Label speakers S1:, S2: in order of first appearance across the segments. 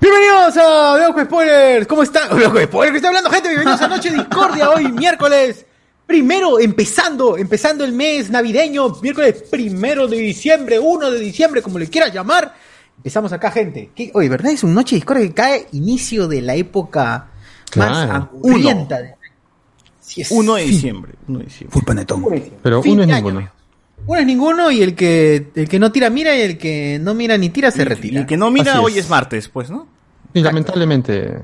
S1: Bienvenidos a Veo con Spoilers. ¿Cómo están? Veo con Spoilers, que está hablando gente. Bienvenidos a Noche Discordia hoy, miércoles. Primero, empezando, empezando el mes navideño, miércoles primero de diciembre, 1 de diciembre, como le quieras llamar. Empezamos acá, gente. ¿Qué- Oye, ¿verdad? Es un Noche Discordia que cae inicio de la época más
S2: Claro.
S1: angurrienta. de- Sí, es
S3: 1 de
S1: fin.
S3: diciembre. 1 de diciembre. Full panetón.
S2: Pero
S1: Fin
S2: uno es
S1: de año,
S2: ninguno.
S1: Uno es ninguno y el que, el que no tira mira y el que no mira ni tira se
S3: Y
S1: retira.
S3: el que no mira,
S2: Así es.
S3: hoy es martes, pues, ¿no?
S2: Y lamentablemente.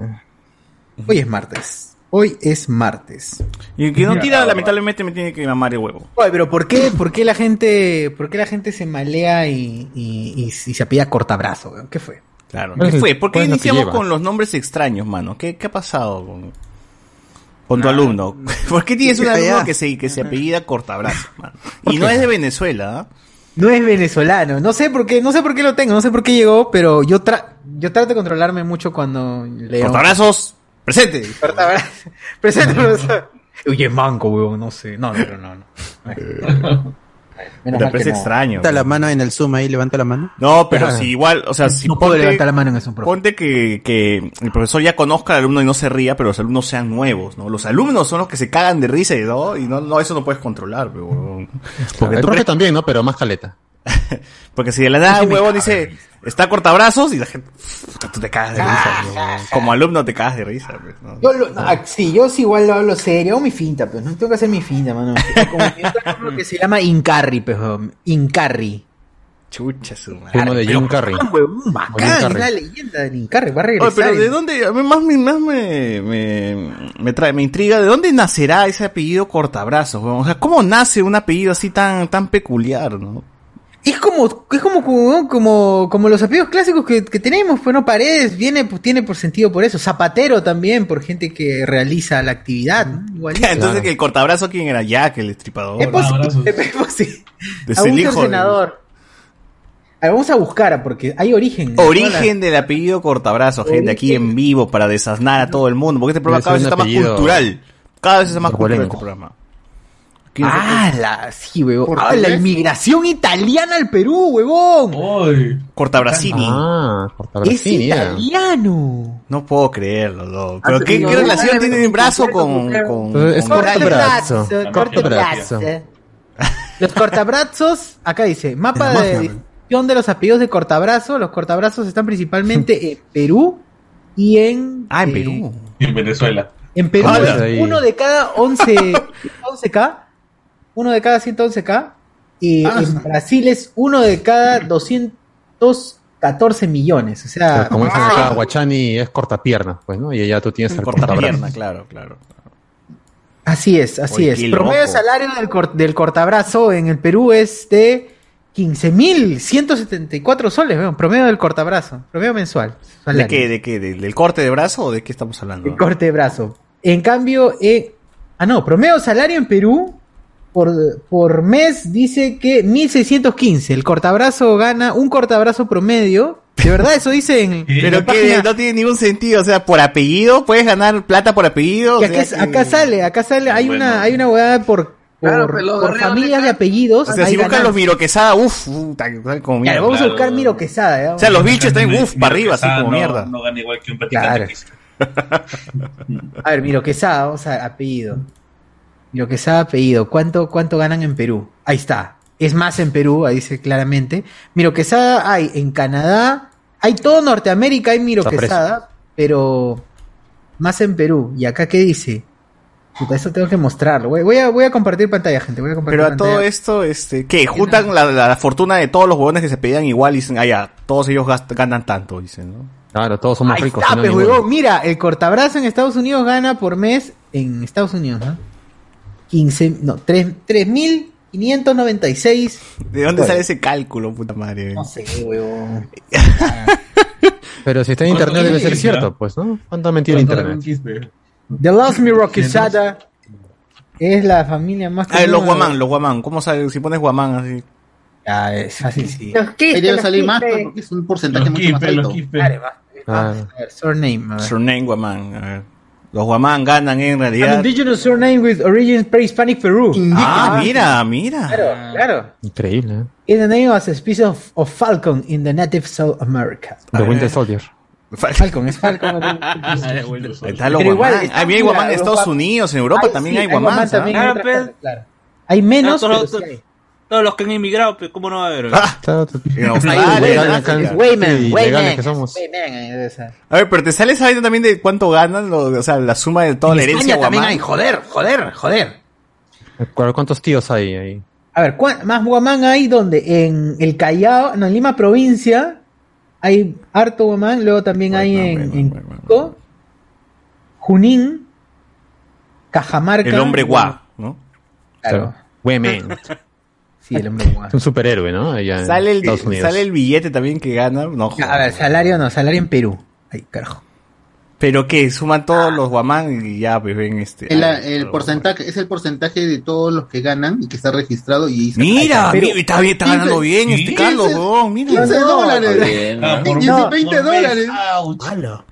S1: Hoy es martes. Hoy es martes.
S3: Y el que no tira, lamentablemente me tiene que mamar el huevo.
S1: Oye, pero ¿por qué, por qué la gente, por qué la gente se malea y, y- y- y se apellida cortabrazo? weón? ¿Qué fue?
S3: Claro.
S2: ¿Cuál
S3: ¿Qué
S2: Pues es el-
S3: fue? ¿Por qué
S2: cuál es lo que
S3: iniciamos
S2: lleva?
S3: con los nombres extraños, mano? ¿Qué, qué ha pasado con, con
S2: Ah,
S3: tu alumno?
S2: mm.
S3: ¿Por qué tienes un alumno que se, que se apellida Cortabrazo, mano? Y no es de Venezuela, ¿ah?
S1: No es venezolano. No sé por qué, no sé por qué lo tengo, no sé por qué llegó, pero yo tra- yo trato de controlarme mucho cuando leo.
S3: Cortabrazos, presente.
S1: Cortabrazo. Presente, profesor. Oye, manco, weón, no sé. No, no, pero no, no.
S3: Me
S1: Menos mal
S3: parece
S1: que no.
S3: extraño.
S4: Levanta la mano en el Zoom ahí, levanta la mano. Ah.
S3: No,
S2: Ah.
S3: pero si igual, o sea, si
S1: No puedo levantar la mano en eso, profe.
S3: Ponte que, que el profesor ya conozca al alumno y no se ría, pero los alumnos sean nuevos, ¿no? Los alumnos son los que se cagan de risa y no, y no, no, eso no puedes controlar, pero, huevón.
S2: Claro,
S3: Porque,
S2: el
S3: tú
S2: profe
S3: crees-
S2: también, ¿no? Pero más caleta.
S3: porque si de la nada
S1: Sí
S3: un
S1: me
S3: huevón
S1: cago de
S3: dice, está cortabrazos, y la gente, puta, tú te cagas de
S1: Ah,
S3: risa, huevón. Como alumno te cagas de risa, pues, ¿no?
S1: Yo lo- no, ah, sí, yo sí igual lo hablo serio, hago mi finta, pero no tengo que hacer mi finta, mano. Como yo tengo lo que se llama Incarri, pero Incarri.
S3: Chucha su madre.
S2: Uno de
S3: Pero-
S2: Jim Carrey.
S1: Ah, huevón, bacán,
S2: Incarri.
S1: es la leyenda de Incarri, va a regresar.
S3: Oye, pero
S1: y-
S3: ¿de dónde? A mí más, me- más me, me, me trae, me intriga. ¿De dónde nacerá ese apellido cortabrazos? huevón? O sea, ¿cómo nace un apellido así tan, tan peculiar, no?
S1: Es como, es como, como, como, como los apellidos clásicos que, que tenemos, pues no, Paredes viene, pues, tiene por sentido por eso, Zapatero también, por gente que realiza la actividad, ¿no? Igualito.
S3: Entonces que el cortabrazo quién era Jack, el estripador.
S1: Es
S5: abrazos.
S1: posible, es posible.
S3: Es
S1: A un
S3: el hijo de-
S1: senador. A ver, vamos a buscar, porque hay origen. ¿no?
S3: Origen del apellido cortabrazo, gente, aquí en vivo para desasnar a todo el mundo, porque este programa
S2: Debe
S3: cada vez
S2: ser
S3: está
S2: un
S3: más
S2: apellido
S3: cultural. Cada vez está más cultural este
S2: arbolengo.
S3: programa. Aquí nosotros-
S1: Ah, la, sí, huevón. Ah, la inmigración italiana al Perú, huevón.
S5: Oy.
S3: Cortabracini.
S2: Ah, cortar
S1: es italiano.
S3: No puedo creerlo, no. Pero
S1: Ah,
S3: ¿qué,
S1: pero
S3: qué
S1: no,
S3: relación
S1: no,
S3: tiene
S1: no,
S3: el brazo
S1: no,
S3: con,
S1: no,
S3: con,
S2: no, es
S3: con
S2: corta-
S3: Italia?
S2: brazo.
S1: cortabrazo.
S2: Cortabrazo.
S1: Los cortabrazos, acá dice, mapa
S4: En la
S1: de
S4: mafia,
S1: distribución de los apellidos de cortabrazo. Los cortabrazos están principalmente en Perú y en...
S3: Ah, en
S1: eh,
S3: Perú.
S5: Y en Venezuela.
S1: En Perú
S2: Ah,
S1: es
S2: ahí.
S1: uno de cada 11, 11K, uno de cada 111K, y
S4: Ah,
S1: en Brasil es uno de cada 214 millones. O sea,
S3: Ah,
S2: Como dicen acá, Guachani es cortapierna, pues, ¿no? Y allá tú tienes el
S3: Cortapierna,
S2: cortabrazos.
S3: claro, claro.
S1: así es, así
S3: Oye,
S1: es.
S3: qué
S1: Promedio
S3: loco.
S1: salario del, cor- del cortabrazo en el Perú es de 15.174 soles, weón, promedio del cortabrazo, promedio mensual.
S3: ¿De
S1: salario.
S3: qué? ¿De qué? ¿De- ¿Del corte de brazo o de qué estamos hablando?
S1: El corte de brazo. En cambio, eh, ah, no, promedio salario en Perú por, por mes dice que 1615. El cortabrazo gana un cortabrazo promedio. De verdad, eso dice en. en la
S3: Pero que
S1: página.
S3: no tiene ningún sentido, o sea, por apellido, puedes ganar plata por apellido.
S1: Que
S3: o sea,
S1: acá,
S3: que-
S1: acá sale, acá sale. Hay
S5: Bueno.
S1: una hay una hueá por, por,
S6: Claro, pero los
S1: por
S6: de
S1: familias
S6: Río
S1: de
S6: Negro.
S1: apellidos.
S3: O sea,
S1: hay
S3: si buscan los
S1: ganancias.
S3: Miro Quesada, uff, como
S1: Claro, vamos
S3: mierda.
S1: a buscar
S5: Claro.
S1: Miro Quesada. eh, ya,
S3: O sea, los bichos están,
S5: Ni-
S3: uff,
S5: ni
S3: para arriba, así
S5: Quesada
S3: como
S5: no-
S3: mierda.
S5: No gana igual que un practicante.
S1: Claro.
S5: que hizo.
S1: A ver, Miro Quesada, vamos a apellido. Miro Quesada, apellido. ¿Cuánto, ¿Cuánto ganan en Perú? Ahí está. Es más en Perú, ahí dice claramente. Miro Quesada hay en Canadá, hay todo Norteamérica, hay Miro
S2: Está preso.
S1: Quesada, pero más en Perú. ¿Y acá qué dice? Puta, eso tengo que mostrarlo. Voy, voy a, voy a compartir pantalla, gente. Voy a compartir
S3: Pero a todo
S1: pantalla.
S3: esto, este, ¿qué? Juntan la, la fortuna de todos los huevones que se pedían igual y dicen, ah, ya, todos ellos gast- ganan tanto, dicen, ¿no?
S2: Claro, todos somos
S1: Ahí
S2: ricos.
S1: está,
S2: si no,
S1: pues,
S2: ninguno.
S1: huevón. Mira, el cortabrazo en Estados Unidos gana por mes en Estados Unidos, ¿no? 15, no, tres- 3.596
S3: ¿De dónde
S1: Bueno.
S3: sale ese cálculo, puta madre?
S1: No sé, huevón.
S2: Pero si está en internet debe ser
S5: Cortapierna.
S2: cierto, pues, ¿no? ¿Cuánta mentira internet?
S1: The Last Mirror Quesada es la familia más.
S3: Ah, los
S1: común.
S3: guamán, los guamán. ¿Cómo sale? Si pones guamán así.
S1: Ah, es fácil, sí.
S6: Los
S7: Ahí
S6: quistes,
S7: debe
S6: los
S7: salir más
S6: quistes.
S7: pues, porque es un porcentaje
S5: Los
S7: mucho más
S5: quispe, los
S7: alto.
S5: quispe.
S1: Dale, va. Vamos
S2: Claro.
S1: Ah, a ver, surname. a ver.
S3: Surname guamán. A ver. Los guamán ganan en
S1: An
S2: Ah,
S3: realidad.
S1: indigenous surname with origins pre-Hispanic Peru.
S3: Ah, mira, mira.
S1: Claro, claro.
S2: Increíble, ¿eh?
S1: In the name of a species of, of falcon in the native South America.
S2: The Winter Soldier.
S1: Falcon, es Falcon.
S3: Está el
S1: Pero igual,
S3: Aquaman.
S1: está-
S3: Ah, bien, hay
S1: mira,
S3: Aquaman en Estados
S1: Europa-
S3: Unidos, en Europa
S1: Ay,
S3: también
S1: sí,
S3: hay Guamán.
S1: también hay
S5: Ah,
S1: otras
S5: pero-
S1: cosas, claro. Hay menos,
S5: Ah,
S1: pero
S5: todos-
S1: sí hay.
S5: Todos los que han emigrado, pues, ¿cómo no va a haber?
S3: Ah.
S2: Está-
S3: En
S1: Ah,
S2: Ay,
S3: Australia, en
S2: Wayman,
S3: África.
S2: qué
S1: Wayman,
S2: ilegales
S1: Wayman.
S2: que somos.
S1: Wayman, eh, o sea.
S3: A ver, pero te sale esa vaina también de cuánto ganan, lo- o sea, la suma de toda la herencia
S1: España también
S3: Guamán.
S1: hay, joder, joder, joder.
S2: ¿Cuál- ¿Cuántos tíos hay ahí?
S1: A ver, ¿cuán- más Guamán hay donde en el Callao, no, en Lima provincia hay harto Guamán, luego también hay
S3: Guamán,
S1: en,
S3: Guamán,
S1: en
S3: Guamán, Guamán.
S1: Cusco, Junín, Cajamarca.
S3: El hombre guá, ¿no?
S1: Claro.
S2: Women.
S1: Sí, el hombre guá.
S2: Es un superhéroe, ¿no? Allá en
S3: Sale el,
S2: Estados Unidos.
S3: sale el billete también que gana. No,
S1: Ya, A ver, salario no, salario en Perú. Ay, carajo.
S3: Pero que suman todos los guamán y ya, pues ven este.
S7: El,
S3: ah,
S7: el
S3: pero-
S7: porcentaje, es el porcentaje de todos los que ganan y que está registrado y dice,
S3: Mira,
S7: Pero-
S3: mira, está, bien, está ganando bien este
S8: ¿Sí?
S3: Carlos, weón, mira.
S7: 15 dólares.
S8: Ah, por-
S7: 15,
S1: No,
S7: 20
S8: por mes.
S7: dólares.
S8: Ouch.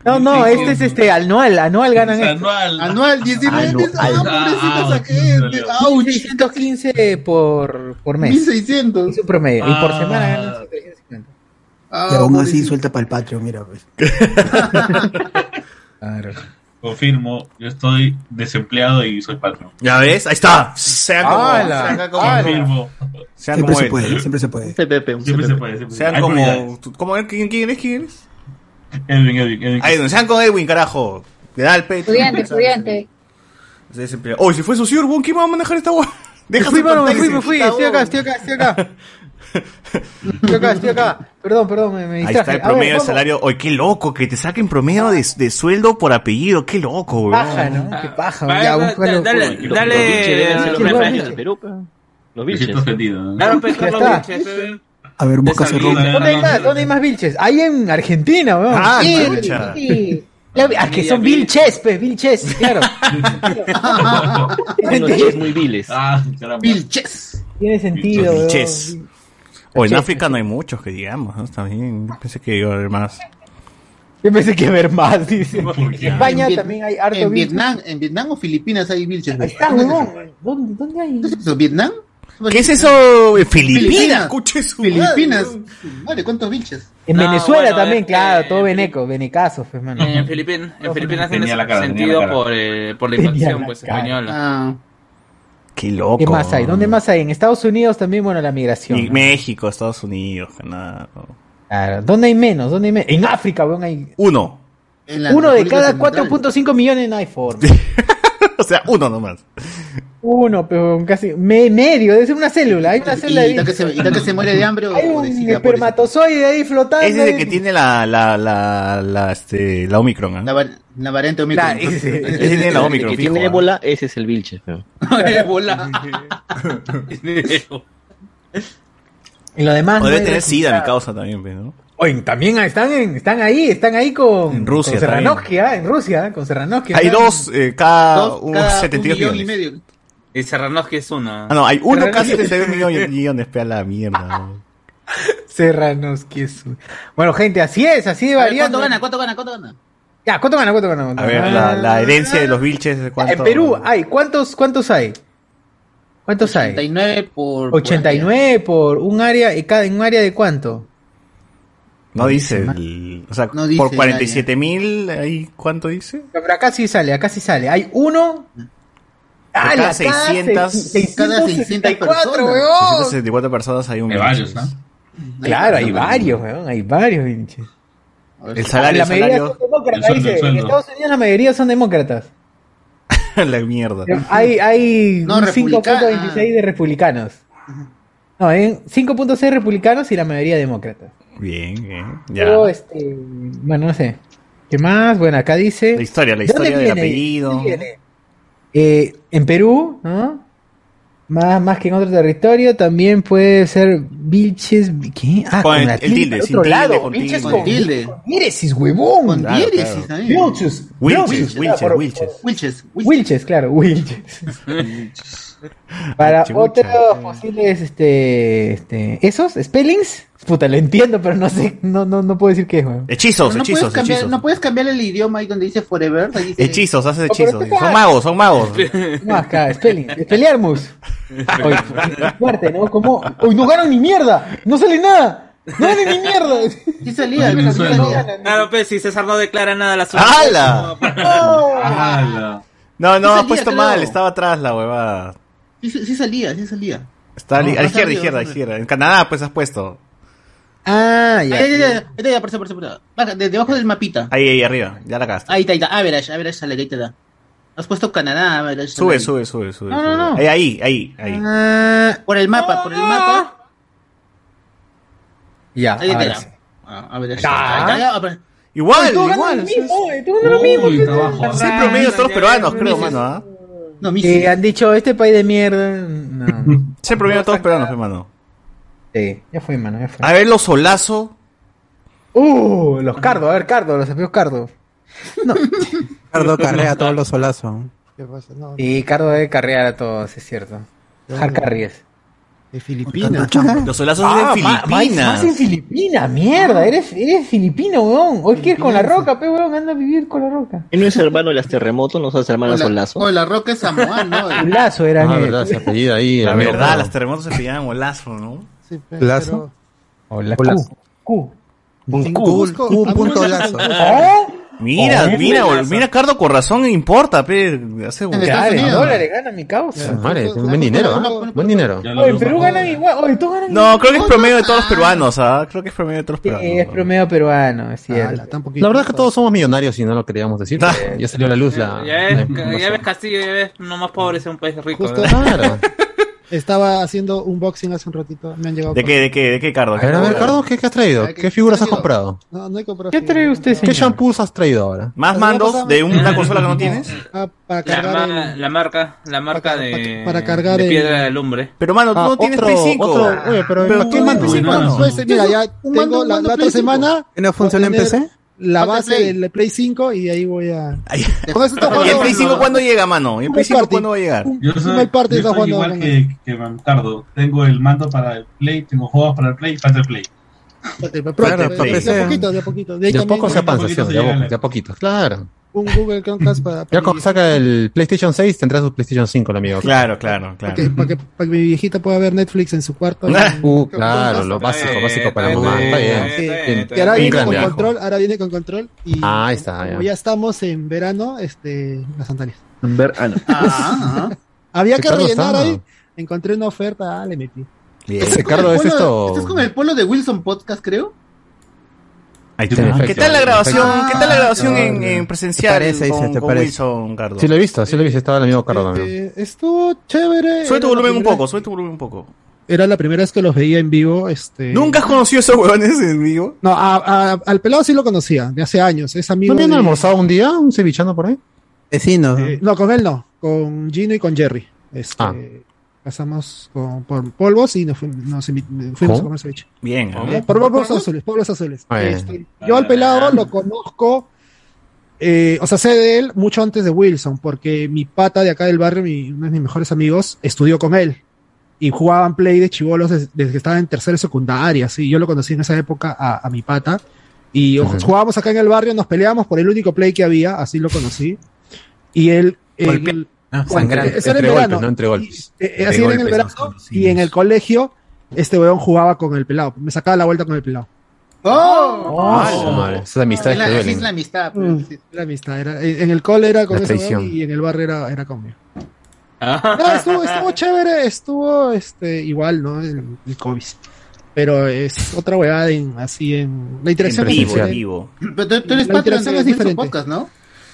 S1: No, no, este es este anual, anual ganan
S8: Es
S1: esto.
S8: anual.
S7: Anual, 19
S1: Anual.
S7: Ah, pobrecito esa gente. Ouch.
S1: 1615 por, por mes.
S7: 1600.
S1: Es un
S3: Eh,
S1: promedio. Y por
S8: Ah.
S1: semana ganan 350.
S7: Ah,
S9: Y aún así
S7: pobrecito.
S9: suelta para el patio, mira, pues.
S2: Ah,
S8: Confirmo, yo estoy desempleado y soy patrón.
S3: Ya ves, ahí está. Sean como,
S1: Ah,
S3: sean como,
S8: Ah, Confirmo.
S3: sean
S9: Siempre
S3: como
S9: se
S3: él.
S9: puede, siempre se puede.
S7: CPP, un CPP.
S8: Siempre se puede. siempre se
S3: Sean
S8: puede. Hay prioridades.
S3: como, tú- ¿cómo es? ¿Quién, quién es? ¿Quién es?
S8: Edwin, Edwin, Edwin.
S3: Ahí, no, sean con Edwin, carajo. Le da el pecho.
S10: Estudiante, estudiante.
S3: Se desempleó. Oh, si fue su weón, ¿quién va a manejar esta weón?
S1: Me
S3: Deja
S1: fui,
S3: su
S1: mano, me
S3: pantalla,
S1: fui,
S3: se
S1: me fui.
S3: quita,
S1: Estoy acá,
S3: huevón.
S1: estoy acá, estoy acá. Estoy acá, estoy acá. Perdón, perdón, me, me
S3: Ahí
S1: distraje.
S3: está el
S1: A ver,
S3: promedio de
S1: ¿cómo?
S3: salario. Oye, qué loco, que te saquen promedio de, de sueldo por apellido. Qué loco, weón.
S1: Paja, ¿no? Qué paja.
S5: Ah,
S1: Ya,
S5: da-
S1: búscalo.
S5: da- dale,
S1: Uy,
S5: dale,
S1: deben
S5: los
S1: ser los
S5: refrescos.
S1: bichos.
S11: Los
S8: Me siento
S11: bichos.
S8: ofendido.
S3: Ah.
S8: ¿no?
S5: Claro, pues,
S1: Ya
S5: Carlos
S1: está.
S5: Vilches, eh.
S9: A ver, busca
S8: Esa
S9: cerrón.
S8: vida,
S1: ¿Dónde hay
S8: no,
S1: más?
S8: no,
S1: ¿Dónde hay más Vilches? Ahí en Argentina, weón.
S3: Ah,
S1: Sí,
S3: chucha.
S1: sí. La- Ah, que son Vilches, pues, Vilches, claro.
S11: Unos chefs muy viles.
S8: Ah, caramba.
S7: Vilches.
S1: Tiene sentido,
S3: Los
S1: weón.
S3: Vilches. O en
S1: Che,
S3: África no hay muchos que digamos, ¿no? También pensé que iba a haber más.
S1: Yo pensé que ver más, dice.
S8: ¿Por qué?
S1: En España
S7: En Viet-
S1: también hay harto
S7: En
S1: Vilches.
S7: Vietnam, en Vietnam o Filipinas hay Vilches.
S1: Ahí está, weón. ¿Dónde, dónde hay?
S7: ¿Qué es eso? ¿Vietnam?
S3: ¿Qué es eso? Filipinas,
S7: Filipinas.
S3: escuche su
S7: Filipinas. Vale, ¿cuántos Vilches?
S1: En
S5: No,
S1: Venezuela
S5: bueno,
S1: también,
S5: es que-
S1: claro, todo veneco, venecazos, pues, mano.
S5: En Filipinas, en Filipinas
S8: Tenía
S5: tiene
S8: la cara, tenía la
S5: sentido
S8: cara.
S5: por, eh, por la
S1: Tenía
S5: invasión
S1: la
S5: pues,
S1: cara.
S5: española.
S7: Ah,
S3: Qué loco.
S1: ¿Qué más hay? ¿Dónde más hay? En Estados Unidos también, bueno, la migración.
S3: Y
S1: ¿no?
S3: México, Estados Unidos, Canadá. ¿no?
S1: Claro. ¿Dónde hay menos? ¿Dónde hay menos? En África, weón, hay...
S3: Uno.
S7: en la
S1: Uno de
S7: República
S1: cada
S7: Central.
S1: 4.5 millones no hay forma.
S3: o sea, uno nomás.
S1: Uno, pero casi... Me, medio, debe ser una célula. Hay una célula
S7: Y
S1: ahí.
S7: tal que se, y tal que se muere de hambre o
S1: Hay
S7: o de
S1: un
S7: sida, pobrecito.
S1: espermatozoide ahí flotando.
S3: Ese es el
S1: ahí.
S3: que tiene la, la, la, la, este, la Omicron. ¿ah?
S7: La, var- la variante Omicron.
S1: La- ese-
S7: Ese-
S3: ese tiene la
S7: ese-
S3: Omicron.
S11: El que
S3: fijo,
S11: tiene
S3: ¿ah?
S11: ébola, ese es el vilche. feo.
S1: Y lo demás...
S3: O
S1: no
S3: debe
S1: hay
S3: tener sida mi
S1: resultado.
S3: causa también, pues, ¿no?
S1: Oye, también están, en- están ahí, están ahí con...
S3: En Rusia
S1: Con
S3: también.
S1: Serranovsky, ah, en Rusia, con Serranovsky.
S3: Hay
S1: están-
S3: dos, eh, cada,
S7: dos,
S3: unos
S7: cada
S3: 72
S7: un millón
S3: millones.
S7: y medio.
S5: Y Serranos que es una.
S3: Ah, no, hay uno cada
S1: Pero-
S3: 72 millones, millones, pe, a la mierda.
S1: Serranovsky es... un- Bueno, gente, así es, así de
S7: A ver,
S1: variando.
S7: ¿Cuánto gana? ¿Cuánto gana? ¿Cuánto gana?
S1: Ya, ¿cuánto gana? ¿Cuánto gana?
S3: A ver, la,
S7: Ah.
S3: la herencia de los Vilches, ¿de ¿cuánto?
S1: Ah. En Perú hay, ¿cuántos, cuántos hay? ¿Cuántos hay?
S7: 89 por.
S1: 89 por un área, y cada, ¿en un área de cuánto?
S3: No dice. el- o sea,
S7: No dice
S3: por
S7: nadie.
S3: 47 mil, ahí, ¿cuánto dice?
S1: Pero por acá sí sale, acá sí sale. Hay uno... Ah,
S3: Cada
S1: ¡Ala,
S3: 600,
S1: seis-
S7: cada
S1: 664,
S7: 600
S1: weón!
S3: 664 personas hay un
S8: Hay varios, ¿no?
S1: Claro, hay varios, weón, hay varios, pinche.
S3: El
S1: la
S3: salario, el
S1: mayoría
S3: salario,
S1: son demócratas,
S8: El sueldo,
S1: dice.
S8: el
S1: En
S8: sueldo.
S1: Estados Unidos la mayoría son demócratas.
S3: la mierda.
S1: Hay, hay
S7: No,
S1: un
S7: republicana.
S1: 5.26 de republicanos. No, hay 5.6 republicanos y la mayoría demócratas.
S3: Bien, bien. Ya.
S1: Pero, este, bueno, no sé. ¿Qué más? Bueno, acá dice...
S3: La historia, la
S1: ¿De
S3: historia
S1: dónde
S3: del
S1: viene?
S3: apellido.
S1: ¿Dónde viene? Eh, en Perú, ¿no? Más, más que en otro territorio, también puede ser Vilches. ¿Qué? Ah,
S3: Con el-
S1: la
S3: el tilde,
S1: del
S3: sin
S1: otro
S3: tilde,
S1: lado,
S3: con
S1: Vilches
S3: tilde.
S1: con
S7: Tilde.
S1: Miresis, huevón.
S7: Con
S3: Claro,
S7: diéresis ahí.
S1: Vilches,
S3: Wilches,
S1: Vilches, ah,
S3: Wilches,
S1: por-
S3: Wilches.
S7: Wilches.
S1: Wilches, claro, Wilches. Para
S3: Chucha.
S1: otros posibles, este, este, esos, spellings. Puta, lo entiendo, pero no sé, no, no, no puedo decir qué es, huevón.
S3: Hechizos,
S7: No puedes,
S3: hechizos,
S7: cambiar,
S3: hechizos.
S7: no puedes cambiar el idioma ahí donde dice forever. ahí dice-
S3: Hechizos, haces
S1: pero
S3: hechizos.
S1: este
S3: Son
S1: es-
S3: magos, son magos.
S1: No, acá, Spelling, Spelliarmus. Oye, fuerte, ¿no? Como, hoy no ganan ni mierda, no sale nada.
S8: No vale ni mierda.
S12: Sí salía,
S5: Ni
S12: pero no
S5: sueldo.
S12: salía.
S6: Claro, pues si César no declara nada a la suya.
S3: ¡Hala!
S7: Oh.
S5: ¡Hala!
S3: No, no,
S12: salía,
S3: ha puesto
S12: creo.
S3: mal, estaba atrás la huevada.
S12: Sí, sí salía, sí salía.
S3: Está a
S12: No,
S3: la- a la
S12: no
S3: izquierda,
S12: sabía,
S3: izquierda,
S12: no sabía.
S3: izquierda. En Canadá, pues has puesto.
S1: Ah,
S12: Ahí,
S1: ya.
S12: ahí, ahí, ahí, ahí, ahí, por eso, por eso, por eso. Baja, de- debajo del mapita.
S3: Ahí, ahí arriba, ya la cagaste.
S12: Ahí está, Ah, ahí está. Average, average sale, ahí te da. Has puesto Canadá, average. sale
S3: Sube,
S12: ahí.
S3: sube, sube, sube.
S12: No, no,
S3: sube.
S12: no.
S3: Ahí, ahí, ahí, ahí.
S1: Ah,
S12: Por el mapa, por el mapa.
S1: ya.
S12: Ahí te
S1: ahora
S12: da.
S1: sí.
S12: Ah, average. Ahí está, ya, average.
S3: Igual,
S8: Todos ganan lo
S3: igual.
S8: mismo, oye, todos ganan lo mismo.
S5: Uy, trabajo.
S3: Sí, promedio todos los peruanos, creo,
S12: sí.
S3: mano, ¿ah?
S12: No, mi
S1: Que han dicho, este país de mierda. No.
S2: Mm.
S3: Sí, promedio todos los peruanos, hermano.
S1: Sí, ya fue, mano, ya fue.
S3: A ver, los solazo.
S8: Uh, los
S1: Cardo, a ver, Cardo, los amigos Cardo.
S4: Ricardo carrea a todos los solazos.
S13: ¿Qué pasa? No,
S1: Y Cardo debe carrear a todos, es cierto. Hard carries.
S13: de Filipinas.
S3: Los solazos son de Filipinas.
S8: Ah, Más en Filipinas, mierda. Eres, eres filipino, weón. Hoy quieres con la roca, pe, weón. Anda a vivir con la roca.
S11: Él no es hermano de las terremotos, no son hermanas son
S12: Hola,
S11: lazo.
S12: hola, Roque es samoano.
S8: Un
S12: eh.
S8: lazo era,
S2: Ah,
S8: ¿no?
S2: verdad, se apellida ahí.
S3: La
S2: amigo.
S3: verdad, las terremotos se pillaban golazo, ¿no?
S13: Sí, pe-
S1: ¿Lazo?
S8: Hola,
S1: Culazo.
S8: Q.
S13: pero-
S1: Q.
S13: Cusco-
S4: Un punto
S13: Apurímac-
S4: lazo.
S8: ¿Oh?
S3: Mira,
S6: Oh,
S3: mira,
S6: buenazo.
S3: bol- mira, Cardo, con razón importa, pe. Hace un-
S12: En Estados
S8: Dólares,
S12: Unidos.
S8: dólares, gana mi causa.
S2: Madre, tengo buen dinero, ¿ah? Buen dinero.
S5: Ya lo
S8: Oye, en
S5: veo,
S8: Perú
S5: ¿no?
S8: ganan igual. Oye, todos ganan igual.
S3: No, creo que es promedio de todos los peruanos, ¿ah? Creo que es promedio de todos los
S8: Sí,
S3: peruanos.
S8: es promedio peruano, es
S13: Ah,
S8: cierto.
S13: la, tan poquito.
S2: La verdad es que todos somos millonarios si no lo queríamos decir.
S3: Ah.
S2: pero Ya salió a la luz
S6: Ya,
S2: la.
S5: pues,
S6: ya ves, ya
S2: la
S6: ves
S2: información.
S6: Castillo, ya ves, no más pobre es un país rico.
S13: Justo.
S6: ¿verdad?
S2: Claro.
S13: Estaba haciendo unboxing hace un ratito. Me han llegado.
S3: ¿De qué, de qué, de qué, Cardo?
S2: A ver, a ver, Cardo, ¿qué, qué has traído?
S12: Ay, ¿qué-
S2: ¿Qué figuras
S12: qué
S2: has
S12: has traído?
S2: comprado?
S13: No, no he comprado.
S8: ¿Qué trae usted,
S2: ¿Qué
S8: señor?
S2: shampoos has traído ahora?
S3: ¿Más mandos de un- una consola que no tienes?
S13: Ah, para
S6: La,
S13: cargar.
S6: ma-
S13: el-
S6: la marca, la marca
S13: para-
S6: de,
S13: para cargar
S6: de
S13: el-
S6: piedra de lumbre.
S3: Pero, mano, tú
S2: Ah,
S3: no tienes Ah,
S2: otro-
S3: Play 5.
S2: otro- oye, pero
S3: Pero
S2: ¿para qué
S3: tú-
S2: mando
S3: Uy,
S2: ese
S5: no,
S2: mando?
S5: no.
S13: Pues, mira, ya
S12: Un mando-
S13: tengo
S12: un
S13: la,
S12: mando
S13: la
S12: Play
S13: otra semana.
S4: ¿Que no funciona en
S13: voy a
S4: PC?
S13: tener La
S12: Mando
S13: base
S12: Play.
S13: del Play 5 y ahí voy a.
S3: Ay,
S13: Con eso está
S3: ¿Y el
S13: jugando-
S3: Play 5 cuándo llega, mano? ¿Y el Play 5 cuándo va a llegar?
S13: Un-
S5: Yo
S13: un
S5: soy,
S13: mal parte
S5: yo
S13: está
S5: soy
S13: jugando
S5: igual
S13: con-
S5: que, que Mancardo. Tengo el mando para el Play, tengo juegos para el Play y falta el Play.
S13: Espérate, espérate,
S4: Claro,
S13: espérate,
S4: para
S13: De
S4: PC.
S13: a poquito, de a poquito. De ahí
S2: De a
S13: también
S2: poco se
S5: de a
S2: avanza,
S5: poquito
S2: sí,
S5: se
S2: de a
S5: llega
S2: poco,
S5: la-
S2: de a poquito, claro.
S13: un Google Chromecast para,
S2: Ya
S13: para, mi,
S2: cuando saca el PlayStation 6 tendrá su PlayStation 5, el amigo.
S3: Claro, claro, claro.
S13: que, para, que, para que mi viejita pueda ver Netflix en su cuarto.
S2: Uh, claro, lo básico,
S6: Está
S2: básico
S6: bien,
S2: para
S6: está
S2: mamá.
S6: bien, está
S2: Está bien.
S6: bien, está
S2: bien.
S6: bien, está
S13: Y ahora
S2: Un
S6: bien.
S13: viene
S2: gran
S13: con
S2: viaje.
S13: control, ahora viene con control y
S2: Ah, ahí está,
S13: como
S2: ya.
S13: ya estamos en verano, este, las sandalias.
S11: Ver, ah, no.
S12: Ah, ah.
S13: Había
S2: Ese
S13: que
S2: carro
S13: rellenar
S2: está-
S13: ahí, encontré una oferta, ah, le metí.
S3: Bien.
S2: Ese
S12: Estás con
S2: Cardo,
S12: el
S2: ¿es
S13: este
S12: polo-
S2: esto?
S12: Estás con el polo de Wilson Podcast, creo.
S3: Ahí
S2: En
S3: está.
S2: efecto,
S3: ¿Qué tal la
S2: en
S3: grabación?
S12: efecto.
S3: ¿Qué tal la grabación
S13: Ah,
S3: en,
S13: ya.
S3: en presencial
S4: ¿Te parece,
S3: con,
S4: Isa, te
S3: con
S4: parece?
S3: Wilson, Cardo?
S2: Sí, lo he visto, sí lo he visto. Estaba el amigo Cardo también.
S13: Este, estuvo
S12: Oh,
S13: chévere.
S3: Sube tu
S13: era la
S3: volumen un
S13: primera-
S3: poco, sube tu volumen un poco.
S13: Era la primera vez que los veía en vivo, este...
S3: ¿Nunca has conocido a esos huevones en vivo?
S13: No, a- a- al pelado sí lo conocía, de hace años, es amigo
S2: ¿No habían
S13: de-
S2: almorzado un día? ¿Un cevichano por ahí?
S4: Vecinos.
S13: Eh, no, con él no, con Gino y con Jerry. Este,
S2: Ah.
S13: Pasamos con, por polvos y nos, fu- nos invi- fuimos
S2: ¿Cómo?
S13: a comer ceviche.
S3: Bien, ¿no?
S13: Eh, Por polvos azules, polvos azules.
S2: Ah, ya, ya.
S13: Este, yo al pelado lo conozco, eh, o sea, sé de él mucho antes de Wilson, porque mi pata de acá del barrio, mi- uno de mis mejores amigos, estudió con él. Y jugaban play de chivolos des- desde, que estaba en tercera y secundaria, sí. Yo lo conocí en esa época a, a mi pata. Y
S2: Ujú.
S13: jugábamos acá en el barrio, nos peleábamos por el único play que había, así lo conocí. Y él...
S2: Golpea-
S13: él-
S4: Ah,
S13: Juan,
S4: sangrante.
S13: eso era
S2: Entre
S13: en
S2: golpes,
S13: verano.
S2: no entre golpes.
S13: Y, eh,
S2: Entre
S13: así era en el
S2: golpes
S13: verano
S2: nos conocimos.
S13: y en el colegio este weón jugaba con el pelado. Me sacaba la vuelta con el pelado.
S12: ¡Oh!
S2: Ah, su madre, Esas amistades
S12: Es
S2: que
S12: la, así
S2: duelen.
S12: es la amistad. pues, sí.
S13: Mm. La amistad. Era, Eh, en en el cole era con
S2: La
S13: ese
S2: traición.
S13: weón y en el barrio era, era conmigo.
S6: Ah,
S13: No, estuvo, estuvo chévere, estuvo este igual, ¿no? El, el COVID. Pero es otra weá en, así en. La
S3: En
S13: interacción
S3: vivo, en
S13: es-
S3: vivo.
S12: Pero tú, tú eres
S13: La
S12: Patreon
S13: interacción
S12: de Wilson
S13: es diferente.
S12: Podcast, ¿no?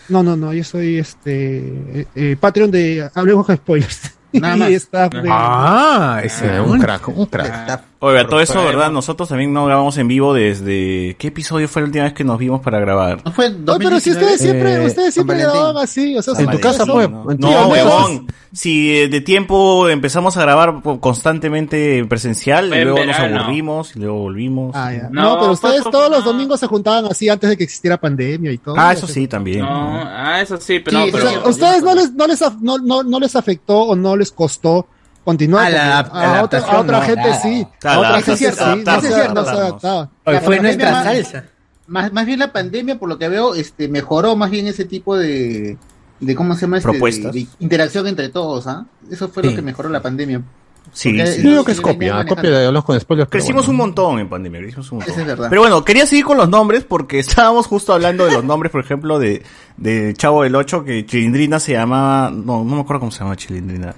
S13: No, no, no. Yo soy este eh, eh, Patreon de Hablemos con Spoilers.
S12: Nada más.
S13: y staff de-
S4: Ah,
S2: Eh,
S4: ese
S2: Un crack, un crack.
S3: Oiga, todo eso, ¿verdad? Nosotros también no grabamos en vivo desde... ¿Qué episodio fue la última vez que nos vimos para grabar?
S12: No fue
S13: Oye, pero si
S12: 2019.
S13: ustedes siempre,
S2: Eh,
S13: ustedes siempre
S4: San Valentín.
S13: grababan así, o sea,
S2: En tu
S13: ustedes
S2: casa,
S13: son-
S2: pues.
S3: No,
S2: en tu-
S3: no,
S13: Sí,
S3: huevón. Si eh, de tiempo empezamos a grabar po- constantemente presencial,
S6: Fue en
S3: luego nos
S6: verano.
S3: aburrimos y luego volvimos.
S13: Ah, ya.
S6: No,
S13: No, pero ustedes
S6: Paco,
S13: todos los
S6: no.
S13: domingos se juntaban así antes de que existiera pandemia y todo.
S3: Ah, eso sí, también.
S6: No, ah, eso sí, pero,
S12: Sí,
S6: no,
S13: O
S6: pero-
S13: sea, ¿a ustedes no les, no, les af- no, no, no les afectó o no les costó continuar.
S1: Ah, la
S13: Porque a, otra,
S1: adaptación,
S13: a otra
S1: no,
S13: gente
S1: claro.
S2: Ah,
S13: sí.
S3: Claro,
S13: a otra
S3: la
S13: gente sí,
S3: adaptación,
S13: no sé
S3: adaptarnos,
S13: si no se
S3: adaptarnos.
S13: adaptaba.
S1: Oye, fue
S12: La pandemia
S1: nuestra
S12: más-
S1: salsa.
S12: Más, más bien la pandemia, por lo que veo, este, mejoró más bien ese tipo de, de ¿cómo se llama? Este,
S3: Propuestas.
S12: de- de interacción entre todos, ¿ah? Eso fue lo que mejoró la pandemia.
S3: Sí,
S2: Porque
S3: sí.
S2: yo digo que es copia, ah, copia de hablamos con spoilers. pero
S3: Crecimos
S2: bueno.
S3: un montón en pandemia, crecimos un montón.
S2: Eso es verdad.
S3: Pero bueno, quería seguir con los nombres porque estábamos justo hablando de los nombres, por ejemplo, de, de Chavo del 8, que Chilindrina se llamaba, no, no me acuerdo cómo se llama Chilindrina.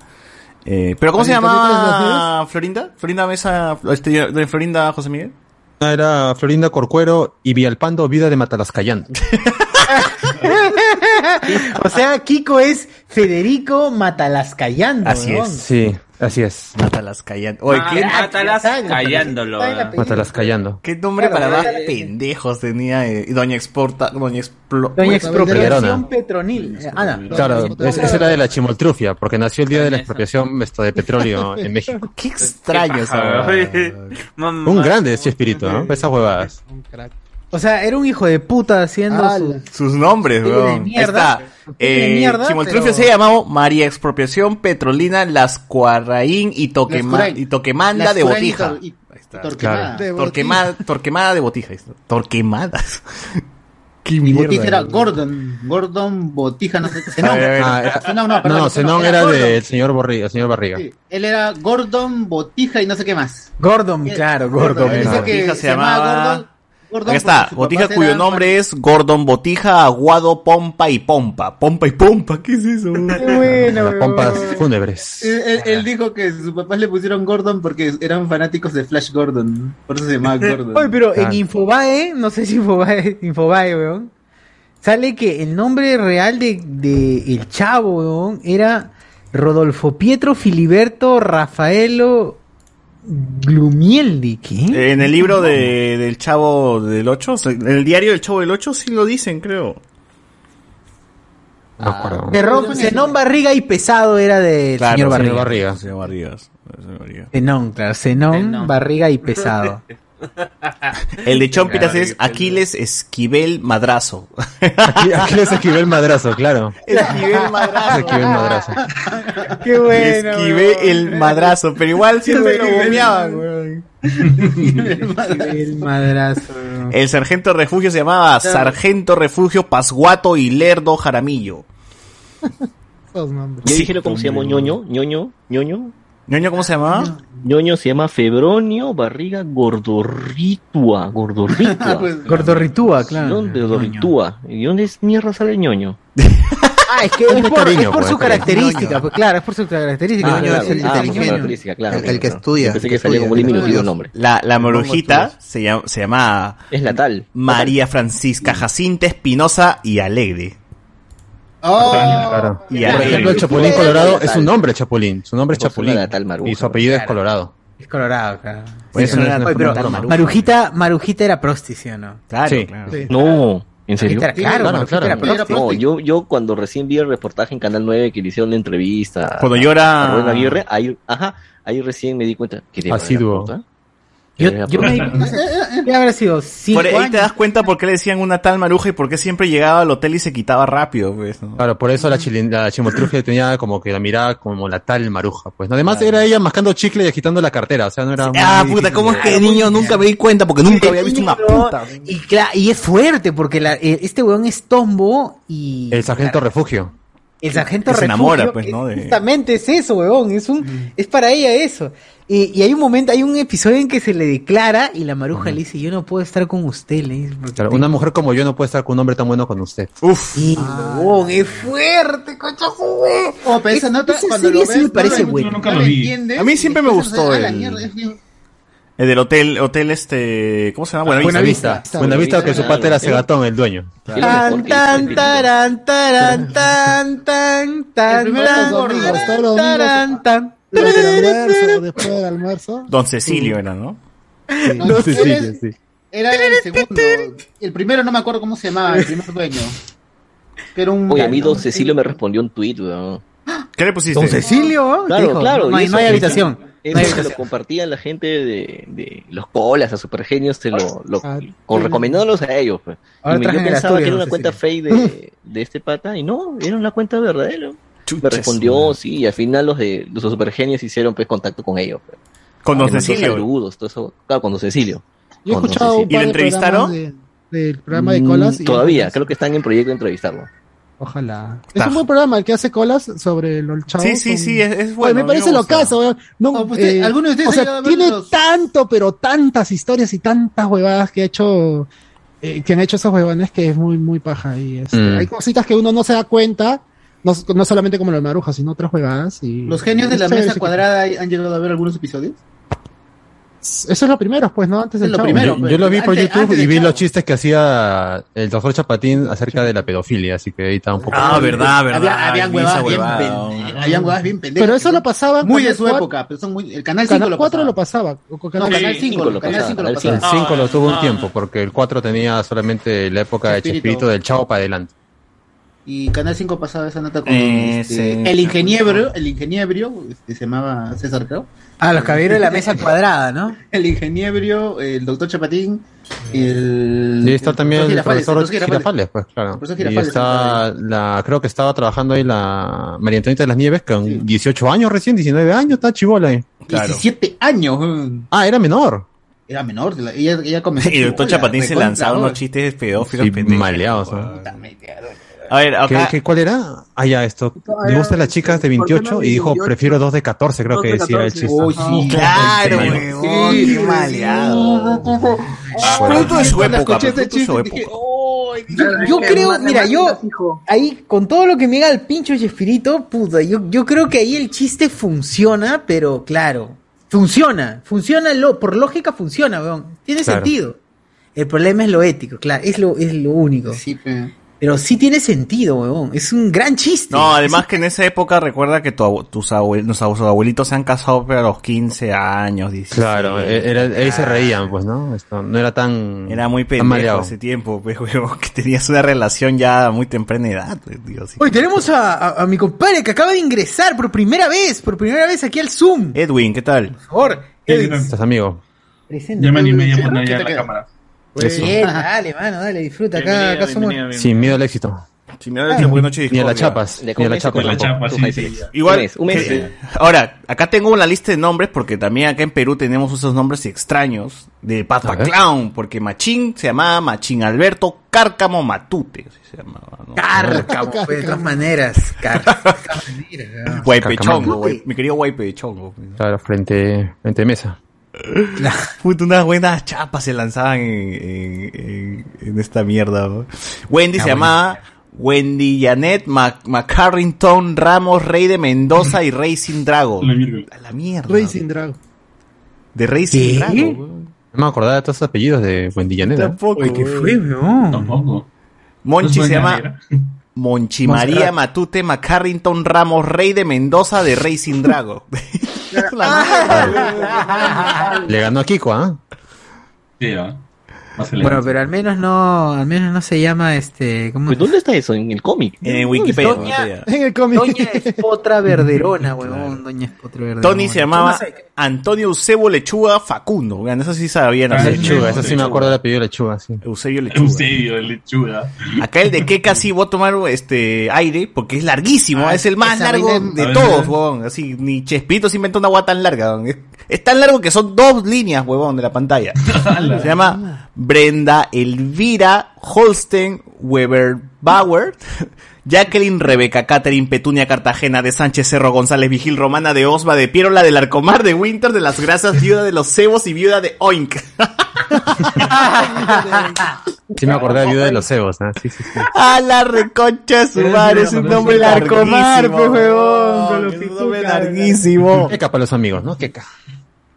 S3: Eh, pero ¿cómo se
S11: ¿Florinda Mesa de los
S3: llamaba Florinda? Florinda Mesa, este, de Florinda José Miguel.
S2: Una Era Florinda Corcuero y Vialpando, vida de Matalascayán.
S1: o sea, Kiko es Federico Matalascayando. ¿no?
S2: Sí, así es.
S3: Matalascayán.
S1: Oye, ¿qué-
S5: Mátalas
S1: Está-
S5: callándolo.
S1: está en
S5: ¿verdad?
S2: Matalascayando.
S3: ¿Qué nombre
S1: Claro,
S3: para más
S1: eh,
S3: pendejos tenía eh, Doña Exporta, Doña Explo...
S1: Doña Expropiación
S2: Calderona.
S1: Petronil. Eh,
S8: Ah,
S1: Ana.
S2: Claro, es- esa era de la chimoltrufia, porque nació el día de la expropiación esto, de petróleo en México.
S3: Qué extraño
S2: esa
S5: Mamá.
S2: Un grande ese espíritu, ¿no? Esas huevadas.
S1: O sea, era un hijo de puta haciendo su-
S3: Sus nombres,
S1: Tiene de
S3: weón.
S1: mierda,
S3: Está.
S1: tiene de
S3: Eh,
S1: mierda,
S3: Chimoltrufio
S1: pero-
S3: se llamaba María Expropiación Petrolina Las Cuarraín y, Toquema-
S7: Lascurain.
S3: y Toquemanda de
S7: Lascurain y
S3: Botija.
S7: Tor- y- y
S3: Claro.
S7: Torquemada.
S3: Torquemada, torquemada de Botija. ahí está. Torquemadas. Qué
S7: Y Botija era
S3: weón.
S7: Gordon. Gordon Botija, no sé qué.
S2: A ver,
S12: Ah,
S2: a ver.
S7: Zenón, no,
S2: No,
S7: perdón,
S2: Ah, no, Zenón era
S7: Gordon.
S2: del señor Borriga, señor Barriga.
S7: Sí, Él era Gordon Botija y no sé qué más.
S1: Gordon, claro, Gordon.
S7: Él dice
S3: Claro.
S7: que
S3: Botija
S7: se,
S3: se
S14: Ah,
S3: llamaba-
S7: llamaba Gordon. Gordon
S3: Ah, Acá está,
S7: porque su
S3: Botija
S7: papá
S3: cuyo
S7: era-
S3: nombre es Gordon Botija, Aguado, Pompa y Pompa. Pompa y Pompa, ¿qué es eso?
S1: bueno,
S2: Las pompas fúnebres.
S7: Él, él- él dijo que sus papás le pusieron Gordon porque eran fanáticos de Flash Gordon. Por eso se llamaba Gordon.
S1: Oye, pero en
S2: Claro.
S3: Ah.
S1: Infobae, no sé si Infobae, Infobae, weón, sale que el nombre real de, de el chavo, weón, era Rodolfo Pietro Filiberto Rafaelo Glumieldi. ¿Qué?
S3: En el libro de, del Chavo del 8, en el diario del Chavo del 8 sí lo dicen, creo.
S2: No me acuerdo.
S1: De Ro- Zenón Barriga y Pesado era del
S3: Claro,
S1: señor
S3: el
S1: Barriga.
S2: Barriga.
S3: Señor Barrigas. señor Barrigas.
S1: Zenón, claro, Zenón,
S5: Zenón.
S1: Barriga y Pesado.
S3: El de Chompitas es Aquiles Esquivel Madrazo.
S2: Aquí, aquí les esquivé el madrazo, claro.
S3: Esquivel
S2: Les esquivé el madrazo.
S1: Qué
S3: Esquivé el madrazo, pero igual siempre lo gomeaban, weón.
S1: El madrazo. weón.
S3: El sargento refugio se llamaba Sargento Refugio Pasguato y Lerdo Jaramillo.
S13: Esos nombres.
S11: Ya dijeron cómo se llamó ñoño, ñoño, ñoño.
S3: ¿Ñoño cómo se llamaba?
S11: ñoño se llama Febronio Barriga Gordorritua. Gordorritua.
S1: Gordorritúa, claro.
S11: Guión de Gordorritua. ¿Y dónde es mierda sale ñoño?
S1: Ah, es que es por,
S2: cariño,
S1: es por
S2: pues,
S1: su
S2: cariño.
S1: característica, pues claro, es por su característica.
S15: Ah,
S1: Yo-
S15: claro.
S1: yo- yo-
S15: Ah,
S1: yo-
S11: por
S15: ingenio.
S11: característica, claro.
S15: El- el que
S11: claro.
S15: estudia,
S11: Yo Pensé
S15: el
S11: que
S15: que
S11: salía
S15: estudia,
S11: como un
S15: el que
S11: minusválido
S15: estudia.
S11: nombre.
S3: La, la morujita se, llam- se llamaba
S11: Es natal.
S3: María Francisca Jacinta Espinosa y Alegre.
S2: claro.
S3: Y
S2: Por
S3: Alegre.
S2: ejemplo, el Chapulín Colorado es un nombre, Chapulín. Su nombre es
S11: Por su
S2: Chapulín.
S11: lana tal maruja.
S2: Y su apellido es Colorado.
S1: Es colorado, claro.
S3: Por eso
S2: Sí,
S3: no era
S2: no
S1: Oye,
S3: tan
S1: pero
S3: tan maruja.
S1: Marujita, Marujita era prosticio, ¿no?
S3: Claro,
S2: Sí.
S3: claro.
S13: Sí.
S11: No, ¿en serio?
S1: Marujita era, claro,
S2: claro,
S1: Marujita
S2: claro.
S1: era prosti-
S7: Era
S11: No,
S7: prosti.
S11: yo, yo cuando recién vi el reportaje en Canal 9 que le hicieron la entrevista
S3: Cuando
S11: a-
S3: yo
S11: a Rubén Aguirre,
S3: era...
S11: ahí, ajá, ahí recién me di cuenta que de verdad
S2: Asiduo.
S11: era prota.
S1: Yo,
S11: Era
S1: yo
S11: prota.
S1: me ¿Qué habrá sido? Cinco
S3: Por ahí te das
S1: años.
S3: cuenta por qué le decían una tal maruja y por qué siempre llegaba al hotel y se quitaba rápido. pues, ¿no?
S2: Claro, por eso la, chilin- la chimotrufia tenía como que la mirada como la tal maruja. Pues ¿no? además era ella mascando chicle y agitando la cartera. O sea, no era. muy
S3: Ah,
S2: difícil
S3: puta, ¿cómo es
S2: de-
S3: que niño nunca me di cuenta? Porque nunca había visto una puta.
S1: Y, cla- y es fuerte porque la- eh, este weón es tombo y
S2: El sargento refugio.
S1: el sargento
S3: Que se
S1: refugio
S3: enamora, pues,
S1: es-
S3: ¿no? De-
S1: Justamente es eso, weón. Es un, es para ella eso. Eh, y hay un momento, hay un episodio en que se le declara y la maruja le dice, yo no puedo estar con usted, le dice, porque
S2: Claro,
S1: te-
S2: una mujer como yo no puede estar con un hombre tan bueno con usted.
S3: Uf. Ah,
S1: Sí, huevón, es fuerte, cocha su ve.
S7: Oh, pero esa
S1: Es-
S7: nota
S1: esa
S7: cuando lo
S1: serie
S7: ves,
S1: sí me
S7: no
S1: parece
S7: la-
S1: buena.
S16: Nunca
S7: no
S16: lo
S7: la
S16: vi.
S7: entiendes,
S3: A mí siempre me
S7: y después,
S3: gustó
S7: ah, la
S3: el-
S7: mierda, es bien-
S3: El Eh, del hotel, hotel este... ¿Cómo se llama? Buena
S2: Buena
S3: Vista.
S2: vista. Buena vista Ah, que su pata era Segatón, el dueño.
S11: Sí, era mejor
S1: Tan,
S11: que
S1: tan,
S11: el Chapulín.
S1: taran, taran, tan, tan, tan,
S7: primero
S1: tan,
S7: los domingos,
S1: taran,
S13: todos los domingos.
S1: taran, tan.
S13: Los del almuerzo, después del almuerzo.
S3: Don Cecilio era, ¿no?
S7: No,
S2: No,
S7: él es-
S2: Cecilia, sí.
S7: Era el segundo. El primero no me acuerdo cómo se llamaba, el primer dueño. Que era un.
S11: Oye, a mí don Cecilio me respondió un tuit, weón.
S3: ¿Qué le pusiste?
S1: Don Cecilio,
S11: Claro,
S1: dijo,
S11: claro,
S1: no
S11: y
S1: hay,
S11: eso-
S1: no hay
S11: y eso-
S1: habitación. No hay
S11: Eso se lo
S1: habitación.
S11: compartían la gente de, de los colas, a supergenios, se lo, lo-
S13: Ah,
S11: con-
S13: sí.
S11: recomendándolos a ellos. pues. Y
S1: Ahora
S11: me- yo
S1: traje la
S11: pensaba
S1: tuya,
S11: que era
S1: don
S11: una cuenta fake de, de este pata, y no, era una cuenta verdadera. Me
S3: Chuchas,
S11: respondió,
S3: madre.
S11: sí, y al final los de los supergenios hicieron pues contacto con ellos. pues.
S3: Con Don
S11: Le mandó
S3: Cecilio.
S11: saludos, todo eso. Claro, con Don Cecilio.
S13: Yo
S11: Con
S13: he
S11: Don
S13: escuchado
S11: Cecilio.
S13: un par
S3: ¿Y lo
S13: de
S3: entrevistaron?
S13: programas de- del programa de colas.
S11: Mm,
S13: y-
S11: Todavía, creo que están en proyecto de entrevistarlo.
S13: Ojalá. Es
S3: Tajo.
S13: un buen programa el que hace colas sobre los chavos.
S3: Sí, sí,
S13: con-
S3: sí, es- es
S13: Oye,
S3: bueno, a
S13: me
S3: mí
S13: parece
S3: me
S13: lo
S3: gusta.
S13: caso. weón. No,
S12: Oh,
S13: eh,
S3: No, pues,
S12: eh,
S3: usted- ¿alguno de ustedes
S13: o
S3: ha
S13: sea,
S3: llegado a ver
S13: tiene
S3: los-
S13: tanto, pero tantas historias y tantas huevadas que ha hecho, eh, que han hecho esos huevones que es muy, muy paja. Y este,
S12: Mm.
S13: hay cositas que uno no se da cuenta, no, no solamente como los marujos, sino otras huevadas. Y,
S12: ¿Los genios de la
S13: Sí, sí,
S12: mesa
S13: que-
S12: cuadrada han llegado a ver algunos episodios?
S13: Eso es lo primero, pues, ¿no? Antes del
S12: Lo
S13: chavo.
S12: primero,
S2: yo, yo lo pues, vi por
S12: antes-
S2: YouTube
S12: antes
S2: y
S12: del
S2: vi los chistes que hacía el doctor Chapatín acerca de la pedofilia, así que ahí estaba un poco.
S3: Ah, verdad, verdad.
S12: Había- habían
S3: vi esa
S12: huevadas bien
S3: huevada.
S12: pende- habían huevadas bien pendejas.
S13: Pero eso lo pasaba en
S12: Muy de
S13: Canal
S12: su
S13: cuatro-
S12: época, pero son muy. El canal 5
S13: Canal
S12: lo
S13: 4
S12: pasaba.
S13: lo pasaba. o con
S12: No,
S13: Canal
S12: Canal 5 lo
S2: El
S12: Canal 5 lo
S2: 5
S12: pasaba.
S3: Ah,
S2: lo tuvo un tiempo, porque el 4 tenía solamente la época de
S12: Chespirito.
S2: Chespirito del Chavo para adelante.
S12: Y Canal 5 pasaba esa nota con
S2: Eh,
S12: este,
S2: sí.
S12: el ingeniero, el ingeniero, este, se llamaba César Crao.
S1: Ah, los caballeros de la mesa cuadrada, ¿no?
S12: El ingeniero, el doctor Chapatín, el...
S2: Y está también el
S12: Girafales,
S2: profesor
S12: el profesor
S2: Girafales, pues
S12: El
S2: claro.
S12: profesor
S2: Y
S12: Girafales
S2: está la, creo que estaba trabajando ahí la María Antonieta de las Nieves con 18 años recién, 19 años, está chivola ahí.
S12: 17 años. mm.
S2: Ah, era menor.
S12: Era menor, la- ella, ella comenzó...
S3: Y el doctor Chapatín se lanzaba unos chistes pedófilos
S2: Sí,
S3: pendejos.
S2: maleados. ¿no?
S3: A ver, acá.
S2: ¿Qué- qué- cuál era? Ah, ya, esto. Le gustan las chicas de 28 y dijo, prefiero dos de 14, creo que decía el chiste.
S12: sí,
S3: Claro,
S2: Sí.
S3: huevón, qué maleado. Fruto de su época, fruto de su época.
S1: este Yo, yo creo, mira, yo ahí con todo lo que me llega al pincho Chespirito, puta, yo, yo creo que ahí el chiste funciona, pero claro, funciona, funciona, lo, por lógica funciona, weón, tiene
S8: Claro.
S1: sentido. El problema es lo ético, claro, es lo, es lo único. pero sí tiene sentido, weón, es un gran chiste.
S3: No, además que en esa época recuerda que tu abu- tus abuel- nuestros abuelitos se han casado pero a los 15 años, 16.
S2: Claro, eh, era- ahí se reían, pues, ¿no? Esto no era tan.
S3: Era muy
S2: tan
S3: pendejo
S2: maleado.
S3: ese tiempo, pues, huevón, que tenías una relación ya a muy temprana edad, pues, digo, sí.
S1: Hoy tenemos a, a- a mi compadre que acaba de ingresar por primera vez, por primera vez aquí al Zoom.
S3: Edwin, ¿qué tal? Por
S1: favor, Edwin,
S2: Estás amigo.
S1: presenta.
S5: a poner ya la cámara.
S2: Eso.
S1: Bien, dale, mano, dale, disfruta. Acá, acá somos.
S2: Sin miedo al éxito.
S3: Sin miedo al éxito, porque noche de
S2: Ni a las
S3: discordia.
S2: chapas. Ni a las chapas. tampoco.
S3: Igual,
S11: Un mes, un mes.
S3: que- ahora, acá tengo una lista de nombres porque también acá en Perú tenemos esos nombres extraños de Pata Clown, porque Machín se llamaba Machín Alberto Cárcamo Matute. así se llamaba, ¿no?
S1: Cárcamo, pues, de todas maneras.
S3: Guaypechongo,
S13: Ah,
S2: Cárcamo.
S3: guay- mi querido Guaypechongo.
S2: Claro, frente, frente de mesa.
S3: Puta, unas buenas chapas se lanzaban en, en- en- en esta mierda. ¿no? Wendy
S2: Ah,
S3: se llamaba Wendy Janet Mac- McCarrington Ramos, Rey de Mendoza y Rey sin Drago. A la mierda.
S13: Rey sin Drago.
S3: De Rey sin Drago. weón.
S2: No me acordaba de todos esos apellidos de Buendillanet.
S3: Tampoco. Uy, qué
S2: fue,
S5: Tampoco.
S3: Monchi
S2: No es
S3: se
S2: buena
S3: llama Monchi María
S2: Montserrat.
S3: Matute McCarrington Ramos, Rey de Mendoza de Rey sin Drago.
S2: Le ganó a Kiko, ¿ah?
S1: Bueno, pero al menos no, al menos no se llama este. ¿cómo
S11: Pues, ¿Dónde está eso? En el cómic.
S3: En
S1: Doña,
S13: en el cómic.
S1: Doña Espotra Verderona, huevón. Doña Espotra Verderona.
S3: Tony se llamaba
S1: ¿Qué más hay?
S3: Antonio Eusebio Lechuga Facundo. Vean, eso sí sabían.
S2: Ah,
S3: hacer.
S2: Lechuga, eso sí me acuerdo del apellido Lechuga, sí.
S3: Eusebio Lechuga. Eusebio Lechuga. Acá el de que casi voy a tomar este aire porque es larguísimo. Ah, es el más
S12: esa
S3: largo
S12: vaina es-
S3: de
S12: A ver, a
S3: todos,
S12: ver.
S3: huevón. Así, ni Chespito se inventó una guata tan larga. huevón. Es, es tan largo que son dos líneas, huevón, de la pantalla. se llama Brenda Elvira Holsten Weber Bauer. Jacqueline Rebeca Catherine Petunia Cartagena de Sánchez Cerro González Vigil Romana de Osma de Pierola del Arcomar de Winter de las Grasas Viuda de los Cebos y Viuda de Oink.
S2: Sí me acordé de la viuda de los cebos, ¿ah? Sí, sí, sí.
S3: A la reconcha de su madre, es un nombre larcomar, pe huevón. con los pitucas. larguísimo.
S2: Queca para los amigos, ¿no? Queca.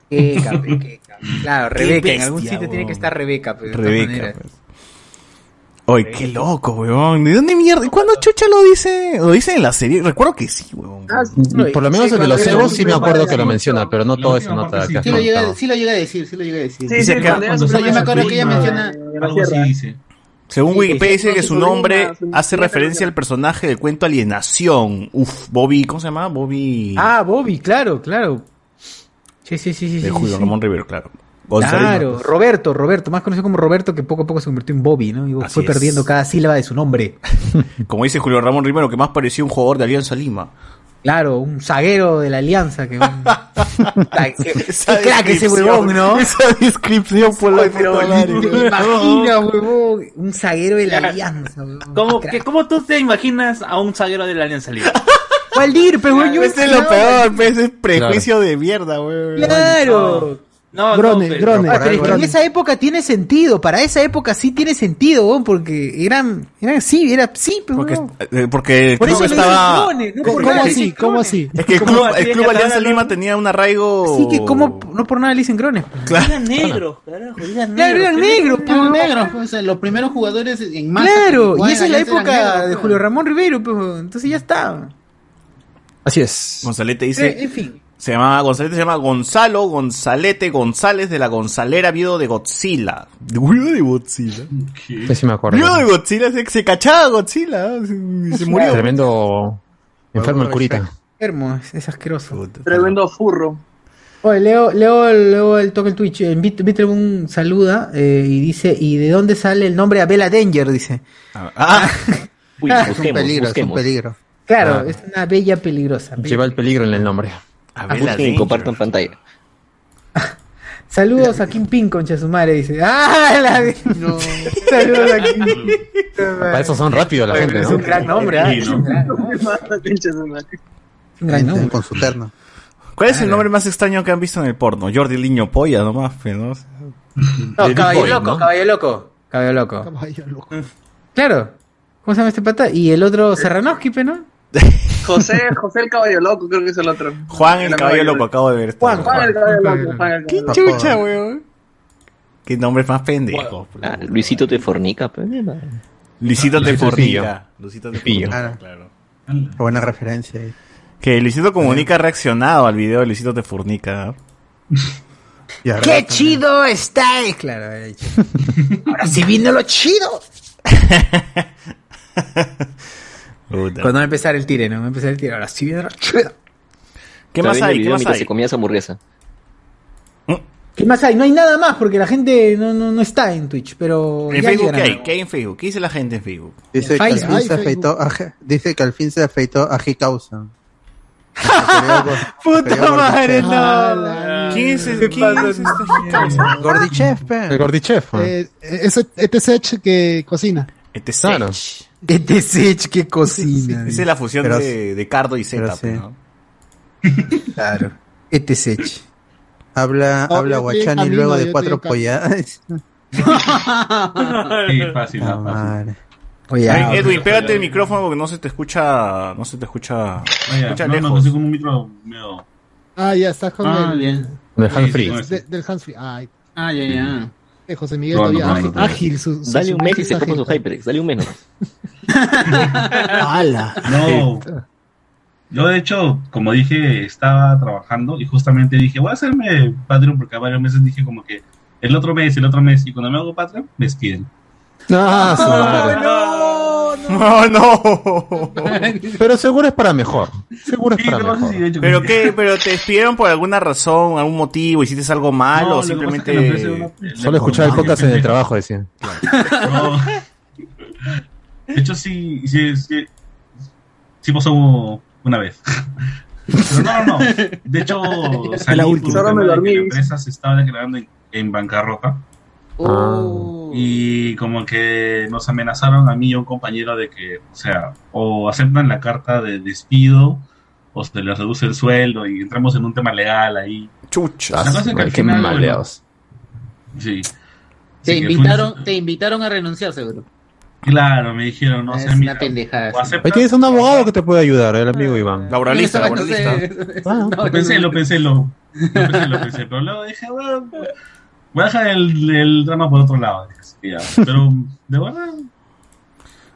S1: Qué cabrón, qué cabrón. Claro,
S3: Qué
S1: Rebeca. en
S3: bestia,
S1: algún sitio tiene
S3: huevón.
S1: que estar Rebeca. Pues, de todas
S3: Rebeca.
S1: maneras.
S3: pues. Oye, qué loco, huevón. ¿De dónde mierda? ¿Y ¿Cuándo Chucha lo dice? ¿Lo dice en la serie? Recuerdo que sí, huevón.
S2: Por lo menos el de los cebos sí me acuerdo que lo menciona, pero no todo eso nota acá.
S12: Sí lo, llega, sí lo llega a decir, sí lo llega a decir.
S3: Sí, Dice sí, acá- cuando era
S12: O sea,
S3: su
S12: yo me
S3: prima,
S12: acuerdo que ella
S3: prima,
S12: menciona...
S5: Algo así dice.
S3: Según
S12: Sí,
S3: Wikipedia
S12: sí, sí,
S3: dice que
S12: sí,
S3: su
S12: sobrina,
S3: nombre
S12: sobrina,
S3: hace referencia al personaje del cuento Alienación. Uf, Bobby, ¿cómo se llama? Bobby.
S1: Ah, Bobby, claro, claro. Sí, sí, sí, sí.
S3: de
S1: sí,
S3: Julio
S1: sí.
S3: Ramón Rivero, claro. González
S1: Claro,
S3: López.
S1: Roberto, Roberto, más conocido como Roberto, que poco a poco se convirtió en Bobby, ¿no? Y fue
S3: es.
S1: perdiendo cada sílaba de su nombre.
S3: Como dice Julio Ramón Rivero, que más parecía un jugador de Alianza Lima.
S1: Claro, un zaguero de la alianza que un... Ay, eh, qué- qué crack ese
S3: descripción,
S1: huevón, ¿no?
S3: Esa descripción por la
S1: Ay, pero
S3: puta
S1: ni
S3: madre,
S1: te
S3: huevón.
S1: imaginas, huevón, un zaguero de la
S6: Ya.
S1: alianza, huevón.
S6: ¿Cómo, que, ¿Cómo tú te imaginas a un zaguero de la Alianza Libre?
S1: ¿Cuál dir, pero
S6: Claro,
S3: Ese es lo peor, pe, ese es prejuicio de mierda, weón.
S1: Claro.
S6: No,
S13: Grone,
S6: pero-
S13: Grone.
S1: Ah, pero es que en
S13: Grone.
S1: esa época tiene sentido, para esa época sí tiene sentido, huevón, porque eran, eran sí, era sí, pero
S3: Porque,
S1: huevón.
S3: eh, porque el
S1: Por eso
S3: club
S1: le dicen
S3: estaba.
S1: clones, no
S13: ¿Cómo
S1: por
S13: cómo
S1: nada le
S13: así?
S1: dicen
S13: ¿Cómo
S1: clones.
S13: así?
S3: Es que el
S6: ¿Cómo
S3: club,
S6: así
S3: el
S6: es
S3: club
S6: que
S3: Alianza
S6: ahora
S3: Lima
S6: no-
S3: tenía un arraigo.
S1: Sí, que como no por nada le dicen grones. pues.
S6: Eran negros, carajo. Eran
S1: Claro,
S6: negros.
S1: eran negros, pues,
S12: Los
S1: huevón.
S12: negros, pues, o sea, los primeros jugadores en masa. que
S1: Claro,
S12: jugaban
S1: y esa es
S12: en
S1: la
S12: Alianza eran
S1: época
S12: negros,
S1: de
S12: pues.
S1: Julio Ramón Rivero, pues, huevón. entonces ya está.
S2: Así es.
S3: Gonzalete
S1: Eh,
S3: dice.
S1: En fin.
S3: Se llamaba Gonzalete, se llama Gonzalo Gonzalete González de la Gonzalera, viudo de Godzilla. ¿Viudo de Godzilla?
S2: Sí, sí me acuerdo.
S3: Viudo de Godzilla, se, se cachaba Godzilla. Se, se murió.
S2: Tremendo enfermo el curita.
S1: Enfermo, es, es asqueroso.
S11: Tremendo furro.
S1: Oye, Leo, Leo, Leo el toque el Twitch. Eh, En Bit- Bitregun saluda eh, y dice, ¿y de dónde sale el nombre Abela Danger? Dice.
S3: Ah,
S11: Uy,
S4: Es un
S11: busquemos,
S4: peligro, es un
S11: busquemos.
S4: peligro.
S1: Claro,
S2: Ah.
S1: es una bella peligrosa.
S2: Lleva el peligro en el nombre.
S3: a ver, la
S11: Busquen y
S3: Danger.
S11: compartan pantalla.
S1: Saludos a Kim Pin, concha su madre, dice. ¡Ah! La... Saludos a Kim Pin.
S2: Para eso son rápidos la gente,
S1: Es
S2: ¿no?
S1: un gran nombre, ¿ah?
S5: Sí,
S1: Es
S5: ¿no?
S1: un gran nombre. Es un gran nombre.
S4: Con su terno.
S3: ¿Cuál es el nombre más extraño que han visto en el porno? Jordi Liño Polla, nomás. pues, ¿no?
S1: No,
S2: David
S1: caballo
S2: Boy,
S1: loco,
S2: ¿no? Mm.
S1: caballo loco. Caballo loco.
S13: Caballo loco.
S1: Claro. ¿Cómo se llama este pata? Y el otro Serranovsky, pe, ¿no?
S7: José, José el Caballo Loco, creo que es el otro.
S3: Juan el Caballo Loco, acabo de ver. esto.
S1: Juan,
S7: Juan el Caballo
S1: Juan el
S7: Loco, Juan el
S3: ¿Qué
S7: Caballo Loco.
S3: chucha, weón? ¿Qué nombre más pendejo? pues.
S11: Ah, Luisito te fornica, pues. mi madre.
S4: Ah,
S3: Luisito te
S2: Luisito
S3: fornica. Luisito te
S2: Pillo.
S3: fornica, claro.
S4: Buena referencia ahí.
S3: Que Luisito Comunica ha reaccionado al video de Luisito te fornica.
S4: Y ahora
S1: ¡Qué
S4: también.
S1: chido está! eh, Claro, había dicho. Ahora sí vino lo chido.
S3: Puta.
S1: Cuando va a empezar el tire, ¿no? Va a empezar el tire. Ahora sí viene lo chido.
S3: ¿Qué
S11: Está
S3: más
S11: viendo el
S3: hay? ¿Qué
S11: video
S3: más
S11: mientras
S3: hay?
S11: se comía esa hamburguesa.
S1: ¿Qué más hay? No hay nada más porque la gente no, no, no está en Twitch, pero.
S3: ¿En
S1: ya
S3: Facebook qué
S1: llegarán.
S3: hay? ¿Qué hay en Facebook? ¿Qué dice la gente en Facebook?
S4: Dice que, al
S1: Facebook.
S4: fin se afeitó a, Je- dice que al fin se afeitó ah, a G-Causa.
S1: ¡Puta madre,
S13: Ah,
S1: no!
S13: la-
S3: ¿Quién es el- quién es esta gente?
S4: Gordichef,
S2: El
S4: pe.
S2: Gordichef. ¿no?
S13: Eh, ese ETSH que cocina.
S3: Este es
S2: Claro.
S3: Este Sech.
S1: ¡Qué desech, qué cocina!
S3: Esa es la fusión
S4: Pero-
S3: de, de Cardo y Zeta,
S4: pero sí.
S3: ¿no?
S1: Claro. ¡Qué desech.
S4: este Habla,
S13: No,
S4: habla
S13: yo estoy
S4: Guachani
S13: camino,
S4: luego
S13: yo
S4: de
S13: estoy
S4: cuatro
S13: acá.
S4: polladas.
S5: Sí, fácil,
S4: La
S5: ah, fácil.
S4: madre.
S1: Oye,
S3: A
S1: ah,
S3: ver, Edwin,
S5: ok.
S3: pégate el micrófono porque no se te escucha. No se te escucha.
S5: Vaya,
S3: escucha
S5: no, no,
S3: lejos.
S5: estoy con un micro medio-
S13: Ah, ya, estás con
S12: Ah,
S13: el,
S12: bien.
S2: De Han
S5: Sí,
S2: Free.
S5: sí,
S13: de- del Hans Free. Ay,
S12: Ah, ya, ya.
S13: de José Miguel
S5: No, no,
S13: todavía.
S5: no,
S13: ágil,
S5: no, no.
S13: ágil, su, su-
S11: Dale un
S13: su-
S11: mes y se
S13: ágil.
S11: fue con su HyperX. Dale un mes. nomás.
S13: ¡Hala!
S5: No. Yo, de hecho, como dije, estaba trabajando y justamente dije, voy a hacerme Patreon porque a varios meses dije como que el otro mes, el otro mes. Y cuando me hago Patreon, me despiden.
S2: Ah, su madre.
S6: No,
S3: No, no.
S2: Pero seguro es para mejor. Seguro es
S5: Sí,
S2: para
S5: no, sí, sí, de
S2: mejor.
S5: hecho,
S3: ¿Pero
S5: sí.
S3: qué? ¿Pero te despidieron por alguna razón, algún motivo? ¿Hiciste algo
S5: No,
S3: mal
S5: lo
S3: o
S5: que pasa es que la
S3: simplemente.?
S5: empresa era una-
S2: Solo escuchar el podcast en el trabajo, decía.
S5: No. De hecho, sí, sí, sí, sí pasó una vez. Pero no, no, no. De hecho, salí
S13: La
S5: por
S13: última.
S5: un
S7: Ahora me
S5: tema de
S7: dormí.
S5: que la empresa se estaba declarando en, en bancarrota Ah.
S2: Oh.
S5: y como que nos amenazaron a mí y a un compañero de que, o sea, o aceptan la carta de despido o se les reduce el sueldo y entramos en un tema legal ahí.
S3: Chucha.
S5: La cosa es que al
S2: Qué
S5: final,
S2: maleados.
S5: bueno, sí.
S7: Te
S5: Sí, que fue
S7: invitaron,
S5: una-
S7: te invitaron a renunciar, seguro.
S5: Claro, me dijeron, no
S7: es
S5: sé,
S7: una
S5: mira,
S7: pendejada.
S5: o
S7: sí.
S5: aceptas-
S2: Ahí tienes un abogado que te puede ayudar, el amigo Iván.
S3: Laboralista,
S7: Eso no sé,
S3: laboralista.
S7: eso-
S2: Ah,
S7: no,
S5: Lo pensé,
S7: eso-
S5: lo pensé, lo, lo pensé, lo pensé, pero luego dije, bueno, voy a dejar el, el drama por otro lado. dije, así que ya. Pero, de verdad,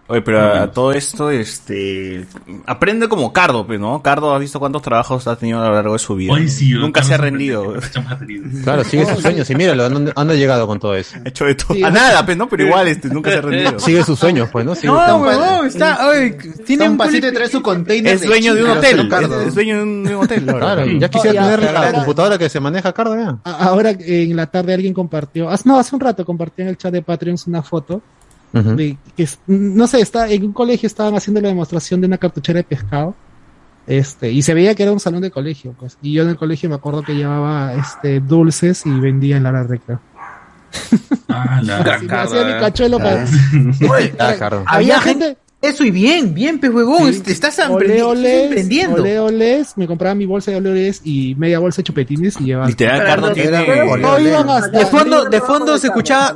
S3: Oye, pero a todo esto, este. Aprende como Cardo, pues, ¿no? Cardo, ¿has visto cuántos trabajos ha tenido a lo largo de su vida?
S5: hoy sí.
S3: Nunca
S5: Carlos
S3: se ha
S5: sorprende
S3: rendido.
S5: que las chamas ha tenido.
S2: Claro, sigue sus sueños y míralo, ¿dónde dónde ha llegado con todo eso?
S3: Ha hecho de todo. A nada, pues, ¿no? Pero igual, este, nunca se ha rendido.
S2: Sigue sus sueños, pues, ¿no? Sigue
S1: No,
S2: tan-
S1: huevón, está. ay, tiene
S12: Tiene un
S1: culi-
S12: pasito y trae su container.
S3: Es dueño de un
S4: Ah,
S12: chicas,
S3: hotel.
S12: pero Cardo.
S3: Es, es dueño de un, de un hotel.
S2: Claro,
S5: Sí.
S2: ya
S13: Oh,
S2: quisiera
S13: ya,
S2: tener la
S13: claro.
S2: computadora que se maneja Cardo, ya.
S13: A- Ahora eh, en la tarde alguien compartió, ah, no, hace un rato compartió en el chat de Patreon una foto
S2: Ujú.
S13: de que, es- no sé, está en un colegio estaban haciendo la demostración de una cartuchera de pescado Este, y se veía que era un salón de colegio, pues. Y yo en el colegio me acuerdo que llevaba este dulces y vendía en la hora recta.
S5: Ah, la
S13: Sí, me hacía mi cachuelo para-
S2: Oye, ah, Cardo.
S1: Había gente. Eso y bien, bien, pues huevón, te estás
S13: Ole,
S1: emprendi-
S13: ole,
S1: emprendiendo.
S13: ole, ole, me compraba mi bolsa de ole, ole y media bolsa de chupetines y llevaba.
S3: Literal, Cardo
S13: Pero
S3: tiene-
S13: no
S3: Ole, ole.
S13: iban hasta
S1: De fondo,
S13: arriba.
S1: de fondo se escuchaba.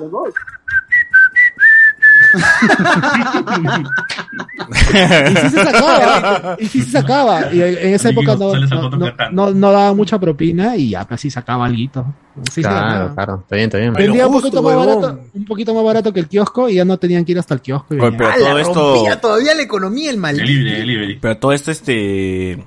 S13: Y sí se sacaba. Y sí se sacaba. Y en en esa
S5: Amiguito,
S13: época no,
S5: sales al
S13: no,
S5: botón
S13: no- no- no daba mucha propina y ya casi sacaba algo. Sí, se
S2: Claro,
S13: ganaba.
S2: claro, está bien, está bien.
S13: Vendía un, poquito más barato, un poquito más barato que el kiosco y ya no tenían que ir hasta el kiosco. y venía.
S3: pero
S1: Ah,
S3: todo
S1: la
S3: esto.
S1: rompía todavía la economía el mal.
S3: Pero todo esto, este.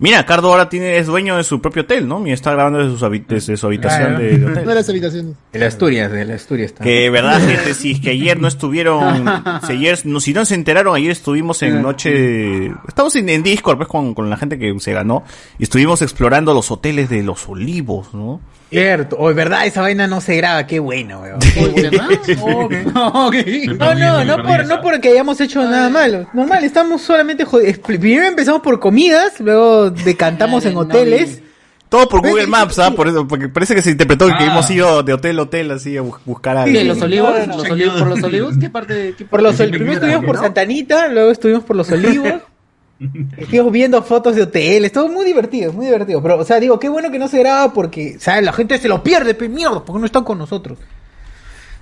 S3: Mira, Cardo ahora tiene, es dueño de su propio hotel, ¿no? Y está grabando desde, sus habi- desde su habitación
S1: Claro.
S3: de, de hotel.
S13: No las habitaciones.
S1: El Asturias, el Asturias está.
S3: Que verdad, gente, si es que ayer no estuvieron, si, ayer, no, si no se enteraron, ayer estuvimos en noche, estamos en, en Discord, pues, con, con la gente que se ganó, y estuvimos explorando los hoteles de los olivos, ¿no?
S1: Cierto, hoy verdad esa vaina no se graba, qué bueno, weón. No,
S3: perdí,
S1: no,
S3: me
S1: no,
S3: perdí
S1: por,
S3: esa.
S1: no porque hayamos hecho nada malo. Normal, estamos solamente jod- expl- Primero empezamos por comidas, luego decantamos en hoteles.
S3: Todo por Google Maps, ¿ah? Por eso, porque parece que se interpretó
S5: Ah.
S3: que hemos ido de hotel a hotel, así, a bus- buscar a...
S7: Sí, los olivos, los olivos, por los olivos, ¿qué parte? Qué
S1: Por los,
S7: parte-
S1: primero estuvimos por Santanita, luego estuvimos por los olivos. Estuvimos viendo fotos de hoteles, todo muy divertido, muy divertido. Pero, o sea, digo, qué bueno que no se graba porque, ¿sabes? La gente se lo pierde, pe mierda, porque no están con nosotros.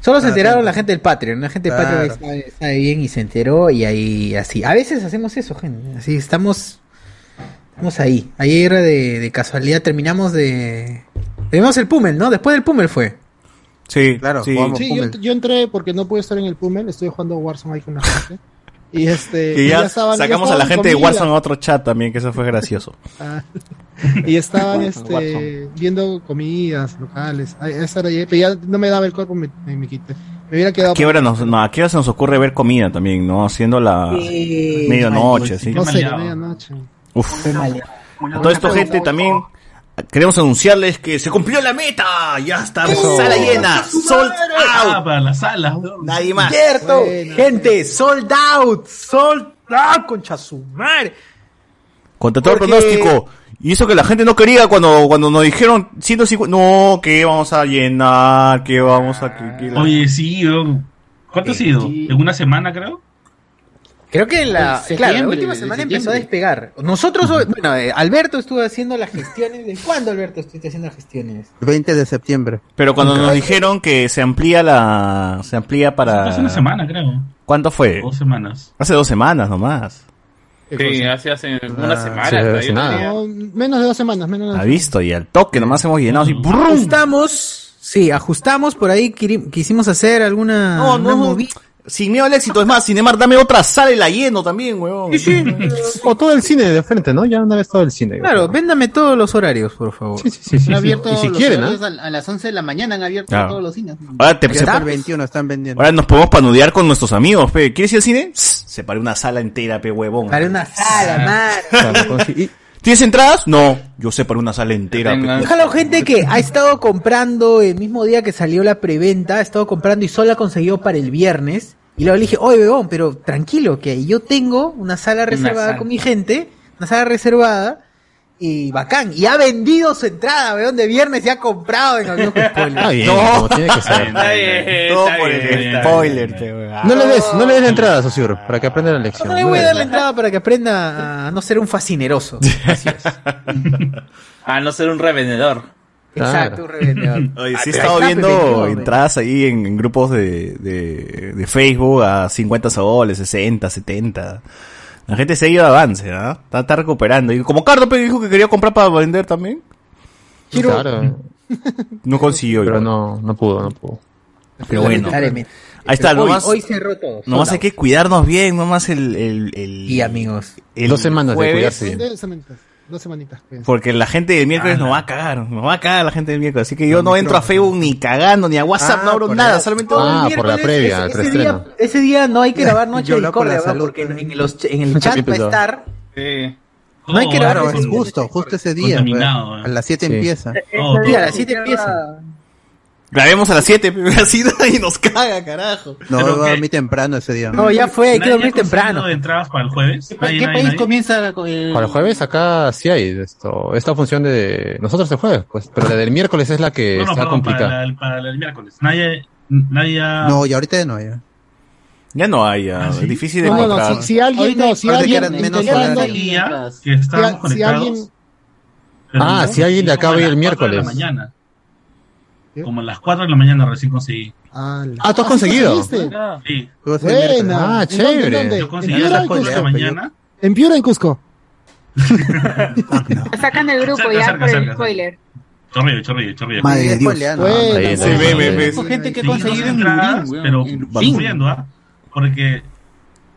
S1: Solo se
S8: Claro.
S1: enteraron la gente del Patreon, la gente del Patreon
S8: Claro.
S1: sabe, sabe bien y se enteró y ahí así. A veces hacemos eso, gente. Así estamos, estamos ahí. Ayer de, de casualidad terminamos de... Terminamos el Pumel, ¿no? Después del Pumel fue.
S3: Sí,
S1: claro.
S13: Sí, yo, yo entré porque no pude estar en el Pumel, estuve jugando Warzone ahí con la gente. Y este.
S3: Que
S13: y
S3: ya
S13: estaban- ya
S3: sacamos a la
S13: estaban
S3: gente de
S13: comida.
S3: Warzone a otro chat también, que eso fue gracioso.
S13: Ah, y estaban este,
S3: Warzone.
S13: viendo comidas locales. Ay, esa era ayer, pero ya no me daba el cuerpo, me, me, me quité. Me hubiera quedado.
S3: ¿A qué, hora nos, no, ¿A qué hora se nos ocurre ver comida también, no? Haciendo la
S13: Sí.
S3: medianoche, así.
S13: No sé, la medianoche.
S3: Uf.
S13: Una
S3: Todo esto,
S13: buena
S3: gente, también queremos anunciarles que se cumplió la meta. Ya está,
S5: Eso.
S3: sala llena. Sold
S5: Ah,
S3: out.
S5: para la sala.
S3: Nadie más.
S1: Cierto, gente, sold out, sold out, concha su madre.
S3: Contra todo
S1: Porque-
S3: pronóstico. Y eso que la gente no quería cuando, cuando nos dijeron 150. No, que vamos a llenar, que vamos a. que- que la-
S5: Oye, sí, weón. ¿cuánto ha sido? ¿En una semana, creo?
S1: Creo que la,
S5: En
S1: claro, la
S5: septiembre,
S1: última
S5: de
S1: semana empezó a
S5: septiembre.
S1: despegar. Nosotros, hoy- bueno, eh, Alberto estuvo haciendo las gestiones. ¿De cuándo, Alberto, estuviste haciendo las gestiones?
S4: El 20 de septiembre.
S3: Pero cuando nos dijeron que se amplía la. Se amplía para.
S5: Hace una semana, creo.
S3: ¿Cuánto fue?
S5: Dos semanas.
S3: Hace dos semanas nomás.
S6: Sí, hace, hace una semana.
S3: sí,
S6: todavía.
S3: hace nada.
S13: No, menos de dos semanas, menos de dos
S3: Ha visto, y al toque nomás hemos llenado así. ¡brum!
S1: Ajustamos, sí, ajustamos por ahí. quiri- Quisimos hacer alguna.
S3: No, no, no. Sin miedo al éxito, es más, Cinemar, dame otra sala y la lleno también, weón.
S2: O todo el cine de frente, ¿no? Ya una vez todo el cine.
S1: Claro, véndame todos los horarios, por favor.
S2: Sí, sí, sí. sí,
S7: Han
S2: sí.
S7: abierto
S2: Y si
S7: los
S2: quieren,
S7: horarios
S2: ¿ah?
S7: al- a, las 11 de la mañana, han abierto
S3: Claro.
S7: todos los cines.
S3: Ahora te- se-
S4: Hasta el 21 están vendiendo.
S3: Ahora nos podemos panudear con nuestros amigos, pe. ¿Quieres ir al cine? Psst, Separé una sala entera, pe, huevón.
S1: Para una sala, madre.
S3: ¿Tienes entradas? No, yo separé una sala entera, pe. pues.
S1: Déjalo, gente que ha estado comprando el mismo día que salió la preventa, ha estado comprando y solo la consiguió para el viernes. Y luego le dije, oye, bebón, pero tranquilo, que yo tengo una sala reservada
S7: sala.
S1: con mi gente, una sala reservada, y bacán. Y ha vendido su entrada, bebón, de viernes, y ha comprado en algunos
S2: Está bien,
S3: No.
S2: como tiene que ser.
S3: Está bien, Todo por el spoiler, pe, weón.
S2: No le des, no le des la entrada, Sosur, para que aprenda la lección.
S1: No le voy a dar la entrada para que aprenda a no ser un fascineroso.
S6: A no ser un revendedor.
S1: Exacto, un revendedor.
S3: Oye, sí he
S6: Ah,
S3: estado
S6: está,
S3: viendo
S6: pendejo,
S3: entradas ahí en, en grupos de, de, de Facebook a 50 soles, 60, 70. La gente se ha ido a avance, ¿ah? Está, está recuperando. Y como Cardo pe, dijo que quería comprar para vender también,
S2: Claro,
S3: no consiguió.
S2: pero
S3: igual.
S2: no, no pudo, no pudo.
S3: Pero bueno.
S1: Lamentablemente.
S3: Ahí está,
S1: Hoy-
S3: nomás,
S1: hoy cerró todo.
S3: Nomás
S1: Sold
S3: hay
S1: out.
S3: que cuidarnos bien, nomás el... el, el
S1: y amigos.
S3: el
S2: Dos semanas de
S3: jueves,
S2: cuidarse bien.
S13: Dos semanitas. Dos semanitas. cuídense.
S3: Porque la gente del miércoles
S13: Ah,
S3: nos va a cagar, nos va a cagar la gente del miércoles. Así que yo no entro a Facebook ni cagando, ni a WhatsApp,
S2: Ah,
S3: no abro
S2: por
S3: nada,
S2: la-
S3: solamente...
S2: Ah, por la previa, el
S1: ese, día,
S2: reestreno.
S1: ese día no hay que grabar Noche
S4: Yo
S1: de
S4: hablo por la
S1: Discordia, ¿verdad?
S4: salud,
S1: porque en, en los ch- en el
S4: Mucho
S1: chat pues, va a
S4: pito.
S1: estar.
S4: No hay que
S1: Todo
S4: claro,
S1: va a
S4: es
S1: ser
S4: justo, justo ese día.
S5: contaminado,
S4: pues.
S5: eh.
S4: A las 7
S14: Este
S2: Sí.
S1: Oh,
S4: empieza.
S5: Todo,
S1: Sí, a
S5: todo.
S1: las 7 empieza.
S3: Grabemos a las 7, así y nos caga, carajo.
S4: No,
S3: Pero
S4: no,
S3: que-
S4: a mí temprano ese día.
S1: No, ya fue, hay que
S4: Nadie
S1: dormir
S4: ha conseguido
S1: temprano.
S5: ¿Entrabas para el jueves?
S7: ¿Qué, qué país comienza eh, con el.?
S2: Para el jueves acá sí hay esto, esta función de nosotros el jueves, pues, pero la del miércoles es la que
S5: No, no,
S2: está
S5: perdón,
S2: complicada.
S5: para el, para el miércoles. Nadie, nadie ha-
S4: No, y ahorita ya no, ya.
S3: Ya no hay, ya. es difícil de
S13: Ah, No, no,
S3: encontrar.
S13: si, si alguien, no,
S4: Parece
S13: si
S4: que
S13: alguien,
S4: eran menos
S13: intentando-
S4: horarios.
S5: que estábamos
S13: si, si
S5: conectados.
S13: alguien,
S2: Ah, si alguien de acá
S5: Como a
S2: ve el
S5: las cuatro de
S2: miércoles.
S5: la mañana. Como a las 4 de la mañana recién conseguí. Ah,
S2: Ah, ¿tú has conseguido?
S5: Sí.
S13: Pues Buena.
S2: Ah,
S13: ¿En dónde, en
S2: chévere.
S13: dónde?
S5: Yo conseguí
S13: ¿En Pues,
S5: a las
S13: Piura,
S5: 4 de la
S13: Cusco?
S5: mañana.
S13: en Piura, en Cusco.
S17: Sacan el grupo
S5: Cerca,
S17: ya
S5: cerca,
S17: por
S5: cerca,
S17: el spoiler.
S5: Chorrillo, chorrillo, chorrillo.
S4: Madre de Dios. Spoileando. Bueno,
S14: pues.
S5: Ahí, ahí,
S3: se
S5: ahí,
S3: ve,
S5: ahí.
S3: ve, ve.
S7: Con gente que ha
S5: Sí,
S7: conseguido
S5: dos
S7: en
S5: entradas,
S7: Lurín,
S5: pero
S7: weón, en
S5: sufriendo, ¿ah? Porque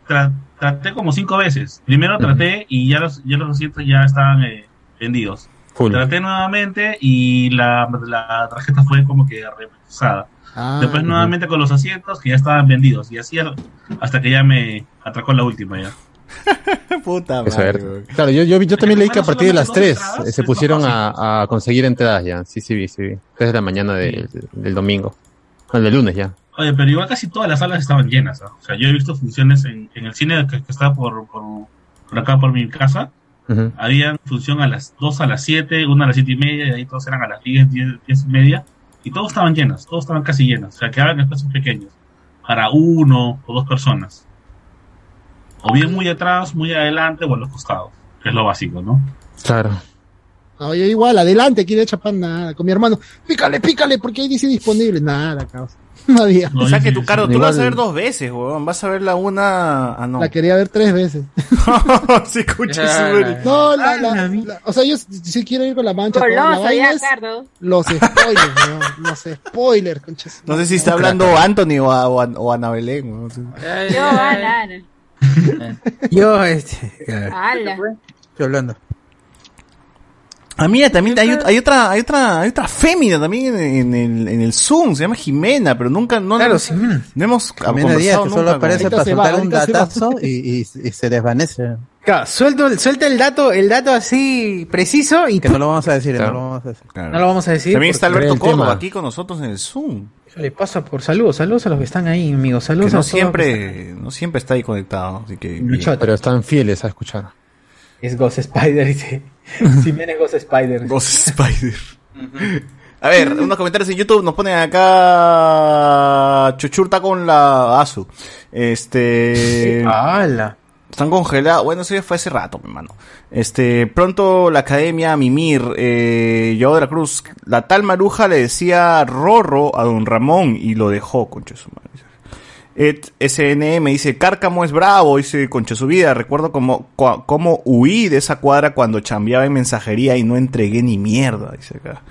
S5: tra- traté como cinco veces. Primero traté y ya los, ya los asientos ya estaban eh, vendidos.
S2: Full.
S5: Traté nuevamente y la, la tarjeta fue como que reemplazada.
S4: Ah,
S7: Ah,
S5: Después nuevamente con los asientos que ya estaban vendidos. Y así al- hasta que ya me atracó la última ya.
S3: Puta
S2: Qué suerte. Claro, yo, yo, yo también leí que a partir de las 3 eh, se pusieron a, a conseguir entradas ya. Sí, sí, vi, sí. vi. 3 de la mañana del, del domingo. No, del lunes ya.
S5: Oye, pero igual casi todas las salas estaban llenas. ¿ah? O sea, yo he visto funciones en, en el cine que, que está por, por, por acá, por mi casa.
S2: Ujú.
S5: Habían función a las 2, a las 7, una a las 7 y media, y ahí todos eran a las 10, 10, 10 y media. Y todos estaban llenas, todos estaban casi llenas. O sea, quedaban espacios pequeños para uno o dos personas. O bien muy atrás, muy adelante o a los costados, que es lo básico, ¿no?
S2: Claro.
S13: No, Ah, yo igual, adelante, aquí de Chapán, nada, con mi hermano. Pícale, pícale, porque ahí dice disponible. Nada, caos. No había.
S3: O sea que tu carro, tú lo vas a ver
S13: Igual,
S3: dos veces, weón. Vas a ver la una. Ah, no.
S13: La quería ver tres veces.
S3: Se escucha
S13: Ah,
S3: su madre.
S13: No, la, la- la- o sea, yo si si quiero ir con la mancha. pero la
S17: Goloso
S13: vaina
S17: ya,
S13: es
S17: Cardo.
S13: los spoilers, weón, los spoilers, conchas.
S3: No sé si está hablando Anthony o, a- o, a- o Ana Belén. weón.
S17: Yo, Ana.
S4: Yo, este. ya,
S17: Ala.
S4: Estoy hablando.
S3: Ah, mira, también hay, ot- hay otra, hay otra, hay otra fémina también en, en el, en el Zoom, se llama Jimena, pero nunca, no,
S4: Claro,
S3: no-
S4: sí, mira.
S3: no hemos
S4: Jimena
S3: conversado
S4: Díaz, que solo
S3: nunca con-
S4: aparece para soltar un datazo y, y- y se desvanece.
S1: Claro, suelto el- suelta el dato, el dato así preciso y
S4: Que no lo vamos a decir, ¿eh?
S1: Claro.
S4: no lo vamos a decir.
S1: No lo vamos a decir.
S3: También está
S1: porque-
S3: Alberto
S1: el
S3: Córdoba
S1: tema.
S3: aquí con nosotros en el Zoom.
S1: Le pasa por saludos, saludos a los que están ahí, amigos,
S3: Que
S1: saludos a
S3: no
S1: todos.
S3: siempre,
S1: pues,
S3: no siempre está ahí conectado, así que.
S2: Pero están fieles a escuchar.
S1: Es Ghost Spider, dice. Si viene Ghost Spider.
S3: Ghost Spider. A ver, unos comentarios en YouTube nos ponen acá. Chuchurta con la Asu. Este.
S1: ¡Hala!
S3: Están congelados. Bueno, eso ya fue hace rato, mi hermano. Este, pronto la academia Mimir, eh, Joao de la Cruz, la tal maruja le decía Rorro a don Ramón y lo dejó, concha de su madre. Ed SNM dice, Cárcamo es bravo, dice concha su vida, recuerdo como cua- cómo huí de esa cuadra cuando chambeaba en mensajería y no entregué ni mierda, dice acá.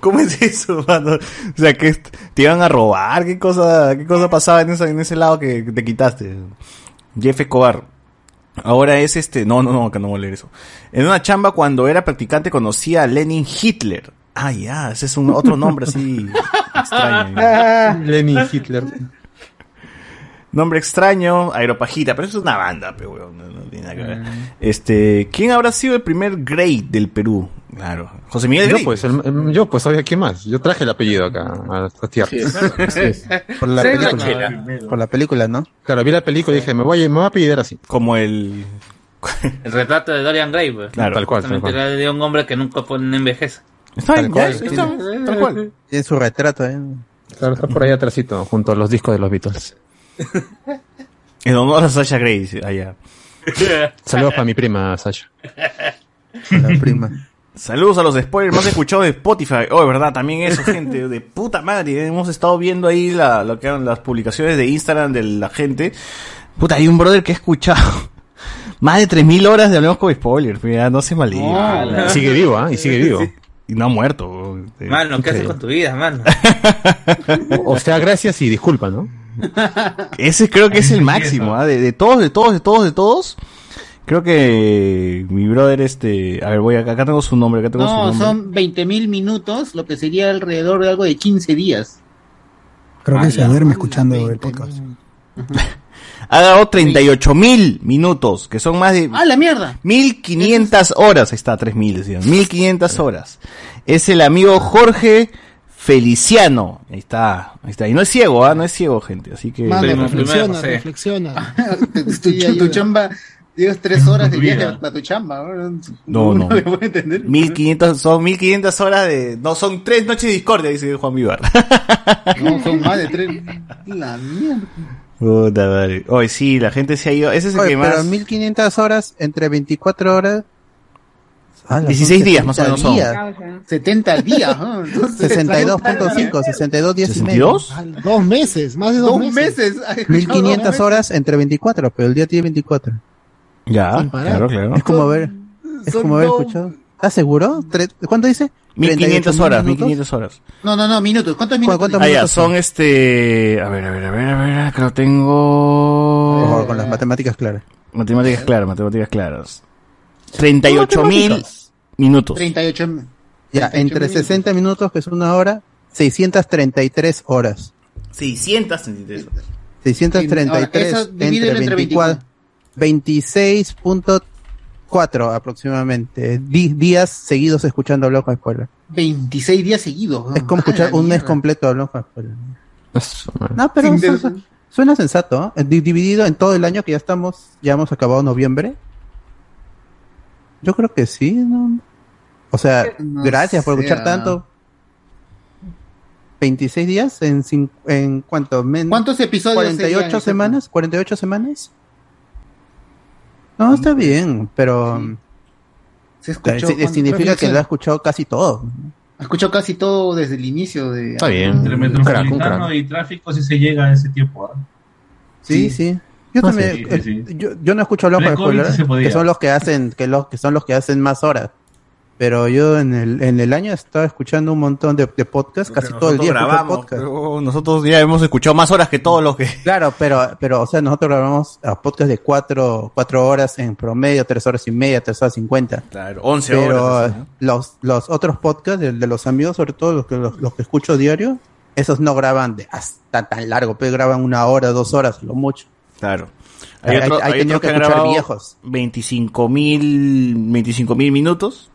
S3: ¿Cómo es eso, mano? O sea, que te iban a robar, qué cosa, qué cosa pasaba en, esa- en ese lado que te quitaste. Jeff Escobar. Ahora es este, no, no, no, que no voy a leer eso. En una chamba cuando era practicante conocí a Lenin Hitler. Ah, ya, ese es un otro nombre así extraño.
S2: Lenin Hitler.
S3: Nombre extraño, Aeropajita, pero eso es una banda, pero weón, no, no tiene nada que ver.
S2: Mm.
S3: Este, ¿quién habrá sido el primer Grey del Perú? Claro. José Miguel
S2: Yo
S3: Grey.
S2: pues, el- el- yo pues, oye, ¿qué más? Yo traje el apellido acá, a estas tierras. Sí, sí.
S4: Por la película. Por la película, ¿no?
S2: Claro, vi la película y dije, me voy, a- me voy a apellidar así.
S3: Como el...
S6: El retrato de Dorian Gray, güey.
S2: Claro, tal cual, tal
S6: Justamente
S2: cual.
S6: era de un hombre que nunca fue- no envejece.
S3: Está
S4: Tal cual,
S6: está-
S4: tiene-
S6: tal cual.
S4: Tiene su retrato, ¿eh?
S2: Claro, está por ahí atrásito, junto a los discos de los Beatles.
S3: En honor a Sasha Grey, dice, allá.
S2: Saludos para mi prima, Sasha.
S4: La prima.
S3: Saludos a los spoilers más escuchados de Spotify. Oh, es verdad, también eso, gente. De puta madre. Hemos estado viendo ahí la, lo que eran las publicaciones de Instagram de la gente. Puta, hay un brother que ha escuchado más de 3.000 horas de Hablemos con Spoilers. Mira, no se maldiga.
S6: Hola.
S2: Y sigue vivo, ¿ah? Y sigue vivo.
S3: Y no ha muerto.
S6: Mano, ¿qué haces con tu vida, mano?
S2: O sea, gracias y disculpa, ¿no?
S3: Ese creo que es el máximo, ¿ah? de, de todos, de todos, de todos, de todos. Creo que mi brother, este. A ver, voy acá, acá tengo su nombre, acá tengo su
S7: No,
S3: nombre.
S7: son 20.000 minutos, lo que sería alrededor de algo de 15 días. Ah,
S4: Creo que se duerme escuchando el podcast.
S3: Ha dado 38 mil minutos, que son más de
S7: ¡Ah, la mierda!
S3: 1500 horas. Ahí está, 3000, decían. 1500 horas. Es el amigo Jorge Feliciano. Ahí está, ahí está. Y no es ciego, ¿ah? No es ciego, gente. Así que.
S12: Mano, reflexiona, reflexiona.
S7: Ah,
S12: tu, tu- tu chamba, tienes tres horas de
S3: Tu
S12: viaje
S3: vida.
S12: a tu chamba. ¿no?
S3: No, no.
S12: Uno le puede entender.
S3: 1500, son 1500 horas de. No, son tres noches de discordia, dice Juan Vivar.
S12: No, son más de tres. La mierda.
S3: Puta madre. Hoy sí, la gente se ha ido. Ese es el
S4: Oye,
S3: que
S4: pero
S3: más.
S4: 1500 horas, entre 24 horas. Ah, la
S3: 16
S4: son
S3: días más o menos son.
S4: 70 días.
S12: 70 días. ¿no? Entonces,
S4: 62.5, 62 días y medio.
S3: ¿62?
S12: Dos meses, más de
S13: dos,
S12: Dos meses. Ay, no, dos
S4: 1500
S12: meses.
S4: horas entre 24, pero el día tiene 24.
S3: Ya, claro, claro.
S4: Es como haber, es
S12: son
S4: como haber
S12: dos-
S4: escuchado. ¿estás seguro? Tre- ¿Cuánto dice?
S3: 1500
S4: 38.000
S3: horas,
S4: minutos.
S3: 1500 horas.
S12: No, no, no, minutos. ¿Cuántos
S4: minutos? ¿Cuántos
S3: Ah, ya,
S4: minutos
S3: son este. A ver, a ver, a ver, a ver. Acá lo tengo.
S4: Ojo, con las matemáticas claras.
S3: Matemáticas claras, matemáticas claras. 38.000 minutos.
S12: 38.
S4: Ya, entre
S3: 38.000
S4: 60 minutos, que es una hora, 633 horas.
S3: 633 horas.
S4: 633
S3: Ahora, eso
S4: entre
S3: divídelo entre
S4: 24. 26.4 aproximadamente. Di- días seguidos escuchando Hablando con Spoiler.
S12: 26 días seguidos. ¿no?
S4: Es como escuchar
S12: Ah, la
S4: un mes
S12: mierda.
S4: completo Hablando con Spoiler. No, pero
S12: Sin
S4: su-
S12: dedos.
S4: su- suena sensato. ¿eh? Di- Dividido en todo el año que ya estamos, ya hemos acabado noviembre. Yo creo que sí. ¿no? O sea,
S11: No
S4: gracias por
S11: sé,
S4: escuchar
S11: ah.
S4: tanto. 26 días en, cin- en cuánto? Men-
S12: ¿Cuántos episodios
S4: 48
S12: serían,
S4: semanas, 48 semanas. No, está bien, pero eh,
S12: Se escuchó,
S4: sí,
S12: Juan,
S4: significa que
S12: reflexión.
S4: lo ha escuchado casi todo.
S12: Escuchó casi todo desde el inicio de.
S4: Está bien.
S5: Entre
S4: Un crack, un
S5: metropolitano
S4: crack.
S5: y tráfico si se llega a ese tiempo. ¿ah?
S4: Sí, sí. Yo
S5: No
S4: también,
S5: sé. Ah, Sí, sí,
S4: eh, Yo, yo no escucho hablar con
S5: Pre-COVID
S4: spoilers,
S5: sí se podía.
S4: que son los que hacen, que los que son los que hacen más horas. Pero yo en el, en el año estaba escuchando un montón de, de podcasts, casi todo el
S3: Nosotros
S4: día escuché
S3: grabamos,
S4: podcast.
S3: pero nosotros ya hemos escuchado más horas que todos los que.
S4: Claro, pero, pero, o sea, nosotros grabamos a podcast de cuatro, cuatro horas en promedio, tres horas y media, tres horas cincuenta.
S3: Claro, 11
S4: pero,
S3: horas,
S4: eh, los, los otros podcasts de, de los amigos, sobre todo los que, los, los que escucho diario, esos no graban de hasta tan largo, pero graban una hora, dos horas, lo mucho.
S3: Claro.
S4: Hay,
S3: otro-
S4: hay,
S3: otros
S4: tenido que
S3: han
S4: escuchar
S3: grabado
S4: viejos.
S3: 25.000 25.000 minutos.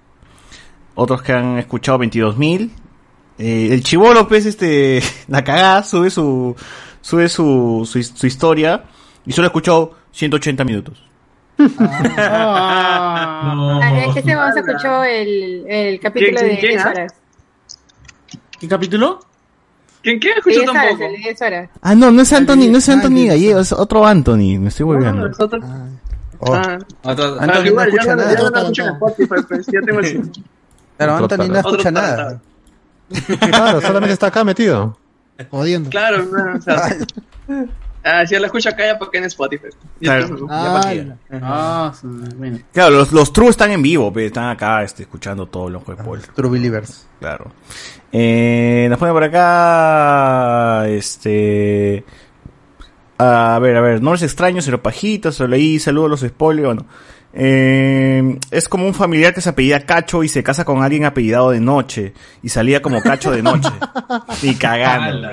S3: Otros que han escuchado 22.000. Eh, el Chibolo, pues, este, la cagada, sube su, sube su, su, su historia y solo ha escuchado 180 minutos.
S17: Ah, es que este vamos escuchó el, el capítulo
S18: ¿Quién,
S17: de
S18: quién,
S17: 10
S18: ah?
S17: horas.
S18: ¿Qué capítulo? ¿Quién quién
S17: De
S18: escuchó
S17: 10 horas,
S18: tampoco?
S17: el de 10 horas.
S3: Ah, no, no es Anthony, no es Anthony Gallego, es otro Anthony, me estoy volviendo.
S18: Ah.
S3: Otro-
S18: Ah,
S3: Anthony
S18: igual,
S3: no escucha
S18: ya
S3: nada.
S18: ya no escucho en Spotify, pues, ya tengo el-
S4: Claro, Anthony no
S18: Otro
S4: escucha nada.
S18: tarta.
S2: Claro, solamente está acá metido.
S13: Jodiendo.
S18: Claro, no, o sea, ah, si ya la escucho acá ya porque en Spotify. pues.
S3: Claro.
S18: Ya pa' qué.
S12: Ah, su- bueno.
S3: Claro, los, los True están en vivo, pe, están acá este, escuchando todo los juegos
S4: Ah, True Believers.
S3: Claro. Eh, nos pone por acá. Este. A ver, a ver. No los extraño, cero pajitas, solo ahí. Saludos a los spoilers. Bueno. Eh, es como un familiar que se apellida Cacho y se casa con alguien apellidado de noche. Y salía como Cacho de noche. y cagando.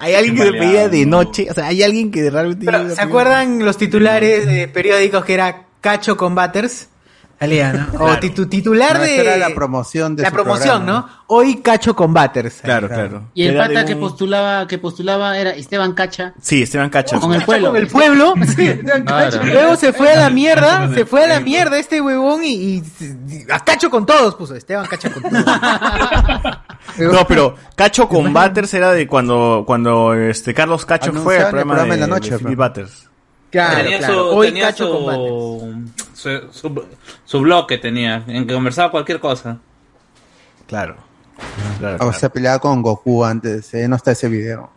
S3: Hay alguien que se apellida de noche. O sea, hay alguien que realmente.
S1: ¿Se acuerdan los titulares de periódicos que era Cacho Combaters? Alea, ¿no? O
S4: Claro.
S1: titu- titular
S4: No,
S1: de.
S4: esa era la promoción de
S1: La
S4: su
S1: promoción,
S4: programa.
S1: ¿no? Hoy Cacho Combaters.
S3: Claro, claro.
S1: Y
S12: Y el
S1: era de
S12: pata
S1: un-
S12: que postulaba, que postulaba era Esteban Cacha.
S3: Sí, Esteban Cacho.
S12: Con el pueblo.
S1: Con el pueblo. Sí.
S12: Claro.
S1: Luego se fue a la mierda, se fue a la mierda este huevón y, y- y- a cacho con todos, puso Esteban cacho con todos.
S3: No, pero Cacho con Butters era de cuando, cuando este Carlos Cacho fue al
S4: Anunciaban el
S3: programa, de,
S4: programa en la noche,
S3: de Philip Butters.
S6: tenía su, tenía su, su, su, su blog que tenía, en que conversaba cualquier cosa.
S3: Claro.
S4: O sea, peleaba con Goku antes, eh, no está ese video.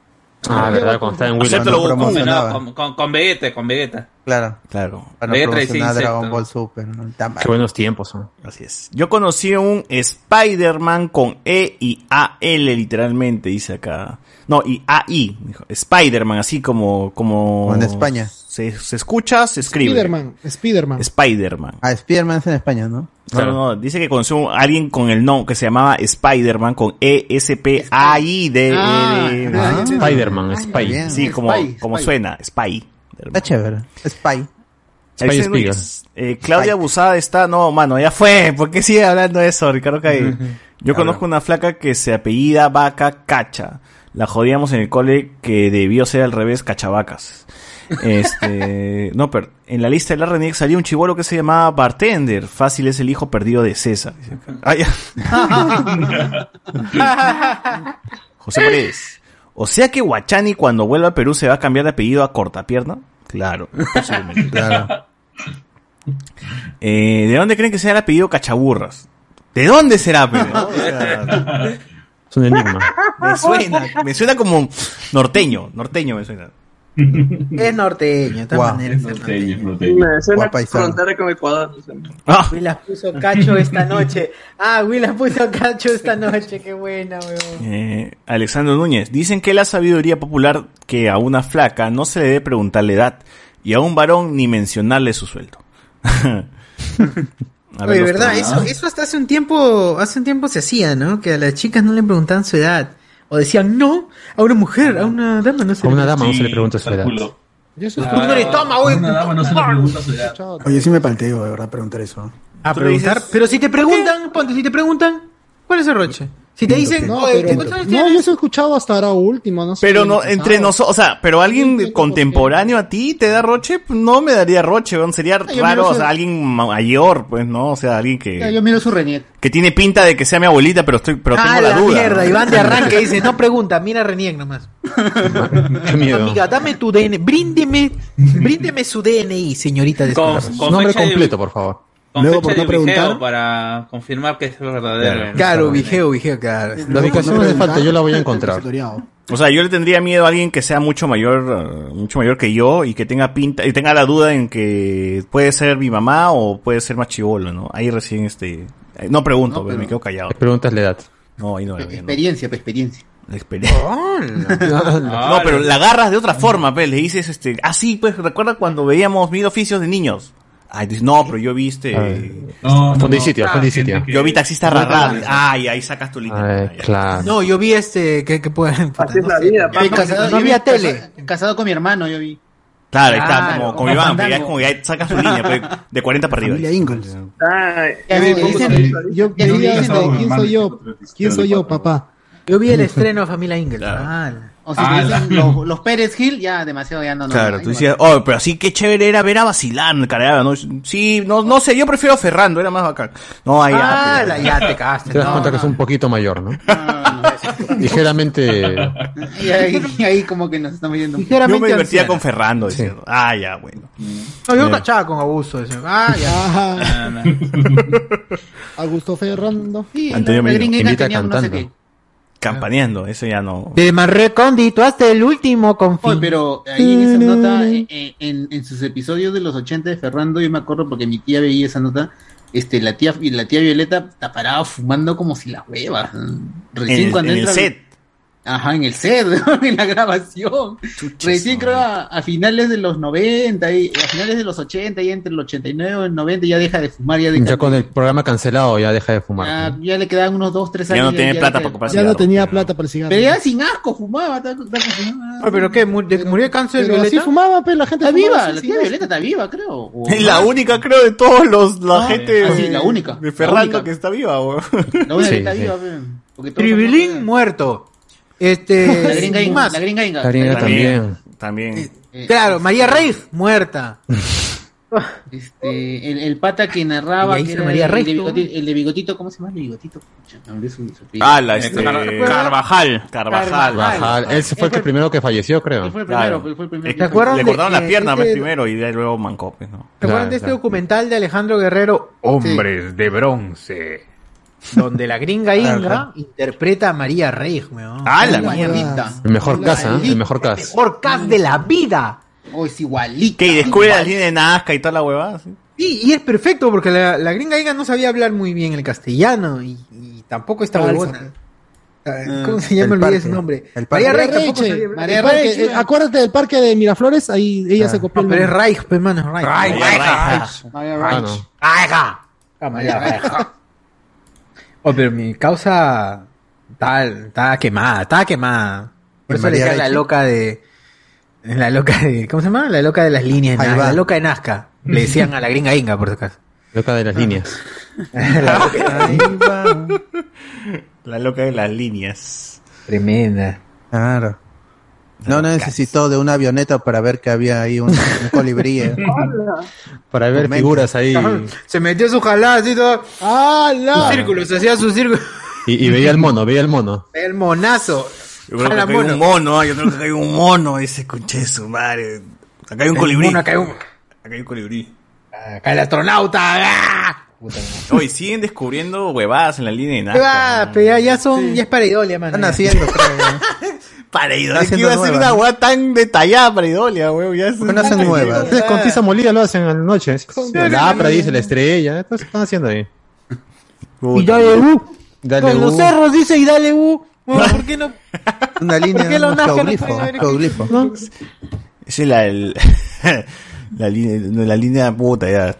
S2: Ah, verdad, cuando estaba en Wii.
S4: Cuando promocionaba.
S6: con, con, con Vegeta, con Vegeta.
S4: Claro.
S3: Claro.
S4: Cuando
S6: Vegeta y
S4: promocionaba
S6: Insecto.
S4: Dragon Ball Super. ¿no? Tan mal.
S2: Qué buenos tiempos son.
S3: Así es. Yo conocí un Spider-Man con E y A-L, literalmente, dice acá. No, y A-I. dijo. Spider-Man, así como, como.
S4: Como en España.
S3: Se, se escucha, se escribe.
S13: Spiderman, Spiderman.
S3: Spider-Man.
S4: Ah, Spider-Man es en España, ¿no?
S3: No, no, no, dice que conoció a alguien con el nombre que se llamaba Spider-Man con E E-S-P-A-I-D.
S4: Ah, ah,
S2: Spider-Man, Spy.
S4: bien.
S3: E Sí, como,
S4: Spy,
S3: como
S4: Spy.
S3: suena, Spy.
S4: Está chévere. Spy.
S3: Ahí está Luis. Eh, Claudia Abusada está, no, mano, ya fue. ¿Por qué sigue hablando de eso, Ricardo Caí? Yo conozco una flaca que se apellida Vaca Cacha. La jodíamos en el cole que debió ser al revés Cachavacas. Este, no, pero en la lista de la Renex salió un chivolo que se llamaba Bartender. Fácil es el hijo perdido de César. Dice acá. Ah, ya. José Paredes. O sea que Guachani cuando vuelva a Perú se va a cambiar de apellido a Cortapierna. Claro, posiblemente. Eh, ¿De dónde creen que sea el apellido Cachaburras? ¿De dónde será, pero? O sea,
S2: Es un enigma.
S3: me suena, me suena como norteño, norteño me suena.
S1: Es norteño, de todas
S3: Guau,
S1: maneras.
S3: es
S1: es
S3: norteño,
S1: norteño.
S3: es norteño.
S18: Me suena
S3: Guau, paisano.
S18: frontera con Ecuador. o sea.
S1: Will las puso cacho esta noche. Ah, Will las puso cacho esta noche. Qué buena, weón.
S3: Eh, Alexandro Núñez, dicen que la sabiduría popular que a una flaca no se le debe preguntar la edad y a un varón ni mencionarle su sueldo. A ver
S1: Oye,
S3: los Ah.
S1: verdad,
S3: temas.
S1: eso, eso hasta hace un tiempo, hace un tiempo se hacía, ¿no? Que a las chicas no le preguntaban su edad. O decían, no, a una mujer, a una dama no se
S2: A
S1: le
S2: una
S1: pregunta
S2: dama no se le
S1: Sí,
S2: pregunta su edad.
S1: calculo.
S13: Yo
S1: soy- Tú no eres toma, güey.
S19: Ah, Una dama no se le pregunta su edad.
S9: Oye, sí me planteo, de verdad, preguntar eso.
S1: A preguntar. Pero si te preguntan, ponte, si te preguntan, ¿cuál es el roche? Si te dicen, "Oh, eh,
S13: no,
S1: oye,
S13: pero-
S1: ¿cuántos años
S13: no, yo eso he escuchado hasta ahora último, no sé.
S3: Pero
S13: el
S3: no,
S13: año
S3: entre
S13: pasado.
S3: nosotros, o sea, pero alguien contemporáneo a ti te da roche, Pues no me daría roche, weón. sería
S7: yo
S3: raro,
S7: miro
S3: o sea,
S7: ese-
S3: alguien mayor, pues, ¿no? O sea,
S7: Ya,
S3: alguien
S13: ah.
S3: que,
S7: Yo miro su reñet.
S3: que tiene pinta de que sea mi abuelita, pero estoy, pero tengo
S1: Ah,
S3: la
S1: la
S3: duda.
S1: mierda,
S3: ¿no?
S1: Iván de arranque dice, no pregunta, mira Renieg nomás.
S2: Qué miedo.
S1: Amiga, dame tu DNI, bríndeme, bríndeme su DNI, señorita de
S6: Con-
S1: escuela.
S6: con Nombre fecha de- completo, por
S2: favor.
S6: Con
S1: Luego,
S6: fecha
S1: ¿por
S6: de
S1: qué preguntar?
S6: vigeo para confirmar que es verdadero.
S1: Claro, vigeo, vigeo, claro.
S2: La ubicación no hace falta, yo la voy a encontrar.
S3: O sea, yo le tendría miedo a alguien que sea mucho mayor, eh, mucho mayor que yo y que tenga pinta y tenga la duda en que puede ser mi mamá o puede ser más chivolo, ¿no? Ahí recién este eh, no pregunto, pero me quedo callado.
S2: Preguntas la edad.
S3: No, ahí no, ahí no.
S7: Experiencia, pues, experiencia.
S3: La experiencia. No, pero la agarras de otra forma, pe, le dices este, ah sí, pues recuerda cuando veíamos Mil oficios de niños. Ay, dices, no, pero yo viste
S2: No, no, Fondi Sitio, no.
S7: Ah,
S2: Fondi Sitio.
S3: Yo vi taxista rarrado. Ay, ahí sacas tu línea.
S2: Ay, claro.
S1: No, yo vi este, que, que pueden. puta,
S7: Así es
S1: no
S7: la
S1: sé.
S7: vida,
S1: Yo vi casado- No había tele.
S7: Casado con mi hermano, yo vi.
S3: Claro, ahí está,
S7: Claro,
S3: como, como
S7: como
S3: Iván, pe,
S7: Fandango.
S3: ya es como ya sacas tu línea, pe, de 40 para arriba.
S1: Eh,
S7: Ya vi, pues,
S13: Dicen, yo,
S7: Ya
S13: yo
S7: vi,
S13: dicen,
S7: casado con
S13: ¿quién
S7: hermano.
S13: soy yo? ¿Quién soy yo, papá?
S1: Yo vi el estreno de Familia Ingalls. Ah,
S7: O si te dicen los, los Pérez Gil, ya demasiado, ya no. no
S3: Claro,
S7: no,
S3: tú decías, oh, pero así qué chévere era ver a Vacilán, cargaba, ¿no? Sí, no, no sé, yo prefiero a Ferrando, era más bacán. No, ahí
S1: Ah,
S3: ah,
S1: la- ya te cagaste.
S2: Te das
S1: no,
S2: cuenta
S1: no.
S2: que es un poquito mayor, ¿no? Ligeramente.
S7: Y ahí, y ahí como que nos estamos yendo.
S3: Yo me divertía
S7: anciana.
S3: con Ferrando, decía, ah, ya, bueno.
S7: Mm.
S1: No, yo
S3: Bien.
S1: cachaba con abuso. decía, Ah, ya.
S13: Augusto Ferrando. Sí,
S3: Antonio
S13: la
S3: Medina.
S13: gringa
S3: Invita
S13: tenía un
S3: cantando. Campaneando, eso ya no.
S1: De más recóndito hasta el último confín.
S7: Oye, pero ahí en esa nota, eh, eh, en, en sus episodios de los 80 de Ferrando, yo me acuerdo porque mi tía veía esa nota, este, la tía, y la tía Violeta está parada fumando como si la hueva. Recién
S3: En el-
S7: cuando
S3: en el
S7: entra-
S3: set.
S7: Ajá, en el set, en la grabación. Recién creo a, a finales de los 90, y, a finales de los 80, y entre el 89 y el 90 ya deja de fumar, ya, deja-
S2: Ya con el programa cancelado ya deja de fumar.
S7: ya, ya le quedaban unos 2, 3 años. deja de-
S13: Ya no tenía plata para el cigarro.
S7: Pero ya sin asco fumaba. ta- ta- fumaba.
S1: Ah, ¿Pero qué? ¿Murió de cáncer
S13: Pero así
S1: Violeta?
S13: fumaba, pero la gente
S7: Está
S13: fumaba
S7: viva,
S13: así,
S7: la
S13: sin
S7: tía
S13: asco.
S7: Violeta está viva, creo. o-
S3: Es la única, creo, de todos los, la
S7: Ah,
S3: gente.
S7: ah, sí,
S3: de-
S7: la única,
S3: De
S7: la
S3: Ferrando
S7: única.
S3: que está viva, weón.
S7: La única
S3: Sí,
S7: que está
S3: sí.
S7: viva, pe, porque todos son-
S1: Tribilín muerto. Este.
S7: La gringa
S1: ¿quién
S7: Inga,
S1: más?
S7: la gringa Inga.
S2: La gringa
S3: También. También.
S1: Claro, María Reyes, muerta.
S13: Ah,
S7: Este, el, el pata que narraba
S1: Y ahí
S7: que
S1: se
S7: era
S1: María
S7: el,
S1: Rey,
S7: de
S1: tú.
S7: bigotito, el de bigotito, ¿cómo se llama el de bigotito? Pucha, me olvidé su- su apellido.
S3: Ah, la este. Carvajal. Carvajal.
S2: Carvajal. Él se fue el que primero que falleció, creo.
S7: Él fue el
S3: Claro.
S7: primero, él fue el
S3: Es
S7: primero.
S3: que
S1: ¿Te acuerdas
S3: Le
S1: de
S3: cortaron las
S1: que
S3: piernas
S1: este-
S3: pues, primero y de luego mancó, pues, ¿no?
S1: ¿Recuerdan de este documental de Alejandro Guerrero, Hombres de Bronce? Donde la gringa Inga interpreta a María Reyes, weón.
S3: ¡Ah, la mierda!
S7: mierda!
S2: El mejor casa, ¿eh? el mejor casa.
S1: Por cast de la vida.
S7: Oh, es igualito.
S3: Que y descubre la línea de Nazca y toda la huevada. sí.
S1: Sí, y es perfecto porque la, la gringa Inga no sabía hablar muy bien el castellano y, y tampoco está
S13: Falsa,
S1: huevona. Ah, ¿Cómo se llama?
S13: El
S1: Olvidé su
S13: parque.
S1: nombre.
S13: El parque.
S1: María Reich
S13: María
S1: tampoco sabía
S13: Reiche.
S1: hablar.
S13: María
S1: El parque,
S13: Reiche.
S1: eh,
S13: Acuérdate del parque de Miraflores, ahí ella se copió.
S1: No, pero es Reich, pues, mano, es Reich.
S13: Reich.
S2: Ah, no.
S1: ¡Aja!
S20: Ah,
S1: Oh, pero mi causa está, está quemada, está quemada. Por eso le
S13: María
S1: decía la
S13: Reyes.
S1: loca de. La loca de. ¿Cómo se llama? La loca de las líneas. de
S13: Ahí
S1: Nazca,
S13: va.
S1: la loca de Nazca. Le decían a la gringa Inga, por si acaso.
S2: Loca de las líneas.
S3: La loca de las líneas.
S1: Tremenda.
S4: Claro. No necesitó de una avioneta para ver que había ahí un, un colibrí. eh.
S2: Para ver figuras ahí.
S1: Ah, Se metió su jalada así todo. ¡Ah, la! Sus círculos, hacía su círculo.
S2: Y, y veía el mono, veía el mono.
S1: El monazo.
S3: Yo creo que
S1: Jala
S3: acá hay
S1: mono.
S3: un mono, ah, yo creo que acá hay un mono, ese conche de su madre. Acá hay
S1: Acá hay
S3: un colibrí.
S1: un mono, acá hay un-
S3: Acá hay un colibrí.
S1: Acá el astronauta. ¡ah!
S3: Hoy siguen descubriendo huevadas en la línea de nada.
S1: Ah, pero ya, ya son, ya es pareidolia, mano. Están haciendo,
S3: Para
S1: Están
S3: Idolia, que
S1: haciendo
S3: iba a ser
S1: nuevas.
S3: una hueá tan detallada para Idolia, weón. Ya es
S2: No hacen nuevas. Ustedes con tiza molida lo hacen a la noche. Es con- La APRA dice la estrella. Entonces, ¿qué están haciendo ahí?
S4: Y dale,
S1: uh.
S2: Dale,
S1: Con los
S2: uh.
S1: cerros dice y dale, uh. Bueno, ¿Por qué no?
S4: Una línea,
S1: ¿Por qué los
S4: un
S1: nazcas no
S4: geoglifo,
S1: pueden ver
S4: geoglifo.
S1: que- no?
S3: Esa es la, el- la, línea, no, la línea puta, ya.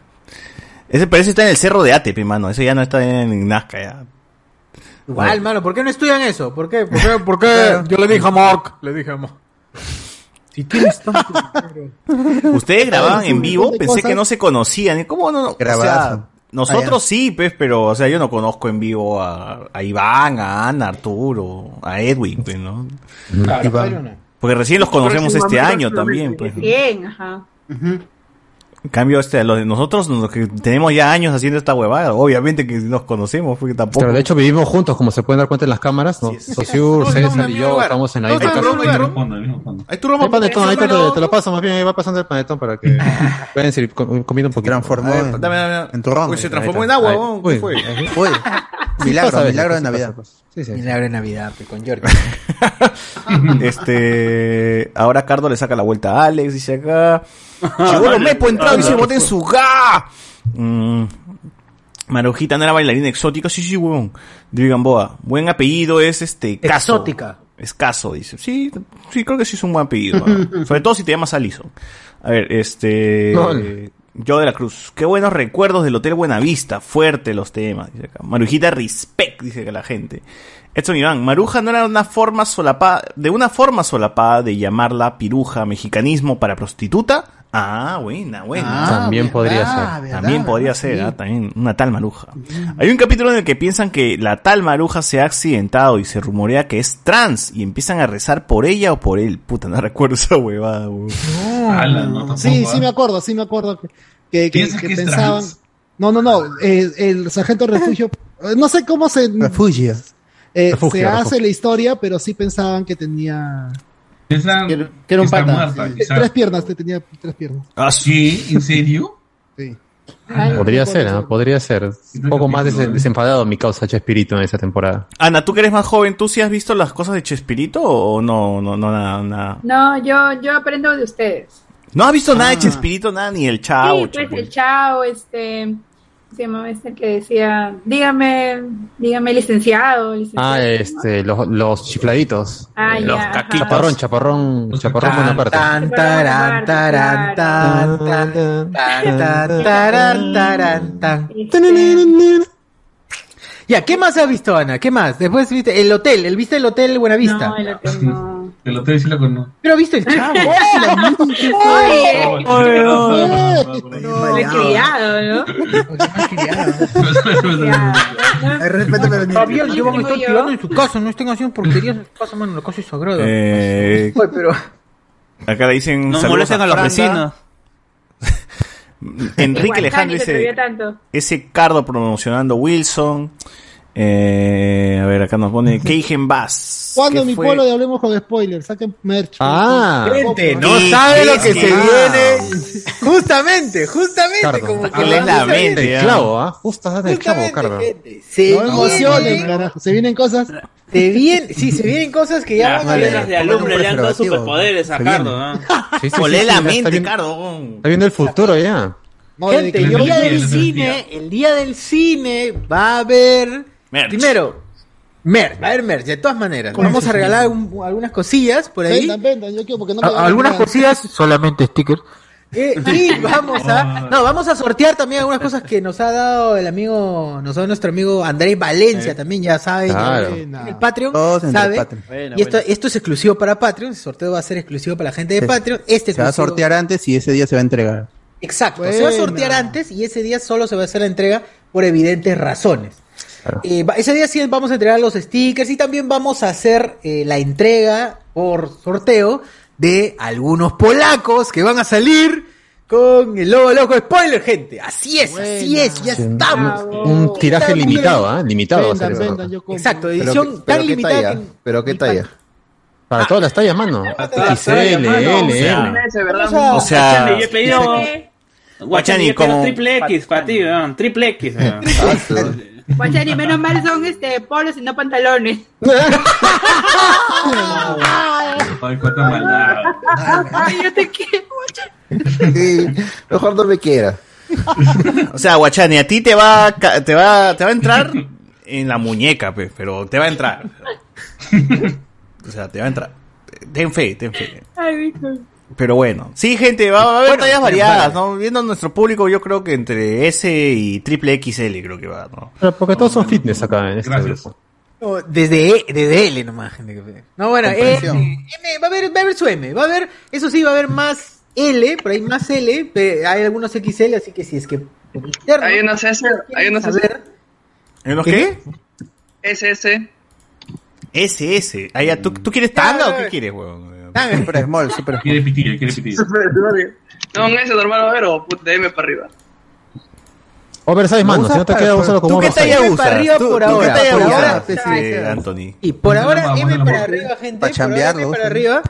S3: Ese, pero eso está en el cerro de Atepe, mano. Eso ya no está en Nazca, ya.
S1: Igual, mano, ¿por qué no estudian eso? ¿Por qué? ¿Por qué? ¿Por qué? Yo le dije a Mark, le dije a Mark. Si quieres tanto dinero.
S3: Ustedes grababan
S1: Hay un
S3: en vivo,
S1: montón de
S3: pensé que
S1: cosas.
S3: no se conocían. ¿Y ¿Cómo no? no? O sea,
S1: Grabazo.
S3: nosotros sí, pues, pero, o sea, yo no conozco en vivo a, a Iván, a Ana, a Arturo, a Edwin, pues, ¿no?
S18: Claro,
S3: Iván.
S18: pero no.
S3: Porque recién los conocemos este
S18: Próximamente,
S3: año también, pues. ¿no?
S17: Bien, ajá.
S3: En cambio, este, los de nosotros, los que tenemos ya años haciendo esta huevada, obviamente que nos conocemos, porque tampoco.
S2: Pero de hecho vivimos juntos, como se pueden dar cuenta en las cámaras, ¿no? Sosur, César y yo estamos en la misma casa.
S3: Ahí
S2: tú Hay panetón, ahí te lo, te lo paso, más bien ahí va pasando el panetón para que puedan seguir com- comiendo un poquito. Transformó
S3: en, Uy, se transformó en agua, huevón, ¿qué fue?
S4: Milagro, milagro de Navidad.
S1: Milagro de Navidad, pues, con Jordi.
S3: este. Ahora Cardo le saca la vuelta a Alex, dice acá. Llegó los Mepo entrado y se boté en su ga. Mm. Marujita no era bailarina exótica, sí, sí, huevón. Diego Gamboa, buen apellido es este. Caso.
S1: Exótica.
S3: Escaso, dice. Sí, sí, creo que sí es un buen apellido. ¿no? Sobre todo si te llamas Alison. A ver, este.
S2: Lol.
S3: eh, Yo de la Cruz. Qué buenos recuerdos del Hotel Buenavista. Fuerte los temas, dice acá. Marujita Respect, dice que la gente. Edson Iván, Maruja no era una forma solapada, de una forma solapada de llamarla piruja, mexicanismo para prostituta. Ah, buena, buena.
S2: También podría ser.
S3: También podría ser, ah, también una tal maruja. Hay un capítulo en el que piensan que la tal maruja se ha accidentado y se rumorea que es trans y empiezan a rezar por ella o por él. Puta, no recuerdo esa huevada, huevón.
S5: Ala, no, tampoco,
S13: Sí,
S5: ah.
S13: sí me acuerdo, sí me acuerdo que, que- que-
S5: ¿Piensas
S13: que
S5: que es
S13: pensaban.
S5: trans?
S13: No, no, no. eh, el sargento refugio. eh, No sé cómo se.
S4: Refugio.
S13: eh,
S5: Refugio,
S13: se hace
S5: refugio.
S13: la historia, pero sí pensaban que tenía.
S5: Piensan que
S13: era un
S5: está
S13: pata.
S5: muerta,
S13: eh,
S5: quizás.
S13: tres piernas, que tenía tres piernas.
S3: ¿Ah, sí? ¿En serio?
S13: Sí.
S2: Podría ser, Ah, ¿no? Podría ser. Un poco más des- desenfadado mi causa Chespirito en esa temporada.
S3: Ana, tú que eres más joven, ¿tú sí has visto las cosas de Chespirito o no? No, no, nada, nada.
S17: No, yo, yo aprendo de ustedes.
S3: ¿No has visto nada de Chespirito, nada, ni el chavo?
S17: sí, pues el chao, este, ¿cómo se llamaba este que decía, dígame, dígame licenciado, licenciado.
S2: Ah, este, los, los chifladitos.
S17: Ah,
S2: Eh,
S17: ya,
S2: los
S17: ajá.
S2: caquitos. Chaparrón, chaparrón, chaparrón Bonaparte.
S1: Tan, tarán, tarán, tan, tan, tan, tan, tarán, tarán, tan. Ya, ¿qué más has visto, Ana? ¿Qué más? Después viste el hotel, el viste el hotel Buenavista.
S5: Te lo estoy diciendo con no.
S1: Pero viste el chavo.
S17: Oye.
S5: Oye, oye.
S17: Malcriado, ¿no?
S1: Respétame, Fabián, yo me
S17: digo
S1: estoy
S17: yo.
S1: tirando en su casa, no estén haciendo porquerías en su casa, mano, la casa es sagrada.
S3: Eh,
S1: Oye, pero
S3: acá le dicen.
S6: No
S3: saludos
S6: molesten a los
S3: Franda. Enrique
S17: Guantánamo,
S3: Alejandro
S17: que te vio
S3: dice.
S17: tanto.
S3: Ese Cardo promocionando Wilson. Eh, a ver, acá nos pone Keigen Bass.
S13: Cuando
S3: que
S13: en mi
S3: fue-
S13: pueblo le hablemos con spoilers, saquen merch.
S3: Ah.
S13: Gente,
S3: no sabe lo que se viene.
S1: Justamente, justamente
S2: Cardo.
S1: como
S2: Ah, es la
S1: justamente.
S2: mente, ya. Clavo, ¿ah? Justo estás del clavo, Cardo.
S1: Se
S13: No emociones,
S1: vienen,
S13: carajo. Se vienen cosas.
S1: se vienen, sí, se vienen cosas que ya
S6: Las
S1: van a
S6: piedras de alumbre le han dado superpoderes a
S2: Se viene.
S6: Cardo, ¿no?
S2: Ah, Sí, sí, sí,
S3: Colé
S2: sí,
S3: la
S2: ya está
S3: mente,
S2: viendo-
S3: Cardo.
S2: Está viendo el futuro ya.
S1: Gente,
S2: desde
S1: yo el día
S2: el día,
S1: del
S2: desde el
S1: cine, el día del cine va a haber primero merch, va a haber merch de todas maneras. Vamos a regalar un- algunas cosillas por ahí.
S13: Vendan, vendan, yo quiero porque no me
S1: A-
S13: dan
S1: algunas
S13: nada.
S1: cosillas solamente stickers. y Eh, vamos a no vamos a sortear también algunas cosas que nos ha dado el amigo nos ha dado nuestro amigo Andrés Valencia también ya saben ya
S2: Claro.
S1: en el Patreon
S4: Eh, Todos en el
S1: sabe
S4: Patreon.
S11: Bueno,
S1: y esto, esto es exclusivo para Patreon el sorteo va a ser exclusivo para la gente de
S4: Sí.
S1: Patreon este
S4: Se va a
S1: exclusivo-
S4: sortear antes y ese día se va a entregar.
S1: Exacto, se va a sortear antes y ese día solo se va a hacer la entrega por evidentes razones. Eh, va- ese día sí vamos a entregar los stickers y también vamos a hacer eh, la entrega por sorteo de algunos polacos que van a salir con el logo loco spoiler, gente. Este, Así es, así es, ya estamos.
S2: Un tiraje
S1: Estamos.
S2: limitado, ¿ah? Limitado va a ser
S1: Vendan,
S2: eso.
S1: vendan, yo compro. Exacto, edición tan limitada que
S2: ¿Pero qué talla? Para todas las tallas, mano. XL, L, L.
S1: ¿ah?
S6: O
S2: O
S6: sea,
S2: sea,
S6: yo he pedido. Guachani,
S2: Guachani,
S6: yo he pedido
S2: como-
S6: triple X para ti, weón. Triple X, weón.
S17: Guachani, menos mal son este polos y no pantalones.
S5: Ay, cuánta maldad.
S17: Ay, yo te quiero.
S3: Mejor no me quiera. O sea, Guachani, a ti te va, a ca- te va, te va a entrar en la muñeca, pe, pero te va a entrar. O sea, te va a entrar. Ten fe, ten fe.
S17: Ay, Víctor.
S3: Pero bueno, sí, gente, va, va a haber
S17: Bueno,
S3: tallas
S17: bueno,
S3: variadas,
S17: vale.
S3: ¿no? Viendo nuestro público, yo creo que entre S y triple XL creo que va, ¿no?
S2: Pero porque todos son fitness acá en este grupo.
S1: No, desde, E- desde L nomás, gente. que ve. No, bueno, eh,
S2: Comprensión.
S1: M, va a haber, va a haber su M, va a haber, eso sí, va a haber más L, por ahí más L, pe- hay algunos XL, así que si es que...
S18: Hay unos S, hay unos S.
S3: ¿En los qué?
S18: SS.
S3: SS. Ah, ya, ¿tú, ¿Tú quieres tanga o qué quieres, huevón? Eh, Super small, super small. Quiere pitillo, quiere pitillo.
S18: No, un S normal va a ver o puta M para arriba.
S2: Oversize, mano. Si no te queda, úsalo como
S3: ¿Tú qué
S2: oversize.
S3: talla usas?
S1: Para arriba
S3: ¿Tú,
S1: por
S3: tú
S1: ahora,
S3: qué talla
S1: por ahora,
S3: usas,
S1: sí,
S3: este,
S1: sí.
S3: Anthony?
S1: Y por ahora M para arriba, gente.
S3: Para
S1: por ahora
S3: chambearlo,
S1: M para
S3: sí.
S1: arriba.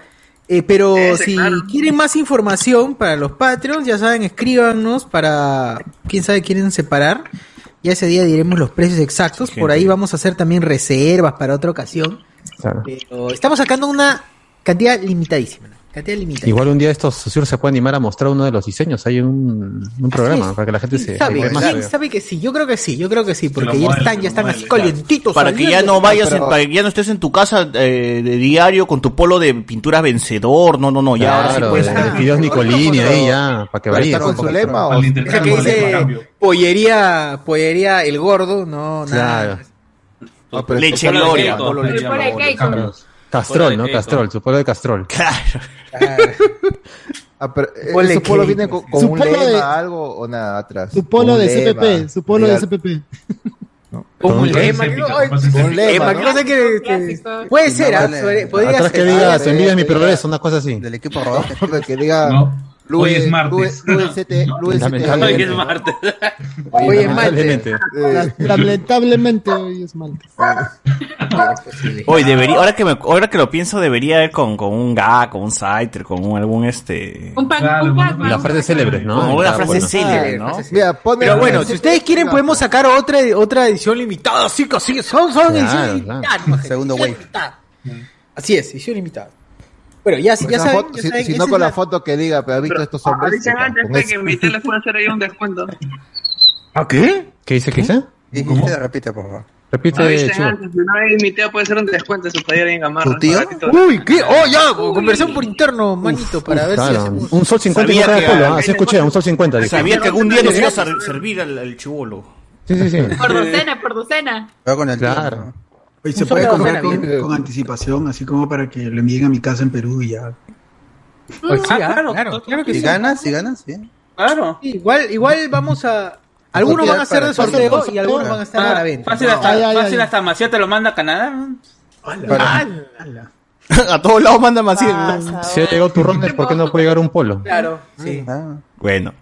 S1: Eh, pero
S3: Ese,
S1: si
S3: claro.
S1: quieren más información para los Patreons, ya saben, escríbanos para quién sabe quieren separar. Ya ese día diremos los precios exactos. Por ahí vamos a hacer también reservas para otra ocasión. Pero estamos sacando una cantidad limitadísima. ¿no? Cantidad limitada.
S2: Igual un día estos Susur se puede animar a mostrar uno de los diseños. Hay un, un programa
S1: es.
S2: para que la gente se.
S1: ¿Sabe?
S2: se- más
S1: ¿Quién
S2: vea.
S1: sabe que sí? Yo creo que sí, yo creo que sí, porque ya
S2: modela,
S1: están, ya están así calientitos.
S3: Para que ya
S1: saliendo.
S3: no vayas, en- para que ya no estés en tu casa eh, de diario con tu polo de pinturas vencedor. No, no, no, ya ahora sí
S2: Claro,
S1: pues,
S3: puedes.
S2: el- el fideos Nicolini ahí ya, para que varíe. un poquito.
S1: O sea, que dice pollería, pollería el gordo, no, nada.
S2: Claro.
S3: Leche Polo de Gloria, Keiko. polo
S1: Leche Polo de Gloria, Keiko. cambios.
S2: Castrol,
S1: Polo de
S2: ¿no?
S1: Keiko.
S2: Castrol, su polo de Castrol.
S1: Ponle
S19: eh, ¿Su polo
S1: que-
S19: viene con, con
S1: Su
S19: un
S1: polo
S19: lema,
S1: de-
S19: algo o nada atrás?
S13: Su polo
S19: Con
S13: de
S19: un
S13: CPP,
S19: lema,
S13: su polo de
S19: legal.
S13: CPP.
S19: Con un
S1: Emma,
S19: lema.
S1: que no- ay,
S19: Con lema,
S1: Emma, que no sé qué- Puede ser, ah, sobre- podría
S2: Atrás que
S1: ser.
S2: diga, tu envidia es mi progreso, una cosa así. Del
S19: equipo que diga
S2: Hoy es
S19: martes.
S2: Lamentablemente.
S19: Hoy
S6: martes.
S19: es Hoy es
S2: Lamentablemente.
S13: La- Lamentablemente hoy es mal.
S3: Hoy debería, ahora que me, ahora que lo pienso, debería ir con, con un gag, con un citer, con un, algún este.
S17: Un pan, un pan,
S3: Las frases célebres, ¿no? Como una
S2: Claro,
S3: frase
S2: bueno.
S3: célebre, ¿no?
S1: Pero bueno, si ustedes quieren podemos sacar otra otra edición limitada, sí, que sí, son, son ediciones limitadas. Segundo wave. Así es, edición limitada. Bueno, ya, ya
S19: Esa
S1: saben,
S19: foto-
S1: ya
S19: si,
S1: saben,
S19: si
S1: esa
S19: no
S1: es
S19: con la foto que diga, pero ha visto estos
S18: Ah,
S19: hombres.
S18: Dicen
S19: con-
S18: antes
S19: con
S18: de
S19: ese-
S18: que mi teléfono hacer ahí un descuento.
S2: ¿Ah, qué? ¿Qué dice, qué dice?
S9: Dijiste, repite, por favor.
S18: Ah,
S2: Repite,
S18: dicen
S2: chivo.
S18: antes, si no hay mi tío puede hacer un descuento en su taller en Gamarra.
S2: ¿Tu tío?
S18: Baratito.
S1: Uy, ¿qué? Oh, ya, conversión por interno, manito, para ver si
S2: Claro,
S1: hacemos.
S2: Un sol 50
S1: Sabía
S2: no sabe
S1: que-
S2: polo, ah, sí escuché, un sol 50. dijo.
S3: Sabía que algún día nos iba a ser- servir al, al chivolo.
S2: Sí, sí, sí.
S17: Por docena, por docena.
S9: con el
S2: Claro.
S9: Y se
S17: Un
S9: puede
S17: solo
S9: comprar
S17: cena,
S9: con, con anticipación, así como para que lo envíen a mi casa en Perú y ya.
S6: Mm,
S1: Pues sí, ah, claro, claro, que
S9: Si
S1: sí.
S9: ganas, si ganas, sí.
S1: Claro. Igual, igual vamos a. Algunos van a ser de sorteo y algunos van a estar a la venta.
S6: Ah,
S1: Ah,
S6: Fácil hasta, fácil hasta Maciel te lo manda a Canadá. weón.
S3: a todos lados manda Maciel.
S1: Ah,
S3: ¿no?
S2: Si ha llegado turrones, ¿por qué no puede llegar un polo?
S1: Claro, sí.
S3: Bueno.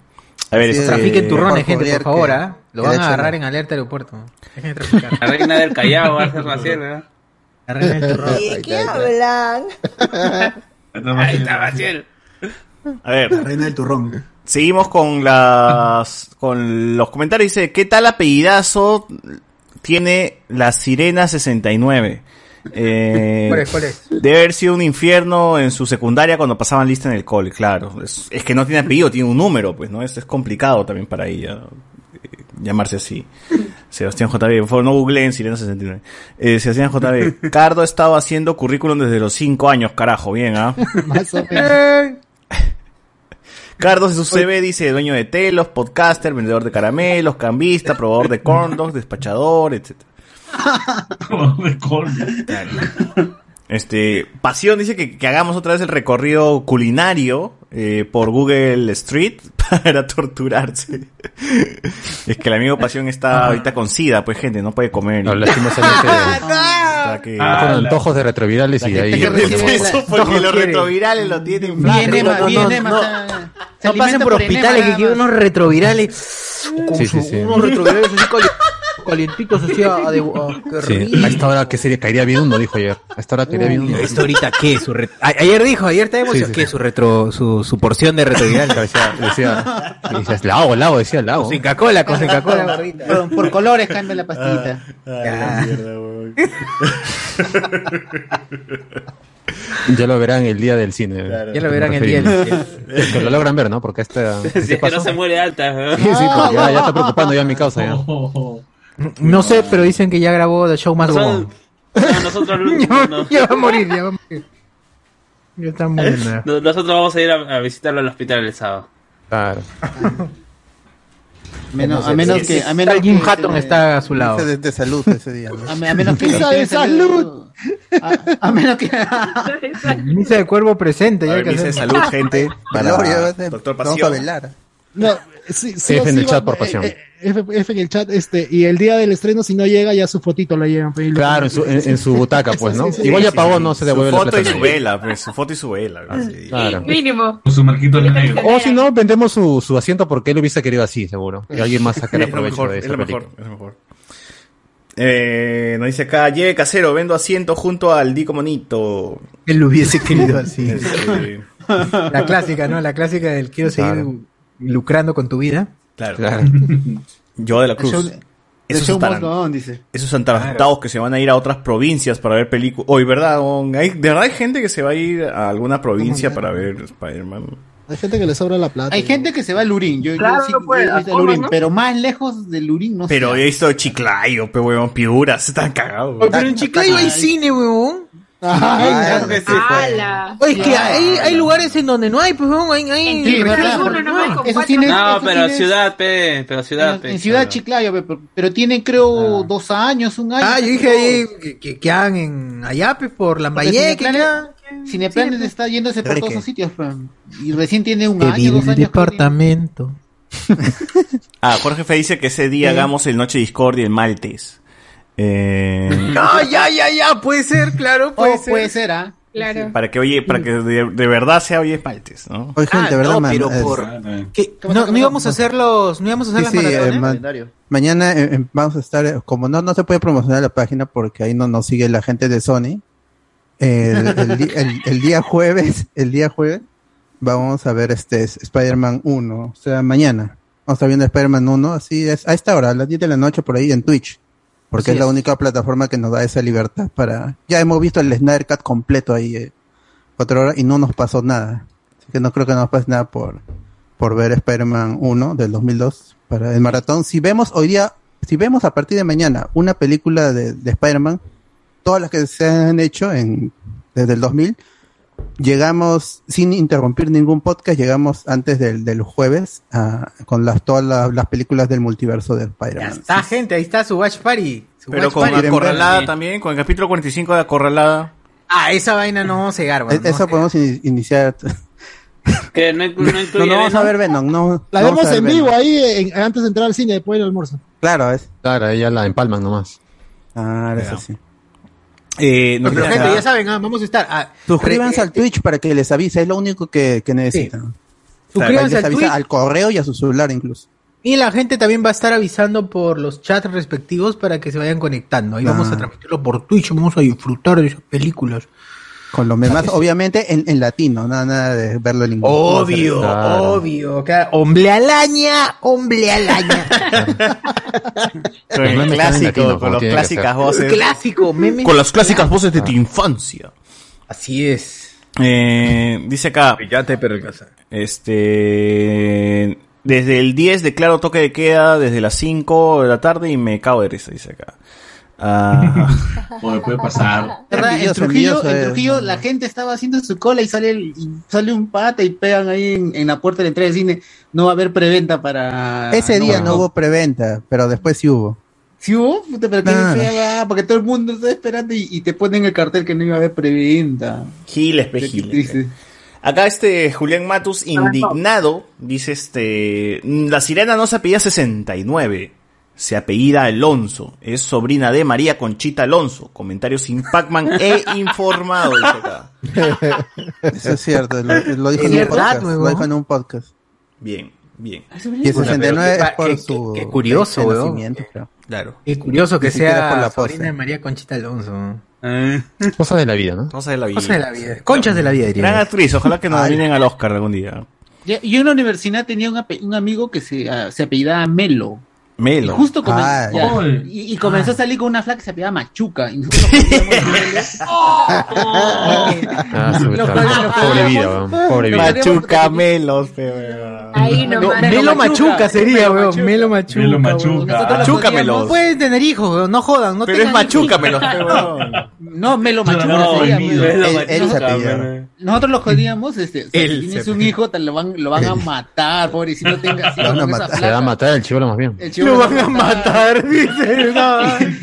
S3: A ver,
S1: Sí,
S3: este-
S1: trafiquen turrones, gente, por favor, ¿ah? Lo
S3: que
S1: van
S3: le
S1: a
S3: echen-
S1: agarrar en alerta aeropuerto. Dejen de traficar.
S6: La reina del Callao va a ser Maciel, ¿verdad?
S1: La reina del turrón.
S14: ¿De qué hablan?
S6: Ahí está Maciel.
S3: A ver. La
S9: reina del turrón.
S3: Seguimos con las con los comentarios. Dice, ¿qué tal apellidazo tiene la Sirena 69? Eh,
S1: ¿Cuál es, cuál es?
S3: Debe haber sido un infierno en su secundaria cuando pasaban lista en el cole, claro. Es, es que no tiene apellido, tiene un número, pues, ¿no? Es, es complicado también para ella eh, llamarse así. Sebastián JB, por favor, no googleen Sirena 69. Eh, Sebastián JB, Cardo ha estado haciendo currículum desde los 5 años, carajo, bien, ¿ah?
S13: Más o menos.
S1: Eh,
S3: Cardos en su CV dice dueño de telos, podcaster, vendedor de caramelos, cambista, probador de corn dogs, despachador, etc.
S5: Probador de corn.
S3: Este, Pasión dice que, que hagamos otra vez el recorrido culinario eh, por Google Street para torturarse. es que el amigo Pasión está ahorita con sida, pues gente, no puede comer. No,
S2: lastimosamente. Ah, con antojos de retrovirales y de ahí.
S3: que recibe eso pues, porque los
S2: quiere.
S3: retrovirales lo tienen
S1: Viene
S3: inflado.
S1: más, viene más, No pasen por hospitales que quieren unos retrovirales. Con
S2: Sí, sí,
S1: su-
S2: sí.
S1: Unos retrovirales así cali- calientitos así a, a de- a- qué
S2: Sí,
S1: rico.
S2: a esta hora que sería, caería bien uno, dijo ayer. A esta hora caería bien uno.
S1: Uy, esto ahorita Ah, qué, su re- a- ayer dijo, ayer te
S2: Sí,
S1: hemos
S2: sí,
S1: que su retro su, su porción de retroviral
S2: decía, decía, decía, la hago, la hago, decía, la hago.
S1: Sin Coca-Cola, con Coca-Cola gordita.
S7: Por, por colores cambia la pastillita.
S3: Ah,
S2: Ya lo verán el día del cine.
S3: Claro.
S6: Ya lo verán el
S2: Referido.
S6: día del
S2: Es que lo logran ver, ¿no? Porque esta.
S6: Si es que no se muere alta. ¿no?
S2: Sí, sí, porque ya, ya está preocupando ya mi causa. Ya.
S1: No sé, pero dicen que ya grabó The Show Más
S6: Nosotros-
S1: Go
S6: no, nosotros, no.
S1: Ya va a morir, ya va a morir. Ya está
S5: Ah,
S1: muriendo.
S6: No- nosotros vamos a ir a, a visitarlo al hospital el sábano.
S2: Claro.
S7: Menos-
S6: No sé,
S7: a menos
S6: sí,
S7: que.
S6: sí.
S7: A menos
S6: Jim
S7: que-
S6: Hutton está a su lado.
S4: De, de salud ese día. ¿no?
S7: A, me- a menos que.
S13: Ah,
S4: Misa de
S7: salud! A, a menos que.
S1: Misa de cuervo presente.
S3: A
S1: Ya
S3: ver,
S1: que
S3: misa de
S1: hacer.
S3: salud, gente.
S13: Valorio,
S3: Para
S13: va a ser-
S3: doctor
S13: vamos a
S3: Pasión.
S13: velar. No, sí, sí
S2: F
S13: o sí
S2: en el
S13: va-
S2: chat por pasión.
S13: eh, eh, F, F en el chat, este, y el día del estreno, si no llega, ya su fotito la llevan. pues, y le-
S2: Claro, en su, en, en su butaca, pues, ¿no?
S13: Sí, sí, sí.
S2: Igual ya pagó, no se devuelve
S3: su
S2: la
S3: foto
S2: plata.
S3: y su
S2: a nadie.
S3: vela, pues, su foto y su vela.
S2: ah,
S3: sí.
S2: Claro.
S17: Mínimo.
S5: Con su marquito en negro.
S2: O Oh, si no, vendemos su, su asiento porque él lo hubiese querido así, seguro. Y alguien más sacará
S3: Es lo
S2: provecho
S3: mejor,
S2: de
S3: es
S2: esa
S3: lo mejor,
S2: película.
S3: es lo mejor. Eh, nos dice acá, lleve casero, vendo asiento junto al Dico Monito.
S1: Él lo hubiese querido así.
S3: Este,
S1: La clásica, ¿no? La clásica del quiero seguir
S3: Claro.
S1: lucrando con tu vida.
S3: claro. Yo de la Cruz.
S1: show-
S7: El
S3: Esos
S7: show must
S3: ataran-
S7: go on, dice.
S3: esos atarantados que se van a ir a otras provincias para ver películas. Hoy, ¿verdad? Gon? Hay- de verdad hay gente que se va a ir a alguna provincia para ver Spider-Man.
S13: Hay gente que le sobra la plata.
S7: Hay gente que se va al Lurín. Yo, yo
S13: Claro,
S7: sí,
S13: pues,
S7: yo he
S13: a
S7: visto
S13: todos,
S7: Lurín,
S13: ¿no?
S7: Pero más lejos del Lurín, no
S3: Pero
S7: sé.
S3: he visto Chiclayo, pe huevón, piuras, están cagados.
S7: Oye, pero en Chiclayo hay
S1: cine, huevón.
S3: Claro que sí, pues.
S1: Oye, es que
S6: Claro.
S1: hay, hay lugares en donde no hay, pues, huevón, hay, hay-
S7: Sí, ¿verdad?
S1: Porque-
S7: Porque Esos tienen-
S6: No,
S7: esos
S6: pero
S7: tienen-
S6: ciudad, pe, pero ciudad, pe.
S7: En Ciudad Chiclayo, pe- pero, pero tienen creo dos años, un año.
S1: Ah, yo dije ahí que, que, que hagan en Ayape por
S7: Porque
S1: Lambayeque.
S7: Cineplanet- Cineplanet
S1: sí, pues.
S7: está yéndose por
S1: Rique.
S7: todos esos sitios. pe. Y recién tiene un
S1: Te vi
S7: año, dos
S1: el
S7: años.
S1: departamento.
S3: Ah, Jorge Fe dice que ese día
S1: Sí.
S3: hagamos el Noche Discordia el martes. Eh,
S1: No, ya, ya, ya, puede ser, claro, puede
S7: Oh,
S1: ser.
S7: puede ser, ¿ah?
S17: Claro.
S3: para que oye, para que de, de verdad sea hoy es martes, ¿no?
S4: Oye, gente,
S1: Ah,
S4: ¿verdad?
S1: no,
S4: man?
S1: pero
S4: Es-
S1: por- ¿Qué? No, no íbamos a hacer los, no íbamos a hacer
S4: Sí,
S1: las
S4: sí,
S1: maratones.
S4: eh, ma- mañana eh, eh, vamos a estar, eh, como no, no se puede promocionar la página porque ahí no nos sigue la gente de Sony, el, el di- el- el día jueves, el día jueves vamos a ver este es- Spider-Man 1, o sea, mañana. Vamos a estar viendo Spider-Man 1, así es, a esta hora, a las 10 de la noche por ahí en Twitch. Porque
S1: Así
S4: es, la
S1: es.
S4: única plataforma que nos da esa libertad para... Ya hemos visto el Snyder Cut completo ahí, eh, cuatro horas, y no nos pasó nada. Así que no creo que nos pase nada por, por ver Spider-Man 1 del 2002 para el maratón. Si vemos hoy día, si vemos a partir de mañana una película de, de Spider-Man, todas las que se han hecho en, desde el 2000, llegamos sin interrumpir ningún podcast, llegamos antes del, del jueves a- con las, todas las, las películas del multiverso de Spider-Man.
S1: Está gente, ahí está su Watch Party. su
S3: Pero
S1: watch
S3: con
S1: party.
S3: Acorralada también, con el capítulo 45 de Acorralada.
S1: Ah, esa vaina no vamos a cegar,
S4: E- Eso podemos in- iniciar.
S6: Que no, inclu- no
S4: No,
S6: incluye
S4: no vamos a ver Venom. No,
S13: La
S4: no vamos
S13: vemos
S4: a ver
S13: en
S4: Venom.
S13: vivo ahí en- antes de entrar al cine, después del almuerzo.
S4: Claro, es.
S2: Claro, ella la empalman nomás.
S4: Ah,
S2: eso
S4: sí.
S3: Eh,
S1: Pero
S2: nos dice
S1: gente,
S2: acá-
S1: ya saben, ah, vamos a estar. ah,
S4: Suscríbanse
S1: re-
S4: al Twitch para que les avise, es lo único que, que necesitan.
S1: Suscríbanse
S4: les
S1: al
S4: avisa
S1: Twitch.
S4: al correo y a su celular incluso.
S1: Y la gente también va a estar avisando por los chats respectivos para que se vayan conectando. Ahí vamos a transmitirlo por Twitch, vamos a disfrutar de esas películas.
S4: Con los
S3: Ah,
S4: demás, obviamente en, en latino, nada, nada de verlo en inglés.
S1: Obvio,
S4: Claro.
S1: obvio. Claro. Hombre alaña, hombre alaña.
S3: Con el
S2: memes
S3: clásico,
S2: en latino,
S3: con
S2: como
S3: las
S2: tiene que
S3: clásicas
S2: ser.
S3: voces.
S1: Clásico, meme.
S3: Con las clásicas voces de tu infancia. Eh,
S1: Así es.
S3: dice acá. Este. Desde el 10 declaro toque de queda desde las 5 de la tarde y me cago de risa, dice acá. Ah. puede pasar.
S7: ¿Verdad? En
S3: Envidioso,
S7: Trujillo,
S3: envidioso
S7: en
S3: es.
S7: Trujillo la gente estaba haciendo su cola y sale, el- y sale un pata y pegan ahí en, en la puerta de la entrada del cine. No va a haber preventa para.
S4: Ese día no,
S7: va-
S4: hubo preventa, pero después sí hubo.
S7: Si hubo, puta, pero qué
S4: Nah.
S7: fea va, porque todo el mundo está esperando y, y te ponen el cartel que no iba a haber preventa.
S3: Giles, pe, giles, pe. Acá este Julián Matus, indignado, dice este... La sirena no se apellida 69, se apellida Alonso. Es sobrina de María Conchita Alonso. Comentario sin Pac-Man e informado, dice acá.
S4: Eso es cierto, lo, lo dijo
S3: Es
S4: en un
S3: verdad,
S4: podcast.
S3: huevón.
S4: Lo dijo en un podcast.
S3: Bien, bien.
S4: Y el 69 es por su
S1: qué curioso,
S4: fecha de
S1: weón.
S4: nacimiento, creo.
S3: Claro.
S1: Es curioso que
S4: Ni siquiera
S1: sea
S4: por la
S1: la
S4: pose.
S1: sobrina de María Conchita Alonso.
S2: Cosas de la vida, ¿no?
S3: Cosas de la vida.
S1: Cosas de la vida. Conchas de la vida, diría.
S3: Gran
S1: yo.
S3: actriz, ojalá que nos
S1: Ay.
S3: nominen al Oscar algún día.
S7: Ya- Yo en la universidad tenía un, ape- un amigo que se, ah, se apellidaba Melo.
S3: Melo.
S7: Justo comen-
S2: Ah,
S3: Ay.
S7: ya,
S3: Ay.
S7: y, y comenzó a salir con una flaca que se apellidaba Machuca. Y nosotros nos poníamos Melo.
S2: Ah, su-
S7: Lo cual- lo cual-
S2: pobre vida, weón. Pobre vida.
S3: Machuca Melos, pe, weón.
S17: Ahí
S1: este, No,
S17: nomás.
S1: Melo Machuca sería, weón. Melo Machuca.
S3: Melo
S1: weón.
S3: Machuca.
S1: Nosotros pues. lo
S3: Chúcamelos.
S1: poníamos, No pueden tener hijos, weón. No jodan. No
S3: Pero es
S1: tengan hijos.
S3: Machúcamelos,
S7: No, Melo
S1: No,
S7: Machuca
S1: no,
S7: sería,
S1: el-
S7: Melo.
S1: el-
S7: Nosotros-
S1: el- el-
S7: nosotros- Nosotros los jodíamos, este, o sea,
S2: Él
S7: si
S2: se
S7: tienes
S2: apellida.
S7: un hijo, te lo van, lo van a matar, pobrecito, tengas hijos
S2: Lo van a
S7: con esa
S2: matar. Se va a
S7: flaca.
S2: matar el chivolo más bien.
S7: El chivo lo van a matar, dice.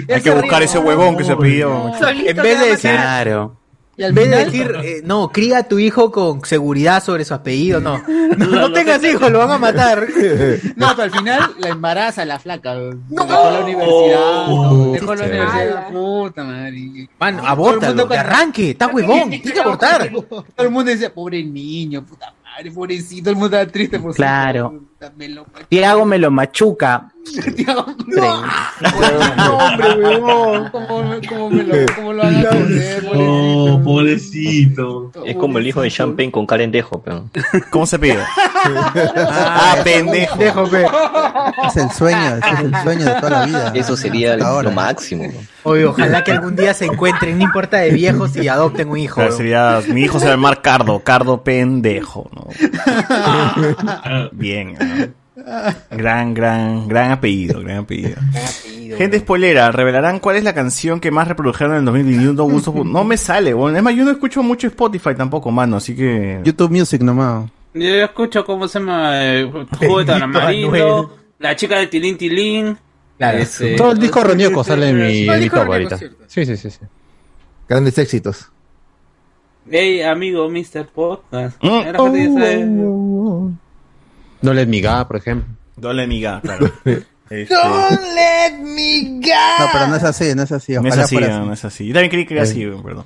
S3: Hay que buscar ese huevón que se pidió.
S1: En vez de decir.
S3: Claro.
S7: Y al
S1: En vez de
S7: final-
S1: decir, eh, no, cría a tu hijo con seguridad sobre su apellido, no. No, no tengas hijos, lo van a matar.
S7: No, pero al final la embaraza la flaca. No. Dejó la universidad.
S1: Oh.
S7: dejó la
S1: Sí.
S7: universidad. Puta madre.
S1: Mano,
S7: Todo el
S1: abórtalo,
S7: mundo
S1: de
S7: con-
S1: arranque, está huevón, tiene que abortar.
S7: Todo el mundo decía, pobre niño, puta madre, pobrecito. El mundo estaba triste por su
S14: Claro.
S7: puta, me lo-
S14: Tiago me lo machuca.
S7: Diablo, No, hombre, huevón. ¿Cómo, cómo me lo, cómo lo van a hacer?
S18: Oh, pobrecito.
S11: Es como el hijo de Champagne con Karen Dejo, pero.
S3: ¿Cómo se pide? Ah, pendejo.
S4: Es el sueño, ese es el sueño de toda la vida.
S11: Eso sería
S4: Hasta ahora.
S11: lo máximo.
S1: Oye, ojalá que algún día se encuentren, no importa de viejos, y adopten un hijo.
S3: Claro, sería, mi hijo se va a llamar Cardo, Cardo pendejo, ¿no? Bien. ¿no? Gran, gran, gran apellido, gran apellido. Gente spoilera, revelarán cuál es la canción que más reprodujeron en el 2021. Gustos por- No me sale, bueno, es más, yo no escucho mucho Spotify tampoco, mano, así que...
S4: YouTube Music nomás.
S6: Yo escucho cómo se llama eh, Jugo de
S4: Anuel.
S6: Tamarindo, La chica de Tilín Tilín. este,
S2: Todo el disco de Roñoco sale en mi,
S6: Todo el
S2: en mi
S6: disco
S2: top
S6: de Roñoco,
S2: ahorita. Sí, sí, sí, sí.
S19: Grandes éxitos.
S6: Hey, amigo, Mr. Podcast.
S2: Mm.
S6: Era eh. parte
S11: oh.
S6: de ese-
S2: No le miga, por ejemplo.
S3: No le miga, claro. Este,
S1: Don't let me
S4: No,
S1: go.
S4: pero no es así, no es así. Eh.
S3: No es
S4: ojalá
S3: así,
S4: fuera
S3: no es así. Yo también creí que era así, perdón.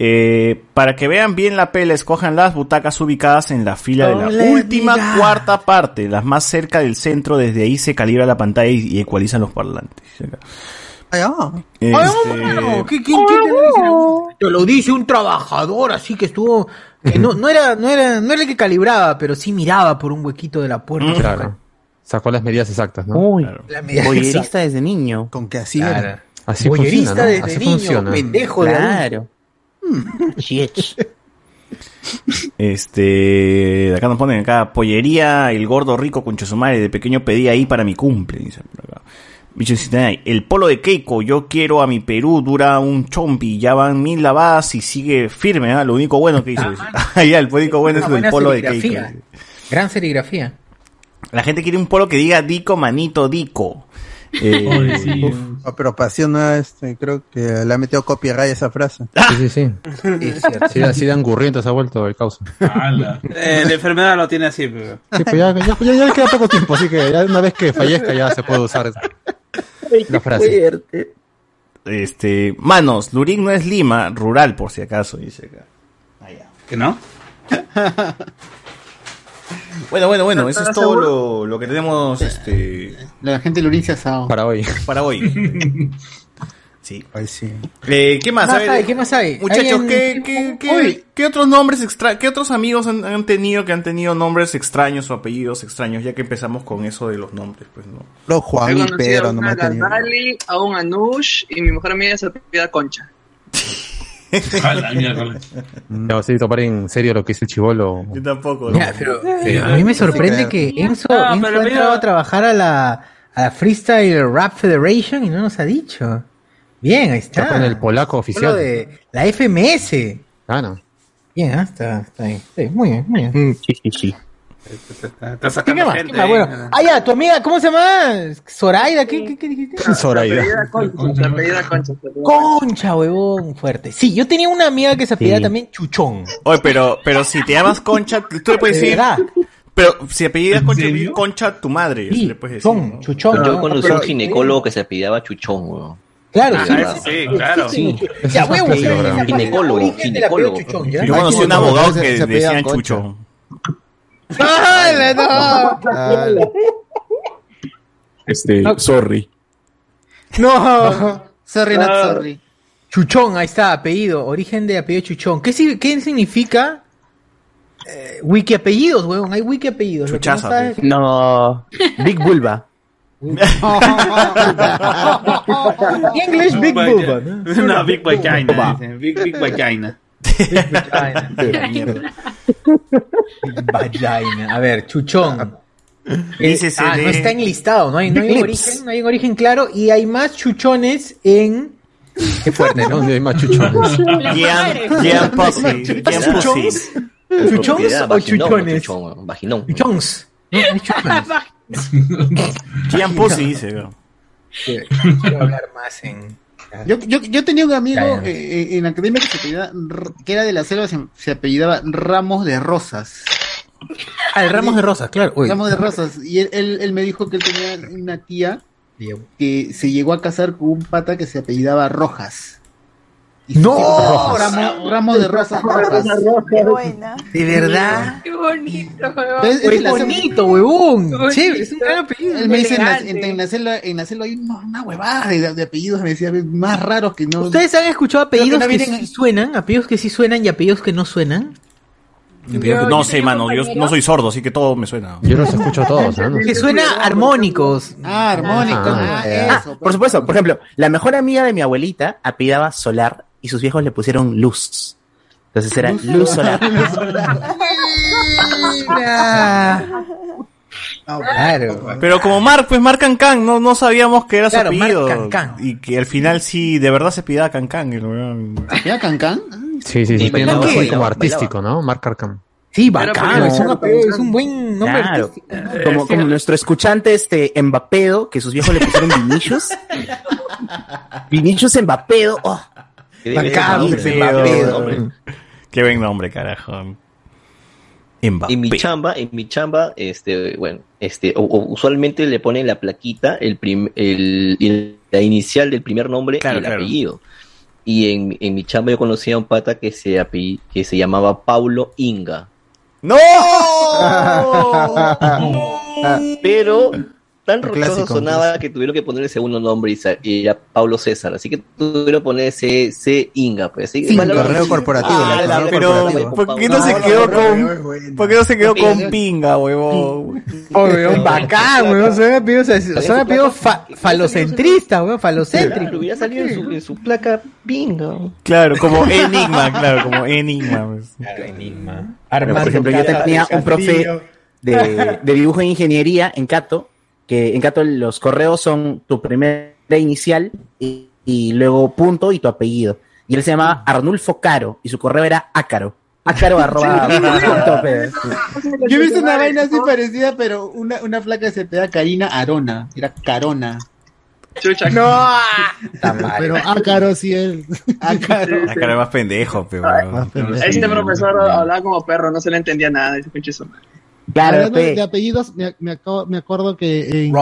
S3: Eh, para que vean bien la pela, escojan las butacas ubicadas en la fila de la
S2: No le
S3: última
S2: diga.
S3: cuarta parte, las más cerca del centro, desde ahí se calibra la pantalla y, y ecualizan los parlantes.
S1: ah.
S3: Este,
S1: Te lo dice un trabajador así que estuvo. que no, no era, no era, no era el que calibraba, pero sí miraba por un huequito de la puerta.
S2: Claro. Sacó las medidas exactas, ¿no? Claro.
S1: La medida
S14: Boyerista
S1: exacta.
S14: desde niño.
S4: Con que así
S1: Claro.
S14: era.
S2: Así
S1: Boyerista
S2: funciona, ¿no?
S1: desde
S2: Así
S1: niño,
S2: funciona.
S1: pendejo de
S14: Claro. Shit.
S3: Este, de acá nos ponen acá, pollería, el gordo rico con Chosumare, de pequeño pedí ahí para mi cumple, dice por acá. Bicho Citanay, el polo de Keiko, yo quiero a mi Perú, dura un chompi, ya van mil lavadas y sigue firme, ¿ah? lo único bueno que hizo. dice. Ah, ya, el único bueno es
S1: Una
S3: el
S1: buena
S3: polo de Keiko.
S1: serigrafía. Gran serigrafía.
S3: La gente quiere un polo que diga Dico, manito, Dico. Eh,
S4: uf. No, pero Pasión no, este, creo que le ha metido copyright a esa frase.
S2: Sí, sí, sí. Sí, así de angurriento se ha vuelto el causa.
S6: Eh, la enfermedad lo tiene así, pero.
S2: Sí, pues ya, ya, ya le queda poco tiempo, así que ya una vez que fallezca ya se puede usar la frase.
S3: Este, manos, Lurín no es Lima, rural por si acaso, dice acá.
S6: ¿Que no?
S3: Bueno, bueno, bueno, eso
S7: ¿Estás
S3: es todo
S7: seguro?
S3: lo, lo que tenemos este,
S7: La gente lo inicia asado.
S2: para hoy.
S3: para hoy. Sí.
S4: sí.
S3: Eh, ¿Qué más? A ver,
S1: ¿Qué más hay?
S3: Muchachos,
S1: Hay
S3: ¿qué,
S1: en-
S3: qué, qué,
S1: Uy.
S3: qué otros nombres extra, qué otros amigos han, han tenido que han tenido nombres extraños o apellidos extraños? Ya que empezamos con eso de los nombres, pues no.
S4: Los Juan y
S18: He conocido
S4: Pedro
S18: a
S4: nomás
S18: una
S4: tenían.
S18: Gardali, a un Anush y mi mejor amiga se apellida Concha.
S2: No, sí, topar en serio lo que es el chivolo.
S3: Yo tampoco.
S1: Mira, pero, pero a mí me sorprende que Enzo,
S6: No,
S1: Enzo
S6: pero
S1: ha
S6: mira-
S1: entrado a trabajar a la, a la Freestyle Rap Federation y no nos ha dicho. Bien, ahí está.
S2: Está con el polaco
S1: Lo
S2: oficial.
S1: de la FMS.
S2: Ah, no. Mm,
S1: Bien, ah, está, está ahí. Sí, muy bien, muy bien.
S2: Sí, sí, sí.
S18: Está sacando
S1: más?
S18: gente.
S1: Ah,
S18: ahí.
S1: bueno. Ah, ya, tu amiga, ¿cómo se llama? Zoraida, ¿qué, qué, qué dijiste?
S18: Apellida Concha, apellida Concha.
S1: Concha, huevón, fuerte. Sí, yo tenía una amiga que se apellidaba también Chuchón.
S3: Oye, pero, pero si te llamas Concha, tú tú le puedes
S1: De
S3: decir.
S1: verdad.
S3: Pero si apellidas Concha, Concha tu madre.
S1: Sí,
S3: le puedes decir.
S1: Chuchón, Chuchón.
S11: Yo
S1: ¿no?
S11: conocí
S1: Pero-
S11: a un ginecólogo que se apellidaba Chuchón, weón.
S1: Claro,
S11: Ah,
S1: sí.
S11: sí, claro.
S1: Sí.
S11: Eso
S1: Ya,
S11: es
S1: huevo,
S11: apellido,
S1: sí,
S11: ¿verdad?
S1: sí, sí,
S11: Ginecólogo,
S1: origen del
S11: ginecólogo.
S1: apellido Chuchón, ¿ya?
S3: Yo conocí a un abogado
S19: Se-
S3: que
S19: se apellida
S3: decían
S19: Concha.
S3: Chucho.
S1: ¡Hala, no!
S21: Este, sorry.
S1: No.
S7: Sorry, not
S1: Ah.
S7: sorry.
S1: Chuchón, ahí está, apellido, origen de apellido Chuchón. ¿Qué, si- qué significa eh, wiki apellidos, huevón? Hay wiki apellidos. lo que no
S14: Chuchazo,
S1: sabes-
S14: pues. No. Big Vulva.
S1: English Big Booba. ¿no?
S6: No, Big Vagina. dice. Big, big Vagina.
S1: Vagina. A ver, Chuchón. Eh,
S6: Dice
S1: ah,
S6: CD.
S1: no está enlistado, no hay, no hay
S6: Big lips.
S1: origen, no hay origen claro. Y hay más chuchones en. Qué fuerte, ¿no?
S2: Hay más chuchones.
S3: Gian- Gian Pussy. Gian Pussy.
S1: ¿Chuchons
S11: Propiedad,
S1: o
S11: vaginón,
S1: chuchones?
S11: chuchón, weón, Vaginón.
S1: Chuchons. No, hay chuchones.
S3: Gian Pussy dice, weón.
S1: Quiero hablar más en.
S7: Yo, yo, yo tenía un amigo
S1: Ya, ya.
S7: eh, eh, en la academia que se apellidaba, R- que era de la selva, se, se apellidaba Ramos de Rosas.
S1: Al Ah, Ramos de Rosas, claro. uy.
S7: Ramos de Rosas. Y él, él, él me dijo que él tenía una tía que se llegó a casar con un pata que se apellidaba Rojas.
S1: ¡No!
S7: Ramos, Ramos de Rosas Rojas.
S17: Qué buena.
S1: De verdad.
S17: Qué bonito, huevón.
S7: Es, es de la selva.
S1: bonito, huevón. Chévere, es un gran apellido. Ah,
S7: Él me dice, en la,
S1: Elegante.
S7: en la selva, en la selva hay una, una huevada de, de apellidos, me decía, más raros que no...
S1: ¿Ustedes han escuchado apellidos
S7: Creo
S1: que,
S7: que no vienen-
S1: sí suenan? ¿Apellidos que sí suenan y apellidos que no suenan? Yo-
S3: no
S1: yo
S3: sé,
S1: tenía
S3: mano, yo
S1: compañero-
S3: no soy sordo, así que todo me suena.
S2: Yo los escucho a todos, ¿eh?
S1: Que suena armónicos.
S7: Ah,
S1: armónicos,
S7: ah,
S14: Ah, por supuesto, por ejemplo, la mejor amiga de mi abuelita apellidaba Solar y sus viejos le pusieron Luz. Entonces era
S7: Luz
S14: Luz
S7: Solar.
S14: Solar.
S1: claro.
S3: Pero como Mark, pues Mark Cancán, no, no sabíamos que era
S1: Claro,
S3: su
S1: Marc
S3: apellido.
S1: Cancán.
S3: Y que al final sí, de verdad se pidaba Cancán.
S7: ¿Apellida Cancán?
S2: Sí, sí,
S3: Y
S2: sí. Tiene un
S3: bailaba, bailaba,
S2: nombre como
S3: bailaba.
S2: artístico, ¿no? Mark Arkham.
S1: Sí,
S14: bacano, es un
S1: apellido, es un buen nombre
S14: Claro.
S1: artístico.
S14: Como, como nuestro escuchante este Mbapedo, que sus viejos le pusieron Vinicius. Vinicius Mbapedo. Oh.
S3: Bacán,
S14: Mbappé,
S3: Mbappé. Qué buen nombre, carajo. Mbappé.
S11: En mi chamba, en mi chamba, este, bueno, este, o- o usualmente le ponen la plaquita, el prim- el, el- la inicial del primer nombre y el apellido. Y en, en mi chamba yo conocía a un pata que se apell- que se llamaba Paulo Inga.
S3: ¡No!
S4: Ah,
S11: Pero tan rochoso
S19: clásico,
S4: pues.
S11: sonaba que tuvieron que poner el segundo nombre y sa- y era Pablo César. Así que tuvieron que poner C, C Inga. Pues, así que-
S4: Sí,
S11: Palabra-
S4: correo corporativo,
S11: Ah,
S4: el correo
S11: pero-
S4: corporativo.
S11: ¿por qué
S3: no se quedó con- ¿Por qué no se quedó
S11: Mira,
S3: con
S11: yo-
S3: pinga, huevón?
S1: Oh, weón, bacán, weón. Son apellidos, así- son apellidos fa- falocentristas, weón, falocéntricos.
S11: Hubiera salido en su, en su placa bingo.
S3: Claro, como enigma, claro, como enigma. pues.
S14: Bueno, por ejemplo, yo
S3: Armando
S14: tenía
S3: Castillo.
S14: un profe de, de dibujo e ingeniería en Cato, que en Cato los correos son tu primera inicial y, y luego punto y tu apellido. Y él se llamaba Arnulfo Caro y su correo era Ácaro. Ácaro arroba punto pe.
S7: Yo he visto una vaina así parecida, pero una, una flaca que se pega Karina Arona. Era Carona.
S18: Chucha.
S7: No. ah,
S13: Pero Ácaro sí él.
S7: Ácaro.
S3: La cara más pendejo, pe, huevón.
S18: Este profesor hablaba como perro, no se le entendía nada. Ese pinche su-
S13: Hablando de, de apellidos, me, me aco- me acuerdo que en,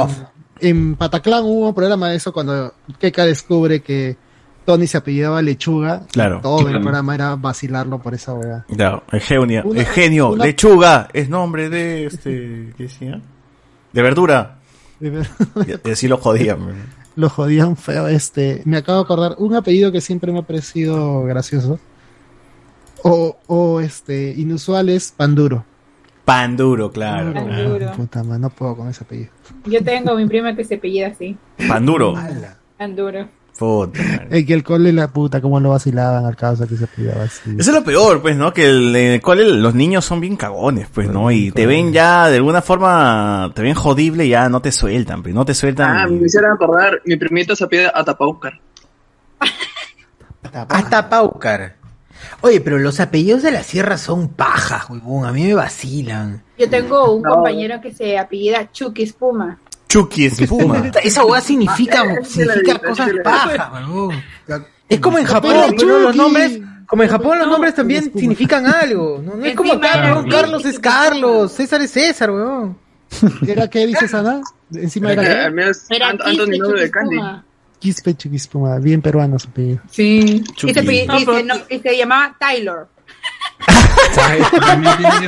S13: en Pataclán hubo un programa de eso cuando Keka descubre que Tony se apellidaba Lechuga. y
S3: Claro.
S13: Todo
S3: Claro.
S13: el programa era vacilarlo por esa hueá.
S3: Claro, Eugenia,
S13: Una-
S3: Eugenio,
S13: una-
S3: lechuga, es nombre de este, ¿qué decía? De verdura.
S13: De verdad,
S3: Y así lo jodían. man.
S13: Lo jodían feo. Este, me acabo de acordar un apellido que siempre me ha parecido gracioso. O, o este, inusual es Panduro.
S3: Pan duro, claro.
S17: Pan duro.
S13: Puta madre, no puedo con ese apellido.
S17: Yo tengo a mi prima que se apellida así.
S3: Pan duro.
S17: Tan duro.
S3: Puta.
S13: El que el cole la puta, cómo lo vacilaban al caso que se apellidaba así.
S3: Eso es lo peor, pues, ¿no? Que el, en el cual los niños son bien cagones, pues, ¿no? Y te ven ya, de alguna forma, te ven jodible y ya no te sueltan, pues, no te sueltan.
S18: Ah,
S3: y-
S18: me hicieron acordar, mi primita se apellida Atapaucar.
S1: Hasta Paucar. Oye, pero los apellidos de la sierra son pajas, huevón. A mí me vacilan.
S17: Yo tengo un compañero que se apellida Chucky Espuma. Ah,
S3: Chucky Espuma.
S1: Esa hueá significa,
S17: eh,
S1: significa cosas pajas, huevón. Es como en Japón, ¿no? los nombres. Como en Japón los nombres también significan algo. No, No es como
S13: Encima,
S1: acá, ¿no?
S13: claro.
S1: Carlos es Carlos, César es César, huevón.
S13: ¿Era qué dices, Ana? Encima
S18: Era que,
S13: era
S18: al
S13: qué?
S18: menos
S17: Era
S18: Ant- Anthony
S17: Quispe
S18: Noble de Candy.
S17: Chuquispuma.
S13: Quispe Chuquispuma, bien peruano su apellido.
S17: Sí. Y se,
S13: Chucky.
S2: Ah,
S17: apellido- y se- no, y se llamaba Tyler.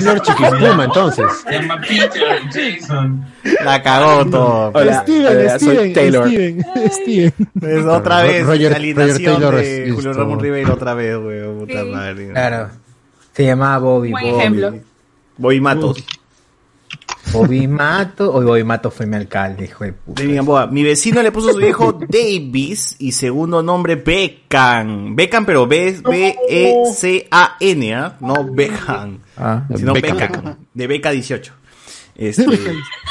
S2: Lord Chiquipluma, entonces.
S5: Se llama Peter Jason.
S3: La cagó todo.
S5: Hola,
S13: Steven,
S3: hola, eh, soy
S13: Steven,
S3: Taylor.
S13: Steven, Steven.
S3: Es
S13: Ah,
S3: otra vez
S2: Roger-
S3: la alineación
S2: Roger Taylor
S3: de
S2: es-
S3: Julio
S2: esto.
S3: Ramón Ribeiro otra vez, weón. Puta madre.
S1: Claro. Se llamaba Bobby.
S17: Buen
S1: Bobby.
S17: ejemplo.
S3: Bobby Matos.
S1: Bobby Mato. Hoy Bobby Mato fue mi alcalde, hijo de puta.
S3: David Gamboa. Mi vecino le puso a su hijo Davis y segundo nombre Beckham. Beckham, pero B- E, B-E-C-A-N, ¿ah? no Beckham.
S2: Ah,
S3: sino
S2: Beckham.
S3: Beckham. De Beca 18. Este,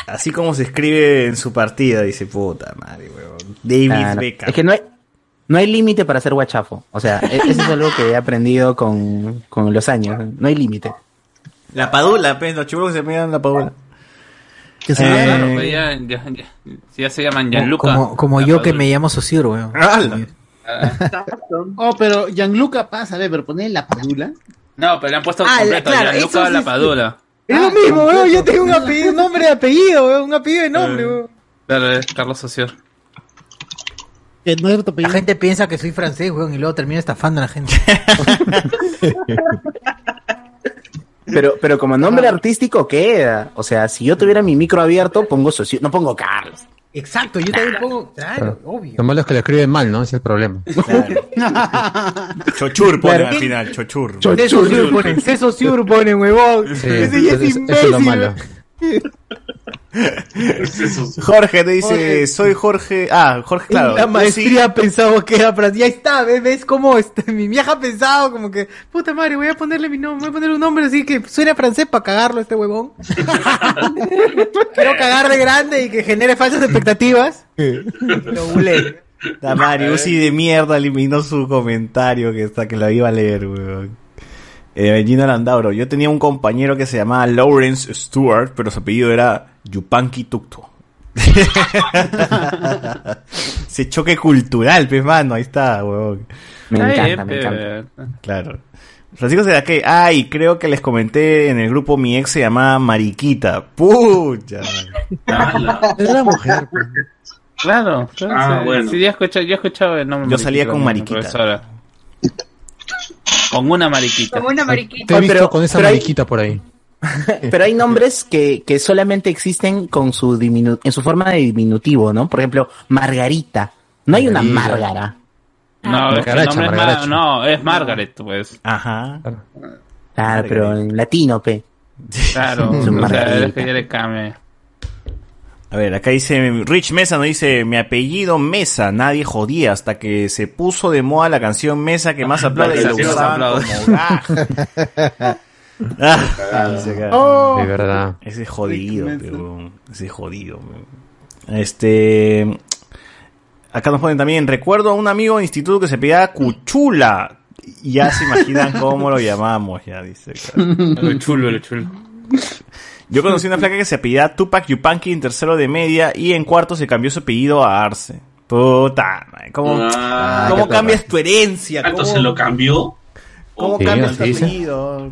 S3: así como se escribe en su partida, dice puta madre, weón. Davis
S14: Claro.
S3: Beckham.
S14: Es que no hay, no hay límite para ser guachafo. O sea, e- eso es algo que he aprendido con, con los años. No hay límite.
S3: La padula, pues, los chulos se pegan la padula.
S14: Que
S3: se
S6: Ah,
S3: Eh,
S6: claro, pues ya, ya, ya, ya se llaman Gianluca.
S1: Como, como yo que me llamo Sosir, weón.
S7: Oh, pero Gianluca pasa, a ver, pero ponle la padula.
S6: No, pero le han puesto
S7: Ah,
S6: completo
S7: claro, eso
S6: Gianluca
S7: sí,
S6: la
S7: sí.
S6: Padula.
S1: Es
S7: Ah,
S1: lo mismo, weón. Yo tengo un apellido, un nombre de apellido, weón. Un apellido de nombre,
S6: Eh.
S1: weón.
S6: Claro, es Carlos Socio.
S1: La gente piensa que soy francés, weón, y luego termino estafando a la gente.
S14: Pero, pero como
S7: Ah.
S14: nombre artístico queda. O sea, si yo tuviera mi micro abierto, pongo socio, no pongo Carlos.
S1: Exacto, yo también pongo. Claro, obvio.
S2: Lo malo es que lo escriben mal, ¿no? Ese es el problema.
S3: Chochur ponen
S2: Claro.
S3: al final, chochur.
S1: Ceso Sur ponen, Ceso Sur ponen, huevón.
S2: Sí,
S1: Ese ya es
S2: eso- eso es lo
S1: imbécil.
S2: malo.
S3: Jorge te dice,
S1: Jorge.
S3: soy Jorge. Ah, Jorge, claro.
S1: la
S3: Yo
S1: maestría pensaba que era para. Ya está, ¿ves? ¿Ves cómo este, mi vieja ha pensado? Como que, puta madre, voy a ponerle mi nombre, voy a ponerle un nombre así que suene a francés para cagarlo a este huevón. Quiero cagarle grande y que genere falsas expectativas. Lo bulé.
S3: La Mariusi de mierda eliminó su comentario que está que la iba a leer, weón. Eh, Gina Landauro, yo tenía un compañero que se llamaba Lawrence Stewart, pero su apellido era Yupanqui Tucto. Ese choque cultural, pues mano, ahí está, weón.
S14: Me Está encanta, bien, me pero- encanta.
S3: Claro. Francisco será que, ay, creo que les comenté en el grupo mi ex se llamaba Mariquita. Pucha.
S13: Era mujer. pues.
S6: Claro, claro.
S3: Ah,
S6: sí,
S3: bueno.
S6: sí, ya escucha- yo escuchaba el nombre.
S3: Yo salía con
S6: también,
S3: Mariquita.
S6: profesora. Con una mariquita.
S17: Como una
S2: Te
S17: mariquita.
S2: he visto
S14: Pero-
S2: con esa
S14: pero hay-
S2: mariquita por ahí.
S14: Pero hay nombres que, que solamente existen con su diminu- en su forma de diminutivo, ¿no? Por ejemplo, Margarita. No hay una
S2: Margarita.
S14: Márgara.
S6: No, es que el
S14: Margaracha,
S6: nombre es Mar-
S14: Margaracha.
S6: no, es Margaret, pues.
S3: Ajá.
S14: Claro, Ah, pero en latino, pe.
S6: Claro,
S3: Es un
S6: o sea,
S3: Margarita.
S6: es que ya le cambie.
S3: A ver, acá dice Rich Mesa, no dice mi apellido Mesa, nadie jodía hasta que se puso de moda la canción Mesa que más aplaude y lo
S6: Sí, los
S3: usaban
S6: aplausos.
S3: como gaja. Ah, dice acá.
S2: De verdad.
S3: Ese es jodido, pero ese es jodido. pe. Este acá nos ponen también, recuerdo a un amigo de instituto que se pedía Cuchula. Y Ya se imaginan cómo lo llamamos, ya dice. acá.
S6: Lo chulo, lo chulo.
S3: Yo conocí una flaca que se apellidaba Tupac Yupanqui en tercero de media y en cuarto se cambió su apellido a Arce. Puta, madre, ¿cómo,
S5: Ah,
S3: cómo
S5: qué
S3: cambias tu herencia?
S5: ¿Tanto
S3: ¿Cómo-
S5: se lo cambió?
S3: ¿Cómo
S5: Sí,
S3: cambias
S5: así
S3: tu
S5: dice.
S3: apellido?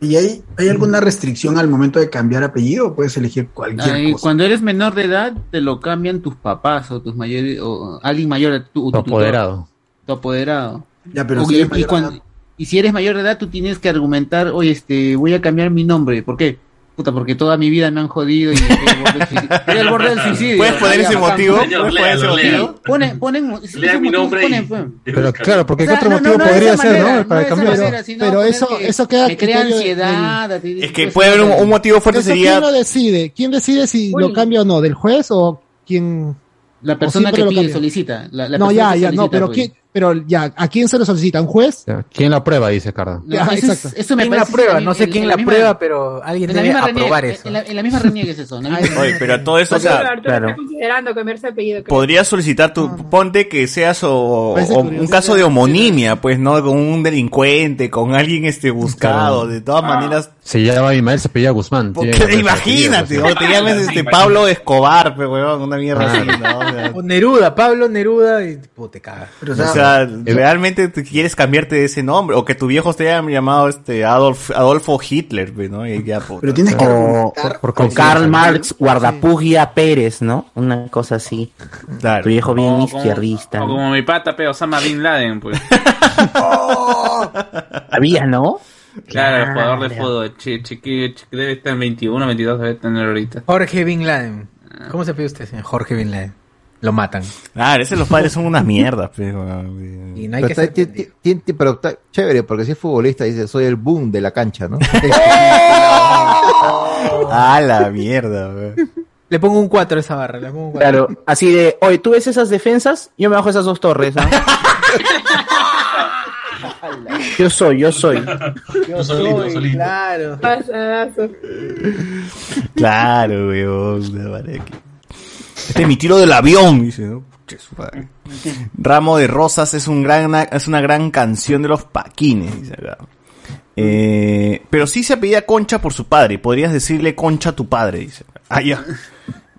S9: ¿Y hay, hay alguna restricción al momento de cambiar apellido o puedes elegir cualquier
S7: Ay,
S9: cosa?
S7: cuando eres menor de edad, te lo cambian tus papás o tus mayores, o alguien mayor a tu, o
S2: Tu
S7: tu tutor,
S2: apoderado.
S7: Tu apoderado.
S9: Ya, pero
S7: O-
S9: si
S7: y,
S9: eres
S7: y
S9: mayor de
S7: cuando-
S9: edad.
S7: y si eres mayor de edad, tú tienes que argumentar, oye, este, voy a cambiar mi nombre. ¿Por qué? Puta, porque toda mi vida me han jodido y eh, estoy al borde del suicidio. Estoy al borde del suicidio.
S3: ¿Puedes poner
S7: Ya,
S3: ese
S7: bacán.
S3: motivo?
S7: Sí,
S3: ¿Puedes poner ese
S5: léalo, léalo.
S3: motivo?
S7: Ponen, ponen, esos
S5: mi
S7: motivos
S5: nombre y-
S7: ponen, pues.
S2: Pero claro, porque
S7: O sea,
S2: otro
S7: no,
S2: motivo
S7: no, no de
S2: podría
S7: esa
S2: ser,
S7: manera,
S2: ¿no? Para
S7: no de esa
S2: cambiar.
S7: manera, sino
S13: Pero
S7: poner
S13: eso- eso queda a
S7: me crea
S13: criterio
S7: ansiedad. a ti-
S3: Es
S22: pues,
S3: que puede haber un,
S22: este,
S3: un motivo fuerte,
S13: Eso,
S3: sería
S13: ¿Quién lo decide? ¿Quién decide si lo cambia o no? ¿Del juez o quién?
S7: La
S13: o
S7: persona
S13: siempre
S7: que
S13: lo
S7: pide,
S13: cambia?
S7: solicita. La, la
S13: no,
S7: persona
S13: ya,
S7: que
S13: ya, no,
S7: solicita,
S13: pero
S7: pues.
S13: ¿quién, Pero ya, ¿a quién se lo solicita? ¿A ¿Un juez?
S2: ¿Quién la prueba? Dice Carda.
S13: Ya,
S7: eso es-
S13: exacto.
S7: eso me
S20: ¿Quién la
S7: parece
S20: prueba?
S7: en-
S20: No sé
S7: en-
S20: quién
S7: en
S20: la
S7: misma-
S20: prueba, pero alguien
S7: en la
S20: debe
S7: misma reniegue-
S20: aprobar
S7: en-
S20: eso.
S7: En la, en la misma reniegue es eso. en la misma-
S3: Oye, pero a todo eso, o sea,
S23: Arturo está considerando cambiar su apellido. creo.
S3: podrías solicitar tu. Ponte que seas o,
S23: Parece
S3: o
S23: curioso.
S3: un caso de homonimia, pues, ¿no? Con un delincuente, con alguien este buscado. De todas maneras,
S2: Se llama Imael, se apellida Guzmán.
S3: ¿Por
S2: Tiene que
S3: qué?
S2: cambiar su apellido,
S3: Imagínate,
S2: o sea.
S3: o te llames este Pablo Escobar, pe, huevón, una mierda
S2: Ah.
S3: así, ¿no? O sea,
S20: O Neruda, Pablo Neruda, y puta, te cagas. Pero,
S3: o sea, realmente tú quieres cambiarte de ese nombre, o que tu viejo te hayan llamado este Adolf- Adolfo Hitler, pe, ¿no? Y ya, puta.
S1: o, o
S3: con-
S1: Karl Marx, Guardapugia Pérez, ¿no? Una cosa así. Tu viejo bien
S5: O como-
S1: izquierdista.
S5: o
S1: ¿no?
S5: como mi pata, pero Osama Bin Laden, pues.
S3: Oh.
S1: Había, ¿no?
S5: Claro, el jugador de fútbol, chi- chiqui- chi- debe estar en 21, 22, debe tener ahorita.
S20: Jorge Bin Laden. ¿Cómo se pide usted, señor? Jorge Bin Laden. Lo matan.
S3: Claro, Ah, ese los padres son unas mierdas, pero.
S20: Y no hay
S19: Pero,
S20: que
S19: está,
S20: ser
S19: ti- ti- ti- ti- pero está chévere, porque si es futbolista, dice, soy el boom de la cancha, ¿no?
S3: A la mierda,
S20: Le pongo un 4 a esa barra, le pongo un 4.
S1: Claro, así de, oye, tú ves esas defensas, yo me bajo esas dos torres. ¿ah? yo soy, yo soy.
S8: Yo solito, yo solito.
S20: Claro.
S23: Pasadazo.
S3: Claro, weón. la madre que- Este es mi tiro del avión, dice, ¿no? Pucha, su madre. Ramo de Rosas es, un gran, es una gran canción de los paquines, dice acá. Eh, pero sí se apellida Concha por su padre. Podrías decirle Concha a tu padre, dice. Ah, ya.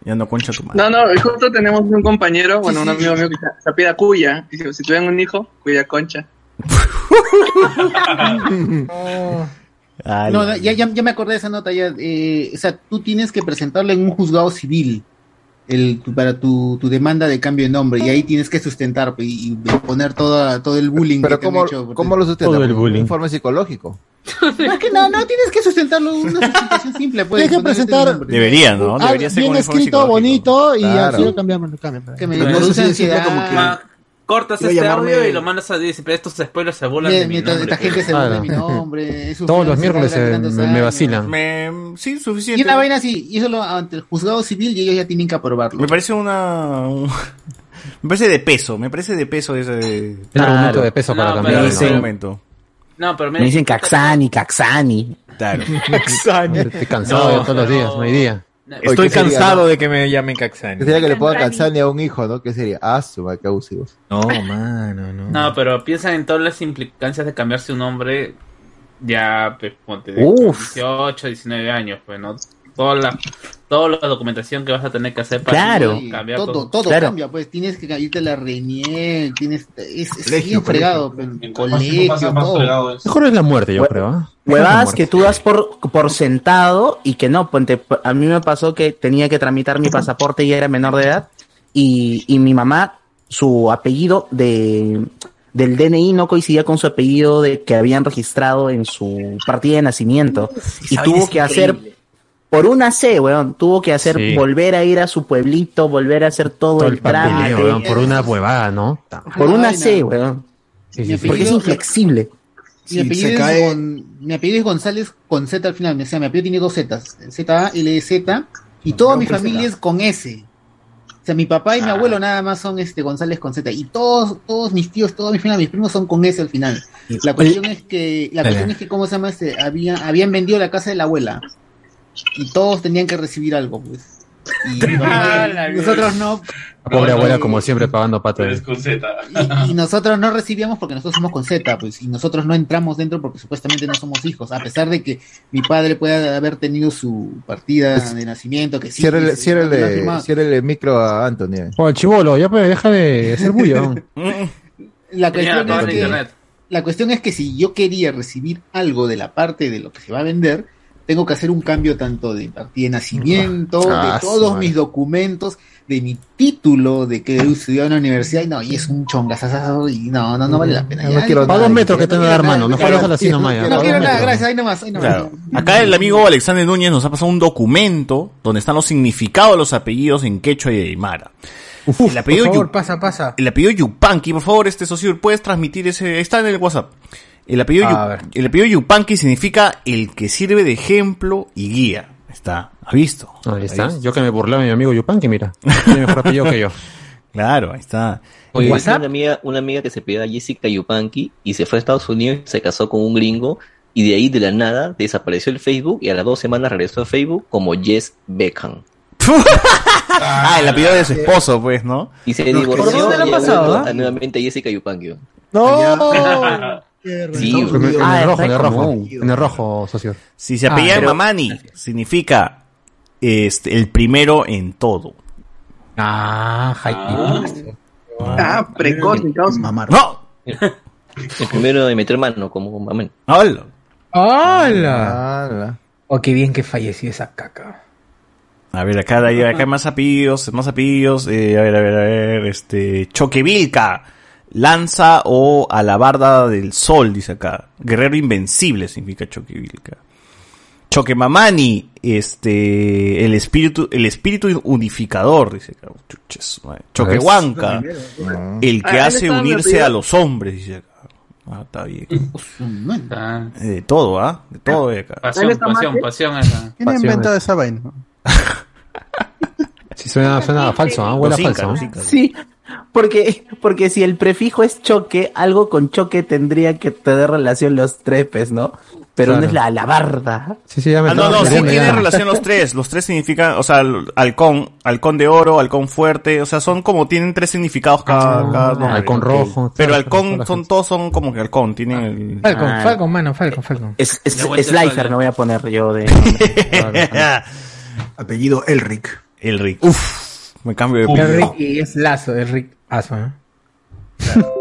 S3: Ya no Concha a tu madre.
S18: No, no, justo tenemos un compañero, bueno, un amigo mío que se- se apida Cuya. Dice, si tuvieran un hijo, Cuya Concha.
S3: Ah,
S7: No,
S3: la-
S7: ya, ya, ya me acordé de esa nota. Ya, eh, o sea, tú tienes que presentarla en un juzgado civil el, tu- para tu, tu demanda de cambio de nombre y ahí tienes que sustentar pe, y, y poner toda, todo el bullying
S19: Pero
S7: que te han
S19: ¿cómo,
S7: hecho. por-
S19: ¿cómo lo sustentas?
S2: Todo el bullying.
S19: Un informe psicológico.
S7: No, es que no, no tienes que sustentarlo. Una sustentación simple. Puedes
S13: Tienes que
S7: poner este
S13: presentar-
S7: nombre.
S3: Debería, ¿no?
S13: Ah,
S3: Debería ser
S13: bien
S3: con informe
S13: escrito,
S3: psicológico.
S13: bonito, y
S3: Claro.
S13: ya quiero cambiarme, cambiarme.
S7: Que me
S13: Pero
S7: produce
S13: no sé,
S7: ansiedad.
S13: siempre como que-
S5: Ma- cortas
S13: Quiero
S5: este
S13: llamarme-
S5: audio y lo mandas a dice, pero estos spoilers se burlan
S7: Mira,
S5: de mi
S7: mientras
S5: nombre.
S7: esta gente se burla de mi nombre. he sufrido
S2: Todos los miércoles
S7: ansiedad
S2: eh,
S7: durante
S2: me,
S7: tantos
S2: me
S7: años.
S2: vacilan.
S3: Me- sí,
S7: Y
S3: suficiente.
S7: una vaina así, y eso lo ante el juzgado civil y ellos ya tienen que aprobarlo.
S3: Me parece una. un- me parece de peso. Me parece de peso ese.
S2: El argumento de peso para
S3: No,
S2: cambiar.
S3: pero
S2: el
S3: ese
S2: nombre.
S3: argumento.
S5: No, pero
S1: Me dicen Caxani, Caxani.
S3: Claro.
S2: Hombre, Estoy cansado
S20: No,
S2: ya todos los días, no hay día.
S20: Estoy cansado de que me llamen Caxani.
S19: Que sería que le ponga calzani a un hijo, ¿no? Que sería, ah, su madre, qué abusivos.
S20: No, mano, no.
S5: No, pero piensa en todas las implicancias de cambiarse un nombre ya, pues, ponte, de
S1: Uf.
S5: 18, 19 años, pues, ¿no? Toda la, toda la documentación que vas a tener que hacer para
S1: Claro.
S5: cambiar
S7: Todo,
S5: tu-
S7: todo cambia, pues tienes que irte a la renier, tienes, es, es
S5: Colegio,
S7: bien
S5: colegio.
S7: fregado, pero-
S8: Más- más-
S7: colegio,
S8: más fregado
S7: todo.
S8: es.
S2: Mejor es la muerte, yo
S1: Hue-
S2: creo. ¿ah? Mejor es la
S1: Huevadas
S2: muerte.
S1: que tú das por, por sentado y que no, ponte, a mí me pasó que tenía que tramitar mi pasaporte y era menor de edad y, y mi mamá, su apellido de, del DNI no coincidía con su apellido de que habían registrado en su partida de nacimiento y
S20: vaina
S1: tuvo
S20: es
S1: que hacer
S20: increíble.
S1: por una C, weón, tuvo que hacer
S2: Sí.
S1: volver a ir a su pueblito, volver a hacer todo,
S2: Todo
S1: el,
S2: el
S1: trámite.
S2: papeleo, weón, por una huevada, ¿no?
S1: Por una C, weón.
S2: sí, sí.
S1: Porque es inflexible.
S7: Mi apellido,
S1: se
S7: es
S1: cae-
S7: Gon- mi apellido es González con Z al final, o sea, mi apellido tiene dos Zs, Z, L, E, Z,
S2: Ah,
S7: y toda mi familia es con S. O sea, mi papá y mi abuelo nada más son este González con Z, y todos, todos mis tíos, todos mis primos, mis primos son con S al final. La cuestión es que, la
S20: Dale.
S7: cuestión es que, ¿cómo se llama este? Había, habían vendido la casa de la abuela, y todos tenían que recibir algo, pues. Y mi mamá- nosotros no,
S2: La pobre abuela, como siempre, pagando pato. de-
S7: y nosotros no recibíamos porque nosotros somos con Z, pues, y nosotros no entramos dentro porque supuestamente no somos hijos, a pesar de que mi padre pueda haber tenido su partida de nacimiento, que sí,
S19: Cierra
S7: que
S19: el,
S7: sí,
S19: cierra
S7: que lo ha firmado.
S19: el, cierra el micro a Anthony. eh.
S2: Bueno, chivolo, ya pues, deja de ser bulla. weón.
S7: La cuestión,
S5: todo
S7: es
S5: en
S7: que,
S5: internet.
S7: la cuestión es que si yo quería recibir algo de la parte de lo que se va a vender, tengo que hacer un cambio tanto de partida de nacimiento,
S19: Ah,
S7: de
S19: su
S7: todos
S19: madre.
S7: mis documentos, de mi título, de que estudié en la universidad, y no, y es un chongazazazo, y no, no, no vale la pena.
S2: No
S7: ya,
S2: quiero
S7: ya,
S2: Pa'
S7: ya,
S2: dos
S7: ya,
S2: metros
S7: ya,
S2: que te van a
S7: quiero
S2: dar,
S7: nada,
S2: mano. No
S7: quiero-
S2: pagas así nomás. ya, pa'
S7: No
S2: dos
S7: quiero nada,
S2: metros.
S7: gracias, ahí nomás, ahí nomás.
S3: Claro. Acá el amigo Alexander Núñez nos ha pasado un documento donde están los significados de los apellidos en quechua y aymara. el apellido
S20: Por favor,
S3: Yu-
S20: pasa, pasa.
S3: el apellido Yupanqui, por favor, este socio, puedes transmitir ese. Está en el WhatsApp. El apellido,
S20: A
S3: Yu- el apellido Yupanqui significa el que sirve de ejemplo y guía. Está, ha visto.
S2: Ahí está. Yo que me burlaba de mi amigo Yupan, que mira. Tiene mejor apellido que yo.
S3: Claro, ahí está.
S11: Oye, yo tengo una amiga, una amiga que se pidió a Jessica Yupanqui y se fue a Estados Unidos y se casó con un gringo y de ahí de la nada desapareció el Facebook y a las dos semanas regresó a Facebook como Jess Beckham.
S3: Ah, el apellido de su esposo, pues, ¿no?
S11: Y se
S3: Los que-
S11: divorció
S3: ¿Por dónde
S11: y
S3: lo
S11: ha
S3: han pasado,
S11: vuelto
S3: ah?
S11: a nuevamente Jessica Yupanqui.
S13: ¡No!
S11: Sí,
S2: En el- en
S11: Ah,
S2: el rojo, en
S11: está
S2: el rojo,
S11: común.
S2: en el rojo, socio.
S3: Si se apellida
S2: Ah, pero-
S3: Mamani, significa este, el primero en todo.
S11: Ah,
S18: Ah, precoz, mi causa.
S3: ¡No!
S11: El primero de meter mano como un mamón.
S3: ¡Hola!
S1: ¡Hola! Oh, qué bien que falleció esa caca.
S3: A ver, acá, hay- acá hay más apellidos, más apellidos. eh, a ver, a ver, a ver. Este, Choquevilca, lanza o alabarda del sol, dice acá. Guerrero invencible significa Choquevilca. Choquemamani, este, el espíritu, el espíritu unificador, dice acá. Chuches, madre. Choquehuanca, el que
S18: Ah,
S3: hace
S18: él estaba
S3: unirse
S18: metido.
S3: a los hombres, dice acá. Ah, está bien. Eh, De todo, ¿ah? De todo hay acá.
S6: Pasión,
S1: ¿eh?
S6: pasión, pasión. acá.
S4: ¿Quién ha inventado esa vaina?
S2: Sí, suena, suena falso, ¿ah? Huele a
S3: Los incas,
S2: falso.
S3: los
S2: ¿ah?
S3: incas.
S14: Sí, porque, porque si el prefijo es choque, algo con choque tendría que tener relación los trepes, ¿no? Pero
S2: Claro.
S14: no es la alabarda.
S2: Sí, sí, ya me
S3: Ah, no, no,
S2: estaba
S3: sí
S2: perdiendo
S3: tiene
S2: ya.
S3: relación los tres. Los tres significan, o sea, el halcón, halcón de oro, halcón fuerte, o sea, son como tienen tres significados cada,
S2: Ah,
S3: cada nombre.
S2: halcón
S3: Ok.
S2: rojo,
S3: Pero
S2: claro,
S3: halcón, son, todos son como que halcón, tienen el...
S1: Falcon,
S3: Ah,
S1: Falcon, mano, Falcon, Falcon.
S14: Es, es,
S3: Ya vuelta
S14: Slifer,
S3: sola.
S14: no voy a poner yo de.
S9: Apellido Elric.
S3: Elric. Uf, me cambio de
S1: El
S3: apellido.
S1: Rick y es Lazo, el Rick Aso, ¿eh?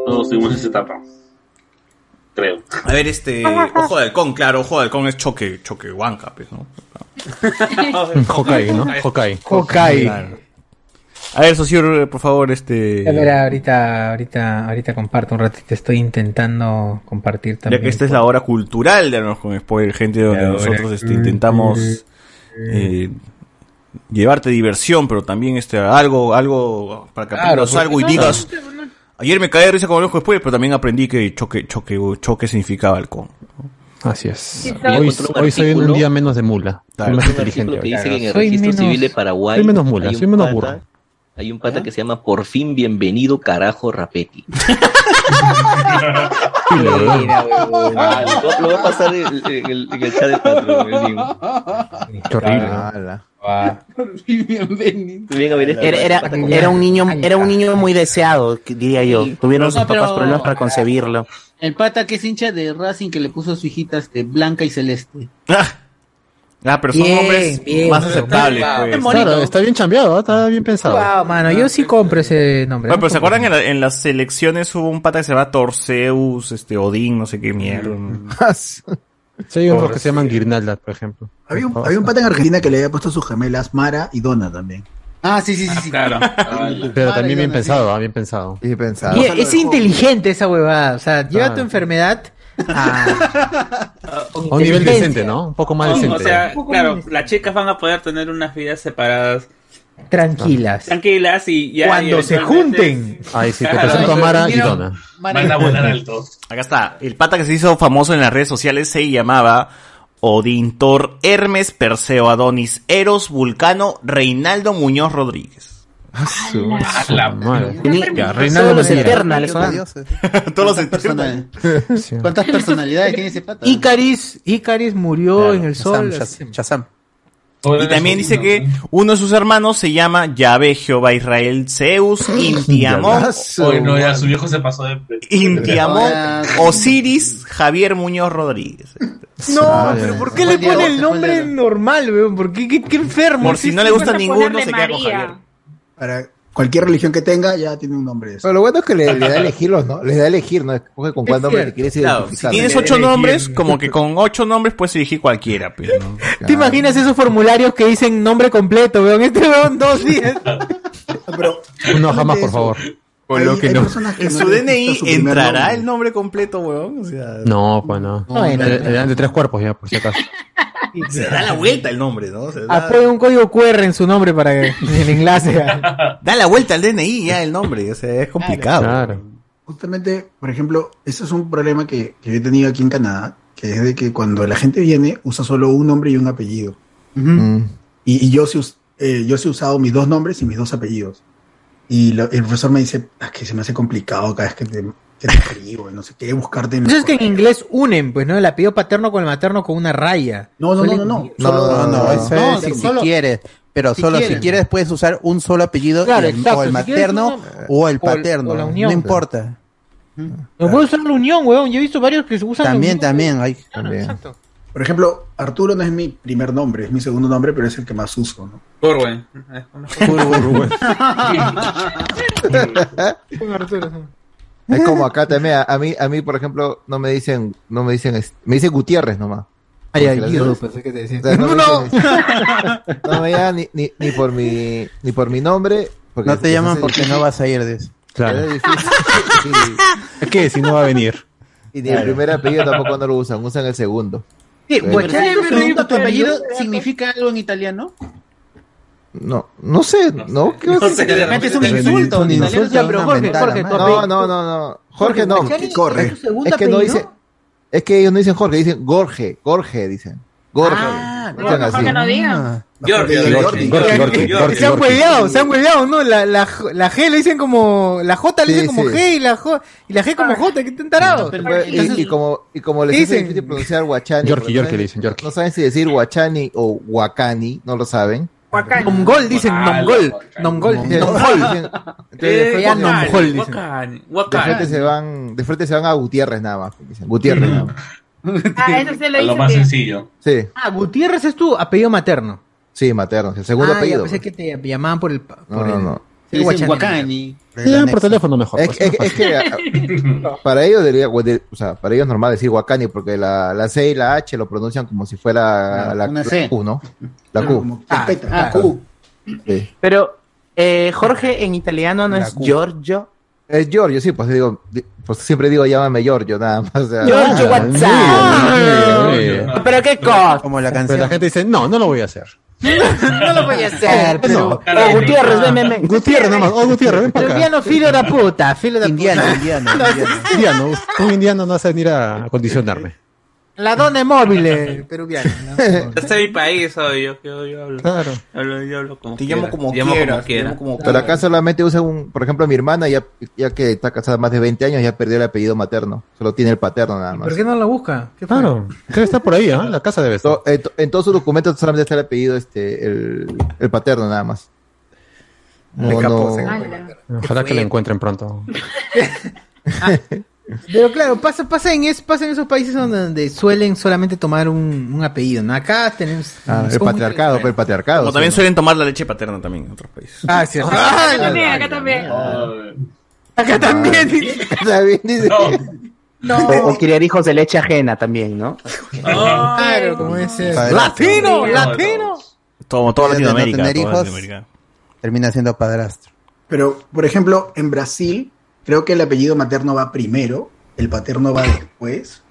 S5: Todos tuvimos esa etapa. Creo.
S3: A ver, este, ojo de halcón, claro, ojo de halcón es choque, choque huanca, pues, ¿no?
S2: Hawkeye, ¿no? Hawkeye.
S1: Hawkeye.
S3: Claro. A ver, socio, por favor, este...
S1: A ver, ahorita, ahorita, ahorita comparto un ratito. Estoy intentando compartir
S3: Ya
S1: también.
S3: que esta es la hora cultural de Hablamos con Spoiler, gente, donde
S1: La hora
S3: nosotros este, intentamos eh, llevarte diversión, pero también este, algo, algo para que
S1: Claro,
S3: aprendas
S1: porque
S3: algo y
S1: no,
S3: digas. Ayer me caí de risa con Hablamos con Spoiler, pero también aprendí que choque, choque, choque significaba halcón.
S2: Así es.
S11: soy-
S2: Hoy,
S11: Encontré un
S2: hoy soy un
S11: artículo-
S2: día menos de mula. Soy más
S11: Hay un
S2: inteligente.
S11: artículo que dice
S2: ahorita.
S11: que en el registro civil de Paraguay
S2: soy menos mula,
S11: hay un
S2: soy menos
S11: pata-
S2: burro.
S11: Hay un pata que se llama Por fin bienvenido carajo Rapetti.
S1: Mira,
S11: Lo voy a- lo voy a pasar en, en el, en el chat de Patreon. el link.
S2: Qué horrible.
S7: Bienvenido.
S11: Bien, a ver, este
S14: Ah. Era, era,
S11: pata con-
S14: era un niño, era un niño muy deseado, que diría yo. Tuvieron sus papás problemas para concebirlo.
S7: El pata que es hincha de Racing que le puso a su hijita este, blanca y celeste.
S3: Ah, pero son
S7: Bien,
S3: hombres
S7: bien,
S3: más
S7: bien.
S3: aceptables. pues.
S2: Claro, está bien chambeado, ¿ah? está bien pensado.
S1: Wow, mano, yo sí compro ese nombre.
S3: Bueno, pero ¿se acuerdan? En, la- en las selecciones hubo un pata que se llama Torceus, este, Odín, no sé qué mierda.
S2: Mm. Ah, Sí, hay unos que se llaman guirnaldas, por ejemplo.
S9: Había un, había un pata en Argentina que le había puesto sus gemelas Mara y Donna también.
S7: Ah, sí, sí, sí. sí.
S5: Claro.
S2: Pero también bien pensado, ah, bien pensado.
S19: Bien pensado.
S1: Y es inteligente esa huevada. O sea, lleva
S2: Claro.
S1: tu enfermedad
S2: A un nivel decente, ¿no? Un poco más decente.
S6: O sea, claro, las chicas van a poder tener unas vidas separadas,
S1: tranquila.
S6: tranquilas y ya.
S1: Cuando
S6: y
S1: se
S6: eventualmente-
S1: junten.
S2: Ahí sí, te
S6: Claro.
S2: presento a Mara y Donna.
S5: Van a volar alto.
S3: Acá está. El pata que se hizo famoso en las redes sociales se llamaba Odintor Hermes Perseo Adonis Eros Vulcano Reinaldo Muñoz Rodríguez.
S20: Ah,
S5: A la madre.
S3: Ya,
S14: Todos los
S3: Muñoz.
S14: eternals, ¿no?
S3: Todos los
S7: personal-
S2: Sí.
S7: ¿Cuántas personalidades tiene ese pata?
S1: Icaris, Icaris murió en el sol.
S4: Chazam.
S3: Y también dice que uno de sus hermanos se llama Yahvé Jehová Israel Zeus Intiamón
S5: Oye, no, ya su viejo se pasó de. de-
S3: Intiamón
S7: Ah,
S3: Osiris Javier Muñoz Rodríguez.
S1: No,
S2: Ah,
S1: pero
S2: ya.
S1: ¿por qué le
S7: Juan
S1: pone
S7: Diego,
S1: el
S7: Juan
S1: nombre
S7: Diego.
S1: normal, weón? ¿Por qué? ¿Qué, qué enfermo?
S3: Por si no le gusta
S17: Van a
S3: ninguno,
S17: ponerle
S3: se queda con
S17: María.
S3: Javier.
S9: Para cualquier religión que tenga, ya tiene un nombre. de eso.
S19: Pero lo bueno es que le, le da a elegirlos, ¿no? Les da a elegir, ¿no? Escoge con cuál
S1: Es
S19: nombre
S1: cierto.
S19: te quieres
S3: Claro,
S19: identificar.
S3: si tienes
S19: ¿no?
S3: ocho nombres, como que con ocho nombres puedes elegir cualquiera. pues, ¿no?
S2: Ah.
S1: ¿Te imaginas esos formularios que dicen nombre completo, weón? Este weón dos días.
S9: Pero
S2: No, jamás, por favor.
S9: Con lo Hay- que hay no. personas que
S3: En
S9: no
S3: su
S9: les gusta
S3: DNI
S9: su primer
S3: entrará
S9: nombre.
S3: el nombre completo, weón. O sea,
S2: No, pues no. eh,
S1: No,
S2: Le-
S1: no,
S2: le,
S1: no.
S2: dan de tres cuerpos ya, por si acaso.
S3: se da la vuelta el nombre, ¿no? Se
S1: Ah,
S3: da,
S1: puede un código QR en su nombre para que el enlace. a-
S3: da la vuelta al DNI ya el nombre. O sea, es complicado.
S2: Claro.
S9: Justamente, por ejemplo, ese es un problema que, que yo he tenido aquí en Canadá, que es de que cuando la gente viene, usa solo un nombre y un apellido.
S19: Mm.
S9: Y, y yo, sí, us- eh, yo sí he usado mis dos nombres y mis dos apellidos. Y lo- el profesor me dice, "Ah, que se me hace complicado cada vez que te, que te escribo, no sé qué, buscarte en...
S1: Entonces es que en inglés unen, pues, ¿no? El apellido paterno con el materno con una raya.
S9: No, no, no, no, no.
S4: no,
S9: Solo-
S4: no, eso
S1: Ah. no,
S4: es si,
S1: pero
S4: si
S1: solo-
S4: quieres. Pero
S1: si
S4: solo
S1: quieres.
S4: si quieres puedes usar un solo apellido
S1: Claro,
S4: y el-
S1: exacto,
S4: o el
S1: si quieres
S4: materno
S1: una- o
S4: o el
S1: el-
S4: paterno.
S1: o la unión. pues.
S4: no importa.
S1: No puedo usar la unión, weón. Yo he visto varios que se usan
S4: También,
S1: la unión.
S4: también. Hay,
S9: Por ejemplo, Arturo no es mi primer nombre, es mi segundo nombre, pero es el que más uso, ¿no?
S6: Corwen.
S19: Es como acá también, a, a mí, a mí, por ejemplo, no me dicen, no me dicen, es- me dicen Gutiérrez nomás.
S1: Ay, ay,
S19: Porque pues, las
S1: Guido,
S19: dos-
S1: pensé que te decían.
S19: o sea, no, me
S1: ¡No!
S19: dicen- no me llaman ni, ni, ni por mi, ni por mi nombre. Porque
S4: No te
S19: les
S4: llaman
S19: hace
S4: porque
S19: difícil.
S4: no vas a ir de eso.
S19: Claro. Es difícil.
S2: Es que si no va a venir.
S19: Y ni el primer apellido tampoco no lo usan, usan el segundo.
S7: Sí,
S19: Pero-
S7: Bocelli pregunta, tu apellido significa algo en italiano?
S19: No, no sé, no, ¿qué
S7: No
S19: vas a
S7: sé,
S19: hacer?
S7: de repente es un insulto,
S19: Es un
S7: ni
S19: insulto,
S7: siquiera-
S19: es
S7: pero
S19: una
S7: Jorge,
S19: mentada,
S7: Jorge, tu
S19: mano.
S7: apellido.
S19: no, no, no, no, Jorge no,
S7: Jorge, ¿es tu Corre. segundo
S19: es que no
S7: apellido?
S19: dicen, es que ellos no dicen Jorge, dicen Gorge, Gorge dicen, Gorge,
S1: Ah,
S19: dicen
S1: claro,
S19: así.
S1: Jorge no diga.
S6: Giorgio,
S19: Giorgi,
S6: Giorgio,
S19: Giorgi,
S6: Giorgio.
S19: Giorgi.
S1: Se han hueveado, se han hueveado, ¿no? La, la, la G le dicen como. La J le
S19: Sí,
S1: dicen como
S19: sí.
S1: G y la, J, y la G como J. ¿Qué tan tarado?
S19: Y, y como, y como les
S1: ¿Qué
S19: es
S1: dicen?
S19: difícil pronunciar Guachani,
S2: Yorkie,
S19: porque
S2: Yorkie
S19: no
S2: le
S19: saben- no saben si decir Guachani o Huacani, no lo saben.
S1: Nomgol dicen,
S17: Ah,
S1: Nomgol. Nomgol.
S19: Dicen- Eh, dicen- entonces
S1: Eh,
S19: después
S1: ya
S19: dicen-
S1: Nomgol, dicen.
S6: Guacani,
S19: De frente se van, de frente se van a Gutiérrez nada más, dicen, Gutiérrez nada más.
S17: Ah, eso se lo hice.
S5: más sencillo.
S19: Sí,
S1: Ah, Gutiérrez es tu apellido materno.
S19: sí, materno, el segundo
S1: ah, ya,
S19: apellido. pues.
S1: pensé que te llamaban por el. pa-
S19: No, no, no.
S1: Sí, Guachani.
S2: Le
S19: Ah,
S2: dan por teléfono mejor.
S19: Es,
S2: pues,
S19: es-
S2: más
S19: es que ah, a- para ellos debería, o sea, para ellos es normal decir Huacani porque la, la C y la H lo pronuncian como si fuera
S7: Claro,
S19: la,
S7: una
S19: la
S7: C.
S19: Q, ¿no? La
S7: Claro,
S19: Q.
S7: como carpeta. Ah,
S19: Q. Sí.
S14: Pero eh, Jorge en italiano no
S19: La
S14: es
S19: Q.
S14: Giorgio.
S19: Es Giorgio, sí, pues digo, di- pues siempre digo llámame Giorgio, nada más. o sea.
S14: Giorgio
S19: Ah,
S14: WhatsApp.
S19: muy bien, muy bien, muy bien.
S14: Pero qué cosa.
S4: Como la
S2: Pero la
S4: canción.
S2: gente dice, no, no lo voy a hacer.
S14: No lo voy a
S19: Ah,
S14: hacer, pero.
S2: No.
S14: Oh, Gutiérrez, ven, ven, ven.
S2: Gutiérrez nomás. Oh, Gutiérrez, ven para acá.
S1: Indiano, filo de puta, filo de
S4: puta.
S1: Indiano,
S2: Indiano, un indiano no hace venir a acondicionarme.
S1: La dona es
S19: eh,
S1: móvil, peruviano.
S6: Este es mi país, soy yo, yo, yo hablo.
S2: Claro.
S6: Hablo, yo hablo como
S3: Te llamo
S6: quiera.
S3: como
S6: Te llamo
S3: quieras,
S6: como
S3: te llamo
S6: quiera.
S3: como
S19: Pero acá solamente usa un, por ejemplo, mi hermana, ya, ya que está casada más de 20 años, ya perdió el apellido materno, solo tiene el paterno nada más.
S1: ¿Por qué no la busca? ¿Qué fue?
S2: Claro, debe estar por ahí, ¿ah? La casa debe estar.
S19: To- En, to- en todos sus documentos solamente está el apellido, este, el, el paterno nada más.
S2: Me
S19: No,
S2: escapó,
S19: no,
S1: eh.
S2: se
S1: Ah,
S2: Ojalá que la encuentren pronto.
S1: Pero claro, pasa, pasa, en es, pasa en esos países donde, donde suelen solamente tomar un, un apellido. ¿no? Acá tenemos.
S19: Ah, el
S1: son muy-
S19: patriarcado, pero el patriarcado.
S3: Como también
S19: sí,
S3: suelen tomar la leche paterna también en otros países.
S1: Ah, sí.
S17: Acá
S1: Ay,
S17: también, acá también.
S1: acá también.
S19: Está bien, dice.
S14: O, o criar hijos de leche ajena también, ¿no?
S1: Claro, como ese.
S4: Padre.
S1: ¡Latino! ¡Latino!
S3: Como toda
S4: Antes de no
S3: Latinoamérica.
S4: tener
S3: toda
S4: hijos,
S3: Latinoamérica.
S4: Termina siendo padrastro.
S9: Pero, por ejemplo, en Brasil, creo que el apellido materno va primero, el paterno va después.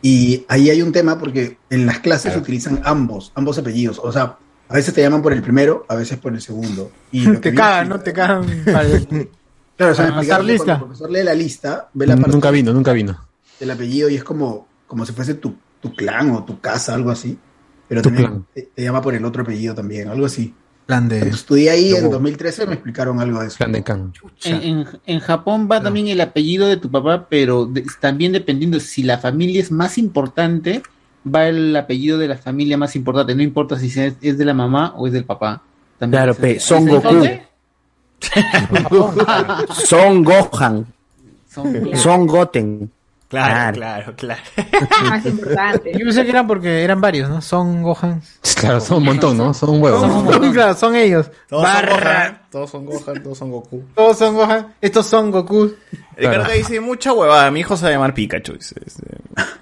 S9: Y ahí hay un tema porque en las clases utilizan ambos, ambos apellidos. O sea, a veces te llaman por el primero, a veces por el segundo. Y lo que
S1: Te
S9: vi-
S1: cagan, ¿no? Te cagan. para-
S9: Claro, o sea,
S1: para pasar
S9: me explicaron que cuando
S1: lista.
S9: el profesor lee la lista, ve la parte
S2: Nunca vino, nunca vino.
S9: del apellido y es como, como si fuese tu, tu clan o tu casa, algo así. Pero
S2: Tu
S9: también
S2: clan.
S9: te, te llama por el otro apellido también, algo así.
S1: Plan de.
S9: Cuando estudié ahí en
S2: Luego.
S9: 2013, me explicaron algo de eso.
S2: Plan de can.
S7: En, en- en Japón va también el apellido de tu papá, pero de- también dependiendo si la familia es más importante, va el apellido de la familia más importante. No importa si es, es de la mamá o es del papá. También
S14: Claro,
S7: se-
S14: pe, Son
S7: ¿Es
S14: Goku.
S7: entonces?
S14: Son Gohan.
S7: Son-
S14: Son Goten.
S1: Ah,
S3: Claro, claro, claro.
S17: Más importante.
S1: Yo pensé que eran porque eran varios, ¿no? Son Gohan.
S2: Claro, son un montón, ¿no? Son un huevo.
S1: Son, claro, son ellos.
S3: Todos son
S1: Barra.
S3: Gohan, todos son Gohan, todos son Goku.
S1: Todos son Gohan. Estos son Goku.
S3: Ricardo te dice mucha huevada, mi hijo se va a llamar Pikachu. dice, este,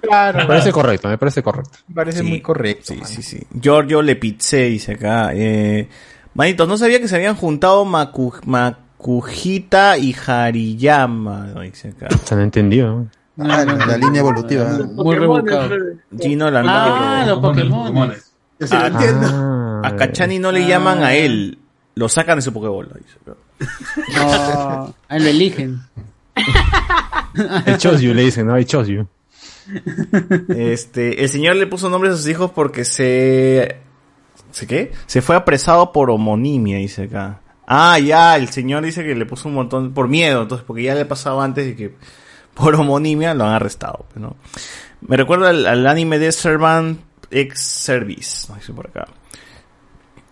S1: Claro.
S2: Me parece correcto, me parece correcto.
S1: Me parece
S3: Sí,
S1: muy correcto.
S3: Sí, sí, sí. Giorgio Lepitze dice acá. Eh, manitos, no sabía que se habían juntado Maku, Makujita y Hariyama. ¿no? Dice acá.
S2: Se han entendido.
S4: Ah, la, la línea evolutiva.
S7: Muy rebuscado.
S3: Gino
S7: Ah,
S3: Landau.
S7: los Pokémon.
S3: Ah,
S2: Ah,
S3: a Cachani no le llaman a él. Lo sacan de su Pokébola. Dice.
S7: No, ahí lo eligen.
S2: I chose you, le dicen, ¿no? I chose you.
S3: Este, el señor le puso nombres a sus hijos porque se. ¿Se qué? Se fue apresado por homonimia, dice acá. Ah, ya, el señor dice que le puso un montón por miedo, entonces, porque ya le ha pasado antes de que por homonimia lo han arrestado, pues, ¿no? Me recuerda al, al anime de Servant Ex Service, dice por acá.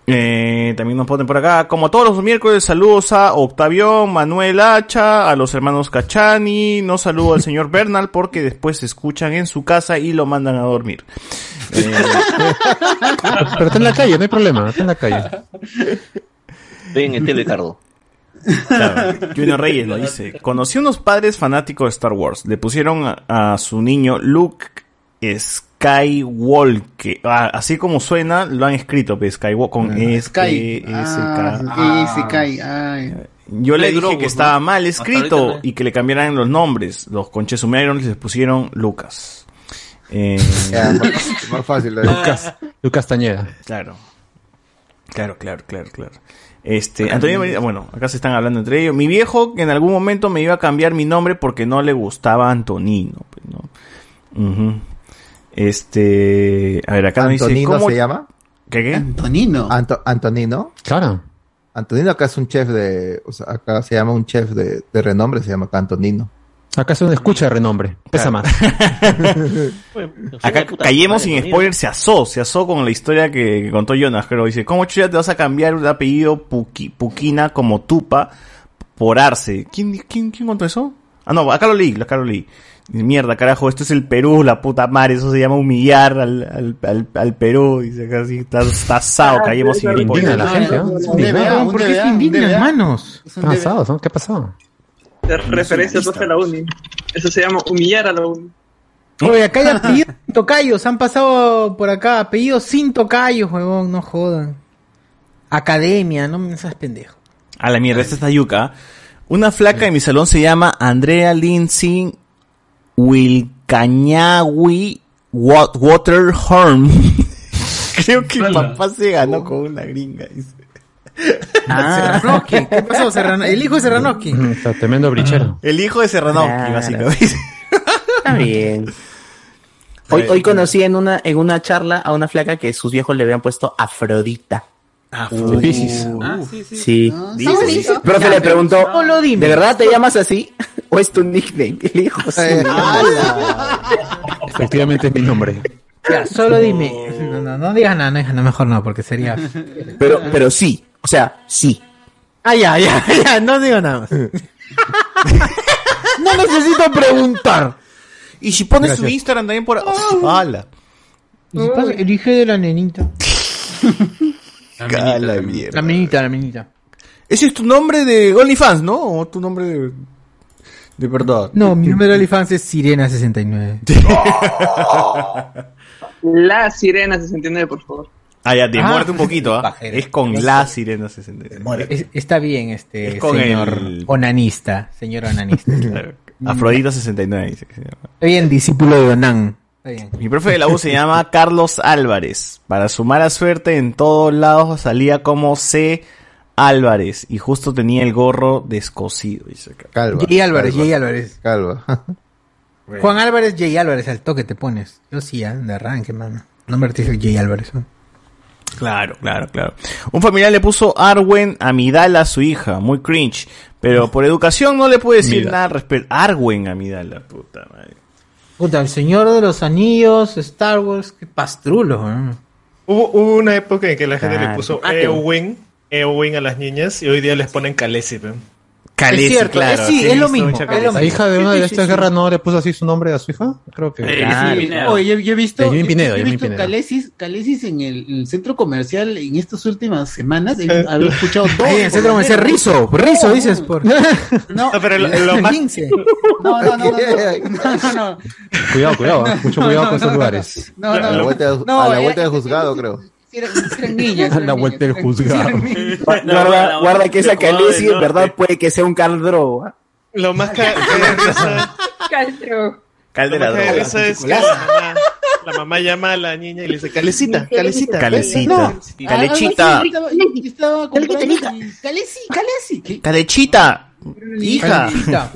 S3: Eh, también nos ponen por acá, como todos los miércoles, saludos a Octavión, Manuel Hacha, a los hermanos Cachani, no saludo al señor Bernal porque después se escuchan en su casa y lo mandan a dormir. Eh,
S2: Pero está en la calle, no hay problema, está en la calle.
S11: Estoy en el este Ricardo.
S3: Claro, Junior Reyes lo dice. Conocí unos padres fanáticos de Star Wars. Le pusieron a, a su niño Luke Skywalker. Ah, así como suena, lo han escrito, pues, Skywalker. Con S,
S7: Ah, Sky.
S3: E, S,
S7: Ah,
S3: K.
S7: sí, Sky. ay.
S3: Yo le
S7: Play
S3: dije
S7: Drogos,
S3: que
S7: ¿no?
S3: estaba mal
S7: Hasta
S3: escrito
S7: ahorita no.
S3: y que le cambiaran los nombres. Los conches sumerianos les pusieron Lucas. Eh,
S19: Ya, más- más fácil, ¿eh? la verdad.
S2: Lucas, Lucas Tañeda.
S3: Claro. Claro, claro, claro, claro. Este, Antonio Merida- bueno, acá se están hablando entre ellos. Mi viejo que en algún momento me iba a cambiar mi nombre porque no le gustaba Antonino. pues, ¿no? Ujú. Este, a ver, acá nos dice,
S19: ¿Antonino
S3: ¿cómo-
S19: se llama?
S3: ¿Qué, qué?
S19: Antonino. Antonino.
S2: Claro.
S19: Antonino acá es un chef de. O sea, acá se llama un chef de, de renombre, se llama acá Antonino.
S2: Acá es una escucha de renombre. Pesa más.
S3: Acá callemos sin spoiler, se asó, se asó con la historia que, que contó Jonas, creo. Dice, ¿cómo chucha te vas a cambiar un apellido Puqui- Puquina como Tupa por Arce? ¿Quién, quién, quién contó eso? Ah, no, acá lo leí, acá lo leí. Mierda, carajo, esto es el Perú, la puta madre, eso se llama humillar al, al, al, al Perú. Dice, acá sí, está, está asado, callemos sin spoiler. Ah,
S1: No, ¿Por qué se indignan, hermanos?
S2: Están asados, ¿no? ¿Qué ha pasado?
S18: De referencia pues, a la uni. Eso se llama humillar a la uni.
S1: Oye, acá hay apellidos sin tocayos, han pasado por acá apellidos sin tocayos, huevón, no jodan. Academia, no me seas pendejo.
S3: A la mierda, esta está yuca. Una flaca de mi salón se llama Andrea Lindsay Wilcañawi Wa- Waterhorn. Creo que papá se ganó con una gringa. dice. Ah,
S1: Serranoski, Ah, ¿qué pasó? Serrano- El hijo de Serranoski.
S2: Está tremendo brichero.
S3: El hijo de Serranoski, básicamente.
S14: Está bien. Hoy, hoy conocí en una, en una charla a una flaca que sus viejos le habían puesto Afrodita.
S7: Ah,
S3: Afrodita.
S14: Piscis.
S6: Ah,
S14: sí.
S6: está bonito.
S14: El profe le preguntó,
S1: No lo
S14: ¿de
S1: dime.
S14: verdad te llamas así? ¿O es tu nickname? Y le dijo, sí.
S2: Efectivamente es mi nombre.
S1: Ya, solo dime.
S7: Oh.
S1: No, no, no digas nada, no digas nada, mejor no, porque sería.
S14: Pero, pero sí, o sea, sí.
S1: Ah, ya, ya, ya, no digo nada más. no necesito preguntar.
S3: Y si pones
S1: Gracias.
S3: su Instagram también por... ¡Hala!
S1: El hijo de la nenita.
S3: ¡Cala mierda!
S1: La menita, la menita.
S3: Ese es tu nombre de OnlyFans, ¿no? ¿O tu nombre de... de verdad?
S1: No, mi número de OnlyFans es Sirena69.
S18: La sirena 69, por favor.
S3: Ah, ya, te
S1: Ah.
S3: muerte un poquito, ¿ah? Es con la sirena 69.
S1: Es- está bien, este
S3: Es con
S1: señor
S3: el-
S1: onanista. Señor onanista.
S3: Claro. Afrodita 69 dice que se llama.
S1: Está bien, discípulo de Onan. Está bien.
S3: Mi profe de la U se llama Carlos Álvarez. Para su mala suerte, en todos lados salía como C. Álvarez. Y justo tenía el gorro descosido. Dice acá.
S19: Calva.
S1: Jay Álvarez, Jay Álvarez.
S19: Calva.
S1: Juan Álvarez, Jay Álvarez, al toque te pones. Yo sí, ¿eh? de arranque, mano. No me retiro Jay Álvarez. ¿no?
S3: Claro, claro, claro. Un familiar le puso Arwen Amidala a su hija. Muy cringe. Pero por educación no le puede decir
S1: Mira.
S3: nada al respecto. Arwen Amidala, puta madre.
S1: Puta, el Señor de los Anillos, Star Wars, qué pastrulo. ¿no?
S20: Hubo, hubo una época en que la gente
S1: Claro.
S20: le puso eh,
S1: Ah, qué bueno.
S20: Eowyn, Eowyn a las niñas y hoy día les ponen Khaleesi. pe.
S3: Khaleesi,
S20: cierto,
S3: claro,
S20: es-
S3: sí,
S20: he
S3: visto mucha Khaleesi.
S2: La hija de una de estas guerras no le puso así su nombre a su hija. Creo que.
S3: Eh,
S2: Claro.
S7: Oye, yo, yo he visto,
S2: De Jimmy Pinedo,
S7: yo he
S2: Jimmy
S7: visto
S2: Pinedo.
S7: Calesis, Calesis en el, el centro comercial en estas últimas semanas. He
S3: Eh.
S7: haber escuchado todo.
S1: Ahí en el centro comercial, Rizo, Rizo, dices. Por...
S7: No,
S20: pero
S1: lo más- Lince.
S7: No, no, no, no, no, no, no.
S2: Cuidado, cuidado. ¿eh? Mucho cuidado con esos lugares.
S7: No, no,
S19: a la
S7: no.
S19: vuelta, de-
S7: No,
S19: a la
S7: eh,
S19: vuelta del juzgado, creo.
S7: Si eran, si eran niñas.
S2: A la vuelta del juzgado.
S14: Guarda, guarda que esa Khaleesi en
S20: norte.
S14: verdad
S3: eh.
S14: puede que sea un Khal Drogo. ¿ah?
S20: Lo más ca- que da risa-
S17: Castro.
S20: lo más que da risa es que la mamá, la mamá llama a la niña y le dice, Calecita, Calecita.
S3: Calecita. Calechita.
S7: Ah, Estaba, estaba comprando y- Calesi, Calesi. ¿Qué?
S3: Calechita. Hija.
S7: Calesita.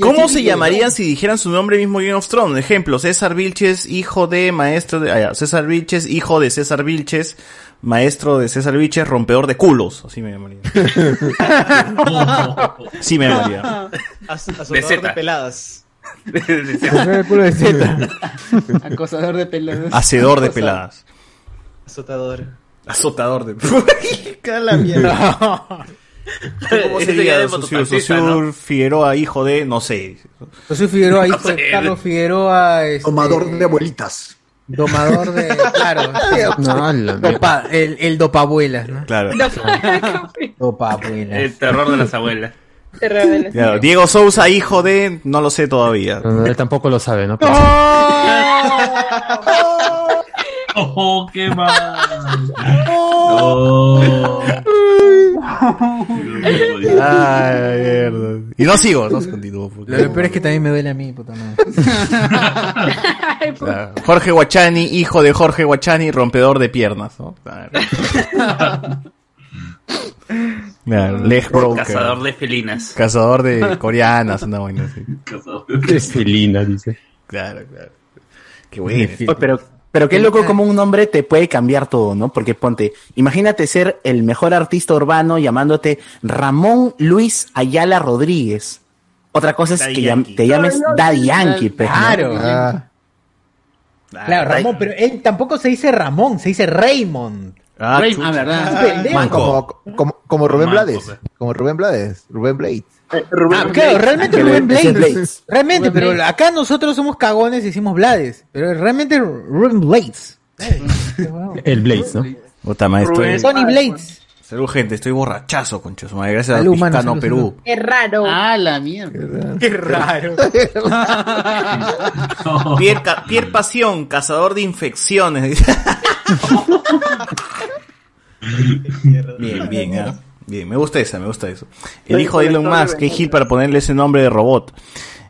S3: ¿Cómo se llamarían si dijeran su nombre mismo Game of Thrones? Ejemplo, César Vilches, hijo de maestro de... ah, ya, César Vilches, hijo de César Vilches, maestro de César Vilches, rompeor de culos. Así me llamaría. sí me llamaría.
S6: De
S20: Asador
S6: Zeta.
S20: de peladas.
S3: de Zeta.
S7: Acosador de peladas.
S3: Hacedor de peladas.
S20: Azotador.
S3: Azotador de
S7: Cada la mierda.
S3: ¿Cómo
S7: Ese
S3: sería?
S7: ya es
S3: Sosur,
S7: mototaxista,
S3: Sosur Figueroa, hijo de... No sé.
S1: José Figueroa, hijo
S3: No sé.
S1: de Carlos Figueroa. este,
S9: Domador de abuelitas.
S1: Domador de. Claro.
S2: No, la
S1: Dopa- el, el dopabuelas, ¿no?
S3: Claro.
S1: Dopabuelas.
S6: El terror de las abuelas.
S3: Claro, Diego Sousa, hijo de... No lo sé todavía.
S2: él tampoco lo sabe, ¿no?
S5: ¡Oh, qué mal!
S14: ¡Oh!
S3: Ay, mierda. Y no sigo, no continúo. porque-
S1: Lo peor es que también me duele a mí, puta madre.
S3: Claro. Jorge Guachani, hijo de Jorge Guachani, rompedor de piernas, ¿no? Claro. Claro, Leg broker.
S6: Cazador de felinas.
S3: Cazador de coreanas, una vaina así.
S2: De felina, dice.
S3: Claro, claro. Qué
S14: Oye,
S3: bueno.
S14: pero, pero qué loco como un nombre te puede cambiar todo, ¿no? Porque ponte, imagínate ser el mejor artista urbano llamándote Ramón Luis Ayala Rodríguez. Otra cosa es
S1: Daddy
S14: que llam-
S1: Yankee.
S14: te llames
S1: No, no,
S14: Daddy
S1: no,
S14: Yankee,
S1: no,
S14: pues, ¿no?
S1: claro. Ah. Claro,
S14: Ray-
S1: Ramón, pero él tampoco se dice Ramón, se dice Raymond.
S3: Ah,
S1: Raymond,
S7: eh, verdad.
S1: Es pendejo.
S19: Como, como, como Rubén
S1: Manco,
S19: Blades. Como Rubén Blades. Rubén Blades.
S1: Ah, claro, realmente Rubén Blades. Realmente,
S19: Rubén
S1: pero
S19: Blades.
S1: acá nosotros somos cagones y decimos Blades. Pero realmente Rubén Blades.
S2: El Blades, ¿no?
S3: Puta madre, estoy...
S1: Tony Blades.
S3: Salud, gente, estoy borrachazo, concha. su madre. Gracias
S1: Salud,
S3: a
S1: mano,
S3: Piscano
S1: salud,
S3: Perú.
S17: Qué raro.
S7: Ah, la mierda.
S1: Qué raro.
S3: Pierre, Ca- Pierre Pasión, cazador de infecciones. bien, bien, ¿ah?
S14: ¿eh?
S3: bien. Me gusta esa, me gusta eso. El hijo de Elon Musk, que Gil para ponerle ese nombre de robot.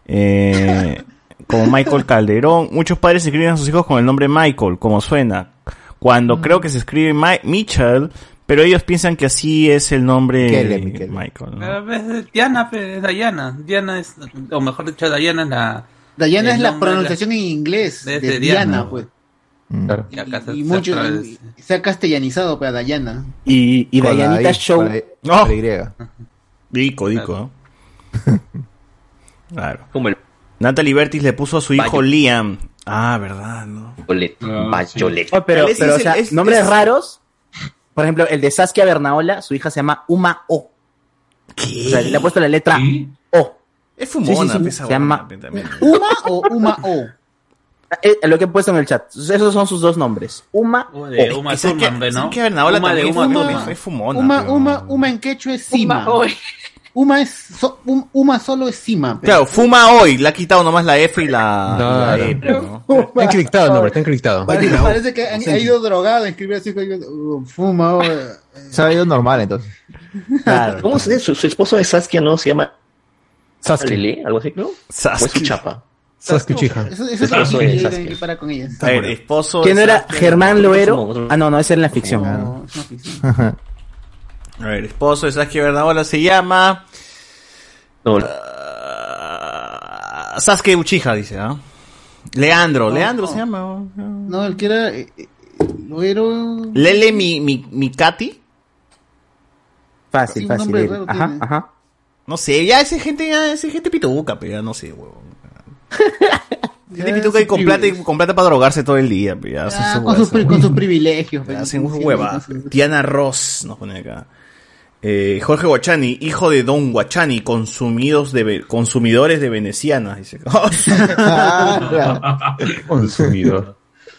S3: Eh, como Michael Calderón. Muchos padres escriben a sus hijos con el nombre Michael, como suena. Cuando creo que se escribe Mi- Mitchell, pero ellos piensan que así es el nombre
S6: Michele,
S3: Michael. ¿no?
S6: A veces Diana, pe, es Diana. Diana es, o mejor dicho, Diana es la.
S7: Diana
S6: el
S7: es la
S6: nombre de
S7: pronunciación en inglés de,
S6: de- de
S7: Diana,
S6: Diana,
S7: pues.
S6: Y, acá se-
S7: Y
S6: se
S7: mucho
S6: atravesó.
S7: y- y se ha castellanizado para Dayana.
S14: Y, y
S7: Con la
S14: Dayanita
S7: I,
S14: Show.
S7: con la I,
S3: No.
S19: griega.
S3: Dico, dico, ¿no? Claro. Natalie Bertis le puso a su hijo
S11: Vaya.
S3: Liam. Ah, verdad, ¿no?
S11: Bayolet.
S14: Oh, pero,
S3: Ese
S14: pero,
S3: es
S14: o
S3: el-
S14: sea,
S3: es-
S14: nombres
S3: es-
S14: raros. Por ejemplo, el de Saskia Bernaola, su hija se llama Uma O. O sea, le ha puesto la letra O.
S3: Es
S7: fumona, pues, esa
S14: se llama
S7: huevona, ¿Uma o Uma O?
S14: Eh, lo que he puesto en el chat. Esos son sus dos nombres. Uma O.
S6: Oh, de Uma
S14: Esa
S6: Thurman,
S14: que-
S6: ve,
S14: esa
S6: ¿no?
S14: que Bernaola
S6: Uma de
S14: también
S6: Uma
S14: es
S6: Thurman.
S14: fumona, es
S3: fumona.
S7: Uma, Uma, Uma en quechua es Sima. Uma, es so- um- Uma solo es Sima. pe.
S3: Claro, fuma hoy. Le ha quitado nomás la F y la,
S2: Claro.
S3: la E, ¿no?
S2: Está encriptado el nombre, está encriptado.
S7: Parece, parece que han, ha ido drogado a escribir así. que yo- uh, Fuma. oh,
S19: Se ha ido normal, entonces.
S11: ¿Cómo se su, su esposo de Saskia no se llama
S2: Saskia.
S11: Lele, algo así, ¿no?
S3: Saskia.
S11: ¿O es su chapa?
S2: Saskia
S11: Eso
S7: Eso, eso es lo
S11: soy,
S7: que yo
S11: Saskia.
S7: tengo que parar con ellas.
S3: A ver, esposo.
S14: ¿Quién
S3: de
S14: era
S3: Saskia-
S14: Germán Loero? Ah, no, no, esa era en la ficción.
S3: A ver, esposo de Saskia Bernabola se llama. Ah, Saskia Uchija, dice, ¿no? Leandro, Leandro se llama.
S7: No, el que era. eh, eh, Loero.
S3: Lele mi, mi, mi Katy.
S14: Fácil,
S7: Sí, un fácil, nombre Lele. raro Ajá, tiene.
S14: ajá.
S3: No sé, ya esa gente, ya esa gente pituca, pero ya no sé, huevón. Gente pituca y con plata, y con plata para drogarse todo el día, pero ya hacen
S7: Ah,
S3: sus
S7: con, sus,
S3: huevas,
S7: pri- con sus privilegios. pe.
S3: hacen sus huevas. Diana Ross nos pone acá. Eh, Jorge Guachani, hijo de Don Guachani, consumidos de ve- consumidores de venecianas, dice. Oh, Ah,
S2: Consumidor.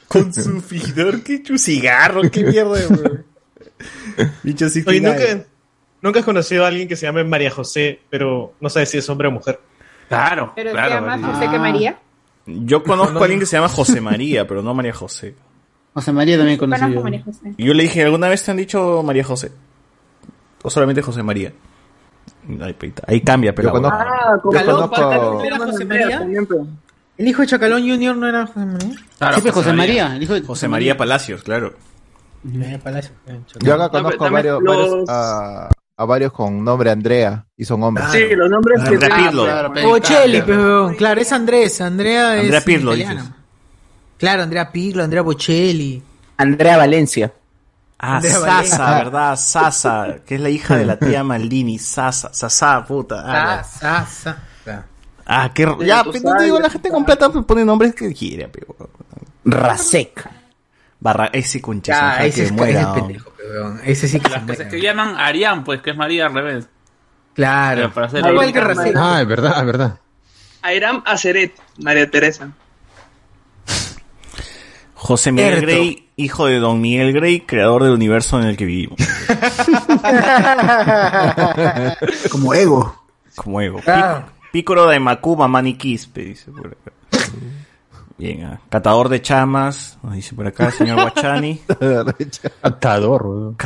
S3: Consumidor, qué chu cigarro, qué mierda, weón. Bicho sí,
S20: Oye,
S3: final.
S20: ¿nunca, nunca has conocido a alguien que se llame María José, pero no sabes si es hombre o mujer.
S3: Claro,
S17: Pero se llama
S6: Ah.
S17: José que María.
S3: Yo conozco a alguien que se llama José María, pero no María José.
S7: José María también conocí
S17: Conozco
S7: yo.
S17: a María José.
S3: Y yo le dije, ¿alguna vez te han dicho María José? O solamente José María. Ahí, peita. Ahí cambia, pero.
S19: Yo conozco-
S17: Ah,
S19: yo
S1: Calón,
S19: conozco-
S1: Calón, ¿era José María? ¿El hijo de Chacalón Junior no era José María?
S3: Claro,
S7: Sí, pues, José María, el hijo de
S3: José María Palacios, claro.
S1: Eh, Palacio.
S19: Yo acá
S1: No, pero
S19: conozco
S1: también
S19: varios,
S1: los-
S19: varios, ah, a varios con nombre Andrea y son hombres.
S18: Ah, Sí, los
S3: Ah,
S18: nombres que
S19: Andrea Pirlo.
S1: O Cheli, pero claro, es Andrés. Andrea es.
S3: Andrea Pirlo,
S1: italiana.
S3: dices.
S1: Claro, Andrea Pirlo, Andrea Bocelli.
S14: Andrea Valencia.
S3: Ah,
S1: Andrea
S3: Sasa,
S1: Valencia.
S3: ¿verdad? Sasa, que es la hija de la tía Maldini. Sasa, Sasa, puta. Ah, la-
S1: Sa, sa, sa.
S3: Ah, qué. ro- Ya, pe, no te digo, la gente con plata pues, pone nombres que quiere, pero.
S14: Rasek.
S3: Barra, ese concha.
S1: Ya,
S3: ojalá
S1: ese
S3: que
S1: es-
S3: muera,
S1: ese es
S3: ¿no?
S1: pendejo, weón. Ese sí que se
S6: Las
S1: muere.
S6: que llaman Arián, pues, que es María al revés.
S1: Claro.
S6: Pero para hacer-
S18: Igual que Rasek.
S2: Ah, es verdad, es verdad.
S18: Airam Aceret, María Teresa.
S3: José Miguel
S18: Erto.
S3: Grey, hijo de Don Miguel Grey, creador del universo en el que vivimos.
S9: Como ego.
S3: Como ego.
S9: Ah.
S3: Pic- Pícoro de Macuma, Maniquispe, dice por acá. Bien, ah. catador de chamas, nos dice por acá el señor Guachani.
S2: Catador, weón.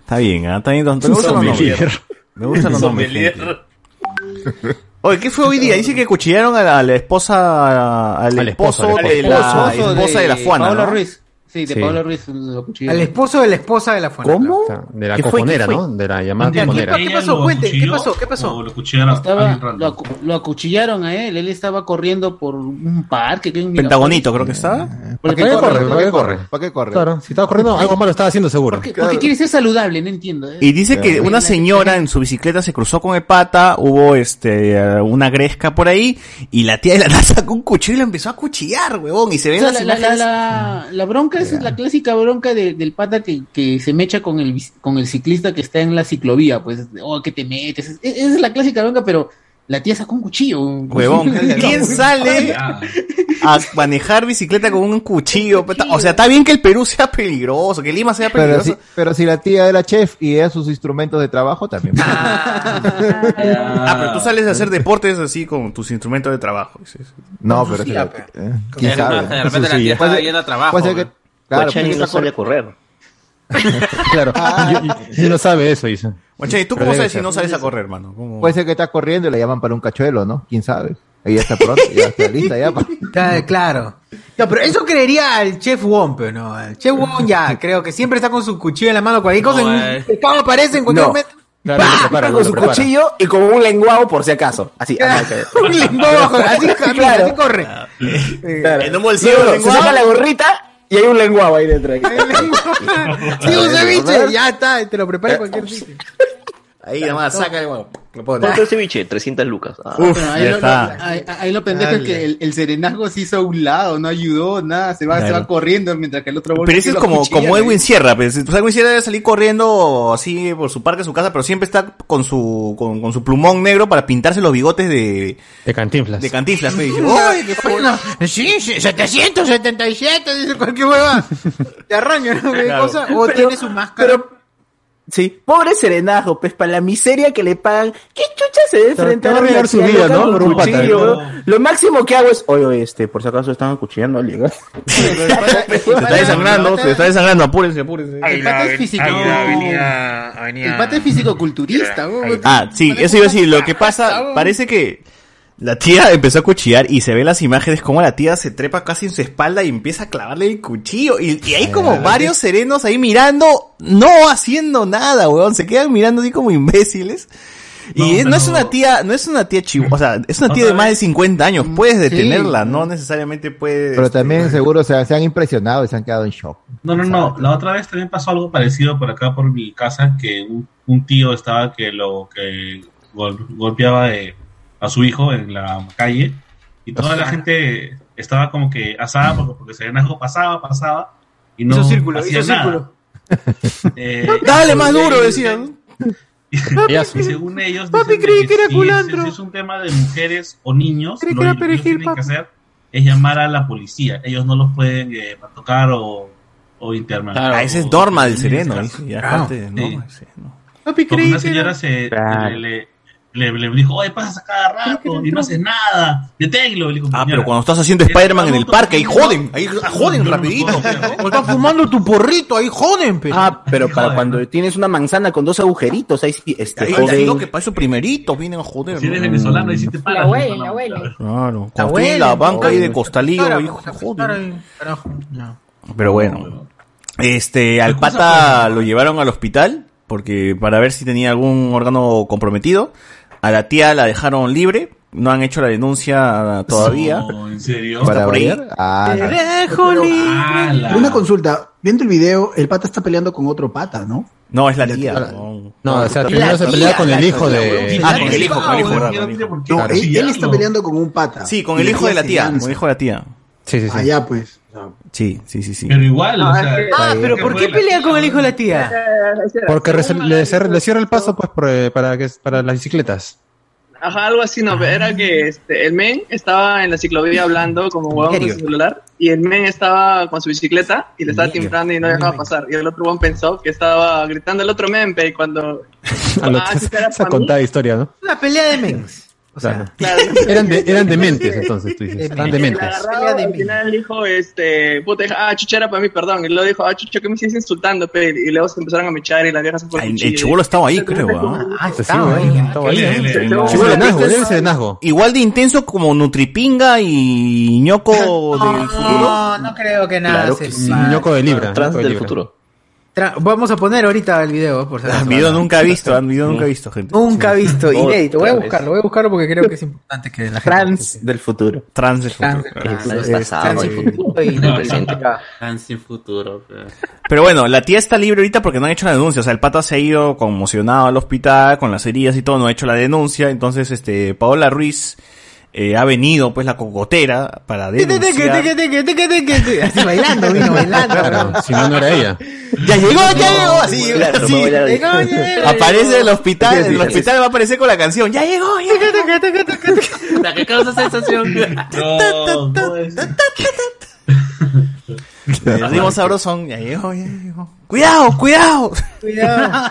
S3: Está bien, ah, está bien. don- Me gustan los
S2: Sommelier.
S3: nombres. Me gustan los nombres.
S6: Sommelier.
S3: gente. Oye, ¿qué fue hoy día? Dice que cuchillaron a la, a la esposa, al, esposo,
S7: Al
S3: de la
S7: esposo
S3: esposa de, la Juana.
S7: Paola
S3: ¿no?
S7: Ruiz. Sí, de
S3: Sí.
S7: Paola Ruiz lo cuchilló.
S1: Al esposo de la esposa de la Fuente. ¿Cómo?
S2: De la
S1: ¿Qué fue?
S2: cojonera,
S1: ¿Qué fue?
S2: ¿no? De la llamada
S1: ¿Qué- qué
S2: cojonera.
S1: pa- qué pasó? Cuente, ¿qué pasó? ¿Qué pasó?
S7: Estaba- lo, acu- lo acuchillaron a él, él estaba corriendo por un pues, eh, parque. que hay en Miraflores.
S3: Pentagonito,
S1: pues,
S3: creo que estaba.
S1: eh,
S7: ¿Para qué corre?
S2: ¿Para qué corre?
S19: ¿Para qué corre?
S2: Claro, si estaba corriendo, algo malo estaba haciendo seguro.
S7: ¿Qué- ¿Por qué quiere ser saludable? No entiendo. ¿eh?
S3: Y dice que
S7: Claro.
S3: una señora en su bicicleta se cruzó con el pata, hubo este eh, una gresca por ahí, y la tía de la nada sacó un cuchillo y la empezó a cuchillar, huevón, y se
S7: O
S3: ven
S7: sea,
S3: las
S7: la, la-
S3: imágenes.
S7: la- la bronca es la clásica bronca de- del pata que, que se mecha con el, bici- con el ciclista que está en la ciclovía, pues, oh, que te metes. Es- Esa es la clásica bronca, pero la tía sacó un cuchillo.
S3: Huevón, ¿quién sale a manejar bicicleta con un cuchillo? pata? O sea, está bien que el Perú sea peligroso, que Lima sea
S19: Pero si,
S3: peligroso.
S19: pero si la tía era chef y era sus instrumentos de trabajo, también.
S3: Ah, pero tú sales a hacer deportes así con tus instrumentos de trabajo. dices.
S19: No, pero si la- eh, quién
S6: Es
S19: sabe.
S6: más, de repente la
S19: Sí,
S6: tía
S19: puede
S6: estaba
S19: ser-
S6: yendo a trabajo.
S19: puede ser que-
S6: ¿no?
S19: claro,
S11: Guachani
S19: pues,
S11: no
S19: está cor-
S11: sale a correr.
S2: Claro.
S19: Ah,
S2: Y- y- y no sabe eso, dice.
S3: Guachani, ¿tú
S19: Pero
S3: cómo
S19: debe
S3: sabes si
S19: ser.
S3: no sales a correr, hermano? ¿Cómo?
S19: Puede ser que está corriendo y la llaman para un cachuelo, ¿no? ¿Quién sabe? Ella está pronto, ya está lista ya. pa-
S1: Está- Claro. No, pero eso creería al Chef Wong, pero no. El Chef Wong ya, creo que siempre está con su cuchillo en la mano. Cualquier cosa, en
S6: eh.
S1: un pescado aparece en cualquier
S14: No.
S1: momento.
S2: Claro, lo prepara,
S14: con
S2: lo
S14: su
S2: prepara.
S14: cuchillo y con un lenguado por si acaso. Así. ah, no,
S1: Un limbo bajo, así camina,
S14: Claro. Ah, eh,
S1: así corre.
S14: claro.
S3: Eh, En un bolsillo
S14: Luego
S3: de
S14: se saca
S3: lenguado.
S14: la gorrita y hay un lenguado ahí dentro. ahí.
S1: Sí, un ceviche, ya está, y te lo
S14: Eh,
S1: prepara en cualquier sitio.
S3: Ahí nomás, saca el huevo. Lo pone.
S11: ¿Cuánto es ceviche? 300 lucas. Ah,
S3: Uf,
S7: Pero ahí,
S3: ya
S7: lo,
S3: está.
S7: lo- ahí- ahí lo pendejo es que el, el serenazgo se hizo a un lado, no ayudó, nada, se va,
S3: Claro.
S7: se va corriendo mientras que el otro
S3: Pero ese es como, como Edwin
S7: Edwin
S3: Sierra, pues. O sea, Edwin Sierra debe salir corriendo así por su parque, su casa, pero siempre está con su, con, con su plumón negro para pintarse los bigotes de,
S2: De cantinflas.
S3: de cantinflas, pues. Y dice, "Uy, qué fue".
S1: Sí, sí, 777, dice cualquier hueva. Te arranca, ¿no? Cualquier
S3: Claro.
S1: cosa. O tiene su máscara.
S14: Pero. Sí, pobre serenajo, pues para la miseria que le pagan, ¿qué chucha se debe
S2: Claro,
S14: enfrentar
S2: te va a
S14: una
S2: arruinar su
S14: tía
S2: vida,
S14: loca
S2: ¿no?
S14: con
S2: Por un pata,
S14: cuchillo,
S2: ¿no?
S14: weón? Lo máximo que hago es, oye, este, por si acaso están acuchillando a alguien. ¿no?"
S3: Se está desangrando, se está desangrando, apúrense, apúrense.
S7: El pata es físico. El pata es físico-culturista. weón.
S3: Ah, sí, eso iba a decir, lo que pasa, parece que la tía empezó a cuchillar y se ven las imágenes como la tía se trepa casi en su espalda y empieza a clavarle el cuchillo. Y, y hay como varios serenos ahí mirando, no haciendo nada, weón. Se quedan mirando así como imbéciles.
S5: No,
S3: Y es- no, es
S5: pero-
S3: una tía, no es una tía chivo, o sea, es una tía de más de 50 años, puedes detenerla, no necesariamente puedes...
S19: Pero también seguro se, se han impresionado y se han quedado en shock.
S5: No, no, no. La otra vez también pasó algo parecido por acá, por mi casa, que un, un tío estaba que lo que gol- golpeaba eh, a su hijo en la calle y toda la gente estaba como que asada porque, porque Serenazgo pasaba, pasaba y no
S1: Hizo círculo,
S5: hacía
S1: hizo
S5: nada.
S1: círculo.
S5: Eh,
S3: Dale más
S5: y-
S3: duro, decían.
S5: Y según ellos,
S1: Papi,
S5: dicen
S1: creí
S5: que
S1: que era
S5: si es-
S1: culantro.
S5: si es un tema de mujeres o niños,
S1: Creí
S5: lo
S1: que era
S5: lo que
S1: perejil,
S5: tienen que
S1: papi.
S5: hacer es llamar a la policía. Ellos no los pueden eh, tocar o, o internar.
S3: Ah, ese es
S5: O-
S3: Dorma del
S5: en
S3: sereno,
S5: ese caso.
S3: ya
S5: Claro.
S3: parte de Norma,
S5: Sí.
S3: sí.
S1: Papi,
S5: Porque
S1: creí
S5: una
S1: que
S5: señora
S1: era-
S5: se
S3: Claro.
S5: le, le, le dijo, oye, pasas a cada rato y no haces nada, deténlo.
S3: Ah, pero cuando estás haciendo Spider-Man en el parque, ahí joden, ahí joden rapidito.
S1: O está fumando tu porrito, ahí joden, pero.
S14: Ah, pero para cuando tienes una manzana con dos agujeritos, ahí sí, este,
S3: Ahí
S14: joven.
S3: digo que para eso primeritos vienen a joder.
S5: Si eres
S3: ¿no?
S5: venezolano y si te paras.
S17: La abuela, la abuela.
S3: Claro, construyen la banca ahí de costalillo, hijo, joder.
S1: Carajo, no.
S3: Pero bueno. Este, al pata lo llevaron al hospital porque para ver si tenía algún órgano comprometido. A la tía la dejaron libre. No han hecho la denuncia todavía.
S5: No, ¿En serio?
S3: ¿Está por ahí?
S5: variar?
S3: Ah,
S9: Te
S3: la-
S9: dejo libre.
S5: Ala.
S9: Una consulta. Viendo el video, el pata está peleando con otro pata, ¿no?
S3: No, es la tía.
S2: No, o sea,
S9: La
S2: primero se
S9: tía,
S2: pelea con
S9: la
S2: el
S9: tía,
S2: hijo de.
S9: la
S3: Ah, con el hijo, con el hijo.
S9: No,
S3: perdón, con el hijo. Claro.
S9: él, él está peleando con un pata.
S3: Sí, con
S9: Y
S3: el hijo de la tía.
S9: se
S3: Con
S9: lanza.
S3: el hijo de la tía.
S2: Sí, sí,
S9: sí. Allá, pues.
S3: Sí, sí, sí, sí.
S5: Pero igual,
S1: Ah, pero ¿por qué pelea con el hijo de la tía?
S18: Eh,
S2: Porque rece- le, cer- le cierra el paso pues por, eh, para, que, para las bicicletas.
S18: Ajá, algo así, no, pero era que este, el men estaba en la ciclovía hablando como huevón con
S2: serio?
S18: su celular y el men estaba con su bicicleta y le estaba timbrando y no dejaba pasar. Y el otro huevón pensó que estaba gritando el otro men, pe, y cuando...
S2: A lo
S18: Ah,
S2: que
S18: sí, era
S2: esa
S18: pa'
S2: contada historia, ¿no?
S1: Una pelea de mens.
S2: O sea, eran, de, eran dementes, entonces, tú dices. Eran dementes.
S18: agarrado, al final dijo, este, puta, dijo, ah, chucha era para mí, perdón. Y luego dijo, ah, chucha, que me sigues insultando, pe. Y luego se empezaron a mechar y la vieja se fue.
S3: El, el chibolo estaba ahí, creo. ¿ah?
S2: Sí, ¿no? Estaba ahí, ¿no?
S3: Chibolo,
S2: Chibolo
S3: pero
S2: de Nazgo,
S3: este
S2: debe
S3: es
S2: ser de Nazgo.
S3: Igual de intenso como Nutripinga y ñoco del futuro.
S1: No, no creo que nada. se-
S2: ñoco de Libra.
S1: Trans
S2: ñoco de
S1: del
S2: Libra.
S1: futuro. Tra- Vamos a poner ahorita el video, por si acaso.
S3: Ah, Video nunca visto, han video nunca visto, gente.
S1: Nunca visto,
S3: Oh,
S1: inédito. Voy a
S3: otra vez.
S1: buscarlo, voy a buscarlo porque creo que es importante que la gente...
S14: Trans del futuro.
S3: Trans del futuro. este,
S14: Trans del pasado.
S3: eh.
S6: Tan sin futuro. pero-
S3: Pero bueno, la tía está libre ahorita porque no han hecho la denuncia. O sea, el pata se ha ido conmocionado al hospital con las heridas y todo, no ha hecho la denuncia. Entonces, este, Paola Ruiz eh, ha venido, pues, la cocotera para denunciar.
S1: Así bailando, vino bailando.
S2: Claro, si no, no era ella.
S3: ¡Ya llegó, ya llegó! Así,
S2: claro,
S3: así.
S2: va a bailar ahí.
S1: Llegó, ya llegó.
S3: Aparece en el hospital,
S2: Sí, sí,
S3: en el
S2: sí.
S3: hospital va a aparecer con la canción. ¡Ya llegó, ya llegó!
S6: La que causa sensación.
S3: No, Los mismos sabros son, ya llegó, ya llegó. ¡Cuidado, cuidado!
S1: Cuidado.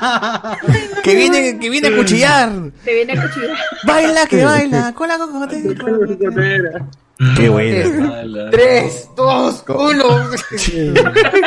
S3: ¡Que viene, que viene a cuchillar!
S17: Te viene a cuchillar.
S3: ¡Baila, que baila!
S17: Con la cocotera.
S3: ¡Qué bueno!
S1: Tres, dos, uno.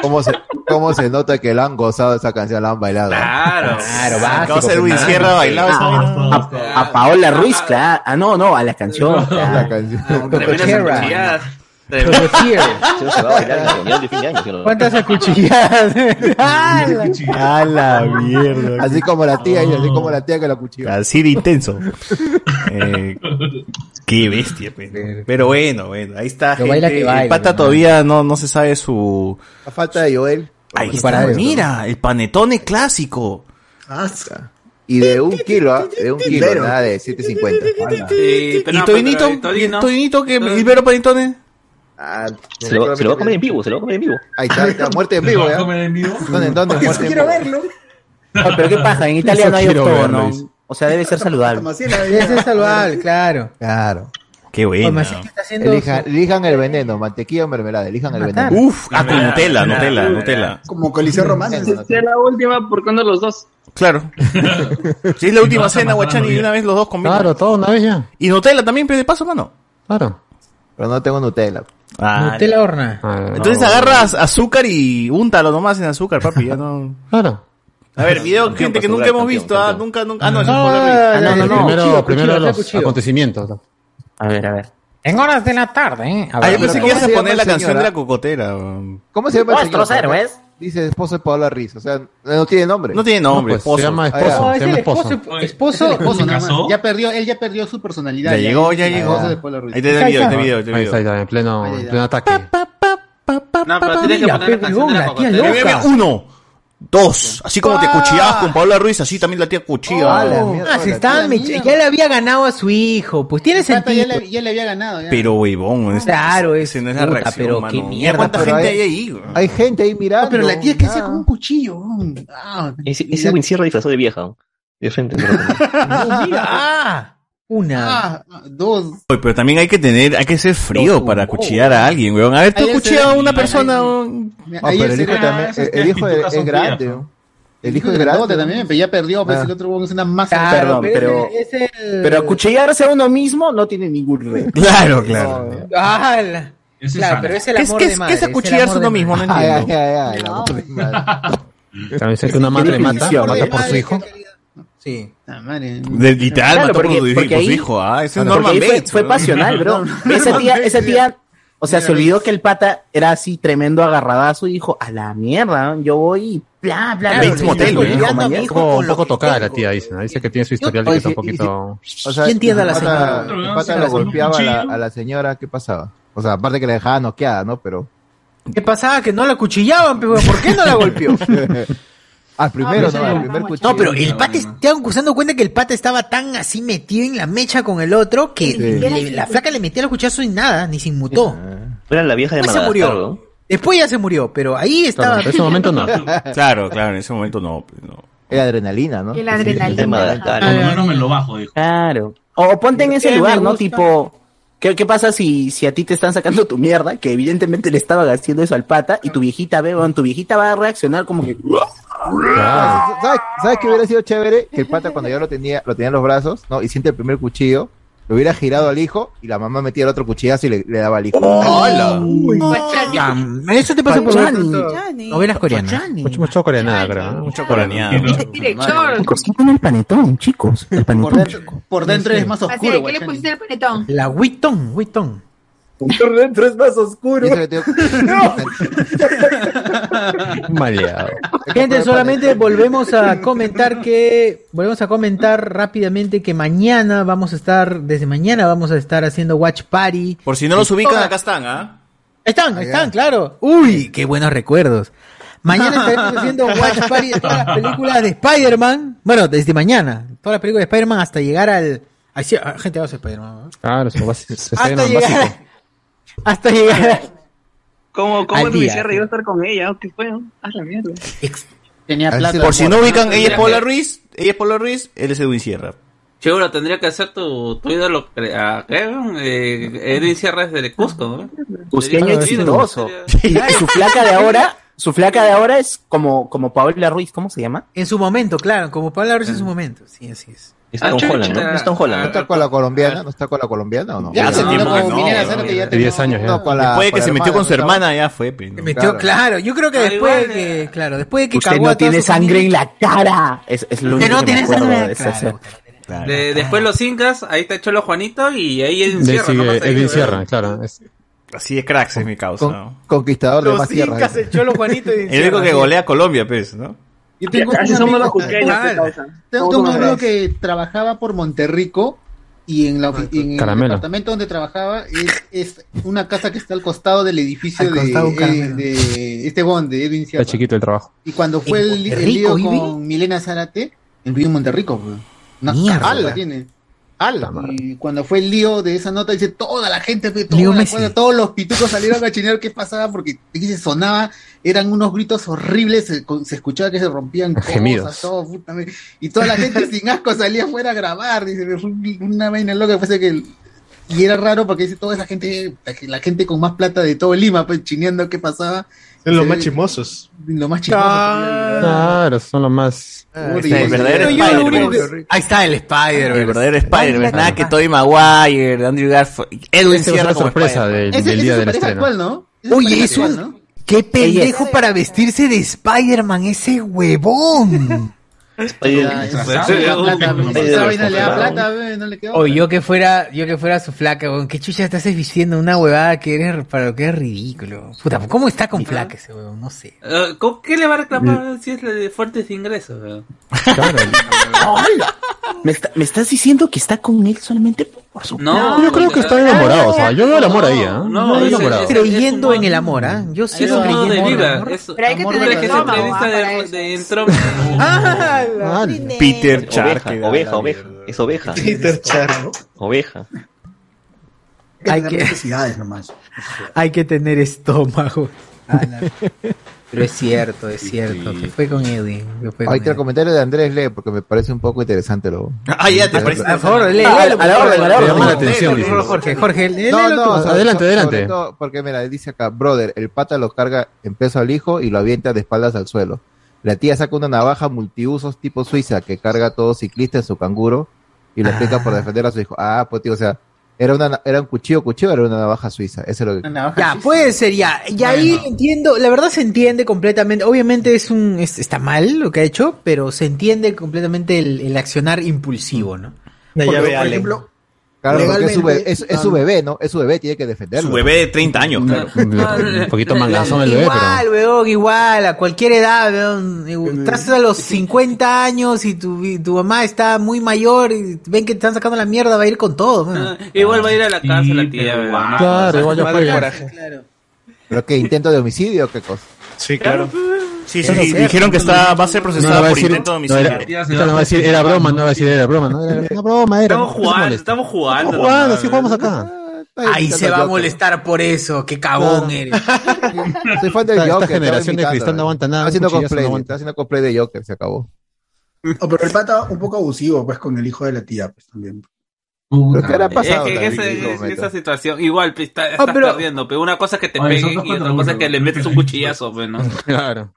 S19: ¿Cómo se, ¿Cómo se nota que la han gozado esa canción, la han bailado?
S6: Claro.
S14: Claro,
S19: va.
S14: básico,
S19: Causa Luis
S14: Fernando.
S19: Sierra bailaba esa
S14: Ah, A, a Paola Ruiz, claro. Ah, no, no, a la canción.
S19: La
S3: Ah,
S19: canción.
S6: Cuchilladas.
S11: Se va a bailar en la reunión de fin de año, ¿sí o no?
S1: ¿Cuántas acuchilladas?
S3: A la mierda.
S19: Así como la tía, y así como la tía que la cuchilló.
S3: Así de intenso. Eh, qué bestia, pe. Pero bueno, bueno, ahí está.
S19: Pero
S3: gente.
S19: baila que baila,
S3: el pata
S19: ¿no?
S3: todavía no, no se sabe su.
S19: A falta de Joel.
S3: Ahí
S19: Bueno,
S3: está,
S19: para eso.
S3: mira, el panetone clásico.
S11: Ah,
S19: Y de un kilo, ¿ah? de un kilo,
S3: Pero-
S19: nada de 7.50.
S6: Sí, pero
S3: ¿Y
S6: no, pues,
S3: Toinito?
S6: pero Toinito-
S3: ¿Y Toinito que Ibero Panetone?
S11: Ah, Se lo, se lo va a comer en vivo, se lo va a comer en vivo.
S19: Ahí está, ahí está, muerte en vivo, ¿ya? ¿Dónde, dónde? Muerte en vivo.
S1: verlo.
S14: No, pero qué paja, en Italia
S19: Eso
S14: no hay
S19: quiero ver,
S14: octógono.
S19: Luis.
S14: O sea, debe ser saludable.
S1: Ese es saludable, claro.
S19: Claro.
S3: Qué bueno.
S1: está haciendo
S19: Elijan,
S1: su-
S19: elijan el veneno, mantequilla o mermelada, elijan el veneno.
S3: Uf, ah, con Nutella, Nutella, Nutella.
S9: Como coliseo romano.
S18: Sea Este, la última, ¿por cuándo
S11: pues
S18: los dos?
S3: Claro. Si es la última
S18: vas a
S3: cena,
S18: matar a
S3: Guachani,
S18: la
S3: y una vez los dos combinan.
S2: Claro, todo una vez ya.
S3: Y Nutella también, pero de paso, mano.
S2: Claro.
S19: Pero no tengo Nutella.
S3: Ah,
S1: Nutella horna.
S3: Entonces agarras azúcar y úntalo nomás en azúcar, papi, ya no.
S2: Claro.
S3: A ver, video, gente que nunca hemos visto, ah, nunca, nunca. Ah, no, es
S2: Ah, no, no, no. Primero, primero los acontecimientos.
S14: A ver, a ver.
S1: En horas de la tarde, ¿eh? A
S3: Ah, yo
S1: ver.
S3: pensé
S19: Pero
S3: que ibas
S19: ¿cómo
S3: a
S19: se
S3: poner
S19: llama
S3: la
S19: el
S3: canción
S19: señor,
S3: de
S19: ah?
S3: la cocotera. weón.
S19: ¿Cómo se llama el
S14: Nuestros
S19: señor?
S14: héroes.
S19: Dice esposo de Paola Riz, o sea, no tiene nombre.
S3: No tiene nombre,
S2: No, pues, se
S3: esposo.
S2: llama
S19: Ah, ya.
S2: esposo.
S7: No, es
S2: se llama
S7: el
S2: esposo.
S7: Es el esposo, nada
S5: ¿Se
S7: más.
S5: casó?
S7: Ya perdió, él ya perdió su personalidad.
S3: Ya llegó, ya
S7: es el
S3: llegó.
S7: esposo de Paola Ruiz.
S3: Ahí te da el video, ahí te da el video, ahí te da
S2: Ahí
S3: el
S2: está, ahí
S3: video.
S2: está, en pleno, en pleno ataque.
S6: No, pero tienes que
S1: Mira,
S6: poner la
S1: pe,
S6: canción de
S1: huevón,
S6: la
S1: la tía
S6: cocotera.
S3: Ve, ve, ve, Uno, dos. Así como te cuchillabas con Paola Ruiz, así también la tía cuchilla.
S1: Ah, se estaba
S7: la
S1: mech-
S7: mía.
S1: ya le había ganado a su hijo, pues tiene
S7: Pata ya
S1: sentido.
S7: le, ya le había ganado. Ya.
S3: Pero huevón, es-
S1: Claro, es
S3: ese no es la
S1: puta,
S3: reacción,
S1: pero
S3: mano.
S1: qué
S3: Mira
S1: mierda,
S3: ¿Cuánta
S1: pero
S3: gente
S1: hay-
S3: hay ahí? weón.
S19: Hay gente ahí mirando.
S7: No, pero la tía es que
S19: Ah.
S7: hace con un cuchillo. mm. Ah,
S11: Ese, ese Win Sierra disfrazado de vieja. ¿no? De frente. se lo va a comer.
S3: Oh,
S7: no, mira.
S1: Ah, una.
S7: Ah, dos.
S3: Oye, pero también hay que tener, hay que ser frío para cuchillar a alguien, weón. A ver, tú
S7: Ahí está,
S3: cuchillas a una
S7: ahí
S3: persona,
S7: está.
S3: weón.
S7: Mira,
S19: No,
S7: ahí
S19: Ah, pero el
S7: ese-
S19: hijo
S1: Ah,
S19: también,
S5: ese es
S19: el hijo
S5: actitud
S19: es, es grande.
S5: azotea,
S19: ¿no? El hijo es
S7: es
S19: grande.
S7: grandote también, pero ya perdió, pues
S19: Ah.
S7: el otro huevón es una masa.
S1: Claro,
S14: Perdón, pero-
S1: ese es el-
S14: Pero acuchillarse a uno mismo no tiene ningún reto.
S3: Claro, claro.
S1: Ah, la-
S5: Ese es
S1: Claro,
S5: sano.
S1: pero es el
S3: ¿Qué es,
S1: amor
S3: qué
S1: de
S3: es,
S1: madre.
S3: qué es acuchillarse uno mismo? No
S19: Ay, ay,
S3: entiendo.
S19: ay, ay, la madre.
S2: También sé que una madre mata,
S14: definición,
S2: mata
S14: ¿eh?
S2: por su hijo.
S1: Sí.
S7: Ah, madre.
S3: De- literal,
S14: Claro,
S3: mató por
S14: porque-
S3: su
S14: porque
S3: por su
S14: ahí-
S3: hijo, ah, ese es
S14: Porque
S3: Norman
S14: ahí fue,
S3: Bates,
S14: fue
S3: weón.
S14: pasional, bro. Esa tía, esa tía O sea, se olvidó que el pata era así tremendo agarradazo y dijo, a la mierda, ¿no? yo voy y bla, bla, bla.
S2: Bates
S14: y
S2: Motel,
S14: estoy
S2: ¿eh?
S14: olvidando
S2: Como
S14: a mi
S2: un
S14: hijo
S2: poco-
S14: con
S2: un
S14: lo
S2: poco
S14: que
S2: tocada la
S14: tengo.
S2: tía, dice. ¿no? Dice que tiene su historial de
S14: Oye,
S2: que está un
S14: sí, sí,
S2: poquito...
S19: O sea,
S14: ¿Quién tiene a la
S19: el
S14: señora?
S19: pata- el pata
S14: Sí,
S19: lo
S14: la señora.
S19: golpeaba a la, a la señora, ¿qué pasaba? O sea, aparte que la dejaba noqueada, ¿no? Pero.
S1: ¿Qué pasaba? Que no la cuchillaban, pero ¿por qué no la golpeó?
S19: Al primero, ¿no? Al primer cuchillo.
S1: No, pero el pata, es- te hago dando cuenta que el pata estaba tan así metido en la mecha con el otro que
S11: Sí.
S1: le- la flaca le metía los cuchazos y nada, ni se inmutó.
S11: Era la vieja de
S1: Después se
S11: Madagascar,
S1: murió.
S11: ¿no?
S1: Después ya se murió, pero ahí estaba.
S3: Claro, claro, en ese momento no. pues, no.
S19: Era adrenalina, ¿no?
S1: El adrenalina.
S3: Sí, Madagascar.
S1: Ah,
S5: No me lo bajo, dijo.
S14: Claro. O ponte en ese
S5: Eh, me
S14: lugar, ¿no?
S5: gusta.
S14: Tipo, ¿qué, qué pasa si, si a ti te están sacando tu mierda? Que evidentemente le estaba haciendo eso al pata y tu viejita ve, weón, tu viejita va a reaccionar como que...
S19: ¿Sabes, ¿Sabes qué hubiera sido chévere? Que el pata cuando ya lo tenía, lo tenía en los brazos, ¿no? Y siente el primer cuchillo, lo hubiera girado al hijo y la mamá metía el otro cuchillazo y le, le daba al hijo.
S1: ¡Hola! Eso te pasa por ver novelas coreanas.
S2: Mucho, mucho coreanada, creo. ¿no? Mucho coreanada.
S17: Director.
S14: Cocinen el panetón, chicos. El panetón.
S7: Por dentro es más
S17: Así de, ¿qué
S7: oscuro.
S17: le pusiste al panetón?
S1: La Witton, Witton.
S7: Por dentro es más oscuro.
S2: Maleado.
S1: Gente, solamente volvemos a comentar que volvemos a comentar rápidamente que mañana vamos a estar desde mañana vamos a estar haciendo watch party.
S3: Por si no los
S1: De
S3: ubican,
S1: toda-
S3: acá están, ¿ah?
S1: Están, están, claro. Uy, qué buenos recuerdos. Mañana estaremos haciendo watch party de todas las películas de Spider-Man. Bueno, desde mañana, todas las películas de Spider-Man hasta llegar al ay, sí, ah, gente vamos a Spider-Man. ¿no?
S2: Claro, se va se- se está
S1: Hasta
S2: llenando
S1: llegar
S2: básico.
S1: hasta llegar al-
S18: ¿Cómo,
S1: Al
S18: cómo te
S1: día.
S18: hubiese reído estar con ella? ¿Qué fue? no? Haz la mierda.
S7: Tenía
S18: plata.
S3: Por si no ubican, ella es Paula
S6: Paula
S3: Ruiz, ella es Paula Ruiz, él es Edwin Sierra.
S6: Seguro tendría que hacer tu, tu ídolo cre- a ¿qué? Eh, Edwin Sierra es de Cusco, ¿no?
S14: Cusqueño
S6: Sería-
S14: exitoso. Y,
S6: Sería-
S14: y su flaca de ahora, su flaca de ahora es como, como Paola Ruiz, ¿cómo se llama?
S1: en su momento, claro, como Pablo Arroyo en su momento. Sí, así es.
S11: Es
S14: Ah,
S11: Tom
S14: chucha.
S11: Holland, ¿no? Es Tom
S19: ¿No
S11: Holland.
S19: está con la colombiana? ¿No está con la colombiana o no?
S3: Ya hace tiempo
S7: Pues
S3: que no,
S19: Minera
S3: no,
S19: Cero
S3: no,
S19: ya
S3: de 10 años ya.
S19: No, con la-
S3: Después de
S19: con
S3: que
S19: la
S3: se metió con su
S19: estaba-
S3: hermana, ya fue. pe, ¿no?
S1: Metió, claro. yo creo que
S6: Ah,
S1: después de
S6: igual,
S1: que, claro, después de que
S14: Usted
S1: cagó a
S14: no
S1: toda
S14: tiene
S1: su
S14: sangre en
S1: familia-
S14: la cara. Es, es lo
S1: Usted
S14: único
S1: no
S14: que
S1: tiene
S14: me acuerdo
S1: sangre en la
S14: de esa
S1: cara.
S14: escena.
S6: De- después los incas, ahí está Cholo Juanito y ahí Edwin
S2: De-
S6: Sierra.
S2: sí,
S6: nomás ahí,
S2: Edwin
S6: weón.
S2: Sierra, claro. es-
S3: Así es cracks, es mi causa.
S19: Con-
S3: ¿no?
S19: Conquistador de más tierras.
S1: incas, el Cholo Juanito y
S3: El único que golea a Colombia, pues, ¿no?
S7: Yo tengo un
S18: Así somos
S7: amigo-
S18: los cusqueños. ¿qué causa?
S7: Tengo
S18: Somos
S7: tengo un
S18: los
S7: amigo
S18: cusqueños.
S7: que trabajaba por Monterrico y en, la ofi- en el
S2: Caramelo.
S7: departamento donde trabajaba es, es una casa que está al costado del edificio
S2: Al
S7: de,
S2: costado,
S7: eh,
S2: caramelo.
S7: de este bonde, Edwin
S2: Está
S7: Sierra.
S2: chiquito el trabajo.
S7: Y cuando fue
S1: ¿En
S7: el, el
S1: Monterrico
S7: lío
S1: vive?
S7: con Milena Zárate, él vive en Monterrico. pues. Una
S1: Mierda.
S7: ala tiene. ala. Y cuando fue el lío de esa nota, dice toda la gente, pues, toda
S1: Lío
S7: la
S1: Messi.
S7: cuadra, todos los pitucos salieron a chinear qué pasaba porque dice, sonaba, eran unos gritos horribles, se, se escuchaba que se rompían cosas,
S2: Gemidos.
S7: todo, puta madre. y toda la gente sin asco salía afuera a grabar, dice, fue un- una vaina loca, parece que y era raro porque dice toda esa gente, la gente con más plata de todo Lima, pues chineando qué pasaba.
S20: Son los
S7: Y
S20: más
S7: se-
S20: chismosos.
S7: Lo más chismoso. Ah.
S2: Claro, son los más.
S7: Puta,
S3: el
S7: y-
S3: Ah, verdadero
S7: Pero yo lo único
S3: Spider-Man.
S1: que- Ahí está el Spider-Man.
S3: El verdadero Spider-Man. Nada que Tobey Maguire, Andrew Garfield, Edwin
S2: Esa Este va a ser
S3: Sierra
S2: la
S3: como
S2: sorpresa
S3: Spider-Man.
S2: del- Ese- del ese día es su del pareja estreno.
S7: actual, ¿no?
S1: Oye, es un qué pendejo para vestirse de Spider-Man ese huevón.
S7: Ah, Esa vaina le da plata, ve, no le quedó.
S1: O yo que fuera, yo que fuera su flaca, weón, qué chucha estás vistiendo una huevada que eres para lo que es ridículo. Puta, ¿cómo está con flaca ese huevón? No sé.
S6: Eh, ¿Con qué le va a reclamar si es la de fuertes ingresos? eh? weón?
S14: ¿Me, está- me estás diciendo que está con él solamente por, por su
S6: No,
S2: yo creo que están enamorados. O sea, yo veo el amor ahí, ¿eh?
S6: no,
S2: yo veo el
S6: ese-
S2: enamorado.
S6: ese-
S1: Creyendo en el amor, ¿ah? Yo
S6: Eso
S1: sí
S6: es un modo de
S1: creyendo en el
S6: vida.
S1: amor.
S6: Eso,
S17: Pero hay que
S6: amor,
S17: tener
S6: que esa
S17: estómago,
S6: entrevista
S17: ah,
S6: de-
S17: para
S6: de, Trump.
S1: Ah, la-
S3: Peter Char.
S11: Oveja, oveja, oveja. Es oveja.
S20: Peter Char.
S11: Oveja.
S1: Hay
S9: Hay
S1: que-
S9: que necesidades nomás.
S1: Hay que tener estómago. Pero es cierto, es cierto. Se fue con Edwin. se fue con
S19: Ahí está el
S1: Edwin.
S19: comentario de Andrés Lee, porque me parece un poco interesante lo.
S3: Ah, ya te parece.
S1: Por favor, lee,
S3: Ah,
S1: léelo,
S3: a la
S1: por
S3: orden,
S1: favor.
S3: a la orden.
S2: Llama la atención,
S1: Por favor, Jorge,
S2: dice.
S1: Jorge,
S19: No,
S1: léelo tú.
S19: no,
S1: O sea,
S2: adelante,
S19: sobre
S2: adelante.
S19: todo porque mira, dice acá, brother, el pata lo carga en peso al hijo y lo avienta de espaldas al suelo. La tía saca una navaja multiusos tipo suiza que carga a todo ciclista en su canguro y lo explica por defender a su hijo. Ah, pues tío, o sea, era, una, era un cuchillo, cuchillo, era una navaja suiza. Eso es lo que...
S1: Ya, puede ser, ya. Y ahí entiendo, la verdad se entiende completamente. Obviamente es un es- está mal lo que ha hecho, pero se entiende completamente el, el accionar impulsivo, ¿no?
S20: Una
S1: Porque,
S20: llave
S1: por
S20: Allen.
S1: ejemplo,
S19: Claro, porque es su, bebé,
S9: Legalmente,
S19: es, es su bebé, ¿no? Es su bebé, tiene que defenderlo.
S3: Su bebé de 30 años, claro.
S2: Un poquito mangazón el bebé, pero.
S1: Igual, weón, igual, a cualquier edad, weón. Igual, Estás a los 50 años y tu, y tu mamá está muy mayor y ven que te están sacando la mierda, va a ir con todo, weón.
S6: Igual va a ir a la casa la tía, weón.
S19: Claro, igual ya
S6: Va a
S19: fue.
S6: dar coraje.
S1: Claro.
S19: Pero que intento de homicidio, o qué cosa.
S20: Sí, claro.
S3: Sí, sí, sí, dijeron que está, va a ser procesada
S2: No, no va a
S3: por
S2: decir-
S3: intento de
S2: no,
S3: homicidio.
S2: era, ahorita no va a decir, era broma, no va a decir, era broma, no era una broma, era.
S6: Estamos
S2: no se
S6: jugando,
S2: moleste.
S6: estamos jugando.
S2: Estamos jugando,
S6: nomás,
S2: sí
S6: weón.
S2: jugamos acá.
S1: Ahí se va a molestar por eso, qué cabón
S2: Claro.
S1: eres.
S19: Soy fan del
S2: Esta- esta
S19: Joker. estaba
S2: generación de
S19: imitando,
S2: cristal no
S19: ¿verdad?
S2: aguanta nada,
S19: Está haciendo
S2: cuchillazo no
S19: cosplay,
S2: aguanta.
S19: está haciendo cosplay de Joker, se acabó.
S9: Oh, pero el pata un poco abusivo, pues, con el hijo de la tía, pues, también.
S19: Pero ¿qué habrá pasado?
S6: Es que
S19: David,
S6: esa,
S19: en ese
S6: es-
S19: momento?
S6: esa situación, igual pe,
S19: Ah,
S6: está- estás perdiendo, pero una cosa es que te
S19: Oye,
S6: peguen
S19: son dos
S6: y otra
S19: contra
S6: cosa
S19: uno,
S6: es que le metes un cuchillazo, pues, ¿no?
S2: Claro.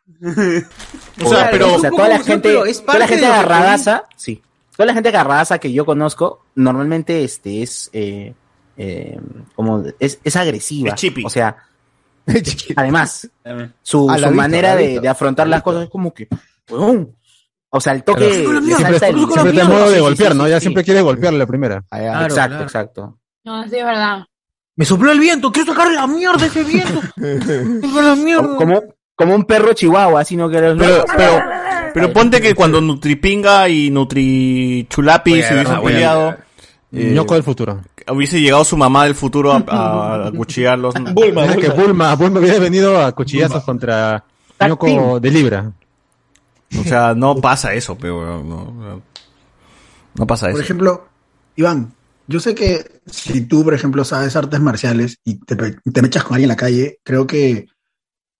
S14: O sea, pero. O sea, toda la
S1: Pero
S14: gente.
S1: es
S14: Toda la
S1: parte
S14: gente
S1: de lo que
S14: agarradaza. Sí. Toda la gente agarradaza que yo conozco, normalmente este es. eh, eh, como es, es agresiva. O sea. Además, su,
S20: Ah, la
S14: su
S20: he visto, la
S14: manera
S20: he
S14: de,
S20: visto.
S14: de afrontar las cosas es como que. weón. O sea, el toque.
S2: Claro.
S14: le
S2: Siempre,
S14: salta el-
S2: siempre está en modo de golpear, ¿no? Ya siempre quiere golpear la primera.
S14: Claro, Exacto, claro. exacto.
S17: No, sí, es verdad.
S1: Me sopló el viento, quiero sacarle la mierda a ese viento. Sacarle
S7: Ah,
S1: la mierda.
S14: Como, como un perro chihuahua, sino que los
S3: Pero, pero, pero ponte que cuando Nutripinga y Nutrichulapi
S2: Voy a
S3: se hubiesen
S2: agarrar, voy a
S3: peleado,
S2: agarrar.
S3: eh,
S2: Ñoco del futuro.
S3: hubiese llegado su mamá del futuro a, a, a cuchillarlos. Ah,
S2: Mira que Bulma, Bulma hubiera venido a cuchillazos contra
S3: Tag
S2: Ñoco
S3: team.
S2: Ah, de Libra.
S3: O sea, no pasa eso, pero weón, no, no pasa eso.
S9: Por ejemplo, Iván, yo sé que si tú, por ejemplo, sabes artes marciales y te, pe- te mechas con alguien en la calle, creo que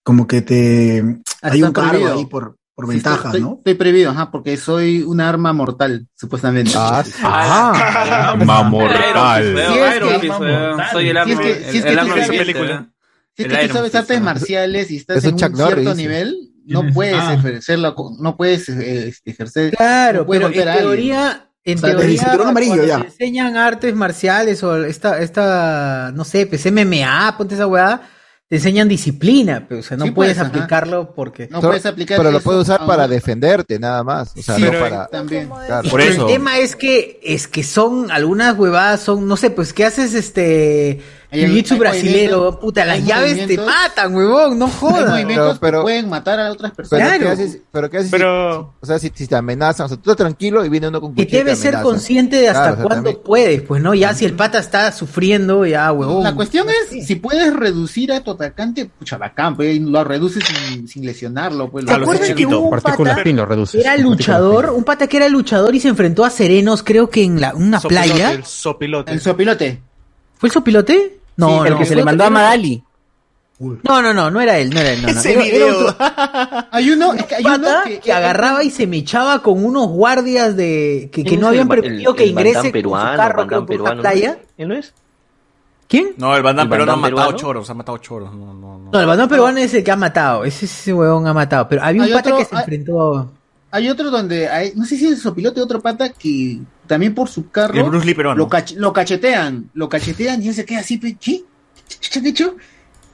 S9: como que te hay un cargo ahí por, por
S7: Sí,
S9: ventaja,
S7: estoy,
S9: ¿no?
S7: Estoy prohibido, ajá, porque soy un arma mortal, supuestamente. Ah,
S6: Ah, Mortal.
S7: Si es que-
S6: Soy el
S7: si es
S6: arma.
S7: que- si es
S6: el-
S7: que
S6: El
S7: tú
S6: arma
S7: sabes-
S6: viviente,
S7: película.
S6: weón.
S7: Si es
S6: El
S7: que tú
S6: Iron
S7: sabes
S6: Fist,
S7: artes
S6: ¿no?
S7: marciales y estás
S6: Eso
S7: en un
S6: es Chuck
S7: cierto
S6: Norris, dice.
S7: nivel, no
S6: ¿Quién es?
S7: puedes
S6: Ah.
S7: ejercer la, co- no puedes eh, este, ejercer.
S1: Claro,
S7: no puedes
S1: pero
S7: golpear
S1: en
S7: a alguien.
S1: teoría, en
S7: O sea, desde el
S1: teoría,
S7: cinturón amarillo,
S1: cuando
S7: ya.
S1: te enseñan artes marciales o esta, esta, no sé, pues MMA, ponte esa weá, te enseñan disciplina, pero o sea, no
S7: Sí,
S1: puedes
S7: pues, ajá.
S1: aplicarlo porque
S7: No puedes aplicar
S19: Pero lo
S7: eso
S19: puedes usar
S7: a
S19: para
S7: un-
S19: defenderte, nada más. O sea,
S7: Sí,
S19: no
S7: pero
S19: para.
S7: también.
S19: Claro.
S1: Y El tema es que es que son algunas huevadas, son no sé, pues qué haces este
S7: Hay- hay
S1: jiu-jitsu brasilero,
S7: movimientos-
S1: puta, las
S7: hay
S1: llaves te
S7: movimientos-
S1: matan, huevón, no
S7: Hay
S1: jodas.
S7: movimientos
S19: Pero-
S7: que pueden matar a otras personas.
S19: Pero ¿qué haces, pero qué haces si- o sea, si, si te amenazan? O sea, tú estás tranquilo y viene uno con
S1: Y
S19: cuchillo. te
S1: debes ser
S19: amenaza.
S1: consciente de hasta
S19: Claro, o sea,
S1: cuándo
S19: también-
S1: puedes, pues no, ya si el pata está sufriendo, ya huevón.
S7: La cuestión es si puedes reducir a tu atacante, pucha bacán, pues, y lo reduces sin, sin lesionarlo, pues.
S1: ¿Se acuerdan que hubo un
S2: Partículas
S1: pata
S2: pin lo reduces.
S1: Era luchador, un pata que era luchador y se enfrentó a Serenos, creo que en la, una
S20: Sopilote,
S1: playa.
S20: El sopilote.
S7: El sopilote.
S1: ¿Fue el sopilote? No,
S14: Sí, el
S1: no.
S14: que se le mandó a Magali.
S1: No, no, no, no era él, no era él. No, no.
S7: Ese
S1: Era- era
S7: video.
S1: otro-
S7: Hay uno, es que hay uno
S1: pata
S7: que,
S1: que agarraba y se mechaba con unos guardias de que, que
S11: ¿Quién
S1: no
S11: es
S1: habían
S11: el-
S1: permitido
S11: el-
S1: que
S11: el Van Damme
S1: ingrese con su
S11: peruano,
S1: carro,
S11: Van
S1: creo,
S11: Damme
S1: por una
S11: peruano,
S1: playa.
S11: ¿Él no es?
S1: ¿Quién?
S3: No, el
S11: El
S3: Bandam pero no ha
S11: Van Damme
S3: matado
S11: peruano.
S3: choros, ha matado choros. No, no, no.
S1: No, el bandón peruano es el que ha matado. Ese, ese huevón ha matado. Pero había un
S7: Hay
S1: pata
S7: otro-
S1: que se
S7: hay-
S1: enfrentó. a-
S7: hay otro donde hay, no sé si es el sopilote o otro pata que también por su carro
S3: El Bruce Lee peruano.
S7: lo, cach- lo cachetean, lo cachetean y él se queda así, pe, ¿qué? ¿Qué han hecho?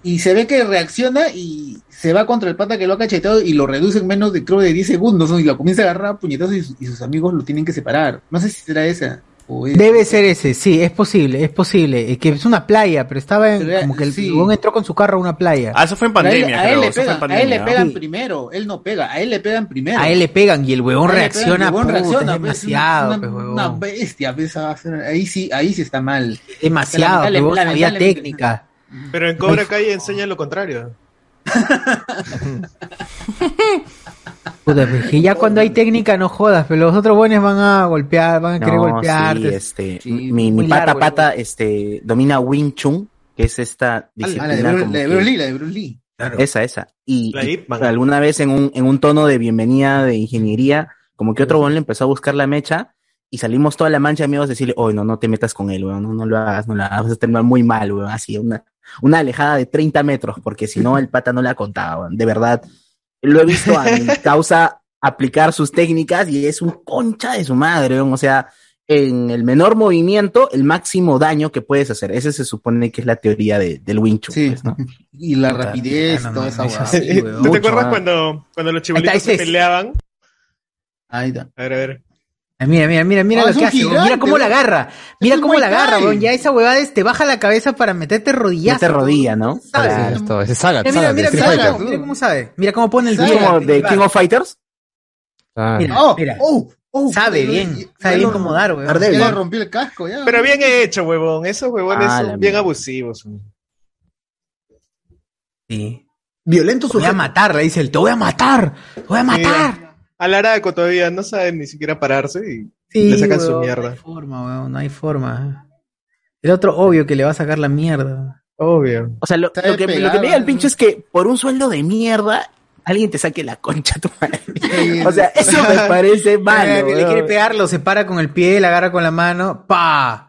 S7: Y se ve que reacciona y se va contra el pata que lo ha cacheteado y lo reduce en menos de creo de 10 segundos ¿no? y lo comienza a agarrar a puñetazos y, su- y sus amigos lo tienen que separar. No sé si será esa.
S1: Debe ser ese, sí, es posible, es posible. Eh, Que es una playa, pero estaba en- como que el huevón entró con su carro a una playa.
S3: Ah, eso fue en
S7: Pero a él-
S3: pandemia,
S7: a él,
S3: creo.
S7: le
S3: Eso fue en
S7: pegan, a él le
S3: pandemia.
S7: pegan
S3: Sí.
S7: primero, él no pega, a él le pegan primero.
S1: A él le pegan y el huevón
S7: Ahí le pegan,
S1: reacciona,
S7: el huevón
S1: puta,
S7: reacciona,
S1: es
S7: pe, es
S1: demasiado,
S7: una,
S1: pe,
S7: una-
S1: huevón.
S7: una bestia, pe, esa va a ser- ahí sí, ahí sí está mal.
S1: Demasiado,
S7: Lamentable-
S1: huevón, sabía
S7: lamentablemente-
S1: técnica.
S20: Pero en Cobra Kai enseña lo contrario.
S1: Puta, pe, que ya cuando hay técnica no jodas, pero los otros buenos van a golpear, van a querer
S14: No,
S1: golpearte.
S14: sí, este, mi, mi
S1: muy
S14: pata
S1: largo,
S14: pata este, domina Wing Chun, que es esta disciplina.
S7: Ah, la de Bruce-
S14: como
S7: la de
S14: que-
S7: Bruce Lee, la de Bruce Lee.
S14: Esa, esa. Y,
S7: La
S14: y
S7: Ip Man.
S14: alguna vez en un, en un tono de bienvenida de ingeniería, como que otro weón le empezó a buscar la mecha y salimos toda la mancha de amigos a decirle, oye, no, no te metas con él, weón, no, no lo hagas, no lo hagas, vas a terminar muy mal, weón, así, una, una alejada de 30 metros, porque si no, el pata no la contaba, weón, de verdad. Lo he visto a mi causa aplicar sus técnicas y es un concha de su madre, weón, o sea, en el menor movimiento, el máximo daño que puedes hacer. Ese se supone que es la teoría de- del Wing Chun, pues, ¿no?
S7: Y la
S14: Puta,
S7: rapidez,
S14: no,
S20: Ah,
S14: no,
S7: toda
S14: no,
S7: esa
S14: es
S7: huevada.
S14: así,
S7: Sí,
S14: weón.
S7: weón.
S20: ¿No te
S14: Mucho,
S20: acuerdas
S14: ah.
S20: cuando, cuando los
S7: Ahí
S20: chibulitos
S7: está, ese
S20: se
S7: es.
S20: peleaban?
S7: Ahí está.
S20: A ver, a ver.
S1: Mira, mira, mira, mira
S7: Ah,
S1: lo
S7: es
S1: que
S7: un
S1: hace, weón.
S7: gigante,
S1: mira cómo la
S7: weón.
S1: agarra,
S7: Es
S1: mira
S7: un
S1: cómo la
S7: Muay
S1: agarra,
S7: Thai.
S1: weón. ya esa huevada es, te baja la cabeza para meterte rodillazo.
S14: Mete rodilla, ¿no?
S1: ¿Sabes?
S2: Ah, esto, ese es Sagat,
S1: Mira, mira,
S2: Sagat,
S1: mira,
S2: de
S1: mira,
S2: Street
S1: cómo,
S2: Fighter.
S1: mira cómo sabe, mira cómo pone el
S14: ¿Es
S1: pie.
S14: como de King of Fighters?
S2: Ah.
S1: Mira, mira. oh, sabe bien, sabe bien cómo dar, weón.
S7: Ya le rompí el casco, ya.
S20: Pero bien hecho, huevón. Esos huevones
S1: Ah, la
S20: son bien abusivos.
S1: Sí. Violento Te voy a matar, le dice él, te voy a matar, te voy a matar.
S20: Al Araco todavía no saben ni siquiera pararse y
S1: Sí,
S20: le sacan su
S1: huevón, No
S20: mierda.
S1: hay forma, weón, no hay forma. El otro obvio que le va a sacar la mierda.
S20: Obvio.
S14: O sea, lo,
S1: Está de
S14: lo que,
S1: pegar,
S14: lo que me llega al
S1: ¿no?
S14: pincho es que por un sueldo de mierda, alguien te saque la concha a tu madre. o sea, eso me parece malo.
S1: Eh, Le
S14: weón.
S1: quiere pegar, lo separa con el pie, la agarra con la mano, pa.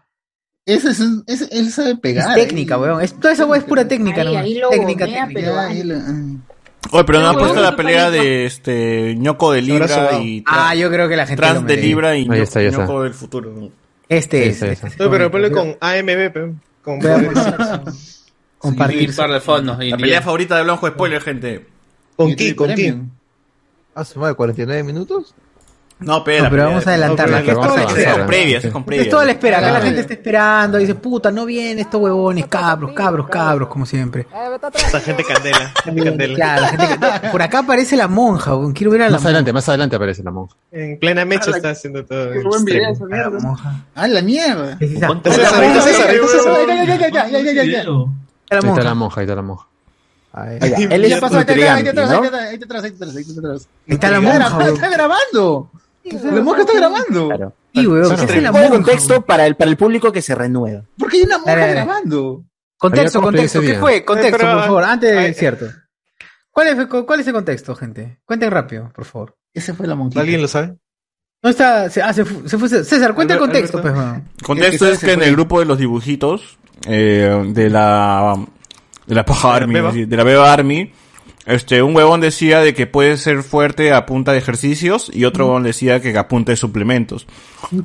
S1: Eso es, es, sabe
S7: pegar,
S1: Es técnica, weón. Es, toda esa weón es pura técnica,
S7: Ahí,
S1: ¿no?
S7: ahí lo
S1: técnica,
S7: gomea,
S1: técnica.
S7: pero ahí
S3: Oye, pero no has
S1: Pero,
S3: puesto
S1: huevón,
S3: la pelea de este ñoco de Libra y
S1: Ah, yo creo que la gente lo
S3: trans de
S1: merece.
S3: Libra y
S2: Ahí
S3: Ño-
S2: está, ahí está.
S3: ñoco del futuro.
S1: Este
S2: Sí,
S1: es.
S2: sí,
S1: este
S2: sí.
S1: es.
S20: No, pero ponle con AMB, pe, con
S1: Compartir.
S6: par de fondos.
S3: La pelea favorita de Blanco Spoiler, gente.
S20: ¿Con qué? ¿Con qué?
S19: Ah, su madre, 49 minutos.
S3: No,
S1: No, pero vamos a adelantarla, que esto es-
S3: Es con previas, es con
S1: Esto
S3: previas.
S1: es toda la espera, acá
S3: Ah,
S1: la gente está esperando, dice, puta, no vienen estos huevones, cabros, cabros, cabros, como siempre.
S20: Esa gente candela. Gente candela.
S1: Claro, la gente que- por acá aparece la monja, weón, quiero ver a la
S2: Más
S1: monja.
S2: adelante, más adelante aparece la monja.
S20: En plena mecha está haciendo todo. extremo.
S7: Ah, la mierda.
S20: Ponte César, ponte César, huevón.
S2: Ahí está la monja, ahí está la monja.
S7: Él ya pasó, ahí te atrás, ahí te atrás, ahí te atrás, ahí te atrás, ahí te atrás.
S1: Está la
S7: Está
S1: monja,
S7: grabando,
S1: weón.
S7: Está grabando. La monja está grabando.
S14: Claro.
S1: Sí, weón,
S14: Claro.
S1: ¿qué hace la
S14: Pongo
S1: monja,
S14: contexto para el, para el público que se renueva.
S7: ¿Por qué hay una monja
S1: Dale, dale.
S7: grabando?
S1: Contexto,
S14: Había cumplido
S1: contexto,
S14: ese
S1: ¿qué
S14: día.
S1: fue? Contexto,
S14: Eh, pero-
S1: por favor, Ah, antes de cierto. ¿Cuál es, cu- ¿Cuál es el contexto, gente? Cuenten rápido, por favor.
S7: Ese fue la monja.
S20: ¿Alguien lo sabe?
S1: No está, se, ah, se fu- se fue César. César, cuenta el
S20: Albert-
S1: contexto, pues,
S20: Alberto.
S1: weón.
S3: Contexto es que en el grupo de los dibujitos eh, de la de la paja army,
S20: beba.
S3: sí, de la beba army, este un huevón decía de que puede ser fuerte a punta de ejercicios y otro huevón decía que a punta de suplementos.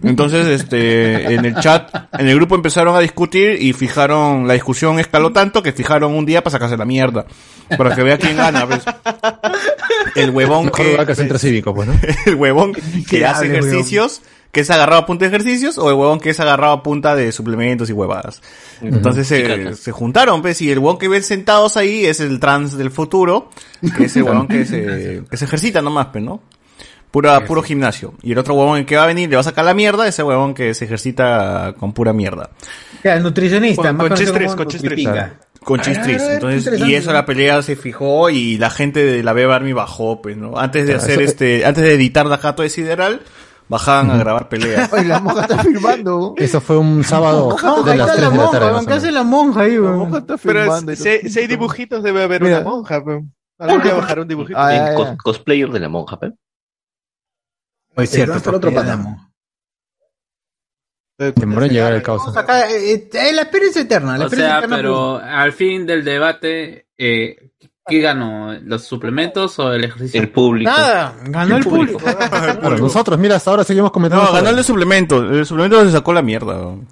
S3: Entonces, este en el chat, en el grupo empezaron a discutir y fijaron la discusión escaló tanto que fijaron un día para sacarse la mierda, para que vea quién gana, pues. El huevón
S2: Mejor
S3: que
S2: lugar que centro cívico, pues, ¿no?
S3: el huevón que hace
S2: Miserable,
S3: ejercicios, que es agarrado a punta de ejercicios, o el huevón que es agarrado a punta de suplementos y huevadas. Entonces se- se, juntaron, pues, y el huevón que ven sentados ahí es el trans del futuro, que es el huevón que se, que se ejercita nomás, pues, ¿no? Pura, puro gimnasio. Y el otro huevón que va a venir le va a sacar la mierda, ese huevón que se ejercita con pura mierda.
S1: Ya, el nutricionista.
S20: Con-
S1: más
S20: con
S1: conocido
S20: chistres,
S1: como
S20: con chistres.
S1: Pitinga.
S3: Con
S1: A ver,
S3: Chistris.
S1: a ver,
S3: Entonces, y
S1: interesante.
S3: eso la pelea se fijó y la gente de la Beba Army bajó, pues, ¿no? Antes de
S19: Ah, eso-
S3: hacer este, antes de editar la jato de Sideral, bajaban a grabar peleas.
S19: Oye, la monja está firmando.
S2: Eso fue un sábado
S1: Monja,
S2: de
S1: ahí
S2: las
S1: está
S2: 3
S1: la
S2: de la
S1: monja,
S2: tarde.
S1: weón.
S2: más o
S1: ¿Qué hace la monja ahí, weón?
S20: Pero si, si hay dibujitos, debe haber una monja. pe. Algún día bajará un dibujito.
S2: Ah,
S11: En cos- cosplayer de la monja, ¿pe?
S1: Es
S2: cierto,
S9: Hasta el otro pata.
S2: menos. Demoró en llegar el caos.
S1: Vamos acá, eh, eh, eh, la espera es eterna. La
S6: O
S1: espera es
S6: sea,
S1: eterna, pues,
S6: pero al fin del debate, eh, ¿qué ganó? ¿Los suplementos o el ejercicio? El
S11: público.
S1: Nada, ganó el público.
S2: Bueno, nosotros, mira, hasta ahora seguimos comentando.
S3: No, ganó el de suplemento. El de suplemento se sacó la mierda. weón.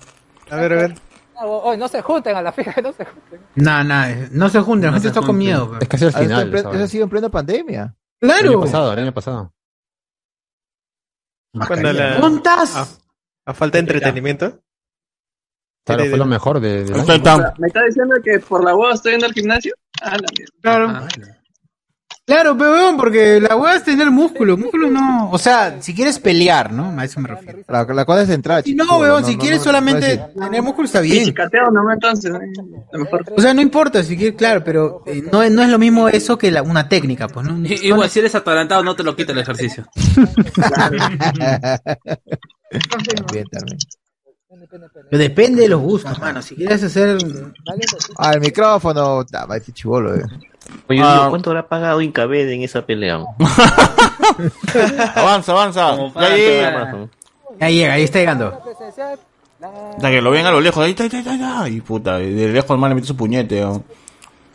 S20: A ver, a ver.
S22: Hoy no se junten a la fija, no se junten.
S1: No, no, eh, no se junten, la gente está con miedo. weón.
S2: Es casi
S19: Ah,
S2: al
S19: esto en
S2: final.
S19: plena-
S2: ¿sabes?
S19: Eso ha sido en plena pandemia.
S2: El año
S1: Claro.
S2: pasado, el año pasado.
S20: Cuando la-
S1: ¿Cuántas?
S18: Ah,
S20: A, a falta de entretenimiento.
S2: Claro, fue lo mejor de. del
S20: Está-
S2: año.
S20: está-
S18: O sea, ¿Me está diciendo que por la hueá estoy en el gimnasio? Ah, la mierda.
S1: Claro. Claro, pero weón, porque la weá es tener músculo. Músculo no. O sea, si quieres pelear, ¿no? A eso me refiero.
S19: La, la cosa es entrar.
S1: Si
S19: chico,
S1: no, weón, si
S19: no,
S1: quieres
S19: no,
S1: solamente
S19: no es-
S1: tener músculo está
S18: Y
S1: bien.
S18: chicateo nomás entonces. ¿eh? Lo mejor.
S1: O sea, no importa, si quieres, claro, pero eh, no, es- no es lo mismo eso que la- una técnica, pues, ¿no?
S6: I- Igual, si eres atalantado, no te lo quita el ejercicio.
S19: Bien, también.
S1: Pero depende de los gustos, mano. Si quieres hacer.
S19: Ah, el micrófono. Ah, va este chivolo, eh.
S11: Oye, yo
S19: Ah.
S11: digo, ¿cuánto habrá pagado Incabed en esa pelea?
S3: avanza, avanza. Ya llega.
S1: Ahí llega, ahí está llegando.
S3: Hasta que lo ven a lo lejos. Ahí está, ahí está, ahí está. Y puta, y de lejos el man le metió su puñete. weón.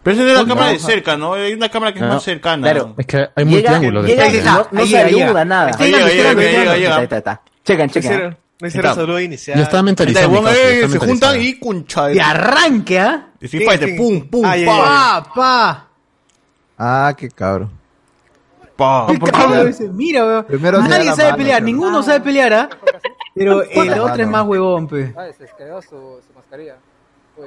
S3: Pero esa es la
S14: Puta,
S3: cámara de
S14: ojo.
S3: cerca, ¿no? Hay una cámara que es
S14: Claro.
S3: más cercana.
S14: Claro.
S2: Es que hay muy
S14: Llega-
S2: triángulo. de
S14: llega-
S2: frente.
S14: llega- No- no
S3: Ahí llega,
S14: saluda
S3: llega.
S14: nada.
S3: Ahí llega, ahí llega, ahí llega, ahí
S14: Está,
S3: llega.
S14: está, está. Checan,
S20: No
S14: checan.
S20: hicieron- no hicieron
S14: Está.
S20: saludo inicial.
S2: Ya estaba mentalizado,
S20: Entonces,
S2: mi causa,
S20: eh,
S2: estaba mentalizado.
S3: cuncha.
S1: Y arranque, ¿ah?
S3: Y
S20: Sí,
S3: Street Fighter,
S20: sí.
S3: pum, pum,
S20: Ay, ay, ay.
S1: Pa, pa.
S19: Ah, qué cabrón.
S3: pa.
S1: Cabrón, dice, Mira, weón.
S14: Ah,
S19: Primero se da
S1: Nadie
S19: la
S1: sabe
S19: mano,
S1: pelear,
S19: creo.
S1: ninguno sabe pelear, ¿ah? Pero el
S19: Ah,
S1: otro es más huevón, pe.
S22: Ay, se quedó Ah, su, su mascarilla. Uy.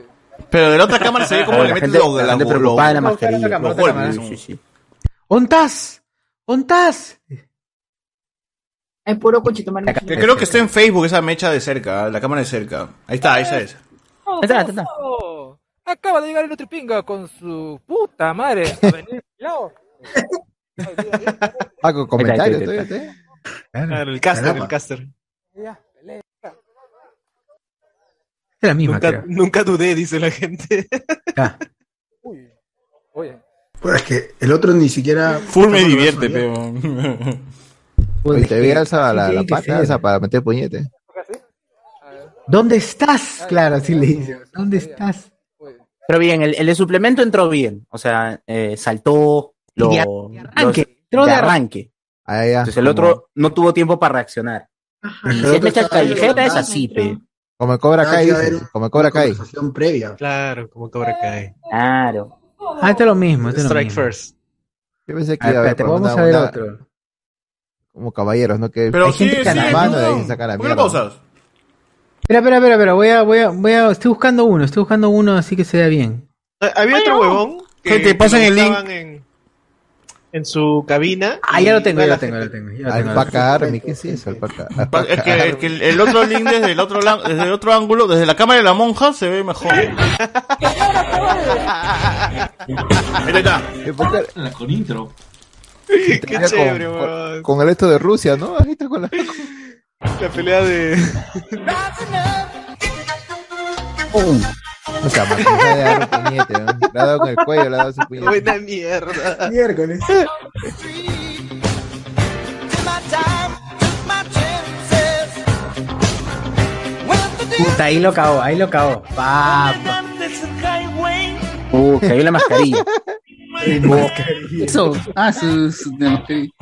S3: Pero de la otra cámara se ve como
S14: Ahora,
S3: le
S14: la
S3: meten
S14: gente-
S3: los
S14: la gente
S3: los-
S14: preocupada de la
S3: los-
S14: mascarilla.
S3: los
S14: Otra
S3: golpes,
S14: cámara,
S3: ¿no?
S14: sí, sí.
S1: ¡Ontas! ¡Ontas!
S17: Es puro cuchito malo.
S3: Que creo que está en Facebook esa mecha de cerca, la cámara de cerca. Ahí está, esa es.
S22: Oh,
S14: Entra,
S22: ¿cómo no? Acaba de llegar el otro pinga con su puta madre. A venir, no.
S19: Ah, con comentarios. todavía está.
S20: Claro, el caster,
S19: Caramba.
S20: el caster.
S22: Ya, pelea.
S1: la misma,
S20: Nunca,
S1: creo.
S20: nunca dudé, dice la gente.
S22: Oye,
S9: Pero es que el otro ni siquiera.
S3: Full me divierte,
S9: pero.
S19: Oye, te vi alza la, la
S1: Sí,
S19: pata
S1: sí.
S19: alza para meter puñete.
S1: ¿Dónde estás? Claro, así le dice. ¿Dónde estás?
S14: Pero bien, el, el de suplemento entró bien. O sea, eh, saltó. Lo,
S1: De arranque,
S14: los-
S1: entró
S14: de
S1: de
S14: arranque. Entonces el
S19: como-
S14: otro no tuvo tiempo para reaccionar. Y si es mecha callejera, es así, pe.
S19: Como el Cobra Kai, dices, como el Cobra Kai.
S9: previa.
S20: Claro, como
S22: Eh,
S20: Cobra Kai.
S14: Claro.
S1: Ah, este es lo mismo. Este es lo
S20: Strike
S1: mismo.
S20: first.
S19: Yo pensé que
S1: Ah,
S19: iba a haber
S1: espérate,
S19: por
S1: vamos
S19: una-
S1: a ver
S19: una-
S1: otro.
S19: Como caballeros, ¿no? Que
S1: Pero
S19: Hay
S1: sí,
S19: gente que
S1: sí,
S19: la mano
S1: no.
S19: de ahí se saca la
S1: ¿Por qué
S19: mierda.
S1: no pausas? Espera, espera, espera, espera. Voy a, voy a, voy a, estoy buscando uno, estoy buscando uno así que se vea bien.
S20: Ah, Había otro huevón que,
S1: Gente,
S20: que
S1: pasen
S20: lo
S1: el link.
S20: usaban En, en su cabina.
S1: Ah, ya
S20: y
S1: lo tengo,
S20: iba
S1: ya
S20: la
S1: lo tengo, ya lo
S20: gente-
S1: tengo. ya lo tengo.
S19: Alpaca Army, ¿qué es eso? Alpaca
S3: Pa- Es que, es que el, el otro link desde el otro, lan- desde el otro ángulo, desde la cámara de la monja, se ve mejor. Mira, ahí está.
S5: Con intro.
S19: Qué
S20: chévere,
S19: con,
S20: huevón.
S19: con el esto de Rusia, ¿no? Ahí está con la...
S20: La pelea de.
S19: O sea, Martín sabe dar un puñete, ¿no? Le ha dado con el cuello, le ha dado su puñete.
S20: Buena mierda.
S9: Miércoles.
S1: Puta, ahí lo cagó, ahí lo cagó. Papá.
S14: Uh, cayó la mascarilla.
S7: Eso. Ah, su, su de mascarilla.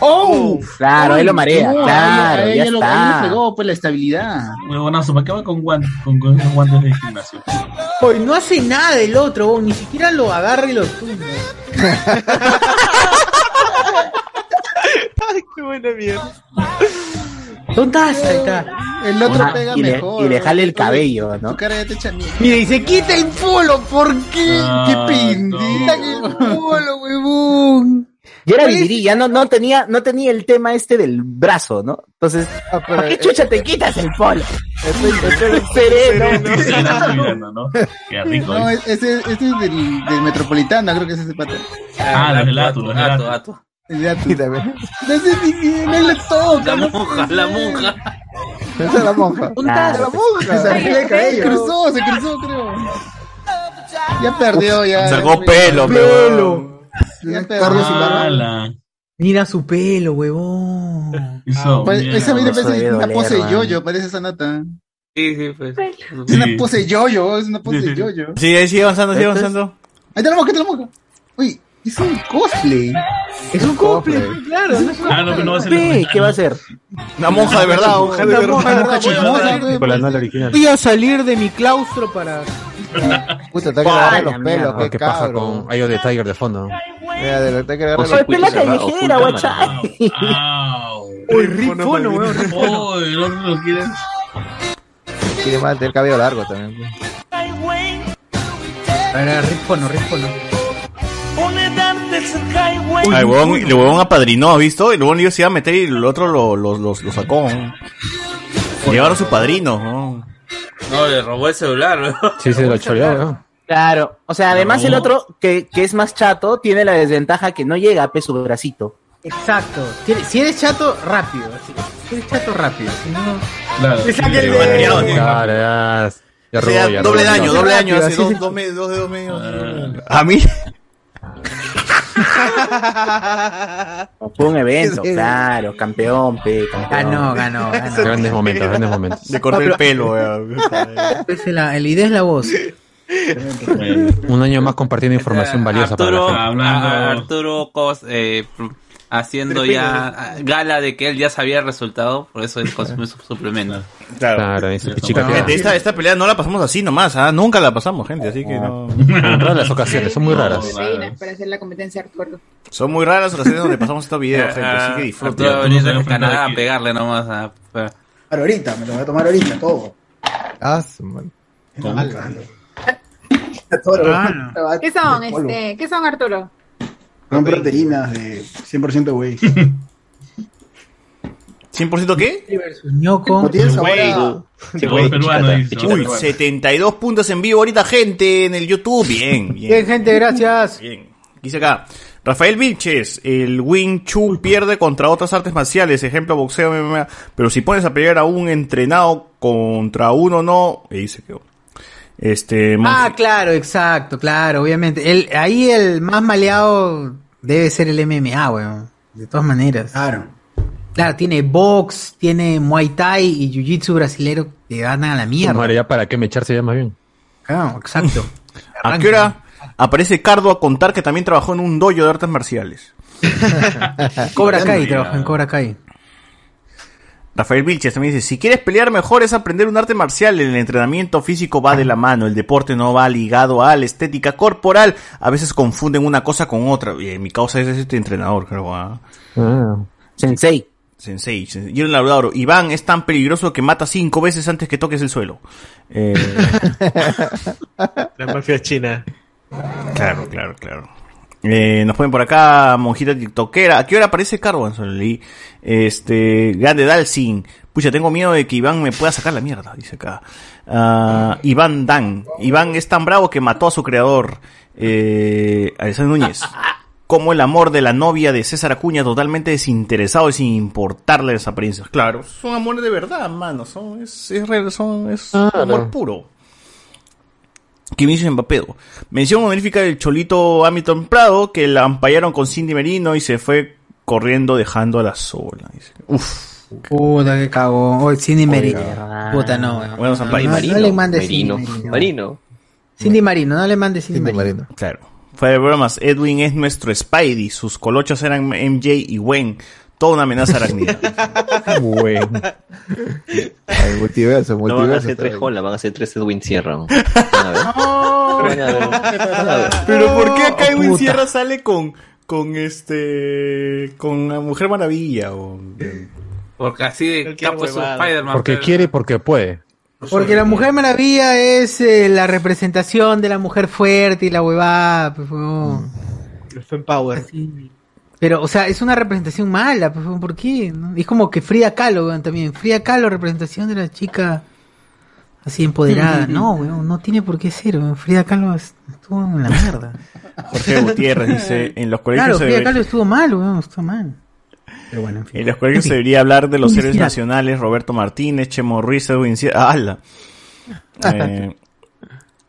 S14: ¡Oh! Claro, ahí lo marea.
S5: ¡Oh!
S7: No,
S14: claro,
S7: ahí- ahí
S14: ya
S7: lo-
S14: está.
S7: ahí lo fregó, pues la estabilidad.
S5: Huevonazo, ¿para qué va con guan- con- con esos guantes de gimnasio?
S1: Hoy no hace nada el otro, bo, ni siquiera lo agarra y lo tumba.
S20: Ay, qué buena mierda.
S1: ¿Dónde estás? Ahí está.
S7: El otro
S14: Ah,
S7: pega
S14: y le-
S7: mejor.
S14: y le jale el
S7: Entonces,
S14: cabello, ¿no?
S7: Tu cara ya te echa mierda.
S1: Mira, y se quita el polo, ¿por qué?
S7: Qué
S1: Quita el polo, huevón.
S14: Ya era vivirí, ya no, no, tenía, no tenía el tema este del brazo, ¿no? Entonces,
S1: Ah,
S14: ¿para qué chucha te quitas el polo? sereno.
S5: ¿no? Qué rico.
S7: No,
S5: ¿eh?
S7: es- ese, ese es del, del Metropolitana, creo que es ese pato.
S5: Ah, la del gato, la del gato.
S7: El gato. No sé ni qué, no le toca. no
S6: monja, la monja.
S19: Esa es la monja.
S7: Claro, la monja.
S9: Se arregla el
S7: Se
S9: cabello.
S7: cruzó, se cruzó, creo. Ya perdió, ya.
S3: Sacó pelo,
S1: Pelo.
S7: Ya
S9: Carlos y barba.
S5: Ala.
S1: Mira su pelo, huevón.
S5: Eso,
S7: Pa- Ah,
S5: mierda.
S7: Pues, Esa mira
S14: Eso
S7: parece
S14: debe
S7: una
S14: doler,
S7: pose
S14: man.
S7: yoyo, parece esa nata.
S6: Sí, sí, pues.
S7: Es una
S5: Sí.
S7: pose yoyo, es una pose
S5: Sí, sí.
S7: yoyo.
S3: Sí, ahí sigue avanzando, sigue
S7: Este es-
S3: avanzando.
S7: Ahí está la mosca, ahí está la mosca. Uy, es un cosplay.
S1: Es un cumple, pues, claro. no es un
S5: Ah, no, pero no va a ser
S14: Ve, ¿Qué va a hacer?
S3: Una monja de verdad, monja de
S7: Una
S3: verdad.
S7: monja, monja chismosa, güey.
S2: Con la nala original.
S1: Voy a salir de mi claustro para.
S19: Puta, está que
S14: Ay,
S19: agarrar
S14: la
S19: los
S14: mierda.
S19: pelos,
S2: ¿Qué
S19: qué
S2: pasa
S19: cabrón.
S2: con Ayo de Tiger de fondo?
S19: Mira, de verdad que
S11: O
S19: agarrar
S11: sea,
S19: los
S14: Pues
S11: Circuito
S14: la
S11: cerrado,
S14: callejera,
S11: oculta,
S14: guacha.
S5: Au.
S1: Uy, rifono, huevón.
S5: Oh, el otro lo quiere.
S19: Tiene más del cabello largo también. pues. güey.
S1: Rifono, rifono.
S3: Ah, el huevón, el huevón apadrinó, ¿has visto? El huevón le iba a meter y el otro lo, lo, lo- lo sacó. Llevaron a su padrino. ¿no?
S6: No, le robó el celular, weón.
S2: Sí, se lo choreó, ¿no?
S14: Claro. O sea, además
S6: No.
S14: el otro, que, que es más chato, tiene la desventaja que no llega a pe su bracito.
S1: Exacto. Tiene- Si eres chato, rápido. así. Si eres chato, rápido. Si no.
S5: Claro.
S1: Le saca el
S5: Sí,
S1: dedo.
S5: baneado, sí.
S2: Claro, ya. Ya
S3: O sea,
S2: robó, ya
S3: doble
S2: robó.
S3: daño, doble daño.
S1: Rápido,
S3: Hace
S1: así
S3: dos,
S1: se-
S3: dos, me- dos de dos medios. A mí.
S5: Ah.
S14: Fue un evento,
S19: Sí.
S14: claro, campeón, pe,
S1: Ganó,
S14: campeón.
S1: ganó, ganó.
S2: Grandes momentos, grandes momentos.
S3: Le corté el pelo, weón.
S1: Es Pues la- el idea es la voz.
S2: Un año más compartiendo información valiosa para la
S6: Arturo,
S2: gente.
S6: a-
S5: Hablando-
S6: Arturo Cos, ah, eh, pr- haciendo ya gala de que él ya sabía el resultado, por eso él consumió su suplemento.
S3: Claro,
S2: esa chica
S3: Gente,
S2: fea.
S3: esta, esta pelea no la pasamos así nomás, ¿ah? nunca la pasamos, gente, así que no.
S2: Raras las ocasiones, son muy raras.
S17: Proteínas para hacer la competencia hardcore.
S3: Son muy raras las ocasiones donde pasamos estos videos, gente, así
S5: Ah,
S3: que
S6: Ah,
S3: disfruten.
S6: Arturo va a venir desde Canadá a pegarle nomás. a- a-
S9: Para ahorita, me lo voy a tomar ahorita todo.
S19: Ah, su madre.
S3: Ah,
S17: ¿Qué son,
S9: de polvo.
S17: este, ¿Qué son, Arturo?
S9: Son proteínas de 100% whey.
S3: ¿100% qué?
S9: No tiene sabor a-
S3: Güey,
S9: Güey,
S3: peruano,
S9: chicata,
S3: dice.
S9: chicata
S3: Uy,
S9: peruana.
S3: 72 puntos en vivo ahorita, gente, en el YouTube. Bien, bien.
S1: Bien, gente, gracias.
S3: Dice acá, Rafael Vilches, el Wing Chun pierde contra otras artes marciales, ejemplo boxeo, MMA, pero si pones a pelear a un entrenado contra uno, no. Y dice que... Este,
S1: Ah, claro, exacto, claro, obviamente. El, ahí el más maleado debe ser el MMA, weón. De todas maneras.
S9: Claro.
S1: Claro, tiene box, tiene muay thai y jiu-jitsu brasilero que ganan a la mierda.
S2: Madre, ya para qué me echarse ya más bien.
S1: Claro, Ah, exacto.
S3: ¿A qué hora aparece Cardo a contar que también trabajó en un dojo de artes marciales?
S1: Cobra Kai, trabaja en Cobra Kai.
S3: Rafael Vilches también dice, si quieres pelear mejor es aprender un arte marcial, el entrenamiento físico va de la mano, el deporte no va ligado a la estética corporal, a veces confunden una cosa con otra, y en mi causa es este entrenador, creo. ¿ah?
S14: Sensei.
S3: Sensei, sensei. Jürgen Laudaro, Iván es tan peligroso que mata cinco veces antes que toques el suelo. Eh,
S20: La mafia china.
S3: claro, claro, claro. Eh, nos ponen por acá, monjita tiktokera. ¿A qué hora aparece Carwan? Solo leí. Este, grande Dalsin. Pucha, tengo miedo de que Iván me pueda sacar la mierda, dice acá. Ah, Iván Dan. Iván es tan bravo que mató a su creador, eh, Alessandro Núñez. Como el amor de la novia de César Acuña, totalmente desinteresado y sin importarle las apariencias. Claro, Son amor de verdad, mano. Son, es, es re- son, es amor puro. Kimishin Mbapedo. Mención honorífica del Cholito Hamilton Prado, que la ampallaron con Cindy Merino y se fue corriendo dejando a la sola. dice. Uf.
S1: Puta, que cago. Hoy Cindy Merino.
S11: Ah.
S1: Puta, no, weón.
S3: Bueno,
S1: no,
S3: Sampaio.
S1: no, no le mandes
S3: Merino,
S1: Cindy Merino.
S11: Marino.
S1: Cindy Marino, no le mandes Cindy, Marino.
S3: Claro. Fue de bromas. Edwin es nuestro Spidey. Sus colochos eran MJ y Gwen. Toda una amenaza arácnida.
S2: Gwen.
S19: El multiverso,
S11: No van a
S19: multiverso.
S11: hacer tres Holland, van a hacer tres Edwin Sierra. ¿no? Van a ver. Van a ver. Van a ver.
S3: Pero ¿por qué acá Edwin
S11: Puta.
S3: Sierra sale con, con este. con la Mujer Maravilla? o- eh,
S6: Porque así de capo es un Spider-Man.
S2: Porque
S6: pero-
S2: quiere y porque puede.
S1: Porque la Mujer Maravilla es eh, la representación de la mujer fuerte y la huevada. pues, huevón.
S20: Power.
S1: Pero, o sea, es una representación mala, pues, ¿por qué? no? Es como que Frida Kahlo, weón, también. Frida Kahlo, representación de la chica así empoderada. No, weón, no tiene por qué ser, weón. Frida Kahlo es- estuvo en la mierda.
S3: Jorge Gutiérrez dice: En los colegios
S1: Claro,
S3: se
S1: Frida
S3: debe-
S1: Kahlo estuvo mal, weón, estuvo mal.
S3: En los colegios se debería hablar de los
S1: Sí,
S3: héroes
S1: sí.
S3: nacionales, Roberto Martínez, Chemo Ruiz, Edwin Sierra. ¡Hala! Eh,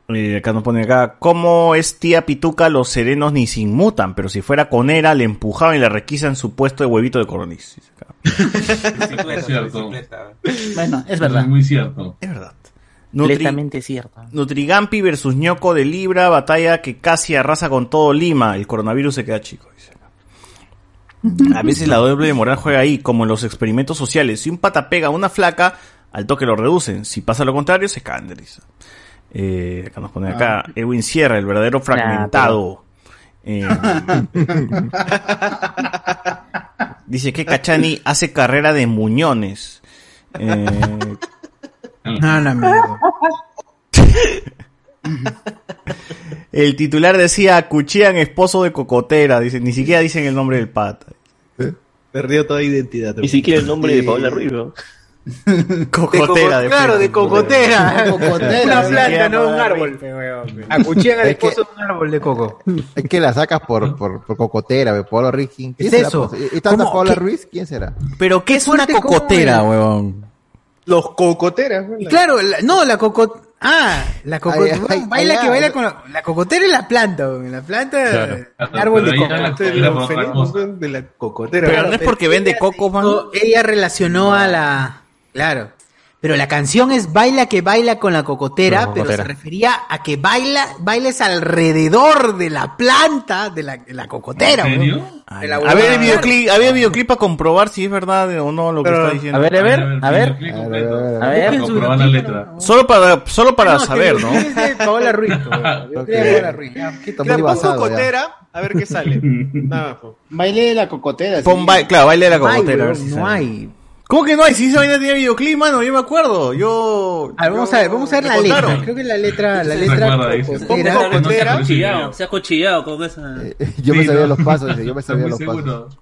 S3: eh, acá nos pone acá, ¿cómo es tía Pituca? Los serenos ni se inmutan, pero si fuera conera, le empujaban y le requisan su puesto de huevito de coronis.
S6: Es cierto.
S14: Bueno, es verdad.
S5: Muy cierto.
S3: Es verdad.
S14: Completamente cierto.
S3: Nutrigampi versus Ñoco de Libra, batalla que casi arrasa con todo Lima. El coronavirus se queda chico. dice. A veces la doble de moral juega ahí, como en los experimentos sociales. Si un pata pega a una flaca, al toque lo reducen. Si pasa lo contrario, se escandaliza. Eh, acá nos pone acá, Edwin Sierra, el verdadero fragmentado. Eh, dice que Cachani hace carrera de muñones. Eh,
S1: No, la mierda.
S3: El titular decía, acuchillan esposo de cocotera, dice, ni siquiera dicen el nombre del pata.
S20: ¿Eh? Perdió toda identidad.
S11: Ni siquiera el nombre de Paola Ruiz, ¿no?
S3: Cocotera.
S20: de
S1: Claro, de cocotera.
S19: Cocotera,
S1: Una
S19: sí,
S1: planta,
S19: queda
S1: no un
S19: para
S1: árbol. Acuchillan al esposo de un árbol de coco.
S19: Es que la sacas por, por, por cocotera, por Paola Ruiz. ¿Quién
S1: ¿Qué es
S19: será?
S1: eso?
S7: pues?
S19: ¿Y tanta
S1: ¿Cómo?
S19: Paola
S1: ¿Qué?
S19: Ruiz? ¿Quién será?
S3: Pero ¿qué es una
S1: fuerte, ¿cómo
S3: cocotera,
S1: es?
S3: huevón?
S20: Los cocoteras, güey.
S1: Y Claro, la- no, la coco... Ah, la cocotera.
S20: Ay, ay,
S1: baila
S20: ay,
S1: que
S20: ay.
S1: baila con la... la cocotera es la planta, güey, la planta, el árbol de coco.
S20: De los felinos, güey, de la cocotera.
S1: Claro, pero ella-
S3: vende coco,
S1: Ella relacionó a la... Claro. Pero la canción es Baila que baila con la cocotera,
S2: Con la
S1: pero se
S2: cocotera.
S1: refería a que baila, bailes alrededor de la planta de la, de la cocotera.
S3: ¿En serio?
S1: weón. De la
S3: A ver el
S1: huevada.
S3: videoclip, a ver el videoclip para comprobar si es verdad o no lo que
S1: Pero,
S3: está diciendo.
S1: a ver, a ver, a ver.
S3: A ver, a ver,
S1: a ver. Ah, Busquen su
S5: Comprobar la letra.
S3: Solo para, solo para
S5: No, que
S3: saber, ¿no?
S5: es de
S1: Paola Ruiz.
S5: Ok.
S3: muy
S7: Le pongo
S3: basado ya.
S7: cocotera,
S20: a ver qué sale. Nada, po.
S7: Baile de la cocotera. sí.
S3: Pon ba- claro, baile de la
S7: No hay,
S3: cocotera. a ver
S7: weón,
S3: si
S7: no
S3: sale.
S1: hay.
S3: ¿Cómo que no hay? Si esa vaina tiene videoclip, mano, yo me acuerdo. Yo.
S1: A ver, vamos a ver, vamos a ver
S3: me
S1: la letra.
S3: contaron.
S1: Creo que la letra, la
S3: Sí,
S1: letra
S3: recuerda, dice.
S1: cocotera.
S3: Pongo ¿eh?
S6: Se ha
S3: cocotera.
S6: cochillado, se ha cochillado con esa.
S19: Yo me
S1: Sí,
S19: sabía
S1: ¿no?
S19: los pasos, dice, yo me sabía
S1: Muy
S19: los
S1: seguro.
S19: pasos.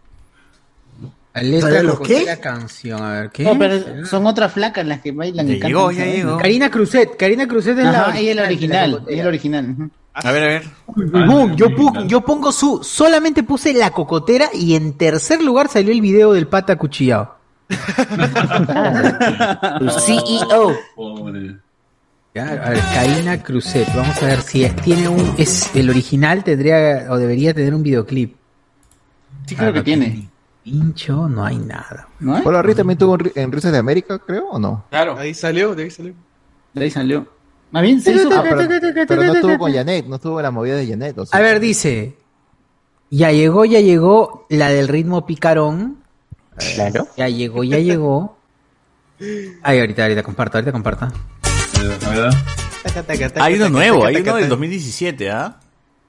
S1: La letra
S7: ¿Sabes los
S1: cocotera canción, a ver, ¿qué?
S7: No, pero son otras flacas las que bailan.
S1: Ya
S7: y cantan
S1: llegó,
S7: esa
S1: ya
S7: vaina.
S1: llegó. Karina Cruzet, Karina Cruzet es la
S7: ¿eh? Ajá, ella es la original. Ella es la original. ujú.
S3: A ver, a ver.
S1: Y boom, yo, pu- yo pongo su, solamente puse la cocotera y en tercer lugar salió el video del pata cuchillado. CEO.
S5: Pobre.
S1: E Ya, a ver, Karina Cruzet, vamos a ver si es, tiene un, es el original tendría o debería tener un videoclip. Ah,
S7: Sí
S19: creo que
S7: tiene.
S1: Pincho, no hay nada.
S19: Hola, Riz también tuvo un ri- en Risas de América, creo, o no?
S6: Claro.
S7: Ahí salió, de ahí salió. De ahí salió. Más bien se hizo.
S19: Ah, pero, pero no estuvo con Janet, no estuvo en la movida de Janet. O sea,
S1: A ver, dice. Ya llegó, ya llegó la del ritmo picarón. Claro. Ya llegó, ya llegó. Ay, ahorita, ahorita comparto, ahorita comparto.
S3: Hay uno nuevo, hay uno del 2017, ¿ah?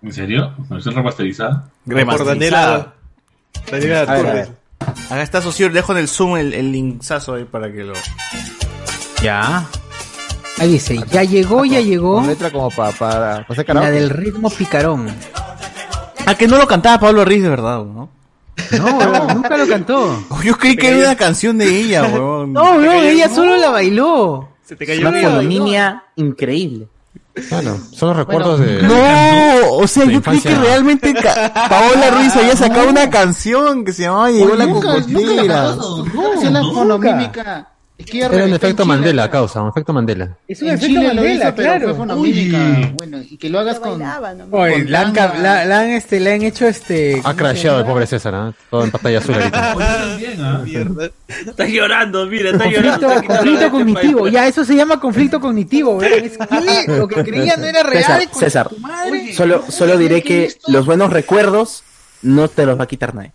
S5: ¿En serio? ¿Versión remasterizada?
S3: Remasterizada.
S5: Daniela
S3: A ver,
S5: Turner.
S3: a ver. Acá está socio, dejo en el Zoom el, el linksazo ahí para que lo.
S1: Ya. Ahí dice, ya llegó, ya llegó.
S19: letra como para para para hacer
S1: La
S19: karaoke.
S1: del ritmo picarón.
S3: Ah, que no lo cantaba Pablo Riz de verdad, ¿no?
S1: No, nunca lo cantó.
S3: Yo creí que era una canción de ella, weón.
S1: No, no, ella solo la bailó.
S3: Se
S14: Es una fonominia increíble.
S2: Bueno, son los recuerdos de.
S3: No, o sea,
S2: De
S3: yo creí que
S2: infancia.
S3: realmente ca- Paola Ruiz había sacado una canción que se llamaba Llegó la
S7: Nunca- nunca la
S3: cocotera.
S7: pasó, nunca hacía la fonomímica. Es que ella
S2: Era un
S7: reventó en
S2: efecto
S7: Chile.
S2: Mandela, causa, un efecto Mandela.
S7: Es
S1: un
S7: en
S1: efecto
S7: Chile
S1: Mandela,
S7: lo hizo, pero
S1: claro.
S7: fue fonomímica.
S2: Oye.
S7: Bueno, y que lo hagas con.
S1: Oye,
S7: con
S1: la, han,
S7: tanga.
S1: ca- la- la han, este, le han hecho
S3: Ah,
S1: este.
S2: Ha
S1: ¿cómo se
S2: crasheado el
S1: llama?
S2: pobre César, ¿ah? Todo en pantalla azul ahorita.
S6: ¿eh? Está llorando, mira, está llorando.
S1: Conflicto, conflicto cognitivo, ya eso se llama conflicto cognitivo. ¿verdad? Es que lo que creía no era real.
S14: César,
S1: con
S14: César,
S1: tu madre.
S14: solo, solo diré que los buenos recuerdos no te los va a quitar nadie.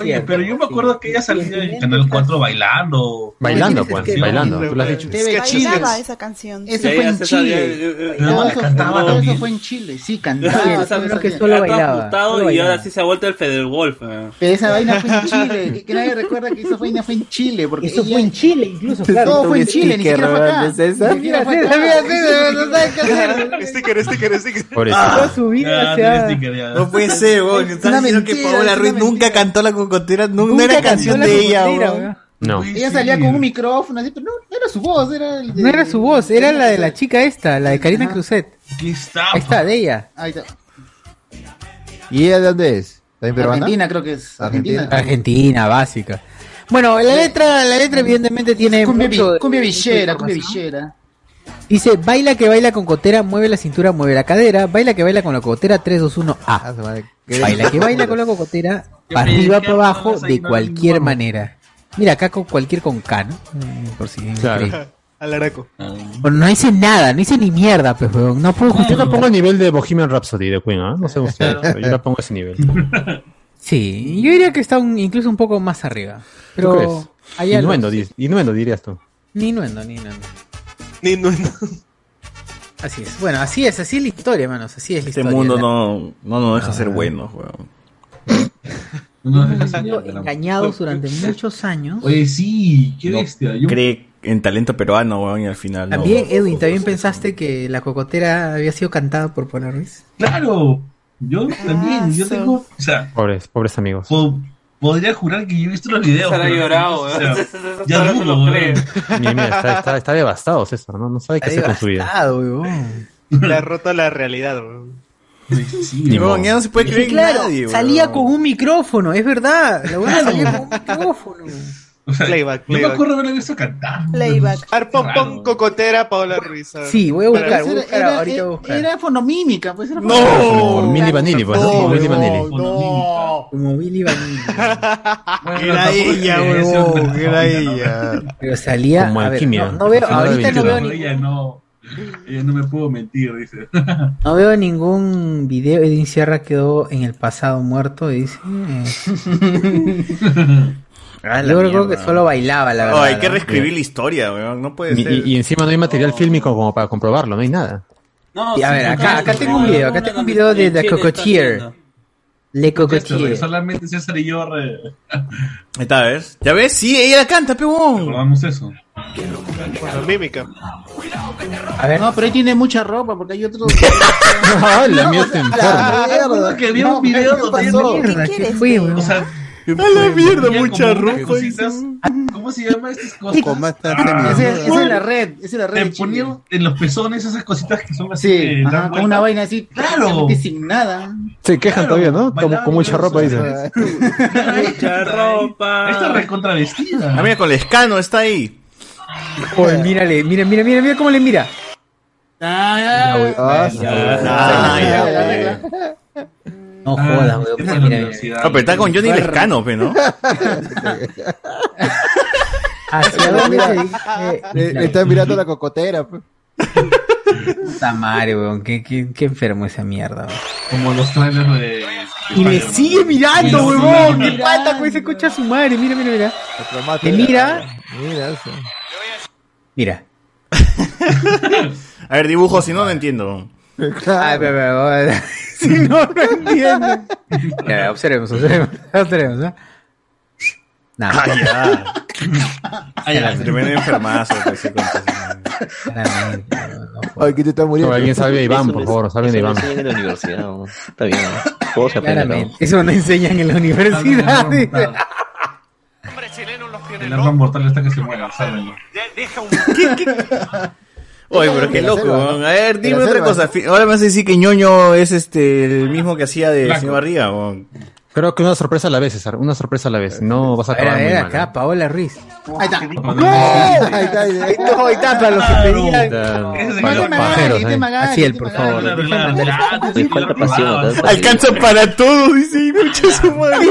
S5: Oye, pero yo me acuerdo que ella salía en Canal 4 bailando.
S2: Bailando, pues, bailando, tú lo has dicho.
S23: Bailaba esa canción.
S7: Eso fue en Chile. Todo eso- todo eso fue en Chile. Sí,
S5: Ah,
S7: cantaba. todo eso había.
S6: y ahora sí se ha vuelto el Feder Wolf. eh.
S7: Pero esa vaina fue en Chile. Que, que nadie recuerda que esa vaina fue en Chile. Porque
S1: Eso
S7: ella-
S1: fue en Chile, incluso. Claro.
S7: Todo fue en Chile, ni siquiera fue acá.
S1: ¿verdad, César?
S7: Ni siquiera fue
S1: Mira,
S7: acá.
S1: César, mira, César, no sabe qué hacer.
S3: Sticker, sticker, sticker.
S2: Pobrecito.
S1: Toda su vida se ha-
S3: No puede ser, weón.
S1: Una
S3: Están diciendo que
S1: mentira,
S3: Paola
S1: es
S3: Ruiz
S1: una
S3: nunca cantó la cocotera, no, no
S1: Nunca
S3: era
S1: cantó
S3: canción
S1: la
S3: de ella,
S1: cocotera,
S3: weón.
S1: weón.
S2: No.
S7: Ella salía con un micrófono, así, pero no, no era su voz, era el de-
S1: No era su voz, era la de la chica esta, la de Karina Cruzet.
S5: está?
S1: Ahí está, de ella.
S7: Ahí está.
S19: ¿Y ella de dónde es? ¿También peruana?
S7: Argentina creo que es. Argentina.
S1: Argentina, básica. Bueno, la letra, la letra evidentemente tiene
S7: Cumbia,
S1: mucho de-
S7: vi- cumbia villera,
S1: información.
S7: cumbia villera.
S1: Dice, baila que baila con cotera, mueve la cintura, mueve la cadera, baila que baila con la cotera
S7: Ah,
S1: 321A. Baila que baila con la cocotera,
S8: Yo
S1: para
S8: me
S1: arriba,
S8: quedo
S1: para abajo,
S8: con esa y
S1: de
S8: no
S1: cualquier manera. Mira, acá con cualquier con K, ¿no? Mm, Por si increíble.
S20: Al araco.
S1: Bueno, no hice nada, no hice ni mierda, pues, weón. No puedo
S2: Yo
S1: justificar.
S2: la pongo a nivel de Bohemian Rhapsody de Queen, ¿ah? No sé ustedes, pero yo la pongo a ese nivel.
S1: Sí, yo diría que está un- incluso un poco más arriba.
S2: ¿Tú
S1: Pero
S2: crees?
S1: allá
S2: Innuendo, di- innuendo dirías tú.
S1: Ni nuendo, ni nuendo.
S20: Ni nuendo.
S1: Así es. Bueno, así es, así es la historia, hermanos. Así es la
S3: Este
S1: historia.
S3: mundo
S1: La-
S3: no, no nos deja
S1: Ah.
S3: ser buenos, weón.
S1: hemos sido engañados durante muchos años.
S3: Oye, sí,
S1: qué bestia, yo-
S3: Yo... Cree en talento peruano, weón, y al final no.
S1: También, Edwin, ¿también pensaste que la cocotera había sido cantada por Paula Ruiz?
S5: Claro, yo también, yo tengo, o sea,
S2: Pobres, pobres amigos.
S5: podría jurar que yo he visto los videos.
S6: César ha
S5: pero-
S6: llorado,
S5: o
S6: weón.
S5: sea,
S6: César ahora
S5: ya
S6: se
S5: dudo,
S6: lo
S5: weón.
S6: cree.
S2: Mira, mira, está, está- está devastado César, ¿no? No sabe qué hacer con su vida.
S20: Le ha roto la realidad, weón.
S2: Ni modo.
S3: ya no se puede
S1: Sí,
S3: creer en
S1: claro,
S3: nadie, weón.
S1: salía con un micrófono, es verdad. La buena salía con un micrófono.
S5: O sea,
S20: Playback,
S5: No me
S20: playback.
S5: acuerdo haberla visto cantar.
S23: Playback.
S20: Arpón, pon cocotera, Paola Ruiz. a ver.
S1: Sí, voy a
S20: Para-
S1: buscar, voy a
S7: Era,
S1: buscar
S7: era-
S1: ahorita voy a buscar.
S7: era fonomímica, pues era
S20: No.
S2: Como Milli Vanilli, pues, ¿no? Como Milli Vanilli.
S7: No.
S1: Como Billy Vanilli.
S7: Era ella,
S1: huevón,
S7: era
S20: ella.
S1: Pero salía.
S2: Como
S1: a ver,
S2: alquimia.
S1: no, no veo,
S2: Persona
S1: ahorita no
S2: 21.
S1: veo, ni-
S5: Ella no, ella no me pudo mentir, dice.
S1: no veo ningún video. Edwin Sierra quedó en el pasado muerto, dice. Yo creo que solo bailaba, la verdad.
S3: hay que
S1: ¿no?
S3: reescribir la historia, weón. No puede
S2: Y,
S3: ser.
S2: y- y encima no hay material fílmico como para comprobarlo, no hay nada.
S6: No,
S1: Y a
S6: sí,
S1: ver,
S6: no,
S1: acá,
S6: no,
S1: acá
S6: no,
S1: tengo un
S6: no,
S1: video,
S6: no,
S1: acá
S6: no,
S1: tengo un
S6: no,
S1: video
S6: no,
S1: de The
S6: ¿quién está
S1: Cocotier.
S6: haciendo?
S1: Le
S5: Esto, güey,
S1: Cocotier.
S5: solamente César y yo re-
S3: Ahí está, ¿ves? ¿Ya ves? Sí, ella canta, pebón.
S5: Recordamos eso.
S20: Mímica.
S1: A ver.
S7: No, pero ahí tiene mucha ropa porque hay otro.
S2: Ah, la mía está en forma.
S7: mierda.
S5: que había un video donde
S1: ¿Qué quieres? Fue, weón?
S3: A la mierda,
S5: Tenía
S3: mucha
S5: como unas
S3: ropa.
S5: cositas- ¿Cómo se llama estas cosas?
S4: Como esta
S7: Esa esa es la red, esa es la
S5: Te
S7: red.
S5: ponían en los pezones esas cositas que son así.
S7: Sí,
S5: que dan
S7: ajá, con
S5: vuelta.
S7: una vaina así,
S5: Claro.
S7: prácticamente sin nada.
S2: Se quejan todavía, ¿no? Como, con mucha ropa, dice.
S6: Mucha ropa.
S5: Esta recontravestida.
S3: Ah, mira, con el escano está ahí.
S1: Joder, mírale, mira, mira, mira, mira cómo le mira.
S7: Ah, ya, ya,
S3: Ah, ya,
S7: ya.
S1: No
S3: Ah,
S1: jodas, weón.
S5: Esta
S1: Mira,
S5: es la
S1: mira, mira.
S5: universidad.
S3: No, pero está con Johnny Lescano, pe, ¿no?
S1: Hacia dónde se
S19: Le,
S1: dirige
S19: le están eh, mirando la cocotera. pe.
S1: Puta madre, weón. Qué, qué, qué enfermo esa mierda, weón.
S5: Como los trailers de. de
S1: Y me
S5: Spider-Man.
S1: sigue mirando,
S5: Y lo
S1: huevón.
S5: sigue
S1: ¿Qué pata con ese coche a su madre? Mira, mira, mira.
S19: Otro mate.
S1: Te mira.
S19: Mira eso.
S1: Mira.
S3: A ver, dibujo, si no, no entiendo.
S1: Ay, pero, pero, pero, si no, no entiendo. Ya, ya, observemos, observemos. Observemos, ¿eh? Nada,
S3: Ah, ya.
S5: Ay, ay,
S3: Tremendo enfermazo. pe, ese concha.
S1: claramente.
S19: Ay, que te está muriendo.
S2: alguien salve a Iván,
S11: Eso
S2: por
S11: les-
S2: favor, salven
S11: eso
S2: a
S11: lo
S2: Iván.
S11: enseñan en la universidad, ¿no? Está bien. ¿no? Todo se aprende. acá, ¿no?
S1: Claramente. Eso no enseñan en la
S5: Sálvenlo,
S1: universidad.
S5: sálvenlo.
S1: dice.
S5: El arma mortal está que se muera, sálvenlo.
S3: Oye, pero qué
S19: De la
S3: loco.
S19: selva,
S3: weón. A ver,
S19: De
S3: dime
S19: la
S3: otra
S19: selva.
S3: cosa. Fi- Ahora me vas a decir que ñoño es este el mismo que hacía de
S5: Blanco.
S3: señor Barriga. weón.
S2: Creo que una sorpresa a la vez, César. Una sorpresa a la vez. No vas a
S1: A ver, a
S2: acabar muy
S1: ver,
S2: mal. ¿eh?
S1: acá, Paola Ruiz.
S7: Ahí está.
S19: Ahí está, ahí está.
S1: No, y tapa los que pedían.
S2: Puta,
S5: Ese señor
S2: para los
S5: Magari,
S2: pajeros,
S7: este
S2: eh.
S7: Magari,
S1: Así él,
S7: este
S1: por
S7: Magari.
S1: favor.
S11: Me falta
S1: ¿eh?
S11: pasión. ¿no?
S3: Alcanza para todo, dice. y Mucha su madre.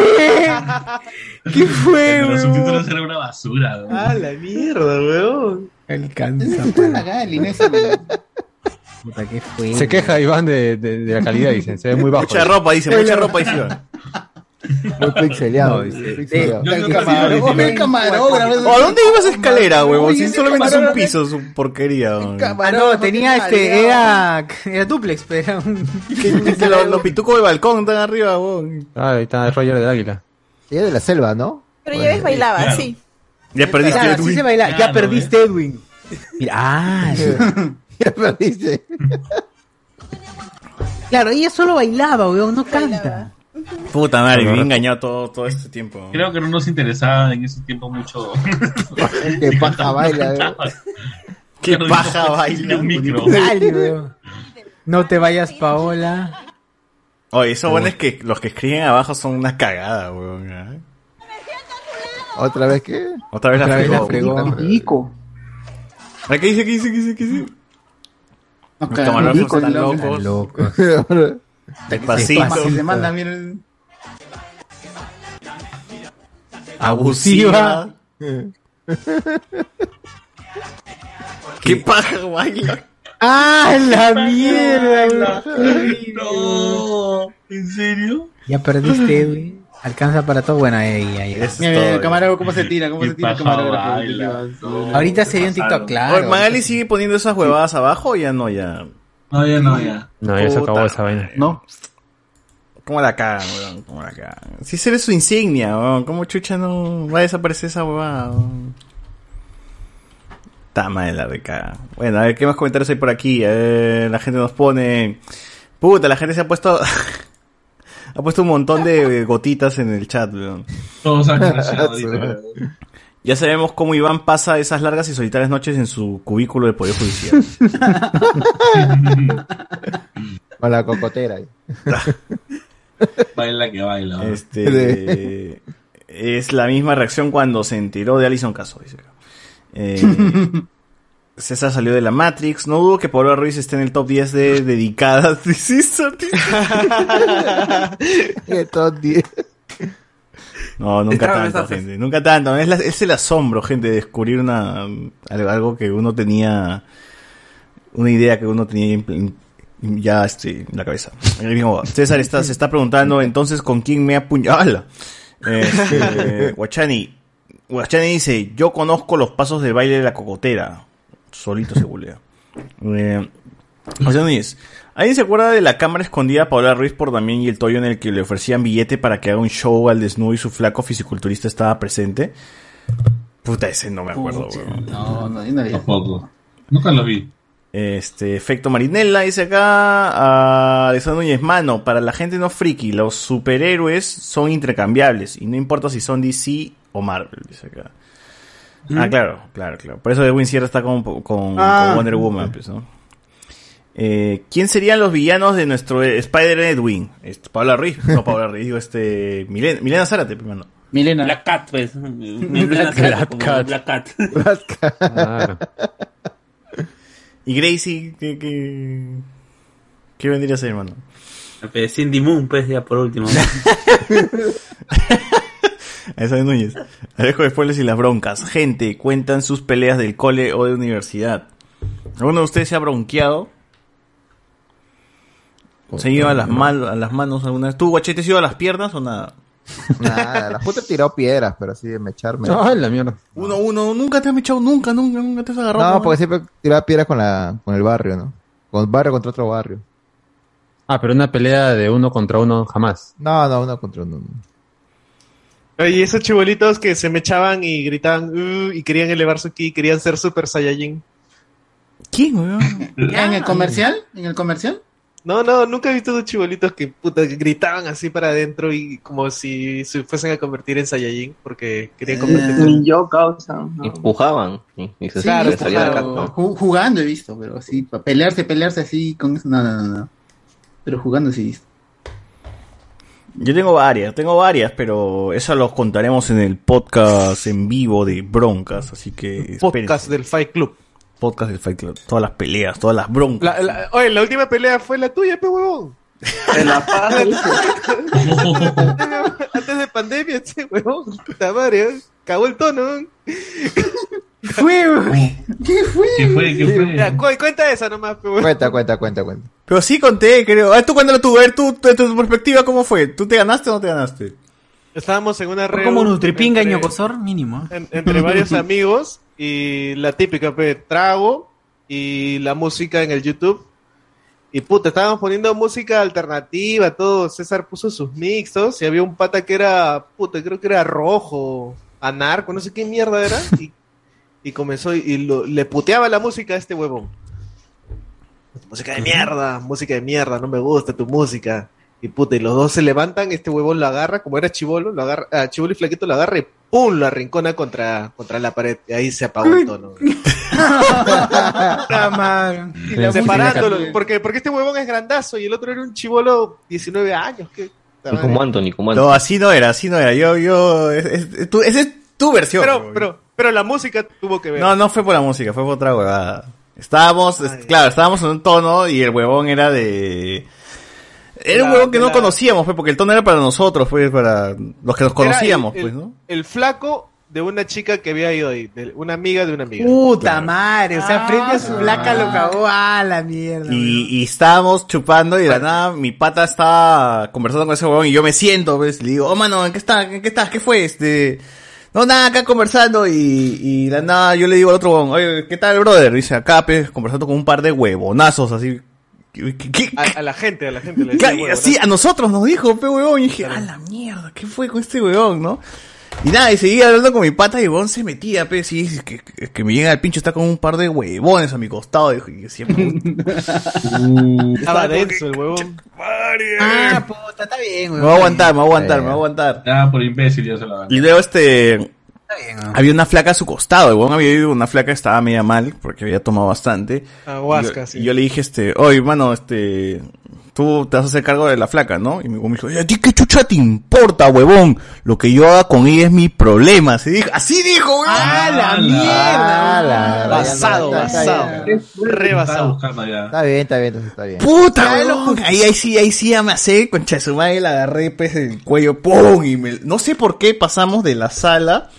S1: ¿Qué fue,
S5: Los
S1: weón?
S5: subtítulos eran una basura. weón.
S20: A la mierda, weón.
S1: Alcanza,
S7: Está en la Gali, en esa, man.
S1: puta, ¿qué fue?
S2: Se queja Iván de, de- de la calidad, dicen. Se ve muy bajo.
S3: Mucha ropa, dice. Mucha ropa, dice.
S19: Muy pixeleado.
S1: No, dice,
S19: muy pixeleado.
S5: Yo
S7: El
S5: creo que sí,
S7: camarógrafo,
S5: lo
S7: el
S5: hicieron.
S7: camarógrafo.
S3: ¿O a dónde iba esa escalera, huevón?
S7: Oye,
S3: Si
S7: ese
S3: solamente es un
S7: camarógrafo-
S3: piso, es un porquería. weón.
S1: Ah, no, tenía este, era, era duplex, pero era un...
S3: Dice, Los los pitucos de balcón están arriba, huevón.
S2: Ah, ahí está el Roger del Águila.
S19: Ella es de la selva, ¿no?
S23: Pero ya ves, bailaba,
S5: claro.
S23: sí.
S3: Ya perdiste
S1: Claro,
S3: Edwin.
S1: así se baila. ya
S5: Claro,
S1: perdiste, Edwin. Mira, ah,
S19: Ya perdiste.
S1: claro, ella solo bailaba, weón, no canta.
S3: Puta madre, me he engañado todo, todo este tiempo.
S5: Creo que no nos interesaba en ese tiempo mucho.
S19: Qué paja baila. ¿eh?
S3: Qué
S5: Claro,
S3: paja
S5: no,
S3: baila.
S5: Un micro.
S1: Dale, weón. No te vayas, Paola.
S3: Oye, eso bueno es que los que escriben abajo son una cagada, weón. ¿eh?
S19: ¿Otra vez qué?
S3: Otra vez
S1: Otra
S3: la
S1: vez la
S3: fregó.
S1: fregó.
S7: Pico.
S3: Ay, ¿Qué dice, qué dice, qué dice, qué dice?
S7: No,
S3: Los camarógrafos
S7: pico,
S3: están
S7: loco.
S3: locos.
S1: Loco.
S3: Despacito.
S7: Más que se manda, mira. el-
S3: Abusiva. Qué paja baila.
S1: ¡Ah, la mierda, weón!
S5: No, ¿en serio?
S1: Ya perdiste, Edwin. Alcanza para todo. Bueno, ahí, ahí. ahí.
S3: Eso
S7: Mira,
S3: es
S7: mira, el
S3: todo.
S7: camarógrafo cómo se tira, cómo
S5: Qué
S7: se tira el
S5: paja baila.
S7: camarógrafo.
S5: No.
S1: Ahorita sería un TikTok,
S5: pasaron.
S1: claro.
S3: Oye, Magali sigue poniendo esas huevadas abajo o ya no, ya.
S5: No, ya no, ya.
S2: No, ya se
S3: Puta.
S2: acabó esa vaina.
S19: No.
S3: ¿Cómo la cagan, weón? ¿Cómo la cagan? Si esa es su insignia, weón. ¿Cómo chucha no va a desaparecer esa huevada? weón? Está mal la recaga. Bueno, a ver, ¿qué más comentarios hay por aquí? A ver, la gente nos pone... Puta, la gente se ha puesto... ha puesto un montón de gotitas en el chat, weón.
S5: Todos han crecido ahorita.
S3: Ya sabemos cómo Iván pasa esas largas y solitarias noches en su cubículo de Poder Judicial.
S19: Con la cocotera.
S5: Baila que baila.
S3: Este. Es la misma reacción cuando se enteró de Alison Caso, dice. Eh, César salió de la Matrix. No dudo que Paola Ruiz esté en el top 10 de dedicadas. This is
S19: El top 10.
S3: No, nunca
S19: Está-
S3: tanto,
S19: está-
S3: gente. Nunca tanto. Es, la- es el asombro, gente, de descubrir una, algo que uno tenía. Una idea que uno tenía impl- ya este, en la cabeza. Ahí mismo va. César está, se está preguntando entonces con quién me apuñala. Este, Guachani. Guachani dice: Yo conozco los pasos del baile de la cocotera. Solito se bulea. Eh, José Núñez, ¿Alguien se acuerda de la cámara escondida Paola Ruiz por Damián y el Toyo en el que le ofrecían billete para que haga un show al desnudo y su flaco fisiculturista estaba presente? Puta, ese no me acuerdo, weón.
S7: No, no, yo no había.
S5: Nunca lo vi.
S3: Este, efecto Marinella dice acá a Alessandro Núñez, mano, para la gente no friki, los superhéroes son intercambiables y no importa si son DC o Marvel, dice acá. Ah,
S20: ¿Mm?
S3: claro, claro, claro. Por eso Edwin Sierra está con, con- con
S20: Ah.
S3: Wonder Woman, pues, ¿no? Eh, ¿Quién serían los villanos de nuestro eh, Spider Edwin? Este, Paola Ruiz, no Paola Ruiz, digo este Milena, Milena Zárate, primero.
S7: Milena.
S6: Black Cat, pues. Black Cat.
S3: Cat.
S6: como Black Cat.
S3: Claro. Y Gracie, ¿qué, qué, qué vendría a ser, hermano?
S6: Pues, Cindy Moon, pues, ya por último.
S3: A esa de Núñez. Alejo de spoilers y las broncas. Gente, cuentan sus peleas del cole o de universidad. ¿Alguno de ustedes se ha bronqueado? ¿Se ha ido a las, mal- a las manos alguna vez? ¿Tú, guachete, te has ido a las piernas o nada?
S19: Nada, la puta he tirado piedras, pero así de mecharme.
S3: Ay,
S19: la mierda.
S3: Uno, uno, nunca te has mechado, nunca, nunca, nunca te has agarrado.
S19: No,
S3: con-
S19: porque siempre tiraba piedras con, la, con el barrio, ¿no? Con barrio contra otro barrio.
S2: Ah, pero una pelea de uno contra uno jamás.
S19: No, no, uno contra uno.
S20: Oye, esos chibolitos que se me echaban y gritaban "Uh", y querían elevar su ki, querían ser super saiyajin.
S3: ¿Quién,
S7: ¿Ya en el comercial? ¿En el comercial?
S20: No, no, nunca he visto esos chibolitos que, puta, que gritaban así para adentro y como si se fuesen a convertir en saiyajin porque querían convertirse en...
S18: Eh, Ni yo causa. no.
S11: Empujaban. Y, y se se
S7: Sí, claro,
S11: salía de
S7: claro.
S11: acá.
S7: Ju- jugando he visto, pero así, pa- pelearse, pelearse así con eso, no, no, no, no. Pero jugando sí he visto.
S3: Yo tengo varias, tengo varias, pero eso los contaremos en el podcast en vivo de broncas, así que...
S20: Podcast del Fight Club.
S3: Podcast del Fight Club. Todas las peleas, todas las broncas.
S20: La- la- oye, la última pelea fue la tuya, pe huevón. Antes de pandemia, este huevón, puta madre, ¿eh? cagó el tono. ¿eh?
S7: Fue,
S20: ¿Qué fue?
S19: ¿Qué fue? ¿Qué fue?
S20: Ya, cu- cuenta esa nomás, pe huevón.
S19: Cuenta, cuenta, cuenta, cuenta.
S3: Pero sí conté, creo. Ah, tú cuando lo tuve, a ver, tú, tú- tu perspectiva, ¿cómo fue? ¿Tú te ganaste o no te ganaste?
S20: Estábamos en una
S1: Fue
S20: reunión.
S1: como Nutripinga y Ñocosor, mínimo.
S20: en- entre varios amigos y la típica pe, trago y la música en el YouTube. Y puta, estábamos poniendo música alternativa, todo. César puso sus mixtos y había un pata que era, puta, creo que era rojo, anarco, no sé qué mierda era. Y, y comenzó y, y lo- le puteaba la música a este huevón. Música de mierda, música de mierda, no me gusta tu música. Y puta, y los dos se levantan, este huevón lo agarra, como era chivolo, lo agarra, ah, chivolo y flaquito lo agarra y ¡pum! lo arrincona contra, contra la pared. Y ahí se apagó el tono. Y la- Separándolo, porque, porque este huevón es grandazo y el otro era un chivolo 19 años. ¿qué?
S11: Y Como Anthony, como Anthony.
S3: No, así no era, así no era. Yo, yo, es- es- es tu- esa es tu versión.
S20: Pero, pero, pero la música tuvo que ver.
S3: No, no fue por la música, fue por otra huevada. Estábamos, es- claro, estábamos en un tono y el huevón era de... Era un
S20: La-
S3: huevón que
S20: de
S3: no
S20: la-
S3: conocíamos, pues, porque el tono era para nosotros, pues, para los que nos
S20: Era el-
S3: conocíamos,
S20: el,
S3: pues, ¿no?
S20: El flaco de una chica que había ido ahí, de una amiga de una amiga.
S1: Puta Ah. madre, o sea, frente a su placa lo cagó a la mierda.
S3: Y, y estábamos chupando y de la nada mi pata estaba conversando con ese huevón y yo me siento, pues, le digo, oh mano, ¿en qué estás? ¿En qué estás? ¿Qué fue? Este, no, nada, acá conversando y, y de la nada yo le digo al otro huevón, oye, ¿qué tal, brother? Dice, acá, pues, conversando con un par de huevonazos, así, ¿qué- qué- qué-
S20: A, a la gente, a la gente le
S3: qué-
S20: decía, huevón,
S3: así, a nosotros nos dijo, pe huevón, y dije, a la mierda, ¿qué fue con este huevón, no? Y nada, y seguía hablando con mi pata y el huevón se metía, pe, sí, es que, es que me llega el pincho, está con un par de huevones a mi costado, y yo "Mm, decía,
S20: Estaba denso el huevón.
S1: Ah, puta, está bien,
S3: Me
S1: weón.
S3: voy a aguantar, me voy a aguantar,
S1: Eh.
S3: me voy a aguantar.
S5: Ah, por imbécil ya se la van.
S3: Y luego este. Había una flaca a su costado, el huevón había ido, una flaca estaba media mal, porque había tomado bastante.
S20: Aguasca,
S3: Y yo,
S20: sí.
S3: y yo le dije, este, oye, mano, este, tú te vas a hacer cargo de la flaca, ¿no? Y mi huevón me dijo, "¿Y a ti qué chucha te importa, huevón? Lo que yo haga con ella es mi problema. Así dijo, así dijo, huevón.
S20: ¡Ah, la
S3: mierda! basado, basado.
S20: Rebasado.
S19: Está bien, está bien, entonces está bien.
S3: Puta, huevón. Ahí, ahí sí, ahí sí ya me hace, concha de su madre, la agarré pues el cuello, ¡pum! Y me- no sé por qué pasamos de la sala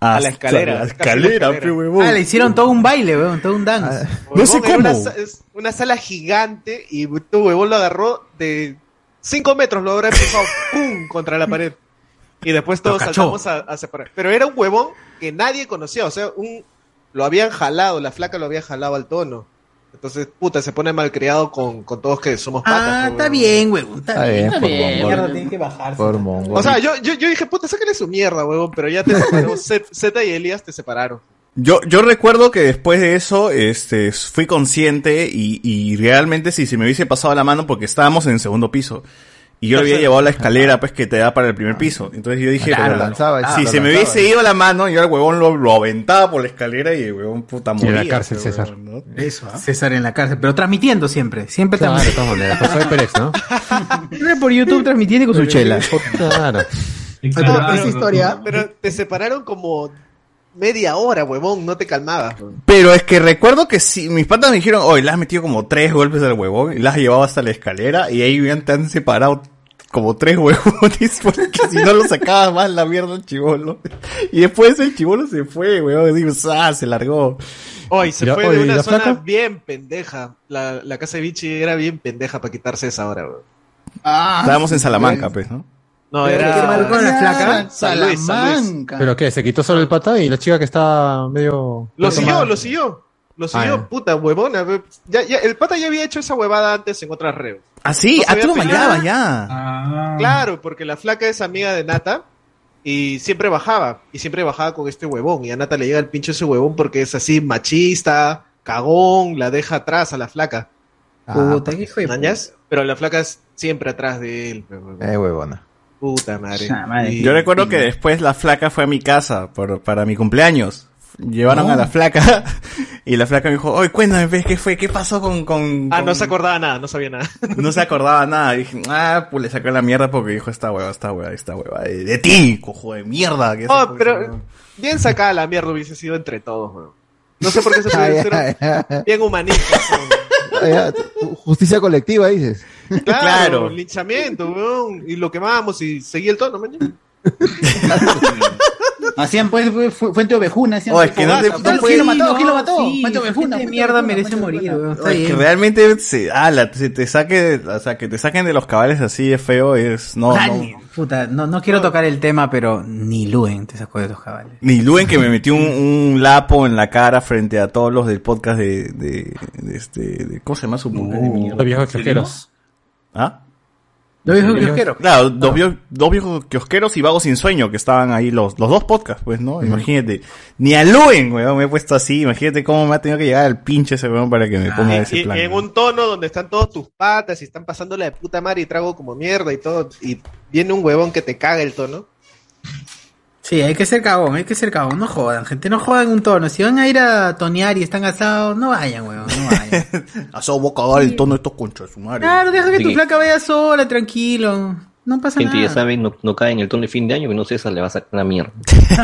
S3: a,
S20: la escalera,
S3: a la
S20: casi
S3: escalera,
S20: escalera.
S3: pe, huevón.
S1: Ah, le hicieron todo un baile, weón, todo un dance.
S2: Ah,
S3: No sé
S20: Era Una,
S3: cómo.
S20: sa- es una sala gigante y tu huevón lo agarró de 5 metros, lo habrá empujado ¡pum! contra la pared. Y después todos
S5: Lo cachó.
S20: saltamos a, a separar. Pero era un huevón que nadie conocía, o sea, un lo habían jalado, la flaca lo había jalado al tono. Entonces, puta, se pone malcriado con, con todos que somos patas.
S1: Ah,
S20: pues,
S1: está
S20: huevón.
S1: bien, weón,
S20: Está
S1: está bien.
S20: bien, por favor.
S1: Mierda, tiene que bajarse.
S20: O sea, yo, yo, yo dije, puta, sácale su mierda, huevón, pero ya te separó. Z, y Elías te separaron.
S3: Yo, yo recuerdo que después de eso, este, fui consciente y, y realmente si se me hubiese pasado la mano porque estábamos en el segundo piso. Y yo le había llevado la escalera, pues, que te da para el primer piso. Entonces yo dije,
S19: Claro,
S3: "Puta,
S19: lo lanzaba, eso,
S3: si
S19: lo
S3: se me
S19: lanzaba".
S3: hubiese ido la mano, yo al huevón lo, lo aventaba por la escalera y el huevón puta
S2: Y
S3: moría. pues,
S2: en la cárcel,
S3: pero-
S2: César.
S1: Eso, César en la cárcel, pero transmitiendo siempre. Siempre
S2: Claro, de todas
S1: transmitiendo.
S2: maneras. Por Soy Pérez, ¿no?
S1: Siempre por YouTube transmitiendo con su chela.
S2: Claro.
S20: pero- Pero te separaron como media hora, huevón, no te calmabas. huevón.
S3: Pero es que recuerdo que sí, mis patas me dijeron, hoy las has metido como tres golpes al huevón y las has llevado hasta la escalera y ahí hubieran- te han separado como tres huevones porque si no lo sacabas más la mierda el chivolo. Y después el chivolo se fue, huevón, digo, "Ah, se largó.
S20: Hoy se
S3: Mira,
S20: fue
S3: oye,
S20: de
S3: ¿y
S20: una
S3: la
S20: zona
S3: flaca?
S20: bien pendeja. La, la casa de Vichy era bien pendeja para quitarse esa hora, huevón.
S3: Estábamos
S2: Ah,
S3: en Salamanca, pues, ¿no?
S20: No,
S3: Pero
S20: era.
S3: qué mal con la
S20: flaca?
S2: ¿Pero qué? ¿Se quitó solo el pata y la chica que está medio...
S20: Lo siguió, lo siguió. Lo
S2: Ah,
S20: siguió,
S2: ya.
S20: puta huevona. ve. Ya, ya, el pata ya había hecho esa huevada antes en otras redes.
S3: Ah, sí,
S20: No
S3: ah, tú lo
S20: sabía Ah. pelear.
S3: bailabas ya.
S20: Claro, porque la flaca es amiga de Nata y siempre bajaba. Y siempre bajaba con este huevón. Y a Nata le llega el pinche ese huevón porque es así machista, cagón, la deja atrás a la flaca.
S1: Puta, qué hijo de
S20: ¿Mañas? Pero la flaca es siempre atrás de él. pe, huevón.
S19: Eh, huevona.
S20: Puta madre. Y-
S3: Yo recuerdo que después la flaca fue a mi casa por- para mi cumpleaños. Llevaron
S20: No.
S1: Oh.
S3: a la flaca y la flaca me dijo, oye, cuéntame, pues, ¿qué fue? ¿Qué pasó con...? con
S20: Ah, no
S3: con-
S20: se acordaba nada, no sabía nada.
S3: No se acordaba nada. Dije, ah, pues le sacó la mierda porque dijo esta hueva, esta hueva, esta hueva. De, de ti, cojo de mierda. que
S20: Oh,
S3: ese-
S20: pero bien sacada la mierda hubiese sido entre todos, weón. No sé por qué se
S19: Ah, ya,
S20: pusieron
S19: ya.
S20: bien humanistas.
S19: Ah, ya. Justicia colectiva, dices.
S20: Claro, linchamiento, weón. Y lo quemamos y seguí el tono, mañana.
S7: Hacían pues fue- fue- fuente ovejuna, hacían.
S3: Oh, es que no te- no
S7: ¿Quién
S3: puede-
S7: lo mató? ¿Quién
S1: no,
S7: lo mató?
S1: sí, gente
S7: Fuente ovejuna.
S1: de
S7: fuente
S1: mierda
S7: ovejuna,
S1: merece
S7: fuente
S1: morir,
S7: ovejuna.
S1: weón,
S3: No,
S1: está
S3: es que
S1: bien.
S3: realmente se, ah, la- se te saque, o sea, que te saquen de los cabales así de feo es, no,
S1: Ah,
S3: no.
S1: ni- Puta, no, no quiero tocar el tema, pero ni Luen te sacó de tus cabales.
S3: Ni Luen que me metió un, un lapo en la cara frente a todos los del podcast de, de, de este, de- ¿cómo se llama su podcast? de mierda?
S2: Los viejos kiosqueros.
S3: ¿Ah?
S1: Los viejos
S2: kiosqueros.
S3: Claro, dos, vio- dos viejos kiosqueros y vagos sin sueño que estaban ahí los, los dos podcasts, pues, ¿no? Imagínate. Ni a Luen, weón, me he puesto así. Imagínate cómo me ha tenido que llegar al pinche ese weón para que me ponga ese
S20: Y,
S3: plan.
S20: y en un tono donde están todos tus patas y están pasándole de puta madre y trago como mierda y todo. Y viene un huevón que te caga el tono.
S1: Sí, hay que ser cagón, hay que ser cagón. No jodan, gente, no jodan un tono. Si van a ir a tonear y están asados, no vayan, weón. No vayan.
S3: Asado boca a dar el tono de estos conchas, su madre.
S1: Claro, deja que tu
S11: Sí.
S1: flaca vaya sola, tranquilo. No pasa
S11: Gente, ya
S1: nada.
S11: saben, no, no cae en el tono de fin de año, que no César le va a sacar la mierda.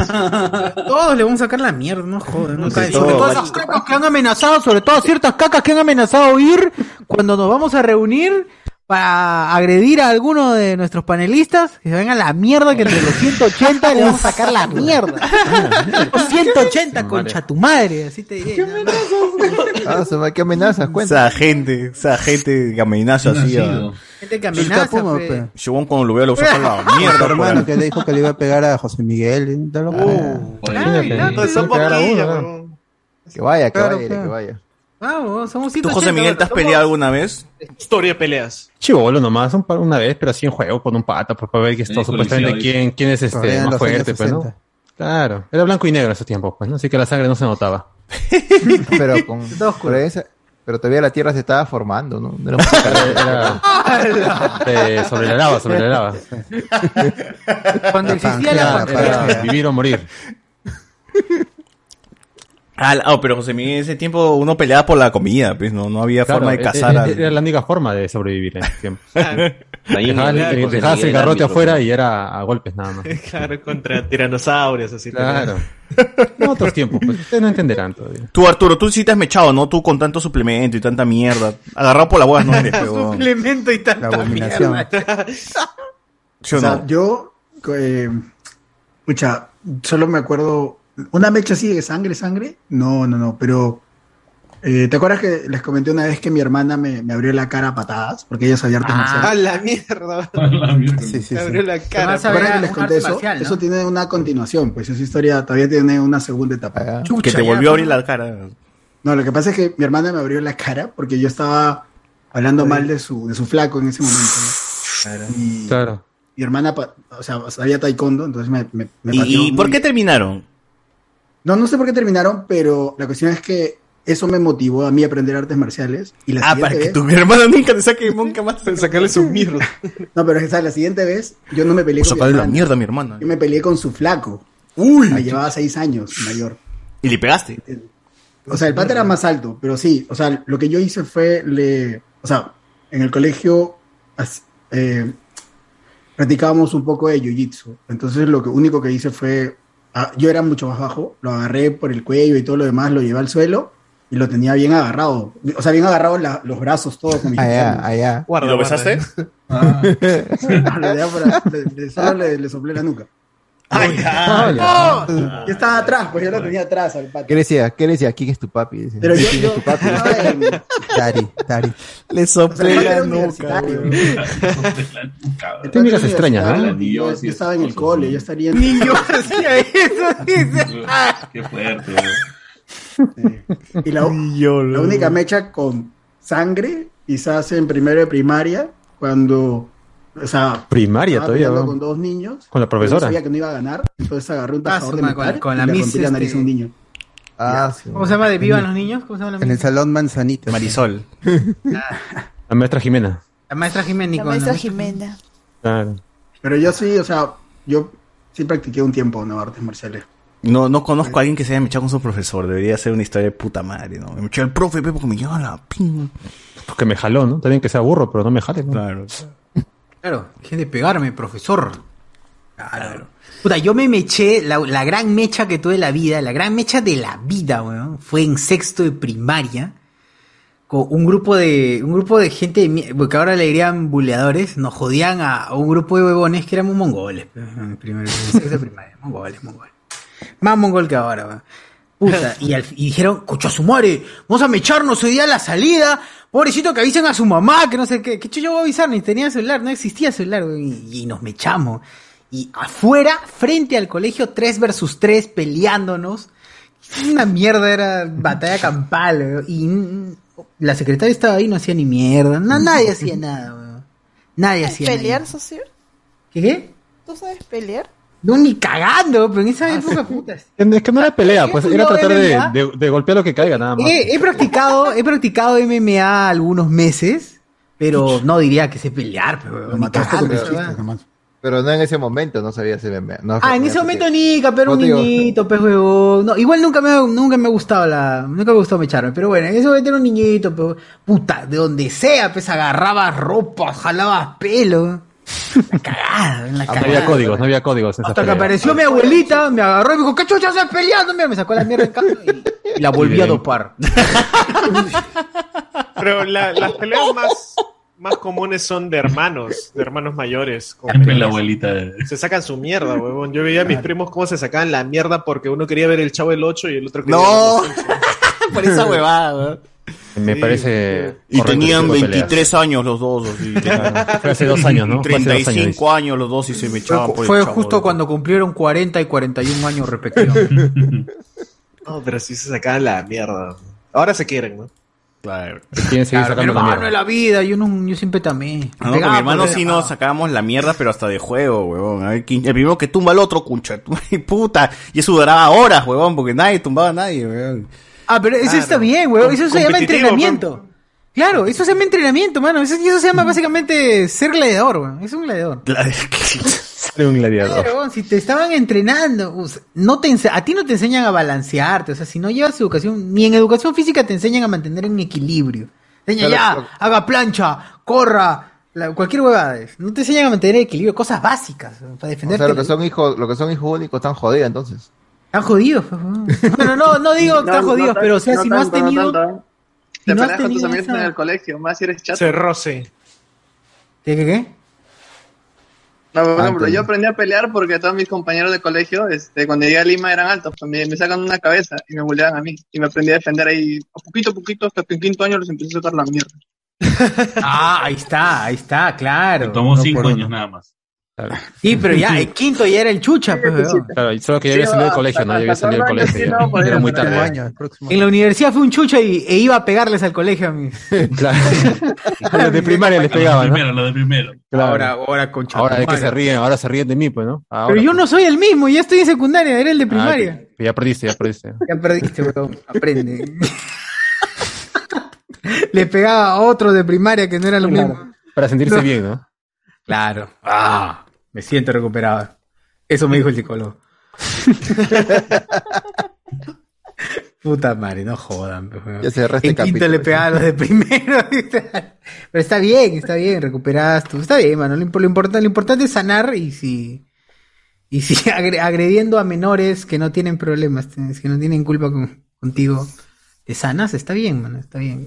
S1: Todos le vamos a sacar la mierda, no jodas. No cae.
S11: todo,
S1: sobre todo
S11: Marito.
S1: esas cacas que han amenazado, sobre todo ciertas cacas que han amenazado ir cuando nos vamos a reunir para agredir a alguno de nuestros panelistas, que se vengan a la mierda que entre los 180 le vamos a sacar la mierda. Los 180, concha tu madre, así te diré. nada más.
S19: Ah, se me- ¿Qué amenazas? Cuenta.
S3: Esa gente, esa gente que amenaza así a...
S1: Gente que
S19: El
S1: amenaza,
S19: Capuma,
S1: fe.
S19: pe.
S3: Chabón cuando lo veo lo saca la mierda, pues.
S19: Tu
S3: hermano.
S19: hermano que le dijo que le iba a pegar a José
S4: ¿eh?
S19: Miguel. dalo para-
S1: Ay,
S19: Imagínate,
S1: claro,
S19: le iba a pegar a uno, ¿no? Que vaya, que
S1: Claro,
S19: vaya,
S1: claro.
S19: que vaya.
S1: Vamos, somos
S3: ¿Tú,
S1: 180.
S3: José Miguel, te has peleado alguna vez?
S20: Historia de peleas.
S2: Chivolo nomás, un par, una vez, pero así en juego con un pata, pues, para ver que esto,
S20: Sí,
S2: supuestamente
S20: policía,
S2: quién, quién es
S19: Corría
S2: este
S19: en
S2: más
S19: los años
S2: fuerte, pues, ¿no?
S19: 60.
S2: Claro, era blanco y negro en esos tiempos, pues, ¿no? Así que la sangre no se notaba.
S19: Pero con. Pero, esa- pero todavía la tierra se estaba formando, ¿no? No era muy
S2: Era- Eh, sobre la lava, sobre la lava.
S1: Cuando
S2: Era
S1: existía la
S2: pan, era vivir o morir.
S3: Ah, la- oh, pero José Miguel, en ese tiempo uno peleaba por la comida, pues no, no había
S2: Claro,
S3: forma de
S2: e-
S3: cazar
S2: e-
S3: al-
S2: Era la única forma de sobrevivir en ese tiempo.
S3: Ahí
S2: Dejabas
S3: no había
S2: el- dejabas el
S3: posibilidad
S2: garrote
S3: de árbitro.
S2: afuera y era a golpes nada más.
S20: Claro, contra tiranosaurios, así.
S2: Claro. No, otros tiempos, pues ustedes no entenderán todavía.
S3: Tú, Arturo, tú sí te has mechado, ¿no? Tú con tanto suplemento y tanta mierda. Agarrado por la hueá, no eres, pero...
S1: Suplemento y tanta
S9: abominación.
S1: mierda.
S3: ¿Sí o
S9: O sea,
S3: no?
S9: yo, eh, pucha, solo me acuerdo, una mecha así de sangre, sangre. No, no, no, pero eh, ¿te acuerdas que les comenté una vez que mi hermana me, me abrió la cara a patadas? Porque ella
S3: Ah.
S9: sabía artes
S20: A
S9: marciales.
S20: la mierda.
S9: Sí, sí, sí.
S20: Me abrió la cara.
S9: ¿Te acuerdas que les conté eso? Eso tiene una continuación, pues esa historia todavía tiene una segunda etapa.
S3: Ah. que te volvió a abrir la cara.
S9: No, lo que pasa es que mi hermana me abrió la cara porque yo estaba hablando mal de su, de su flaco en ese momento. ¿no? Y
S2: Claro.
S9: mi hermana, pa- o sea, sabía taekwondo, entonces me, me, me
S3: ¿Y,
S9: pateó
S3: y por
S9: muy-
S3: qué terminaron?
S9: No, no sé por qué terminaron, pero la cuestión es que eso me motivó a mí a aprender artes marciales. Y la
S3: Ah, para
S9: siguiente
S3: que
S9: vez-
S3: tu hermana nunca te saque nunca más.
S20: Sacarle su mierda.
S9: No, pero esa, la siguiente vez yo no me peleé con mi
S3: Sacarle la
S9: hermana,
S3: mierda a mi hermana.
S9: yo me peleé con su flaco. Uy. Me llevaba seis años mayor.
S3: Y le pegaste.
S9: O sea, el pata era más alto, pero sí, o sea, lo que yo hice fue, le, o sea, en el colegio as- eh, practicábamos un poco de jiu-jitsu, entonces lo que único que hice fue, ah, yo era mucho más bajo, lo agarré por el cuello y todo lo demás, lo llevé al suelo y lo tenía bien agarrado, o sea, bien agarrado la- los brazos, todo con mis
S19: Ah,
S4: Allá,
S9: manos.
S4: allá.
S9: Guarda,
S3: ¿Y lo besaste?
S9: Ah. No, le, daba por- le- le- solo le, le soplé la nuca.
S4: Ah,
S9: ¡No! Yo estaba atrás, pues yo lo tenía atrás al pata.
S19: ¿Qué le decía? ¿Qué le decía? ¿Quién es tu papi? Decía.
S9: Pero yo-
S19: ¿Quién
S9: yo-
S19: es tu papi?
S4: Dari, Dari.
S3: Le
S9: soplé la
S19: nuca.
S2: Técnicas extrañas, ¿no?
S9: Yo- Yo, estaba en el cole, yo estaría en...
S1: Ni yo hacía eso, dice.
S5: Qué fuerte.
S9: Y la, la única mecha con sangre, quizás en primero de primaria, cuando. O sea,
S2: Primaria
S19: Ah,
S9: estaba
S2: todavía,
S9: peleando
S2: ¿no?
S9: con dos niños.
S2: Con la
S9: pero
S2: profesora.
S9: Yo sabía que no iba a ganar, entonces agarré un tajador de
S1: su ma-
S9: metal
S1: con- con la
S9: y le
S1: miss,
S9: rompí la nariz
S1: este-
S9: a un niño.
S19: Ah, sí.
S1: ¿Cómo se llama de
S9: Mm.
S1: Vivan los niños? ¿Cómo se llama la
S4: En el
S1: maestra?
S4: salón Manzanita.
S3: Marisol.
S2: La maestra Jimena.
S1: La maestra Jimena.
S23: La
S1: Nicolás.
S23: maestra Jimena.
S2: Claro.
S9: Pero yo sí, o sea, yo sí practiqué un tiempo no artes marciales.
S3: No, no conozco a alguien que se haya mechado con su profesor. Debería ser una historia de puta madre, ¿no? Me mechó el profe, pe, porque me llevaba la pin.
S2: Porque me jaló, ¿no? También que sea burro, pero no me jale. ¿no?
S3: Claro.
S1: Claro, deje de pegarme, profesor. Claro. Puta, yo me meché, la, la gran mecha que tuve en la vida, la gran mecha de la vida, weón, fue en sexto de primaria, con un grupo de, un grupo de gente, de mi- porque ahora le dirían buleadores, nos jodían a, a un grupo de huevones que éramos mongoles, pe, en primer- en sexto de primaria, mongoles, mongoles. Más mongol que ahora, weón. Puta, y, al- y dijeron, cocho su madre, vamos a mecharnos hoy día a la salida, pobrecito que avisen a su mamá, que no sé qué, que yo voy a avisar, ni tenía celular, no existía celular, weón, y, y nos mechamos. Y afuera, frente al colegio, 3 versus 3, peleándonos. Una mierda, era batalla campal, weón, y mm, la secretaria estaba ahí, no hacía ni mierda, na- nadie hacía nada, weón. nadie hacía
S23: ¿Pelear,
S1: nada.
S23: socio?
S1: ¿Qué qué?
S23: ¿Tú sabes pelear?
S1: No, ni cagando, pero en esa época, puta,
S2: Es que no era pelea, pues era
S1: No,
S2: tratar de,
S1: MMA.
S2: de- de golpear lo que caiga nada más.
S1: He, he practicado, he practicado MMA algunos meses, pero no diría que sé pelear, Ah, pero ni cagando, ¿verdad?
S19: Pero no en ese momento, no sabía si me... no-
S1: Ah, en
S19: no
S1: ese
S19: sabía.
S1: momento ni pero un
S19: No te digo.
S1: niñito, pues huevón. No, igual nunca me, nunca me ha gustado la. Nunca me gustó mecharme, pero bueno, en ese momento era un niñito, pues. Puta, de donde sea, pues agarrabas ropa, jalabas pelo. La cagada, la
S2: Ah, No
S1: cagada.
S2: había códigos, no había códigos. en esas
S1: Hasta que
S2: peleas.
S1: apareció mi abuelita, me agarró y me dijo, ¿qué chucha haces peleando? Mira, me sacó la mierda en casa y, y la volví a dopar.
S20: Pero la- las peleas más, más comunes son de hermanos, de hermanos mayores. con
S5: Siempre
S20: peleas.
S5: la abuelita.
S20: Se sacan su mierda, huevón. Yo veía a mis primos cómo se sacaban la mierda porque uno quería ver el chavo el 8 y el otro quería
S3: No.
S20: ver los Simpsons.
S3: Por esa huevada, weón.
S2: Me parece.
S3: Y
S2: correcto
S3: tenían
S2: ese tipo de
S3: 23 años los dos. así.
S2: Fue hace dos años, ¿no? Fue hace dos años.
S3: 35 años los dos y se mechaban
S1: Fue,
S3: por el
S1: fue
S3: chavo.
S1: justo cuando cumplieron 40 y 41 años respectivamente.
S20: No, pero sí se sacaban la mierda. Ahora se quieren, ¿no?
S3: Claro.
S2: Quieren seguir
S1: Claro, mi
S2: sacando la
S1: hermano
S2: mierda.
S1: es la vida, yo, no, yo siempre tamé.
S3: Ah, no, con mi hermano sí nos sacábamos la mierda, pero hasta de juego, huevón. A ver, ¿quién- El primero que tumba al otro, cuncha. tu- y puta. Y eso duraba horas, huevón, porque nadie tumbaba a nadie, huevón.
S1: Ah, pero eso
S3: Claro.
S1: está bien, weón. Eso se llama
S3: Competitivo,
S1: entrenamiento. Claro, eso se llama entrenamiento, mano. Eso, y eso se llama básicamente ser gladiador, weón. Es un gladiador.
S2: Era un gladiador.
S1: Claro, weón, si te estaban entrenando, us- no te ense- a ti no te enseñan a balancearte, o sea, si no llevas educación, ni en educación física te enseñan a mantener un equilibrio. Te enseñan,
S7: Claro,
S1: ya, haga plancha, corra, la- cualquier huevada. es. No te enseñan a mantener el equilibrio, cosas básicas, weón, para
S19: O
S1: defenderte.
S19: sea, lo que son hijos, lo que son hijos únicos están jodidos entonces.
S1: Están jodidos. pues, weón. Bueno, no, no digo que están
S18: No, no
S1: jodidos,
S18: tan-
S1: pero o sea,
S18: no
S1: si no has
S18: tanto, no
S1: tenido...
S18: tanto, ¿eh?
S1: si
S18: Te
S1: no has
S18: peleas con tus
S1: tenido
S18: amigos
S1: esa-
S18: en el colegio, más si eres chato.
S20: Se roce.
S1: ¿Qué, qué, qué?
S18: No,
S1: Ah,
S18: por ejemplo,
S20: Antes.
S18: yo aprendí a pelear porque todos mis compañeros de colegio, este, cuando llegué a Lima eran altos, pues, me, me sacan una cabeza y me bulleaban a mí. Y me aprendí a defender ahí, a poquito a poquito, hasta que en quinto año les empecé a sacar la mierda.
S1: Ah, ahí está, ahí está, claro.
S5: Tomó
S1: No,
S5: cinco
S1: por-
S5: años nada más.
S1: Sí, pero ya, el quinto ya era el chucha, pues, weón.
S2: Claro, y solo que ya había
S1: Sí,
S2: salido del
S1: va,
S2: colegio, ¿no? Ya había
S1: hasta
S2: salido del
S1: cuatro años
S2: colegio.
S1: sí,
S2: ya.
S1: no, pues, por
S2: Era
S1: ahí,
S2: muy
S1: pero-
S2: tarde.
S1: Año, En la universidad fue un chucha y, e iba a pegarles al colegio a mí.
S2: Los de primaria les pegaba, ¿no?
S5: Primero, lo de primero.
S2: Ahora,
S1: ahora concha.
S2: Ahora es que
S1: madre.
S2: se ríen, ahora se ríen de mí, pues, ¿no? Ahora,
S1: Pero yo no soy el mismo, ya estoy en secundaria, era el de primaria.
S2: pues, ya perdiste, ya perdiste.
S1: Ya perdiste, weón. Aprende. Le pegaba a otros de primaria que no era lo mismo.
S2: Para sentirse
S1: No.
S2: bien, ¿no?
S1: Claro. Ah, me siento recuperado. Eso me dijo el psicólogo. Puta madre, no jodan. pues, weón.
S19: Ya cerraste
S1: en quinto
S19: capítulo,
S1: le pegaba a los de primero. ¿viste? Pero está bien, está bien, recuperas tú. Está bien, mano. Lo, imp- lo importante, lo importante es sanar y si. Y si agre- agrediendo a menores que no tienen problemas, que no tienen culpa con- contigo, te sanas, está bien, mano, está bien.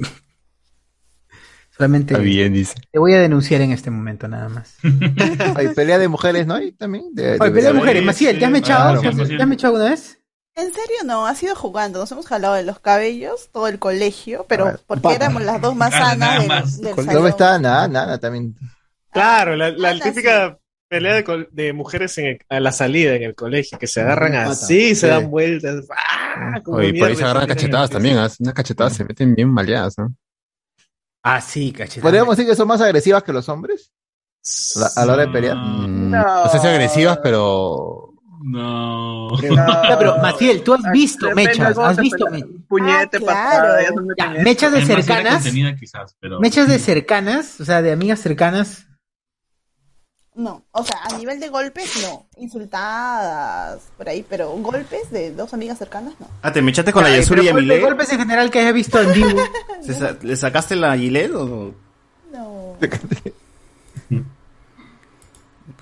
S1: Solamente
S2: Está bien, dice.
S1: te voy a denunciar en este momento nada más.
S19: Hay pelea de mujeres, ¿no? Hay también.
S1: Oye, pelea de mujeres, Maciel, ¿te has mechado?
S19: Claro,
S1: ¿Te has mechado alguna vez?
S23: En serio no, ha sido jugando, nos hemos jalado de los cabellos, todo el colegio, pero porque
S19: pata.
S23: éramos las dos más sanas del, del
S19: No
S23: salón.
S19: está nada, nada también.
S20: Claro, la,
S2: Ah,
S20: la típica pelea de, col- de mujeres en el- a la salida en el colegio, que se agarran
S19: Pata.
S20: así,
S19: Sí.
S20: se dan vueltas. ¡Ah! Como
S2: Oye, por ahí se agarran
S20: mierda, se tiran
S2: cachetadas también, ¿ah? Unas cachetadas se meten bien maleadas, ¿no?
S1: Ah, sí, cachetadas.
S19: ¿Podríamos decir que son más agresivas que los hombres? La- a la hora de pelear.
S3: Ah.
S2: No sé si agresivas, pero.
S5: No.
S1: No, pero Maciel, tú has visto
S18: Depende de
S1: mechas,
S18: cómo
S1: has
S18: te
S1: visto
S18: peleas.
S1: mechas.
S18: Puñete, patada, ya son de
S1: Ya,
S18: puñete.
S1: mechas de
S18: Hay más en la
S1: cercanas.
S5: contenida quizás, pero-
S1: Mechas de cercanas, o sea, de amigas cercanas.
S23: No, o sea, a nivel de golpes no, insultadas por ahí, pero golpes de dos amigas cercanas no.
S3: Ah, ¿te mechaste con la
S1: Ya, pero
S3: Yasuri y
S1: golpes-
S3: Amile?
S1: Golpes en general que haya visto en vivo.
S3: ¿Se sa- ¿Le sacaste la Gilet o no?
S23: No.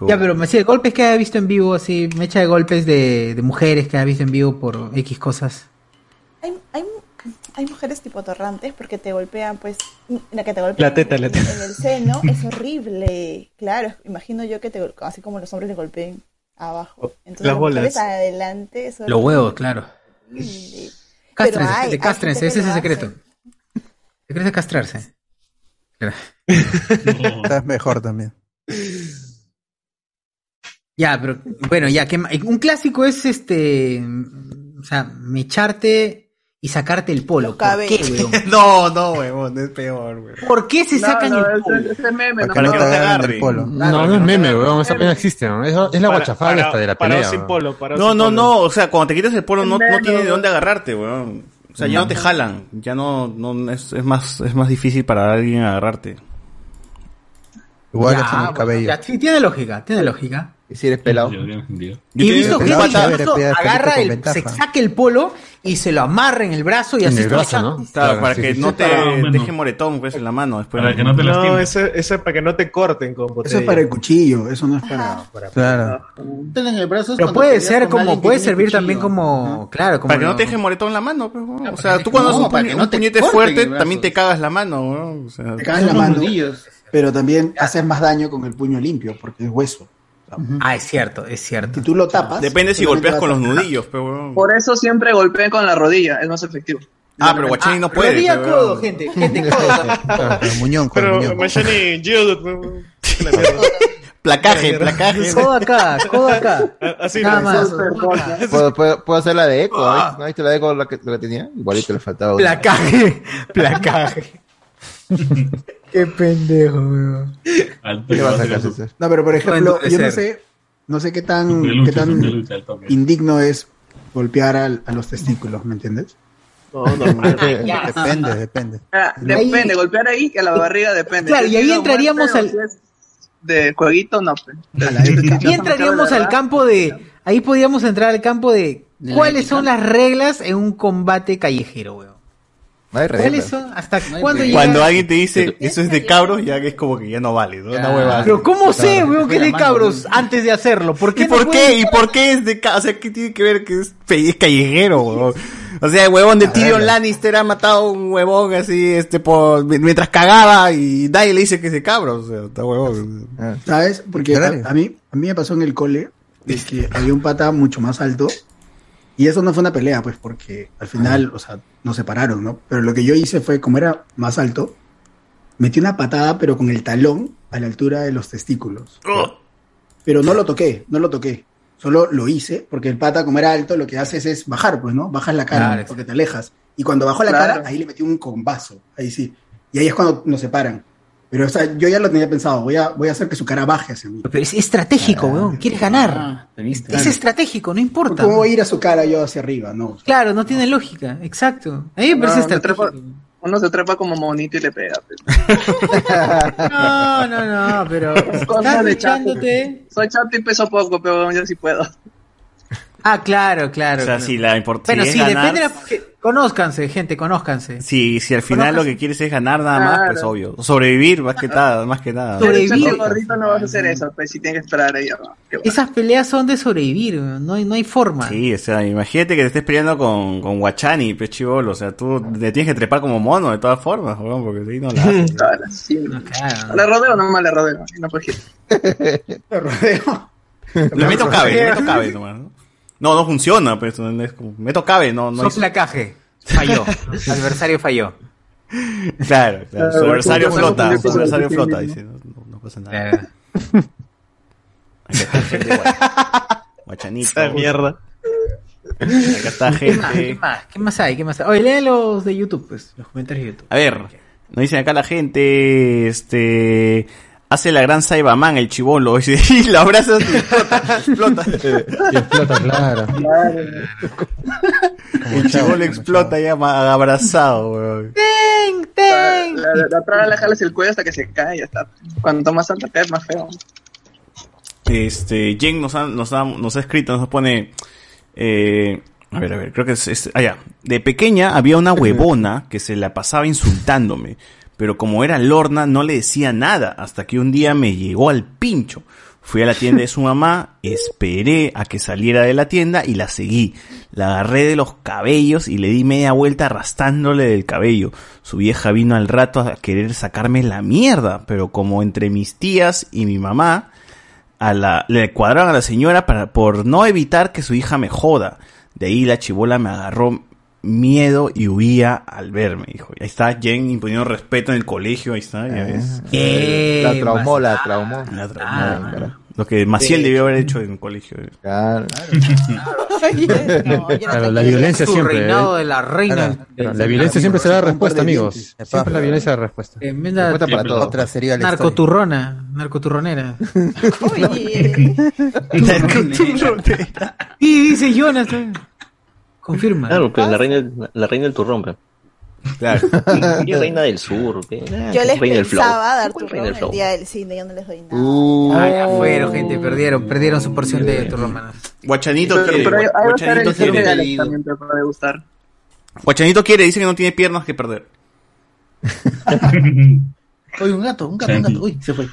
S1: Ya, pero Maciel, golpes que haya visto en vivo, así, mecha de golpes de, de mujeres que haya visto en vivo por X cosas.
S23: Hay, hay, hay mujeres tipo torrantes porque te golpean, pues, la que te golpea
S20: La teta, la
S23: en,
S20: teta.
S23: en el seno es horrible. Claro, imagino yo que te gol- así como los hombres le golpeen
S20: Oh,
S23: abajo. Entonces,
S1: Las
S23: mujeres
S1: bolas.
S23: adelante es
S1: Los huevos, claro.
S23: horrible. Pero
S1: Castrense,
S23: hay- hay
S1: castrense,
S23: gente
S1: ese
S23: que
S1: es el
S23: lo hace.
S1: secreto. Secreto es castrarse.
S4: Estás mejor también.
S1: Ya, pero bueno, ya que un clásico es este, mm, o sea, mecharte y sacarte el polo. ¿Por qué,
S3: cabellos.
S1: weón?
S3: No, no, huevón, es peor, weón.
S1: ¿Por qué se
S3: No,
S1: sacan
S3: no,
S1: el
S3: ese-
S1: polo?
S18: Ese meme,
S3: Para que no te agarre.
S2: No, no es meme, weón. Esa pena existe, ¿no? Es, es la guachafada hasta de la pelea. weón.
S3: No, no, no. O sea, cuando te quitas el polo, no, no
S18: Menos.
S3: tiene de dónde agarrarte, weón. O sea, ya no te
S18: Mm.
S3: jalan. Ya no, no es, es más, es más difícil para alguien agarrarte.
S4: Igual
S1: Ya, bueno, ya, sí, tiene lógica, tiene lógica.
S19: Y si eres pelado.
S1: Y he visto gente que
S19: Pelado, chévere,
S1: incluso
S19: pelado,
S1: agarra
S19: con
S1: el,
S19: ventaja.
S1: se saca el polo y se lo amarra en el brazo y
S3: En
S1: así
S3: el
S1: está
S3: brazo,
S1: mechado.
S3: ¿no? Claro, para que no te deje moretón, pues, en la mano. Después
S5: Para que no te
S20: No,
S3: lastimes.
S20: eso, eso es para que no te corten con botella.
S9: Eso es para el cuchillo, eso no es
S2: Ah.
S9: para.
S4: Claro.
S9: En el brazo es
S1: Pero
S9: cuando
S1: puede
S9: peleas
S1: ser
S9: con alguien
S1: como,
S9: que
S1: puede
S9: tiene
S1: servir
S9: cuchillo.
S1: también como, claro, como
S3: Para que no
S1: lo-
S3: te deje moretón en la mano, pues, weón. O sea, tú cuando
S9: no,
S3: haces un,
S9: para
S3: puñe-
S9: que no
S3: un
S9: te
S3: puñete
S9: corten
S3: fuerte,
S9: el brazo.
S3: también te cagas la mano, weón. O sea,
S9: Te cagas la mano, pero también haces más daño con el puño limpio, porque es hueso.
S1: Ah, es cierto, es cierto.
S9: Si tú lo tapas.
S3: Depende si golpeas con los
S1: Ah.
S3: nudillos, pues, weón.
S18: Por eso siempre golpeen con la rodilla, es más efectivo.
S3: Ah, pero Guachani no puede.
S18: rodilla,
S3: pues,
S18: codo,
S3: weón.
S1: gente, gente,
S4: muñón,
S3: con
S20: Pero
S3: muñón.
S20: Machani, Jill, weón.
S3: Placaje, placaje.
S1: Codo acá, codo acá.
S20: Así
S1: Nada
S20: no.
S1: más.
S19: ¿Puedo, puedo- puedo hacer la de eco, ¿eh? ¿No viste la de eco la que, la que tenía? Igualito le faltaba una.
S1: Placaje, placaje. Qué pendejo, weón.
S19: ¿Qué vas a hacer, César?
S9: No, pero por ejemplo,
S1: Puede
S9: yo no
S1: ser.
S9: sé, no sé qué tan,
S5: Lucha,
S9: qué tan
S5: lucha, al toque.
S9: indigno es golpear al- a los testículos, ¿me entiendes?
S20: No, normal.
S4: depende, depende.
S18: Ah, Depende, golpear ahí que la barriga depende.
S1: eh, Claro,
S18: Si
S1: y
S18: es
S1: ahí
S18: una
S1: entraríamos
S18: muerte
S1: al.
S18: o si es- de jueguito, no. pues.
S1: Ahí entraríamos al campo de. Ahí podíamos entrar al campo de.
S18: De la
S1: ¿Cuáles
S18: ética.
S1: son las reglas en un combate callejero, weón? ¿Cuáles son? ¿Hasta cuándo llega?
S3: Cuando alguien te dice eso es de cabros, ya que es como que ya no vale, ¿no? Una huevada.
S1: Pero ¿cómo sé,
S3: Claro.
S1: weón, que es de cabros antes de hacerlo? ¿Por qué
S3: ¿Y
S1: no
S3: por
S1: pueden-
S3: qué? ¿Y por qué es de ca- O sea, ¿qué tiene que ver que es, pe- es callejero, huevón? O sea, el huevón de Tyrion Lannister ha matado a un huevón así, este, por, mientras cagaba Ah, y nadie le dice que es de cabros, o sea, está huevón.
S9: Ah. ¿Sabes? Porque a, a mí, a mí me pasó en el cole de que había un pata mucho más alto y eso no fue una pelea, pues, porque al final, o sea, nos separaron, ¿no? Pero lo que yo hice fue, como era más alto, metí una patada, pero con el talón a la altura de los testículos. Pero no lo toqué, no lo toqué. Solo lo hice, porque el pata, como era alto, lo que haces es bajar, pues, ¿no? Bajas la cara,
S1: Claro,
S9: porque te alejas. Y cuando bajó la
S1: Claro.
S9: cara, ahí le metí un combazo, ahí sí. Y ahí es cuando nos separan. Pero o sea, yo ya lo tenía pensado, voy a, voy a hacer que su cara baje hacia mí.
S1: Pero es estratégico, weón, quieres ganar. es estratégico, no importa.
S9: ¿Cómo voy a ir a su cara yo hacia arriba? No.
S1: Claro, no tiene lógica, exacto. A mí me parece
S9: No, me
S1: estratégico.
S18: Uno se atrapa como monito y le pega. pues.
S1: No, no, no, pero
S18: Cosas
S1: estás
S18: de chato.
S1: luchándote.
S18: Soy chato y peso poco, pero yo sí puedo.
S1: Ah, claro, claro.
S3: O sea,
S1: claro.
S3: si la importancia
S1: Bueno,
S3: es
S1: sí,
S3: ganar,
S1: depende de la- que- Conózcanse, gente, conózcanse.
S3: si, si al final lo que quieres es ganar nada más, pues
S18: Claro.
S3: obvio. Sobrevivir, más que nada, más que nada.
S18: Pero chato gordito no vas a hacer eso, pues si tienes que esperar ahí. ¿no? Qué bueno.
S1: Esas peleas son de sobrevivir, weón, no hay, no hay forma.
S3: Sí, o sea, imagínate que te estés peleando con, con Guachani, pues chivolo, o sea, tú te tienes que trepar como mono de todas formas, weón, porque de ahí no la haces.
S18: Ahora sí. ¿Le rodeo o no más le rodeo? Y No, pues, ¿qué?
S3: Le meto cabe, le meto cabe nomás, ¿no? No, no funciona, pues, no es como, meto cabe, no, no.
S1: Sopla caje. Falló. Adversario falló.
S3: Claro, claro, su
S1: Claro,
S3: adversario
S1: porque-
S3: flota,
S1: porque-
S3: su adversario
S1: porque-
S3: flota, dice, no, no- no pasa nada.
S1: Claro.
S3: Acá está gente guay- Guachanito.
S20: Esa mierda.
S3: Acá está
S1: ¿Qué más,
S3: gente.
S1: ¿Qué más? ¿Qué más hay? ¿Qué más hay? Oye, lee los de YouTube, pues, los comentarios de YouTube.
S3: A ver, nos dicen acá la gente, este... Hace la gran Saibaman el chivolo dice, y lo abrazas y explota, explota.
S2: Y explota, claro.
S3: El chivolo explota ya ma- abrazado, weón.
S1: ¡Ten! ¡Ten!
S18: La, la, la traba la jalas el cuello hasta que se cae, ya está. Cuanto más alta caes, más feo.
S3: Este, Jen nos ha, nos ha- nos ha escrito, nos pone. eh, a ver, a ver, creo que es. es- ah, ya. De pequeña había una huevona que se la pasaba insultándome. Pero como era lorna, no le decía nada. Hasta que un día me llegó al pincho. Fui a la tienda de su mamá, esperé a que saliera de la tienda y la seguí. La agarré de los cabellos y le di media vuelta arrastrándole del cabello. Su vieja vino al rato a querer sacarme la mierda, pero como entre mis tías y mi mamá, a la, le cuadraron a la señora para, por no evitar que su hija me joda. De ahí la chibola me agarró miedo y huía al verme, hijo. Ahí está Jen imponiendo respeto en el colegio, ahí está, ya ves.
S19: ¿Qué? Ah. La traumó, la traumó.
S3: La
S2: Ah,
S3: traumó, carajo. Lo que Maciel
S19: Sí.
S3: debió haber hecho en el colegio. Claro.
S2: Claro, la violencia
S1: Su
S2: siempre.
S1: reinado
S2: ¿eh?
S1: de la reina.
S2: Claro, claro, la
S1: Del-
S2: violencia siempre será la respuesta,
S1: de
S2: amigos. Siempre la violencia es la respuesta.
S1: Tremenda-
S2: Respuesta para todo.
S4: Otra sería la
S1: Narcoturrona, narcoturronera.
S3: Narcoturronera.
S1: Y dice Jonathan. Confirma.
S11: Claro, pero la reina, la reina del turrón, pe.
S3: Claro.
S11: Y reina del sur, pe. Ah,
S23: Yo les
S11: reina del flow.
S23: pensaba dar
S11: ¿Cuál
S23: tu
S11: reina del
S23: el
S11: flow?
S23: día del cine, yo no les doy nada.
S1: Ah, ya fueron, gente, perdieron, perdieron su porción de turromanas.
S3: Guachanito
S18: Pero,
S3: quiere,
S18: pero ahí- ahí va a estar
S3: Guachanito
S18: el sur de Gales
S3: quiere.
S18: también, te puede gustar.
S3: Guachanito quiere, dice que no tiene piernas que perder.
S7: Oye, un gato, un gato, un gato. Uy, se fue.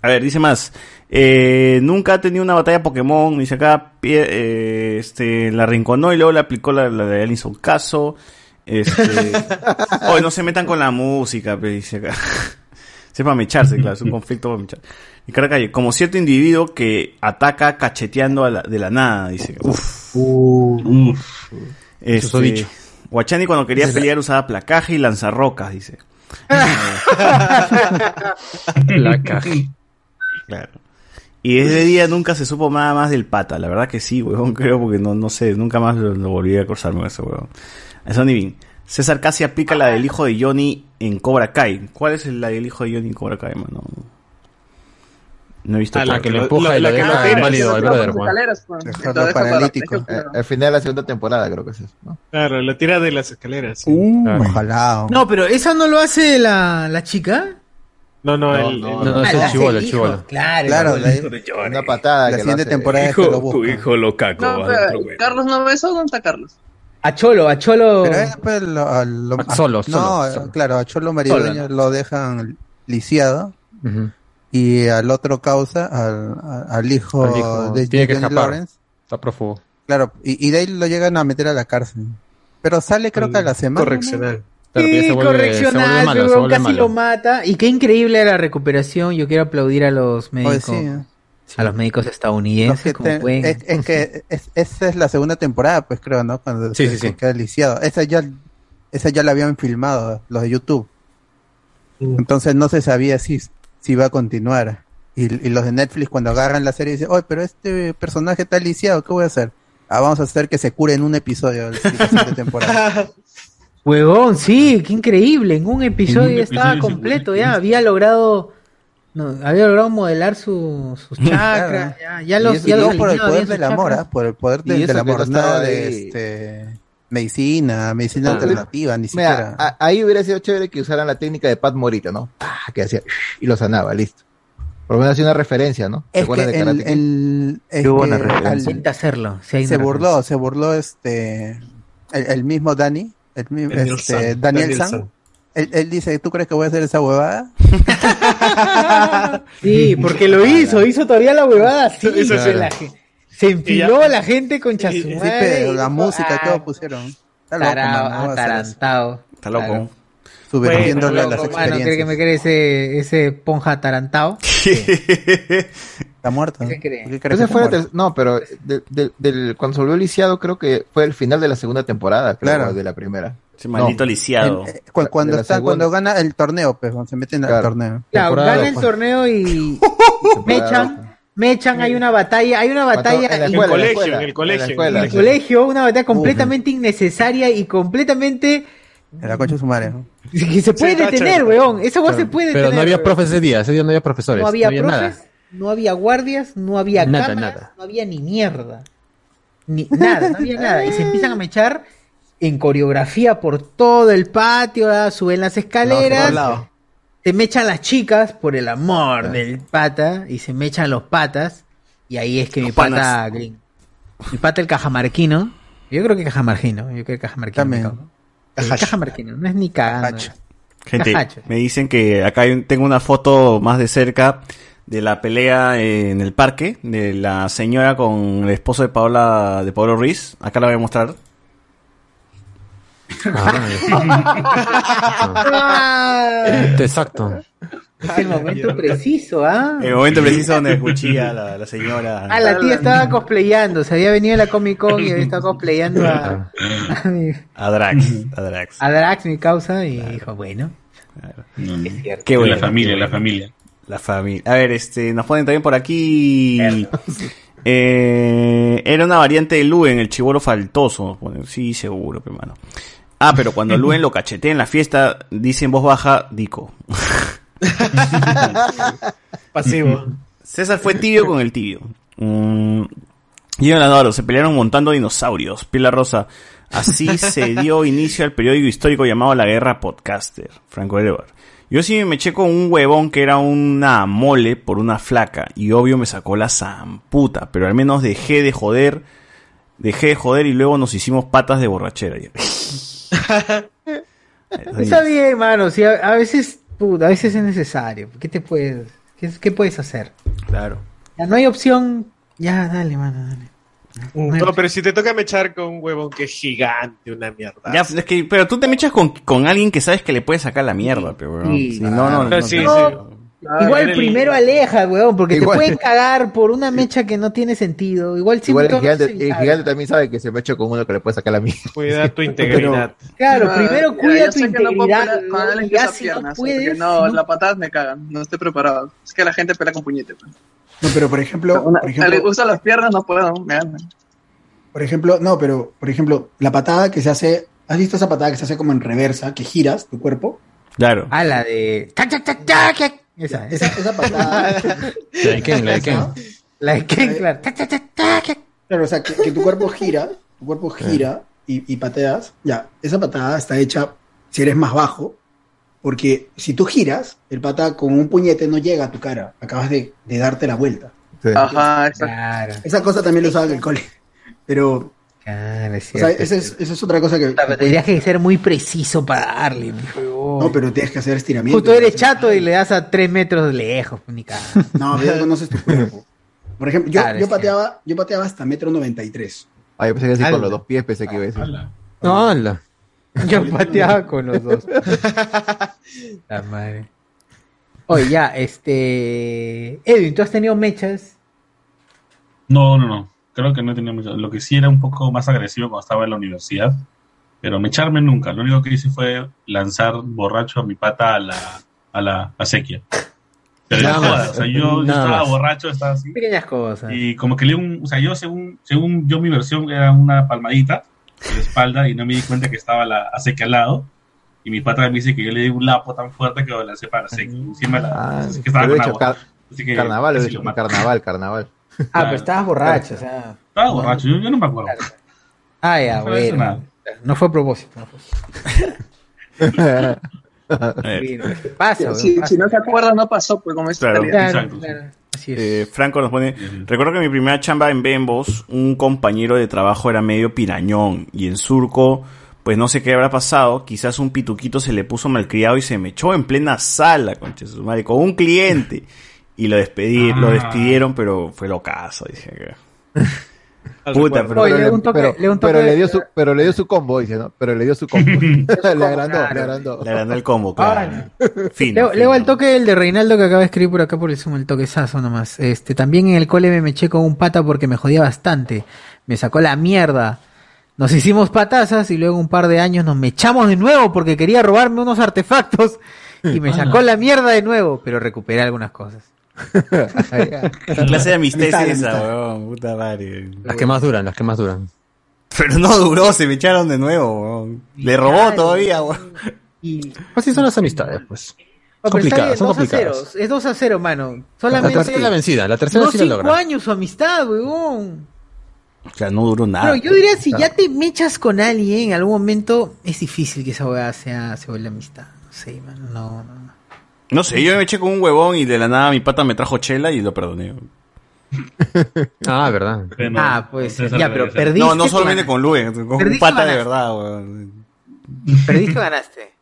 S3: A ver, dice más. Eh, nunca ha tenido una batalla Pokémon. Dice acá, pie- eh, este, la rinconó y luego le aplicó la, la de Alison Caso. Este, hoy no se metan con la música, pe, dice acá. Sí, Es para mecharse, claro, es un conflicto para mechar. Y cara calle, como cierto individuo que ataca cacheteando a la- de la nada, dice. Uf. Uf.
S2: Eso
S3: Este,
S2: dicho.
S3: Guachani cuando quería pelear usaba placaje y lanzarrocas, dice. Este,
S2: Placaje.
S3: Claro. Y
S2: Pues-
S3: desde ese día nunca se supo nada más del pata. La verdad que sí, huevón, creo, porque no, no sé, nunca más lo, lo volví a cruzarme con ese huevón. A Sonny Bean. César casi aplica la del hijo de Johnny en Cobra Kai. ¿Cuál es la del hijo de Johnny en Cobra Kai, mano? No he visto
S2: Ah, la
S3: Cobra
S2: que lo
S3: Kai.
S2: empuja y lo deja
S3: tira.
S2: inválido al brother, weón.
S18: pues,
S19: Dejarlo paralítico. Eh, al final de la segunda temporada, creo que es eso. ¿no?
S20: Claro, la tira de las escaleras.
S19: Ojalá.
S1: No, pero esa no lo hace la, la chica.
S20: No, no, el, el-
S1: Ah,
S2: no, es el chivolo, el
S20: hijo,
S2: chivolo.
S20: claro.
S4: Claro,
S20: el
S4: la-
S20: hijo
S4: una patada.
S20: que
S4: La
S20: lo
S4: siguiente
S20: hace.
S4: temporada es
S3: este
S4: que lo
S9: Hijo,
S4: busca.
S9: tu hijo
S2: lo caco.
S18: No,
S4: va,
S18: pero,
S4: otro huevo.
S18: Carlos no ve eso, ¿dónde está Carlos?
S1: A Cholo, a Cholo.
S4: Pero es, pues, lo- a lo-
S2: A Solo, Solo,
S4: No,
S2: Solo.
S4: claro, a Cholo Maridueño
S2: Solo,
S4: lo dejan lisiado.
S2: Ujú.
S4: Y al otro causa, al, a- al hijo,
S2: Al hijo,
S4: de
S2: tiene que
S4: Jenny
S2: escapar.
S4: Lawrence.
S2: Está prófugo.
S4: Claro, y, y de ahí lo llegan a meter a la cárcel. Pero sale creo que a la semana.
S20: Correccional.
S2: Claro, que ya
S1: Sí,
S2: se vuelve- se vuelve
S1: correccional,
S2: malo,
S1: pero
S2: se vuelve
S1: casi
S2: malo.
S1: lo mata. Y qué increíble la recuperación. Yo quiero aplaudir a los médicos.
S4: sí, ¿eh?
S1: A los médicos
S4: Los
S1: estadounidenses.
S4: que
S1: como
S4: te- este-
S1: pueden.
S4: es, es que es- esa es la segunda temporada, pues creo, ¿no? Cuando
S2: Sí,
S4: se-
S2: sí, sí.
S4: se queda lisiado. Esa ya, esa ya la habían filmado los de YouTube.
S1: Mm.
S4: Entonces no se sabía si, si iba a continuar. Y, y los de Netflix cuando agarran la serie dicen, oye, pero este personaje está lisiado, ¿qué voy a hacer? Ah, vamos a hacer que se cure en un episodio de la siguiente temporada.
S1: Huevón, sí, qué increíble. En un episodio
S4: episodio
S1: estaba
S4: se
S1: completo ya. Había logrado. no, había logrado modelar su- sus chakras.
S4: Claro.
S1: Ya, ya
S4: Y
S1: los.
S4: eso-
S1: ya
S4: y
S1: los
S4: todo por el
S1: alineaba bien
S4: poder
S1: sus
S4: del amor,
S1: chakras.
S4: ¿ah? por el poder
S1: Y
S4: de,
S1: eso
S4: del
S1: que no
S4: amor,
S1: estaba
S4: nada
S1: ahí.
S4: de este, medicina, medicina
S19: Ah.
S4: alternativa, ni
S19: Mira, ah,
S4: siquiera.
S19: a- ahí hubiera sido chévere que usaran la técnica de Pat Morita, ¿no? Pa, que hacía y lo sanaba, listo. Por lo menos hacía una referencia, ¿no? ¿Te
S4: Es que
S19: acuerdas de
S4: el,
S19: Karate Kid?
S4: el, es
S19: Qué buena
S4: que
S19: referencia.
S4: al-
S19: Intenta
S1: hacerlo, sí hay una
S4: se burló, se burló este el, el mismo Dani, el mismo
S19: Daniel
S4: este,
S19: San.
S4: Daniel
S19: Daniel
S4: San.
S19: San.
S4: Él, él dice, ¿tú crees que voy a hacer esa huevada? ¿ah?
S1: Sí, porque lo hizo. Hizo todavía la huevada así.
S4: Eso sí.
S1: se la- se enfiló la gente con chasumare.
S4: Sí, pero la
S1: y-
S4: música y
S1: ah,
S4: todo pues, pusieron. Está loco,
S1: Tarao,
S4: mano, no va a hacer eso.
S1: atarantado.
S4: Está
S1: loco.
S4: Subvirtiéndole
S1: Bueno,
S4: las
S1: loco, mano,
S4: experiencias.
S1: ¿cree que me cree ese, ese ponja atarantado?
S4: Está muerto.
S1: ¿Qué cree?
S4: ¿Por qué crees
S19: Entonces
S4: que está
S19: fue la
S4: muerto?
S19: ter- no, pero de- de- del, cuando se volvió lisiado creo que fue el final de la segunda temporada, creo,
S4: Claro.
S19: o de la primera.
S3: Ese maldito lisiado.
S4: En- eh, cu- cuando,
S19: De la
S4: está,
S19: segunda.
S4: cuando gana el torneo, pues, cuando se meten al
S19: Claro.
S4: torneo.
S1: Claro,
S4: Temporada pues.
S1: gana el
S4: loca.
S1: torneo y mechan,
S4: pues.
S1: mechan, hay una batalla, hay una batalla
S4: en la
S1: in-
S4: escuela, En el en la colegio, escuela, en el colegio. en la escuela,
S1: en el
S4: sí.
S1: colegio, una batalla completamente innecesaria y completamente
S4: En la concha de su madre. ¿no?
S1: que se puede
S4: está
S1: detener,
S4: chévere.
S1: weón. Esa weón se
S2: Claro,
S1: puede
S2: Pero
S1: detener.
S2: no había
S1: weón.
S2: profes ese día, ese día no había profesores.
S1: no había
S2: nada.
S1: profes, no había guardias, no había
S2: Nada,
S1: cámaras,
S2: nada.
S1: no había ni mierda. Ni nada, no había nada. Y se empiezan a mechar en coreografía por todo el patio, ¿ah? suben las escaleras. se mechan las chicas por el amor
S2: Ah.
S1: del pata y se mechan los patas y ahí es que mi pata
S14: panas.
S1: gringo. mi pata el cajamarquino yo creo que cajamarquino yo creo que cajamarquino me cago. El cajamarquino no es ni cagando
S3: Gente,
S1: Cajacho.
S3: me dicen que acá hay un- tengo una foto más de cerca de la pelea en el parque de la señora con el esposo de Paola de Pablo Ruiz. Acá la voy a mostrar.
S1: Ah,
S2: Exacto.
S1: es el momento preciso ah
S3: El momento preciso donde cuchilla la, la señora.
S1: ah la tía estaba cosplayando se había venido a la Comic Con y había estado cosplayando a, a mi-
S3: A Drax, a Drax.
S1: a Drax mi causa y dijo bueno
S3: Qué bueno.
S5: La familia, la familia.
S3: La familia. A ver, este, nos ponen también por aquí. Eh, era una variante de Luen, el chivolo faltoso. Bueno, sí, seguro, pero, hermano. Ah, pero cuando Luen lo cachetea en la fiesta, dice en voz baja, Dico.
S20: Pasivo.
S3: César fue tibio con el tibio. Mm. Diego Lanaro, se pelearon montando dinosaurios. Pilar Rosa, así se dio inicio al periódico histórico llamado La Guerra Podcaster. Franco Edward. Yo sí me eché con un huevón que era una mole por una flaca. Y obvio me sacó la zamputa. Pero al menos dejé de joder. Dejé de joder y luego nos hicimos patas de borrachera.
S1: Está bien, mano. sí, a, a veces, puta, a veces es necesario. ¿Qué te puedes, qué, qué puedes hacer?
S3: Claro.
S1: Ya no hay opción. Ya, dale, mano, dale.
S20: No, pero si te toca mechar con un huevón que es gigante, una mierda.
S3: Ya, es que, pero tú te mechas con, con alguien que sabes que le puede sacar la mierda, pero weón.
S1: Sí.
S3: Si no, no, no,
S20: Ah,
S3: no.
S20: sí,
S19: Ah,
S1: Igual primero aleja, weón, porque
S19: Igual.
S1: te pueden cagar por una mecha que no tiene sentido. Igual siempre
S19: Igual el
S1: todo
S19: gigante,
S1: es
S19: el
S1: evitable.
S19: gigante también sabe que se me ha hecho con uno que le puede sacar la mía.
S20: Cuida tu
S19: integridad.
S1: Claro,
S18: Ah,
S1: primero
S18: ya,
S1: cuida
S18: yo
S1: tu
S18: sé que no puedo
S1: integridad.
S18: pelear con
S1: weón,
S18: alguien que
S1: ya
S18: usa
S1: si no
S18: piernas, porque
S1: puedes,
S18: no,
S1: no-
S18: las patadas me cagan, no estoy preparado. Es que la gente pelea con puñete.
S9: No, pero por ejemplo, por
S18: Le
S9: ejemplo,
S18: usa las piernas, no puedo, me ganan.
S9: por ejemplo, no, pero por ejemplo, la patada que se hace, ¿has visto esa patada que se hace como en reversa, que giras tu cuerpo?
S3: Claro.
S1: Ah, la de. ¡Tac, tac, tac, tac! Esa, esa,
S9: esa patada.
S2: La de Ken, la de Ken.
S1: La de Ken, claro.
S9: Claro, o sea, que, que tu cuerpo gira, tu cuerpo gira y, y pateas. Ya, esa patada está hecha, si eres más bajo, Porque si tú giras, el pata con un puñete no llega a tu cara. Acabas de, de darte la vuelta.
S18: Ajá,
S9: Claro. Esa cosa también lo usaban en el cole. Pero.
S1: Claro, es
S9: O sea,
S1: cierto.
S9: esa es, esa es otra cosa que.
S1: Pero Tendrías que ser muy preciso para darle. No,
S9: pero tienes que hacer estiramiento.
S1: Justo eres chato y le das a 3 metros de lejos, ni cagada.
S9: No, pero ya conoces tu cuerpo. Por ejemplo, yo,
S1: Claro,
S9: yo
S1: sí.
S9: pateaba, yo pateaba hasta metro 93.
S19: Ah, yo pensé que así con
S9: Ala.
S19: los dos pies pensé que iba a decir.
S2: No, ala.
S1: Yo pateaba con los dos. La madre. Oye, ya, este. Edwin, tú has tenido mechas.
S5: No, no, no. Creo que no he tenido mucho. Lo que sí era un poco más agresivo cuando estaba en la universidad. Pero me echarme nunca. Lo único que hice fue lanzar borracho a mi pata a la, a la a sequía. Pero
S1: Nada
S5: no jodas,
S1: más.
S5: O sea, yo, yo
S1: Nada
S5: estaba
S1: más.
S5: borracho, estaba así.
S1: Pequeñas cosas.
S5: Y como que le un. O sea, yo, según, según yo, mi versión era una palmadita en la espalda y no me di cuenta que estaba la a sequía al lado. Y mi pata me dice que yo le di un lapo tan fuerte que lo lancé para la sequía.
S19: Ah,
S5: Encima la. así que estaba
S19: Lo he
S5: con
S19: hecho,
S5: agua.
S19: car-
S5: Así que-
S19: carnaval, lo he
S5: así
S19: hecho,
S5: lo mato.
S19: carnaval, carnaval.
S1: Ah, pero estabas borracho, o sea.
S5: Estaba borracho, yo, yo no me acuerdo.
S1: Ah, ya,
S5: No fue eso,
S1: bueno.
S5: nada.
S1: No fue a propósito. No fue. Pasa,
S18: si,
S1: pasa.
S18: si no se acuerda, no pasó, pues como es
S3: Claro,
S18: italiano.
S3: exacto. Eh, Franco nos pone, recuerdo que mi primera chamba en Bembos, un compañero de trabajo era medio pirañón y en surco, pues no sé qué habrá pasado, quizás un pituquito se le puso malcriado y se me echó en plena sala, concha de su madre, con un cliente y lo despedí, lo despidieron, pero fue locazo, dije que- Puta, pero,
S19: Pero le- pero- pero le dio su, pero le dio su combo, dice, ¿no? Pero le dio su combo. le agrandó, le agrandó.
S3: Le agrandó el combo, claro. Fin.
S1: Leo, leo al toque el de Reinaldo que acaba de escribir por acá por el Zoom, el toquezazo nomás. Este, también en el cole me meché con un pata porque me jodía bastante. Me sacó la mierda. Nos hicimos patazas y luego un par de años nos mechamos de nuevo porque quería robarme unos artefactos y me
S14: Ah,
S1: sacó
S14: no.
S1: la mierda de nuevo, pero recuperé algunas cosas.
S3: ¿Qué clase de amistad
S1: Amistad,
S3: es esa,
S1: amistad.
S3: weón? Puta madre.
S2: Las que más duran, las que más duran.
S3: Pero no duró, se me echaron de nuevo, weón. Le robó
S1: Claro.
S3: todavía, weón.
S2: Así son las amistades, pues.
S1: No, pero está
S2: complicadas,
S1: bien,
S2: son
S1: 2 a 0,
S2: complicadas.
S1: Es 2 a 0, mano.
S2: La
S1: Solamente
S2: tercera es la vencida, la tercera
S1: no
S2: sí la
S1: cinco
S2: logra.
S1: años su amistad, weón.
S3: O sea, no duró nada.
S1: Pero yo diría, si ya te mechas con alguien en algún momento, es difícil que esa weá sea, se vuelva amistad. No sé, mano, no, no.
S3: No sé, yo me eché con un huevón y de la nada mi pata me trajo chela y lo perdoné.
S2: Ah, verdad.
S1: Ah, pues, ya, pero perdiste.
S3: No, no solamente
S1: o
S3: con Luis, con un
S1: Perdiste
S3: pata de
S1: ganaste.
S3: verdad, weón.
S1: ganaste. Perdiste o ganaste.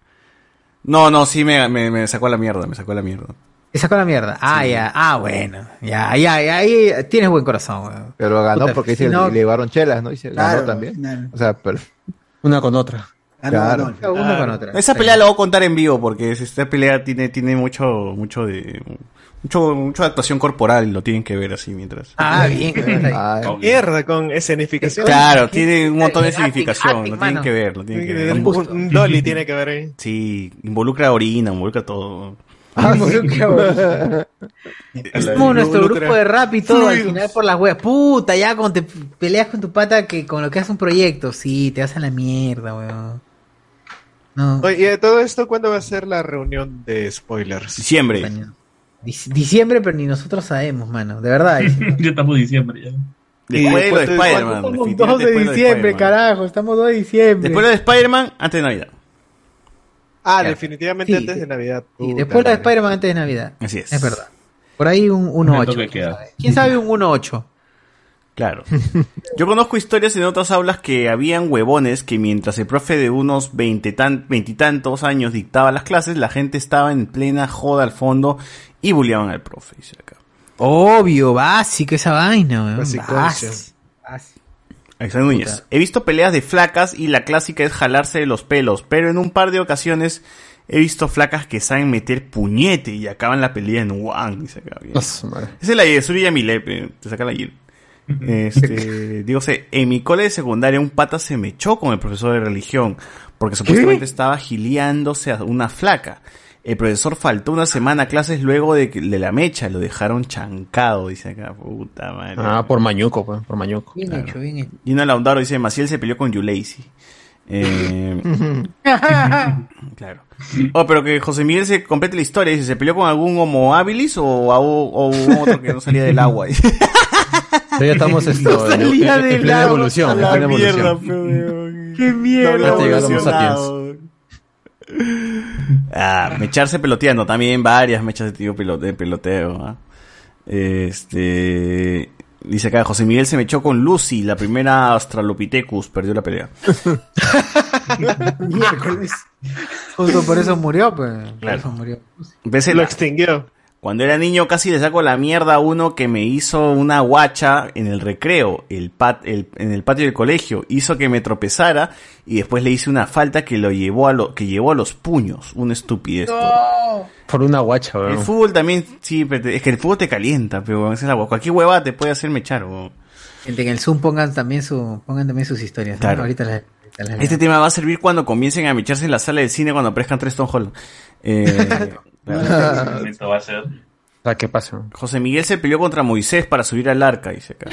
S3: No, no, sí me, me, me sacó a la mierda, me sacó a la mierda.
S1: Te sacó la mierda. Ah, ya. Ah, bueno. Ya, ya, ya. Ahí tienes buen corazón, weón.
S19: Pero ganó
S1: Puta,
S19: porque
S1: si
S19: dice,
S1: no-
S19: le llevaron chelas, ¿no? Dice,
S1: Claro, Ah,
S19: ganó también. O sea, pero...
S2: Una con otra.
S19: Claro.
S1: Una con otra.
S3: Esa pelea la voy a contar en vivo porque es- esta pelea tiene, tiene mucho, mucho de. Mucho, mucho de actuación corporal, lo tienen que ver así mientras.
S1: Ah, bien.
S3: Obvio.
S20: Mierda, con escenificación.
S3: Claro, tiene un montón de
S20: Acting,
S3: significación,
S20: acting,
S3: lo tienen
S20: mano.
S3: que ver, lo tienen que
S20: Tiene que
S3: ver.
S20: ver un- un dolly tiene que ver ahí.
S3: Sí, involucra orina, involucra todo.
S20: Ah,
S1: Involucra orina. Como nuestro grupo de rap y todo al final por las weas. Puta, ya cuando te peleas con tu pata que con lo que hace un proyecto, sí, te vas a la mierda, weón.
S20: Oye, y de todo esto, ¿cuándo va a ser la reunión de spoilers?
S3: Diciembre.
S1: Dic- Diciembre, pero ni nosotros sabemos, mano. De verdad.
S5: ya estamos en diciembre. Ya.
S3: Después de lo de Spider-Man.
S1: Estamos
S3: definitivamente
S1: 2 de
S3: después lo
S1: diciembre,
S3: Spider-Man.
S1: carajo. Estamos 2 de diciembre.
S3: Después de Spider-Man, antes de Navidad.
S20: Ah,
S1: Ya.
S20: definitivamente
S1: Sí,
S20: antes de Navidad.
S1: Y
S3: Uh,
S1: después lo de Spider-Man antes de Navidad.
S3: Así es.
S1: Es verdad. Por ahí un 1-8. ¿Quién sabe un 1-8?
S3: Claro. Yo conozco historias en otras aulas que habían huevones que mientras el profe de unos veintitantos veintitantos años dictaba las clases, la gente estaba en plena joda al fondo y bulleaban al profe. dice acá.
S1: Obvio, básico esa vaina, weón.
S3: Básico,
S1: Básico.
S3: sí. Alexander Núñez.
S1: Puta.
S3: He visto peleas de flacas y la clásica es jalarse de los pelos, pero en un par de ocasiones he visto flacas que saben meter puñete y acaban la pelea en one. dice acá. Bien. Esa es la de Suri Yamile, pe, te saca la Yil. Este, digo, sé, en mi cole de secundaria un pata se me echó con el profesor de religión, porque supuestamente estaba giliándose a una flaca. El profesor faltó una semana a clases luego de, que- de la mecha, lo dejaron chancado, dice acá, puta madre.
S2: Ah, por mañuco, pues, por mañuco.
S1: Bien hecho, bien hecho.
S3: Gina Laundaro dice, Maciel se peleó con Yuleisi. Eh, claro. Oh, pero que José Miguel se complete la historia. Dice, ¿se peleó con algún homo habilis o, a- o hubo otro que no salía del agua?
S2: Ya estamos esto,
S3: No
S2: en,
S3: salía
S2: en- en
S3: del
S2: plena
S3: agua,
S2: evolución.
S3: a
S2: En
S3: la
S2: plena
S3: mierda,
S2: evolución.
S3: pe, weón.
S1: Qué
S3: No había
S2: Hasta llegar a Homo
S3: evolucionado. Ah, mecharse peloteando también, varias mechas de tío pelote- peloteo. ¿ah? Este. Dice acá, José Miguel se mechó con Lucy, la primera Australopithecus, perdió la pelea.
S1: Miércoles. Justo por eso murió, pues. Por
S3: Claro.
S1: eso murió.
S3: Lo extinguió. Cuando era niño casi le saco la mierda a uno que me hizo una guacha en el recreo, el pat- el- en el patio del colegio. Hizo que me tropezara y después le hice una falta que lo llevó a, lo, que llevó a los puños. Una estupidez.
S2: Por una guacha,
S3: El
S2: weón.
S3: fútbol también, sí, pero te- es que el fútbol te calienta, pero esa es la hue- cualquier huevada te puede hacer mechar. weón.
S1: Gente, en el Zoom pongan también, su, pongan también sus historias. ¿no?
S3: Claro.
S1: Ahorita las. ahorita las-
S3: Este tema va a servir cuando comiencen a mecharse en la sala del cine cuando aparezcan tres Tom Holland. Eh, claro.
S5: va a ser.
S3: Ah,
S2: ¿Qué pasa?
S3: José Miguel se peleó contra Moisés para subir al arca, dice acá.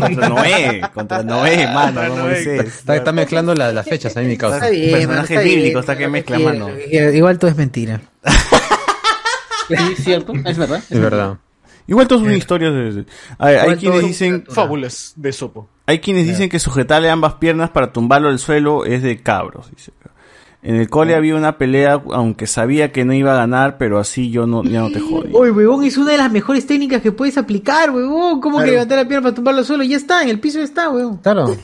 S3: contra Noé, contra Noé, mano, no Moisés.
S2: Está, está mezclando la- las fechas ahí, mi causa.
S1: Está bien,
S3: Personaje
S1: está bien,
S3: bíblico, está que
S1: lo
S3: mezcla,
S1: quiere,
S3: mano.
S1: lo que quiere. Igual todo es mentira.
S7: Sí, cierto, es verdad.
S3: Es verdad. Igual todas son historias de... de- A ver, hay
S7: Igual
S3: Eh, quienes
S7: todo-
S3: dicen...
S20: Fábulas de sopo.
S3: Hay quienes dicen que sujetarle ambas piernas para tumbarlo al suelo es de cabros, dice acá. En el cole había una pelea, aunque sabía que no iba a ganar, pero así yo no, ya no te jodí.
S1: Uy, huevón, es una de las mejores técnicas que puedes aplicar, huevón. ¿Cómo que
S3: Claro.
S1: levantar la pierna para tumbarlo al suelo? Ya está, en el piso está, huevón.
S2: Claro.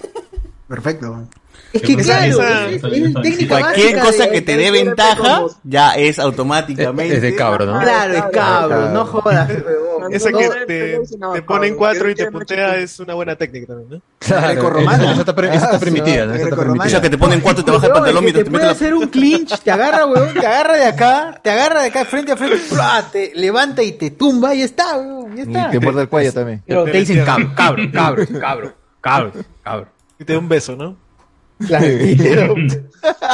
S9: Perfecto.
S1: Es que
S3: Esa-
S1: claro,
S3: esa-
S1: es, es el técnica
S3: Cualquier
S1: básica
S3: cosa
S1: de-
S3: que te dé ventaja ya es automáticamente.
S2: Es de cabro,
S3: Ah,
S2: ¿no?
S1: Claro, es cabro, no jodas, huevón.
S20: Esa
S1: No-
S20: que te, te ponen cuatro y te putea es una buena técnica también, ¿no?
S2: Claro,
S20: Grecorromana.
S2: Eso está, pre- eso está
S20: Ah,
S2: permitida,
S20: sí,
S2: ¿no? Eso está
S20: grecorromana.
S2: permitida.
S20: Esa que te
S3: ponen cuatro y te baja el
S1: Huevón,
S3: pantalón
S1: el que te
S3: mientras te
S1: puede
S3: meten la...
S1: hacer un clinch, te agarra, huevón, te agarra de acá, te agarra de acá, frente a frente, ¡plá! te levanta y te tumba, y ya está, huevón, ya está.
S19: Y te muerde el cuello también.
S1: Pero te dicen
S20: cabro,
S1: cabro, cabro, cabro, cabro,
S20: cabro. Y te da un beso, ¿no?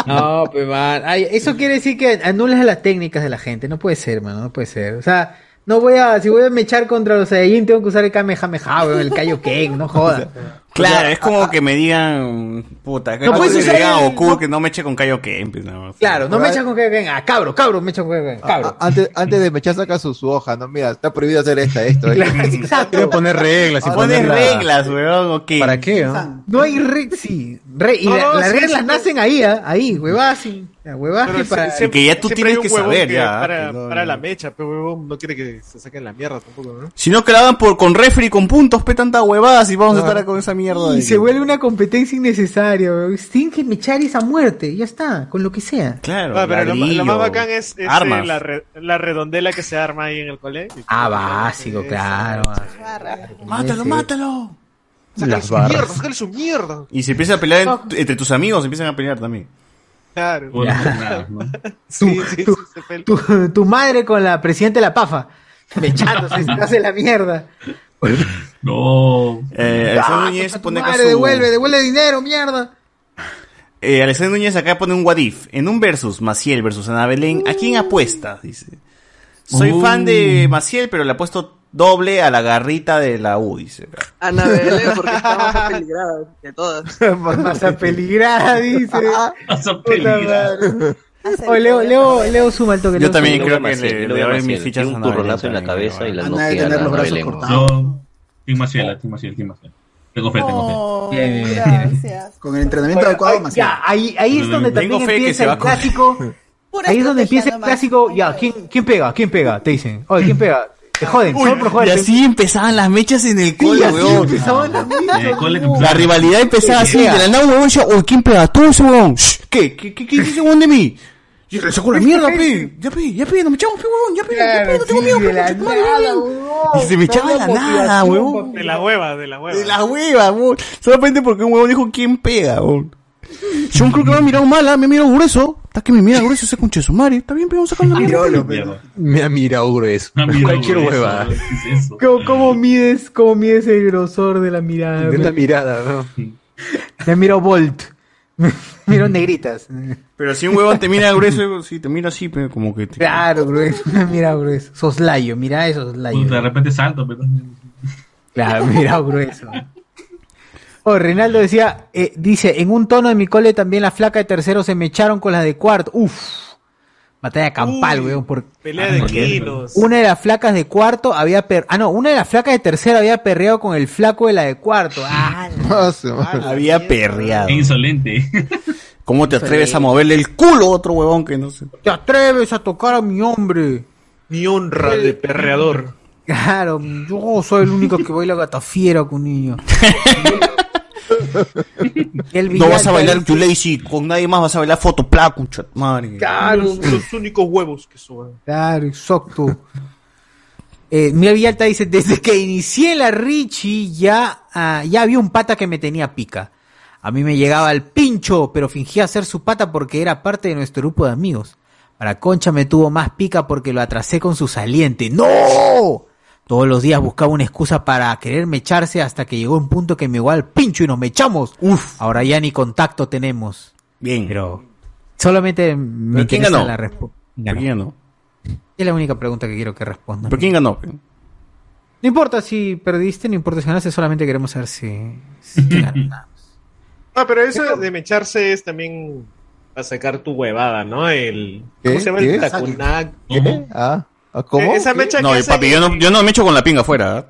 S1: No, pues man. Ay, eso quiere decir que anulas las técnicas de la gente. No puede ser, mano. No puede ser. O sea, no voy a. Si voy a mechar contra los Saiyajin, tengo que usar el Kamehameha, weón, el Kaioken. No jodas.
S3: Claro, es como que me digan, puta, que
S1: No
S3: no
S1: puedes
S3: puedes
S1: usar
S3: a
S1: el-
S3: Goku que no me eche con Kaioken. pues, no.
S1: Claro, no me echas con Kaioken. Ah, cabro, cabro, me echas con
S20: Ah,
S1: Kaioken. Cabro.
S19: A- Antes, antes de mechar saca su, su hoja, no, mira, está prohibido hacer esta, esto. ¿eh?
S2: Quiere poner reglas y
S3: Pones
S2: poner la-
S3: reglas, weón, ok.
S2: ¿Para qué? no?
S1: No hay re sí, re- y la-
S20: No,
S1: las
S20: sí,
S1: reglas
S20: sí,
S1: nacen ahí, ¿ah? ahí, huevás, sí. La huevás
S20: Pero
S1: que
S20: sie-
S1: para.
S20: siempre- siempre hay un huevón que Para,
S3: que no-
S20: para la mecha, pero huevón no quiere que se saquen la mierda tampoco, ¿no?
S3: Si no, que la hagan por, con refri, con puntos, pe tanta huevadas y vamos a estar con esa mierda.
S1: Y
S3: de
S1: se
S3: que-
S1: vuelve una competencia innecesaria, weón. Tienen que mechar esa muerte, ya está, con lo que sea.
S3: Claro,
S20: Ah, pero lo, ma- lo más bacán es, es, eh,
S1: Armas.
S20: la, re- la redondela que se arma ahí en el cole.
S1: Ah, básico, claro.
S20: Mátalo, mátalo. Sácale
S3: Las
S20: su
S3: barras.
S20: mierda, sácale su mierda.
S3: Y se empieza a pelear en- entre tus amigos, empiezan a pelear también.
S20: Claro.
S1: Tu, tu- tu- tu madre con la presidenta de la PAFA. Mechándose, se hace la mierda.
S3: No. Eh, Alexander
S1: Ah,
S3: Núñez
S1: tu
S3: pone acá
S1: madre,
S3: su-
S1: devuelve, devuelve dinero, mierda.
S3: Eh, Alexander Núñez acá pone un Wadif. En un versus, Maciel versus Ana Belén, ¿a quién apuestas? Dice. Soy
S18: Uh.
S3: fan de Maciel, pero le apuesto doble a la garrita de la U, dice.
S18: Ana Belén, eh, porque está más apeligrada que todas.
S1: Más apeligrada, dice.
S18: Más
S1: O Leo, Leo, Leo suma el toque.
S3: Yo
S1: Leo
S3: también
S1: suma.
S3: creo
S11: Maciel,
S3: que
S11: yo lo
S3: le, le
S11: veo a
S3: doy
S11: Maciel.
S3: mis fichas
S11: Tiene un
S3: a Ana
S11: turronazo
S3: Belén
S11: en la
S3: también,
S11: cabeza
S3: weón.
S11: y la Ana noquea Belén a la los Ana brazos Belén. cortados.
S5: Yo, Team Maciela, Team Maciel, Team Maciel. Tengo fe, tengo fe.
S9: Con el entrenamiento adecuado, más
S1: Ya, ahí, ahí es donde
S5: Tengo
S1: también
S5: fe que
S1: empieza
S5: se va
S1: el
S5: a comer.
S1: clásico. Ahí es donde empieza el clásico. Ya, ¿quién, ¿quién pega? ¿Quién pega? Te dicen. Oye, ¿quién pega? Te joden,
S3: Uy,
S1: solo por joder.
S3: y así empezaban las mechas en el
S1: Sí,
S3: cole,
S1: así
S3: weón.
S1: empezaban las mechas,
S3: En el cole que
S1: weón.
S3: empezaba- La rivalidad empezaba así, de la nada, weón, yo, uy, ¿quién pega? ¿Tú, ese weón? Shh, ¿Qué? ¿Qué, qué, qué dice ese weón de mí? Yo le saco la mierda, pe. Ya, pe, ya, pe, no me echamos, pe, weón, ya, pe, ya, pe, no tengo miedo, pe, concha tu madre, weón. Y se me echaba de la nada, weón.
S20: De la hueva, de la hueva.
S3: De la hueva, weón. Solamente porque un huevón dijo, ¿quién pega, weón? Yo creo que me ha mirado mal, ah, me ha mirado grueso. Está que me mira grueso ese conche de su madre. Está bien, pero vamos a sacar la mierda. pe.
S2: Me ha mirado grueso. Cualquier hueva.
S1: ¿Cómo, cómo mides, ¿Cómo mides el grosor de la mirada?
S2: De una mirada, ¿no?
S1: Me miro Volt. miro negritas.
S3: Pero si un huevón te mira grueso, sí, te mira así, pero como que te...
S1: Claro, grueso. Mira, grueso. Soslayo, mira eso, soslayo.
S5: De repente salto, pero...
S1: Claro, mira, grueso. Oh, Reinaldo decía, eh, dice, en un tono de mi cole también la flaca de tercero se me echaron con las de cuarto. Uf. Batalla campal,
S20: Uy,
S1: weón. Por... Ah,
S20: Pelea de kilos.
S1: Una de las flacas de cuarto había per... Ah, no, una de las flacas de tercero había perreado con el flaco de la de cuarto. Ah,
S19: Ah, su-
S3: Había perreado.
S5: Insolente.
S3: ¿Cómo te
S1: Eso
S3: atreves
S1: le-
S3: a moverle el culo a otro huevón que no sé?
S1: Te atreves a tocar a mi hombre.
S20: Mi honra de perreador.
S1: Claro, yo soy el único que baila gata fiera con niño.
S3: No vas a bailar tu lazy, con nadie más vas a bailar fotoplá, cucha, madre.
S20: Los, los únicos huevos que suban.
S1: Claro, exacto. Eh, Mira Villalta dice, desde que inicié la Richie ya, ah, ya había un pata que me tenía pica. A mí me llegaba al pincho, pero fingía ser su pata porque era parte de nuestro grupo de amigos. Para Concha me tuvo más pica porque lo atrasé con su saliente. ¡No! Todos los días buscaba una excusa para quererme echarse hasta que llegó un punto que me llegó al pincho y nos me echamos. Uf. Ahora ya ni contacto tenemos.
S3: Bien.
S1: Pero solamente me
S3: ¿Pero quién
S1: interesa
S3: ganó?
S1: la respuesta.
S3: ¿Por quién ganó?
S1: Es la única pregunta que quiero que respondan.
S3: ¿Por quién ganó?
S1: No importa si perdiste, no importa si ganaste, solamente queremos saber si, si ganaste.
S20: Ah, pero eso de mecharse es también para sacar tu huevada, ¿no? El, ¿Cómo
S19: ¿Qué?
S20: se llama
S19: ¿Qué?
S20: el tacunac?
S19: ¿Qué? Ah, ¿ah, ¿cómo?
S20: Esa
S19: ¿Qué?
S20: mecha
S3: No,
S20: que
S3: yo,
S20: hace
S3: papi, yo no, yo no me echo con la pinga afuera. ¿ah?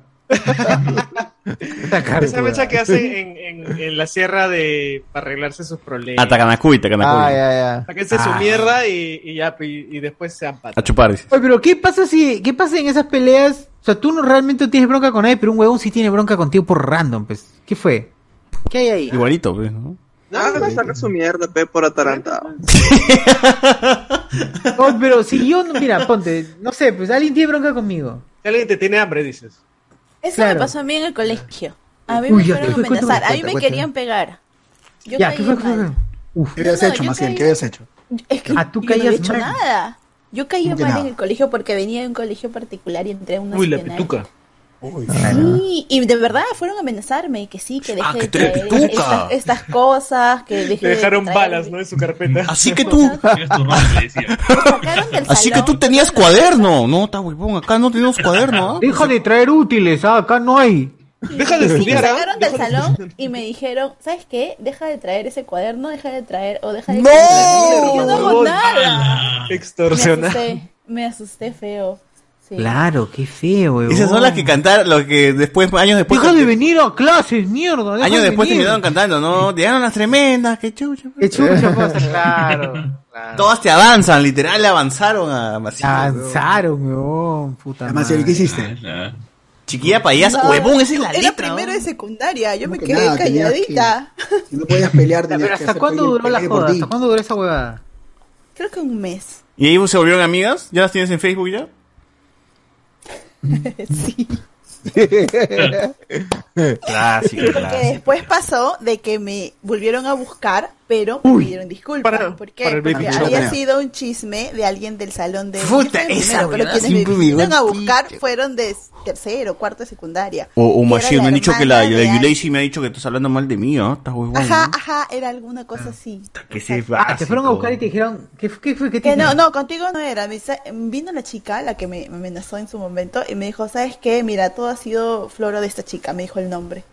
S20: Esa mecha que hace en, en, en la sierra de para arreglarse sus problemas.
S3: Atacanacuy, Tacanacuy.
S19: Ah, ya, ya.
S20: Sáquense su mierda y, y ya, y, y después se ampatan.
S3: A chupar, dice.
S1: Oye, pero ¿qué pasa si, qué pasa en esas peleas? O sea, tú no realmente no tienes bronca con nadie, pero un huevón sí tiene bronca contigo por random, pues. ¿Qué fue? ¿Qué hay ahí?
S3: Igualito, pues, ¿no?
S19: Ah,
S18: Nada, no, saca su mierda, pe, por atarantado.
S1: Oh, pero si yo, no- mira, ponte, no sé, pues alguien tiene bronca conmigo.
S20: Alguien te tiene hambre, dices.
S23: Eso
S1: Claro.
S23: me pasó a mí en el colegio. A mí
S1: Uy,
S23: me
S1: ya,
S23: fueron a
S1: cuéntame,
S23: amenazar, a mí me
S9: cuéntame.
S23: querían pegar. Yo
S9: Ya,
S23: caí
S9: ¿qué fue,
S23: mal.
S9: ¿Qué habías
S23: No,
S9: hecho,
S23: yo
S9: más bien?
S23: caí-
S9: ¿Qué habías hecho?
S23: Es que
S9: Ah, tú
S23: yo no había
S9: caías
S23: hecho
S9: mal.
S23: nada. Yo caí
S9: ¿Cómo que
S23: mal en
S9: nada?
S23: el colegio porque venía de un colegio particular y entré a un
S20: Uy, la
S23: nacional.
S20: pituca.
S9: Uy,
S23: Sí, y de verdad fueron a amenazarme y que sí, que dejé
S20: Ah, que
S23: de
S20: tú eres
S23: traer
S20: pituca.
S23: estas, estas cosas, que dejé
S20: Te dejaron
S23: de traer-
S20: balas, ¿no? En su carpeta.
S3: Así que tú.
S23: del
S3: Así que tú tenías cuaderno. No, está huevón, acá no tenemos cuaderno. ¿ah?
S1: Deja de traer útiles, ah, acá no hay.
S20: Deja de
S23: Sí, me
S20: estudiar, ¿ah?
S23: sacaron del salón y me dijeron, ¿sabes qué? Deja de traer ese cuaderno, deja de traer, o deja de...
S3: ¡No!
S23: Yo no hago
S20: Huevón.
S23: nada. Me
S20: Extorsionar.
S23: asusté, me asusté feo. Sí.
S1: Claro, qué feo, huevón.
S3: Esas son las que cantar, los que después, años después.
S1: Deja de venir a clases, mierda. deja
S3: Años
S1: de
S3: después
S1: venir.
S3: terminaron cantando, ¿no? Llegaron las tremendas, qué chucha.
S1: Qué chucha, pues, claro.
S3: Todas te avanzan, literal, le avanzaron a Maciel.
S1: Lanzaron, huevón, puta madre.
S9: ¿qué hiciste?
S3: Chiquilla payas,
S23: No,
S3: huevón, esa es la
S23: era
S3: letra.
S23: primero de secundaria, yo me
S9: que
S23: quedé
S9: nada? Tenías que-
S23: calladita.
S9: Si no podías pelear, tenías
S1: Pero
S9: que
S1: ¿hasta
S9: hacer
S1: cuándo
S9: que alguien
S1: duró la
S9: pelee por
S1: joda?
S9: ti.
S1: ¿Hasta cuándo duró esa huevada?
S23: Creo que un mes.
S3: ¿Y ahí se volvieron amigas? ¿Ya las tienes en Facebook ya?
S23: sí.
S3: Clásico,
S23: Porque
S3: clásico.
S23: después pasó de que me volvieron a buscar, pero me pidieron disculpas. ¿Por qué?
S3: para el
S23: Porque
S3: baby shower.
S23: había sido un chisme de alguien del salón de.
S3: Puta,
S23: yo fui de
S3: esa
S23: primero, pero
S3: huevada
S23: quienes me
S3: siempre me
S23: vinieron
S3: va
S23: a
S3: a
S23: buscar fueron de tercero, cuarto de secundaria.
S3: O, o
S23: Que era
S3: Maciel,
S23: la
S3: me han dicho que la,
S23: hermana de
S3: la
S23: alguien.
S3: Yulei me ha dicho que estás hablando mal de mí, ¿ah? Estás huevón.
S23: Ajá,
S3: ¿no?
S23: ajá, era alguna cosa así.
S3: Que se
S1: Ah, te fueron a buscar y te dijeron, ¿qué, qué fue? ¿Qué
S23: Que
S1: te
S23: no, no, contigo no era. Me dice- vino la chica, la que me me amenazó en su momento, y me dijo, ¿sabes qué? Mira, todo ha sido floro de esta chica, me dijo el nombre.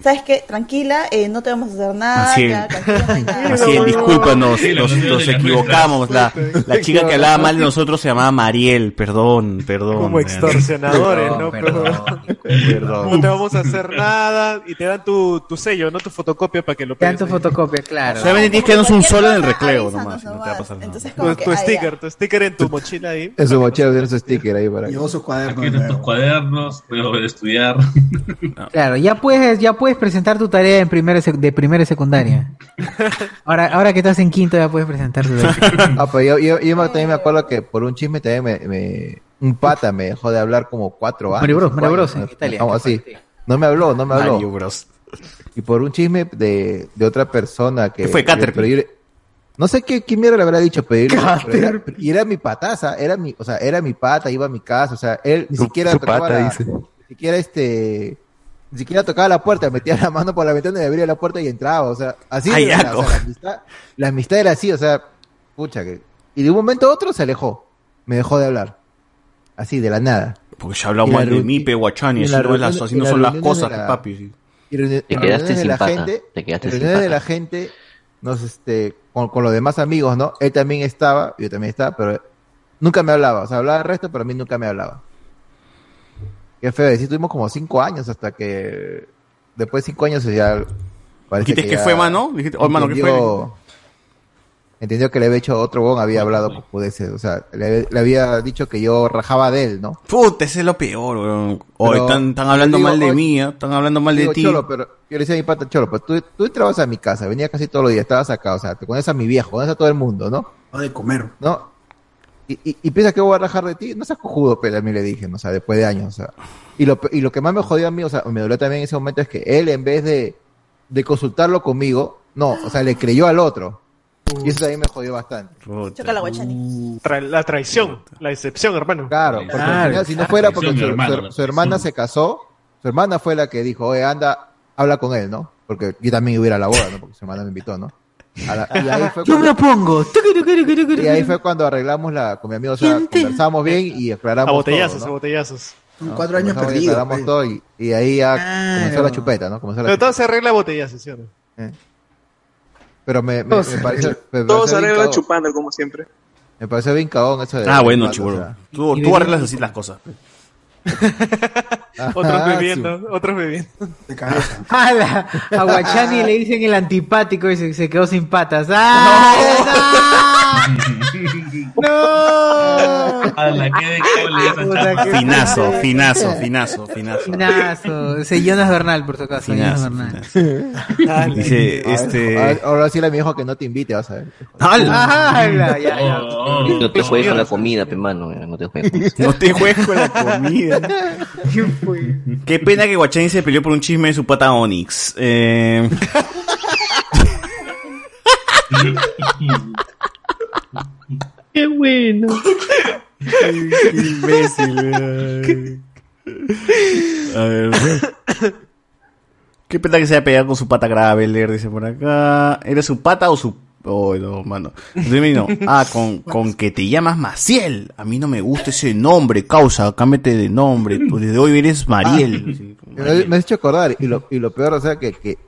S23: ¿Sabes qué? Tranquila, eh, no te vamos a hacer nada.
S3: Así es.
S23: ya, tranquila, no hay nada".
S3: Maciel, discúlpanos,
S5: Sí, la
S3: nos,
S5: canción
S3: nos
S5: de la
S3: equivocamos. La, la chica que hablaba mal de nosotros se llamaba Mariel, perdón, perdón.
S20: Como extorsionadores, ¿no? No
S3: Perdón.
S20: te vamos a hacer nada y te dan tu, tu sello, no tu fotocopia para que lo
S1: Dan
S20: pegues.
S1: tu fotocopia, claro.
S3: Solamente tienes que darnos un solo en el recreo nomás, no te va a pasar nada.
S23: Entonces,
S20: Tu,
S23: como que,
S20: tu
S23: ah, ya.
S20: sticker, tu sticker en tu mochila ahí.
S19: En su mochila tiene su sticker ahí para Llevó
S9: sus
S5: Aquí están tus cuadernos, voy a volver a estudiar.
S1: Claro, ya puedes, ya puedes presentar tu tarea en primero, y sec- de primera y secundaria. Ahora, ahora que estás en quinto ya puedes presentar tu tarea.
S19: Ah, pero yo, yo, yo me- también me acuerdo que por un chisme también me, me- un pata me dejó de hablar como cuatro años.
S1: Mario Bros, Mario
S19: cinco
S1: Bros
S19: años,
S1: en Italia.
S19: algo así. No me habló, no me habló.
S3: Mario Bros.
S19: Y por un chisme de, de otra persona que...
S3: ¿Qué fue, Caterpie?
S19: pero yo le- no sé qué, qué mierda le habrá dicho, pero, yo le- pero era, y era mi pataza, era mi, o sea, era mi pata, iba a mi casa, o sea, él ni
S21: Tu-
S19: siquiera
S21: tu
S19: tocaba
S21: pata,
S19: la-
S21: dice.
S19: ni siquiera este ni siquiera tocaba la puerta, metía la mano por la ventana y abría la puerta y entraba, o sea, así
S3: Ay,
S19: de verdad,
S3: Jaco.
S19: o sea, la amistad, la amistad era así, o sea, pucha que y de un momento a otro se alejó, me dejó de hablar. Así de la nada.
S3: Porque ya hablaba
S19: Y la
S3: mal de
S19: reuni-
S3: mí, pe guachani,
S19: y
S3: así
S19: la
S3: no, es las-
S19: reunión-
S3: así
S19: y
S3: no
S19: la
S3: son las
S19: reunión
S3: cosas,
S19: era-
S3: pe, papi. sí.
S19: Y reuni-
S3: Te
S19: en
S3: quedaste
S19: reuniones de
S3: sin
S19: la
S3: pata,
S19: gente,
S3: te quedaste
S19: en
S3: sin
S19: reuniones de
S3: pata.
S19: la gente, nos, este, con, con los demás amigos, ¿no? Él también estaba, yo también estaba, pero nunca me hablaba. O sea, hablaba el resto, pero a mí nunca me hablaba. Qué feo. Y sí, tuvimos como cinco años hasta que después de cinco años ya parece
S3: Dijiste que
S19: ya
S3: fue, mano. Dijiste, oh, mano, ¿qué fue?
S19: entendió- entendió que le había hecho otro bon, había hablado con pudeces. O sea, le, le había dicho que yo rajaba de él, ¿no?
S3: Puta, ese es lo peor, weón. Hoy
S19: Pero-
S3: están, están hablando
S19: digo,
S3: mal de
S19: hoy-
S3: mí, ¿eh? están hablando mal de
S19: Digo,
S3: ti.
S19: Cholo, pero yo le decía a mi pata, Cholo, pero tú, tú entrabas a mi casa, venías casi todos los días, estabas acá, o sea, te conoces a mi viejo, conoces a todo el mundo, ¿no?
S9: No de comer.
S19: ¿No? Y, y, y piensas que voy a rajar de ti, no seas cojudo, pero a mí le dije, ¿no? o sea, después de años, o sea. Y lo, pe- y lo que más me jodió a mí, o sea, me dolió también en ese momento es que él, en vez de, de consultarlo conmigo, no, o sea, le creyó al otro. Y eso también me jodió bastante.
S23: Choca la guachani.
S20: Uh. Tra- la traición, la decepción, hermano.
S19: Claro, porque al final, si no fuera porque su, su- su hermana se casó, su hermana fue la que dijo, oye, anda, habla con él, ¿no? Porque yo también iba a ir a la boda, ¿no? Porque su hermana me invitó, ¿no? A la- y ahí fue
S1: Yo me
S19: cuando,
S1: opongo.
S19: y ahí fue cuando arreglamos la, con mi amigo, o sea, conversamos bien y aclaramos
S20: A botellazos, a
S19: todo, ¿no?
S20: botellazos.
S9: Son
S19: ¿no?
S9: cuatro años
S19: Conversamos y
S9: perdidos,
S19: aclaramos
S9: pues.
S19: todo y, y ahí ya comenzó la chupeta, ¿no? Comenzó la
S20: Pero todo
S19: chupeta.
S20: se arregla a botellazos, ¿sí o no?
S19: Pero me, me,
S18: Todo
S19: me
S18: se
S19: pareció,
S18: arregla.
S19: me
S18: Todo se
S19: pareció bien
S18: arregla
S19: cagón.
S18: chupando, como siempre.
S19: Me pareció bien cagón eso de...
S3: Ah, bueno,
S19: o sea,
S3: chulo. Tú, tú arreglas así las cosas. pe.
S20: Otros
S19: Ah,
S20: bebiendo, otros bebiendo. Ah,
S1: ¡Hala! A Guachani le dicen el antipático y se, se quedó sin patas. ¡Ah! ¡No!
S5: Ala, qué de cole
S19: Ah,
S5: esa
S1: Puta,
S5: chapa.
S1: qué-
S3: Finazo, finazo, finazo, finazo.
S1: Finazo. Ese Jonas Bernal, por tu caso. Jonas
S3: Finazo,
S1: Bernal.
S3: Dice,
S19: Ah,
S3: este-
S19: ah, Ahora sí la mi hijo que no te invite, vas a ver.
S1: ¡Hala! Ya, ya.
S11: No te juegues con la comida, pe mano, eh, no te juegues con eso.
S3: No te juegues con la comida. Qué pena que Guachani se peleó por un chisme de su pata Onix. Eh...
S22: Qué bueno.
S3: imbécil. A ver. Qué pena que se haya peleado con su pata Graveler, dice por acá. ¿Era su pata o su.? Oh, no, mano. Dime, no. Ah, con, con que te llamas Maciel. A mí no me gusta ese nombre, causa. Cámbiate de nombre. Tú desde hoy eres
S1: Ah,
S3: Mariel.
S19: Me, me has hecho acordar, y lo, y lo peor, o sea, que, que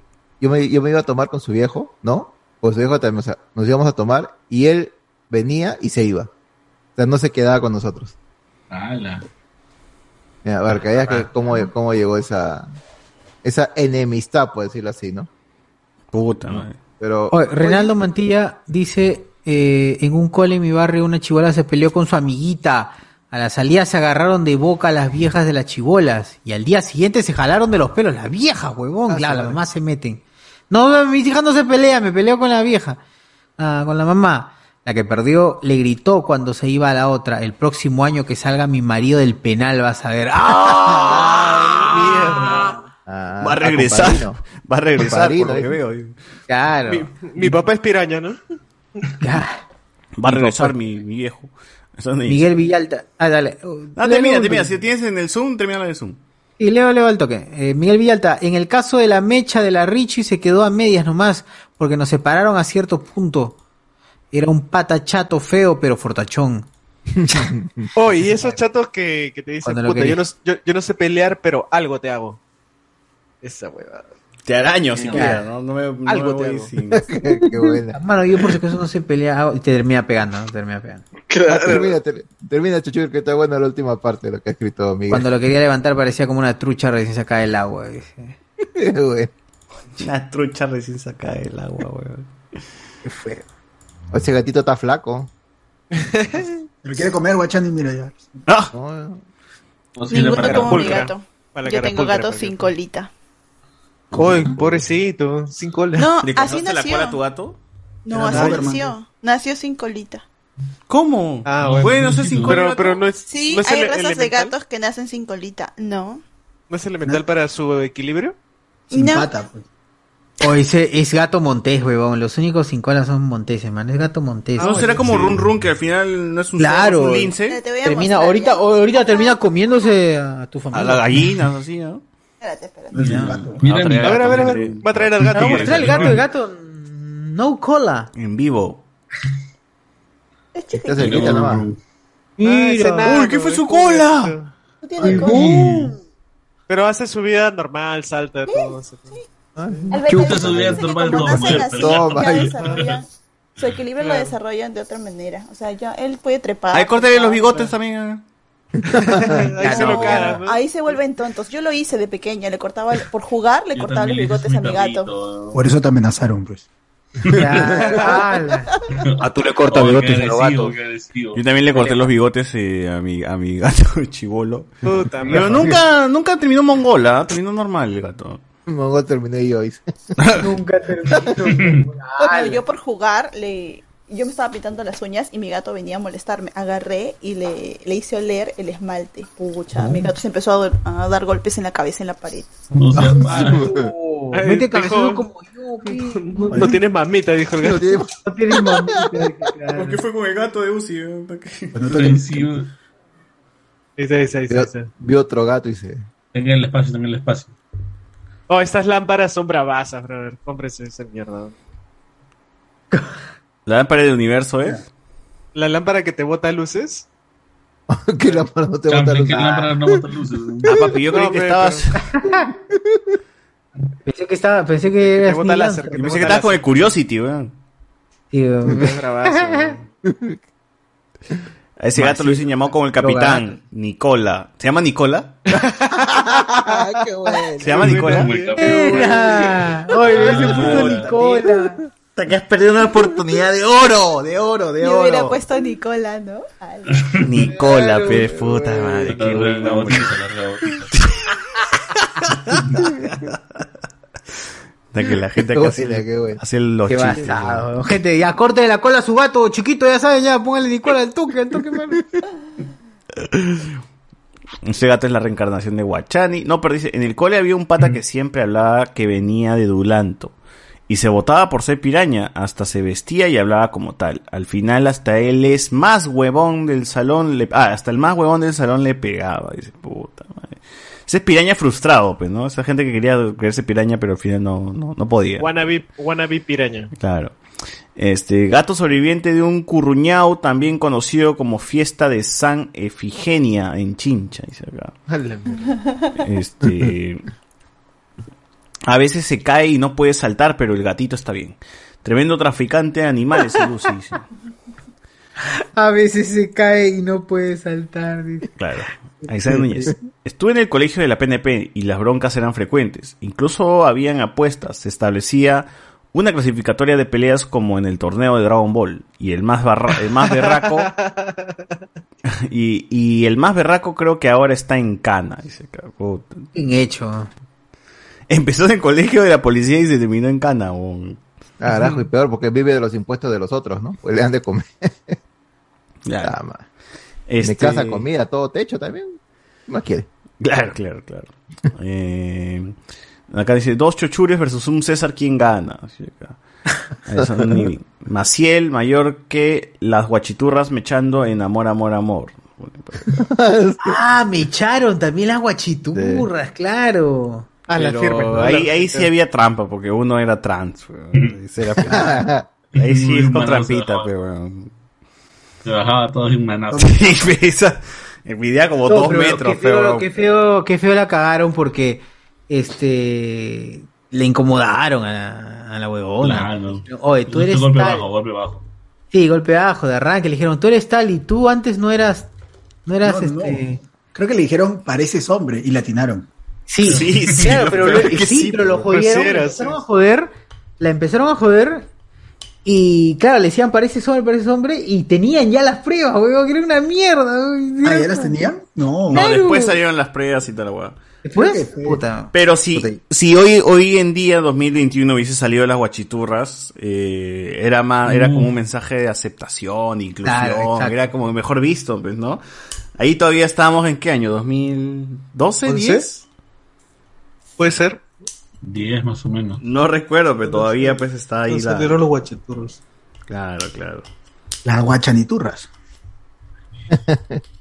S19: yo, me, yo me iba a tomar con su viejo, ¿no? Pues su viejo también, o sea, nos íbamos a tomar, y él venía y se iba. O sea, no se quedaba con nosotros. Mira, a ver, que veas
S1: Ah.
S19: que cómo, cómo llegó esa, esa enemistad, por decirlo así, ¿no?
S3: Puta madre.
S19: Pero,
S1: Oh, Oye, Reinaldo Mantilla dice: eh, En un cole en mi barrio, una chivola se peleó con su amiguita. A la salida se agarraron de boca a las viejas de las chivolas. Y al día siguiente se jalaron de los pelos. Las viejas, huevón. claro, las mamás Ah, se meten. No, mis hijas no se pelean, me peleo con la vieja. Ah, con la mamá. La que perdió le gritó cuando se iba a la otra. El próximo año que salga mi marido del penal, vas a ver. ¡Ah!
S3: va a regresar. Va a regresar, por lo que veo.
S1: Claro.
S20: Mi, mi papá es piraña, ¿no?
S3: Va a regresar mi, mi viejo. Eso es donde dice.
S1: Miguel Villalta. Ah, dale.
S3: Ah,
S1: Léelo
S3: termina,
S1: un-
S3: termina. Si tienes en el Zoom, termina en el Zoom.
S1: Y leo, leo al toque. Eh, Miguel Villalta, en el caso de la mecha de la Richie se quedó a medias nomás, porque nos separaron a cierto punto. Era un pata chato feo, pero fortachón.
S20: Oh, y esos chatos que, que te dicen,
S1: Cuando lo
S20: puta, yo no,
S1: querías.
S20: yo, yo no sé pelear, pero algo te hago. Esa huevada.
S3: Te araño, si
S20: Ya.
S3: quieres. No, no me, no
S20: Algo
S3: me
S20: te
S3: voy
S20: hago.
S3: sin-
S19: Qué buena.
S1: Ah, Mano, yo por si acaso no se pelea, y te termina pegando, ¿no? Te termina pegando.
S19: Ah, termina, ter- termina, Chuchu, que está buena la última parte de lo que ha escrito Miguel.
S1: Cuando lo quería levantar parecía como una trucha recién sacada del agua. dice.
S3: Una trucha recién sacada del agua, weón.
S19: Qué feo. Ese gatito está flaco.
S9: Me quiere comer, guachani, mira ya.
S19: No.
S23: Ninguno como mi gato. Yo tengo gato sin colita.
S20: Uy, pobrecito, sin cola.
S23: No, ¿Le así cortaste la nació. cola a tu
S3: gato?
S23: No,
S20: Era
S23: así
S20: Doberman.
S23: nació. Nació sin colita.
S3: ¿Cómo?
S20: Ah,
S3: bueno.
S20: bueno.
S3: Bueno, eso es sin
S20: pero,
S3: color.
S20: pero no es,
S23: Sí,
S20: no es
S23: hay
S20: ele-
S23: razas de
S20: elemental,
S23: gatos que nacen sin colita. No.
S20: ¿No es elemental para su equilibrio?
S23: Sin pues, No.
S9: pata,
S1: O Oh, ese es gato montés, huevón. Los únicos sin cola son monteses, man. Es gato montés.
S3: Ah, No será como Run Run, que al final no es un,
S1: Claro.
S3: es un lince.
S23: Te voy a
S1: Termina,
S23: mostrar,
S1: ahorita, ahorita termina comiéndose a tu
S3: A
S1: familia.
S3: las gallinas, así, ¿no?
S23: Espérate, espérate.
S3: Mira,
S20: A ver, a ver, a ver. Va a traer al gato.
S1: Vamos a mostrar el gato, el gato. No cola.
S3: En vivo.
S19: Estás cerquita nomás.
S20: Ah, ese nano,
S3: Uy, ¿qué fue
S20: es
S3: su
S20: como
S3: cola?
S23: No tiene
S20: Ay,
S23: colita.
S20: Pero hace su vida normal, salta, todo. no sé.
S23: El veterinario dice que como nacen así,
S20: Toma,
S23: ya
S20: ahí.
S23: desarrollan- Su equilibrio lo
S20: Claro.
S23: desarrollan de otra manera. O sea, ya él puede trepar.
S3: Ahí córtale los bigotes también.
S23: Ahí,
S3: se lo cara, ¿no?
S23: ahí se vuelven tontos. Yo lo hice de pequeña, le cortaba, por jugar, le cortaba los bigotes a mi gato.
S9: Por eso te amenazaron, pues.
S23: Ah,
S3: A Ah, tú le cortas
S5: Oh, qué
S3: bigotes a los
S5: agresivo,
S3: gatos.
S5: qué agresivo.
S3: Yo también le corté los bigotes eh, a, mi, a mi gato chivolo.
S20: Puta,
S3: Pero
S20: mejor.
S3: nunca, nunca terminó mongola, ¿eh? terminó normal el gato.
S19: Mongo terminé yo. dice.
S23: Nunca termino. Pues yo por jugar le yo me estaba pintando las uñas y mi gato venía a molestarme. Agarré y le, le hice oler el esmalte. Pucha,
S17: Oh.
S23: mi gato se empezó a, do- a dar golpes en la cabeza en la pared.
S5: No seas
S3: Oh.
S20: Eh,
S23: Vete
S20: dijo,
S23: cabezudo como
S20: No, no tienes mamita, dijo el gato. No
S19: tienes,
S20: mamita.
S3: ¿Por qué fue con el gato de Uzi? eh?
S19: Vio- Vio otro gato y se.
S5: Tenga el espacio, tenga el espacio.
S20: Oh, estas lámparas son bravasas, brother. Cómprese esa mierda.
S3: La lámpara del universo, ¿eh?
S20: La lámpara que te bota luces.
S19: ¿Qué lámpara no te
S20: bota
S3: luces?
S5: no bota luces?
S3: Ah, papi, yo creí que estabas.
S1: Pensé que estaba, pensé que eras
S20: bota
S1: Neil
S20: láser,
S1: Armstrong.
S20: que
S3: Pensé que estabas con el Curiosity, weón. A ese gato lo hubiesen llamado como el capitán, Nicola. ¿Se llama Nicola? ¿Se llama Nicola?
S1: Era. Oye, ese puso Nicola.
S3: Hasta que has perdido una oportunidad de oro, de oro, de
S23: Yo hubiera
S3: oro.
S23: puesto a Nicola, ¿no? Al-
S3: Nicola, pe, puta madre, qué buen nombre. Hasta que la gente acá hace, hace los
S1: Qué
S3: chistes.
S1: basado, weón. Gente, ya corte la cola a su gato, chiquito, ya saben, ya póngale Nicola al toque, al toque, mano.
S3: Ese gato es la reencarnación de Guachani. No, pero dice, en el cole había un pata que siempre hablaba que venía de Dulanto. Y se votaba por ser piraña, hasta se vestía y hablaba como tal. Al final hasta él es más huevón del salón, le- ah, hasta el más huevón del salón le pegaba. Dice, puta madre. Ese es piraña frustrado, pues, ¿no? Esa gente que quería creerse piraña, pero al final no, no, no podía.
S20: Wannabe, wannabe piraña.
S3: Claro. Este gato sobreviviente de un curruñao, también conocido como fiesta de San Efigenia en Chincha, dice acá. Este. A veces se cae y no puede saltar, pero el gatito está bien. Tremendo traficante de animales, el Lucy, dice.
S1: A veces se cae y no puede saltar. dice.
S3: Claro. Alexander Núñez. Estuve en el colegio de la PNP y las broncas eran frecuentes. Incluso habían apuestas. Se establecía una clasificatoria de peleas como en el torneo de Dragon Ball. Y el más, barra- el más berraco. y, y el más berraco creo que ahora está en Cana. Dice, cagó.
S1: Bien hecho.
S3: Empezó en el colegio de la policía y se terminó en Cana. weón.
S19: Carajo, y peor porque vive de los impuestos de los otros, ¿no? Pues le han de comer.
S3: Claro.
S19: De
S3: Este-
S19: casa, comida, todo techo también. Más quiere.
S3: Claro, claro, claro. Eh, acá dice, dos chochures versus un César, ¿quién gana? Así acá. Eso no ni- Maciel, mayor que las guachiturras mechando en amor, amor, amor.
S1: Ah, me echaron también las guachiturras, claro.
S3: Ah, ahí, ahí sí había trampa, porque uno era trans. weón. Ese era- ahí sí es con trampita, pero... weón.
S5: Se bajaba todo un manazo.
S3: Sí, pe, esa- Envidia como
S1: No,
S3: dos
S1: pero
S3: metros,
S1: qué feo,
S3: pero...
S1: Qué feo, qué feo la cagaron porque este le incomodaron a la, a la huevona.
S5: Claro.
S1: Oye, tú eres
S5: Golpe
S1: tal.
S5: bajo, golpe bajo.
S1: Sí, golpe bajo de arranque. Le dijeron, tú eres tal y tú antes no eras. No eras
S9: No, no.
S1: este.
S9: Creo que le dijeron, pareces hombre, y latinaron.
S1: Sí, claro, pero, lo, sí, pues, pero lo jodieron. la empezaron a joder. La empezaron a joder. Y claro, le decían, pareces hombre, pareces hombre. Y tenían ya las pruebas, huevón, que era una mierda. huevón.
S9: Ah, ¿ya las tenían? No.
S3: No, después salieron las pruebas y tal, weón.
S1: Después, puta.
S3: Pero si, si hoy, hoy en día, 2021, hubiese salido las guachiturras, eh, era más, era
S1: Mm.
S3: como un mensaje de aceptación, inclusión,
S1: Claro, exacto.
S3: era como mejor visto, pues, ¿no? Ahí todavía estábamos en qué año, 2012,
S20: ¿Once?
S3: 10?
S20: Puede ser.
S5: 10 más o menos.
S3: No recuerdo, pero todavía pues está ahí
S20: No
S3: la...
S20: salieron los guachiturros.
S3: Claro, claro.
S9: Las guachaniturras.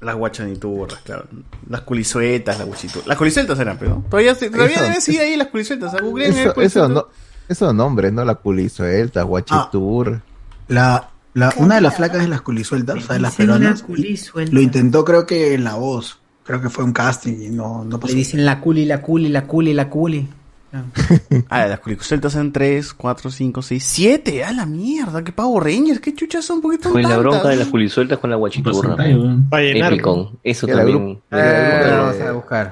S3: Las guachaniturras, claro. Las culisuetas, las guachiturras. Las culisueltas eran, pero ¿no? Todavía, se- todavía
S19: Eso.
S3: deben seguir ahí las culisueltas. a Google
S19: Eso, eso no, esos nombres, ¿no? La culisuelta, guachitur.
S9: Ah. La, la, una de las flacas de las culisueltas, o sea, de las peruanas, lo intentó creo que en la voz. Creo que fue un casting y no, no pasó.
S1: Le dicen la culi, la culi, la culi, la culi.
S3: Ah, las culisueltas eran 3, 4, 5, 6, 7. ¡Ah, la mierda! ¡Qué pavo Rangers! ¡Qué chuchas son! ¿Por qué
S11: Con la
S3: tantas?
S11: bronca de las culisueltas con la guachiturra.
S19: Pues
S3: Porcentaje, weón.
S11: ¿no?
S3: Vallenar.
S11: Epicón. Eso
S19: Era
S11: también.
S19: grupo-
S3: Eh,
S19: era grupo de-
S1: buscar.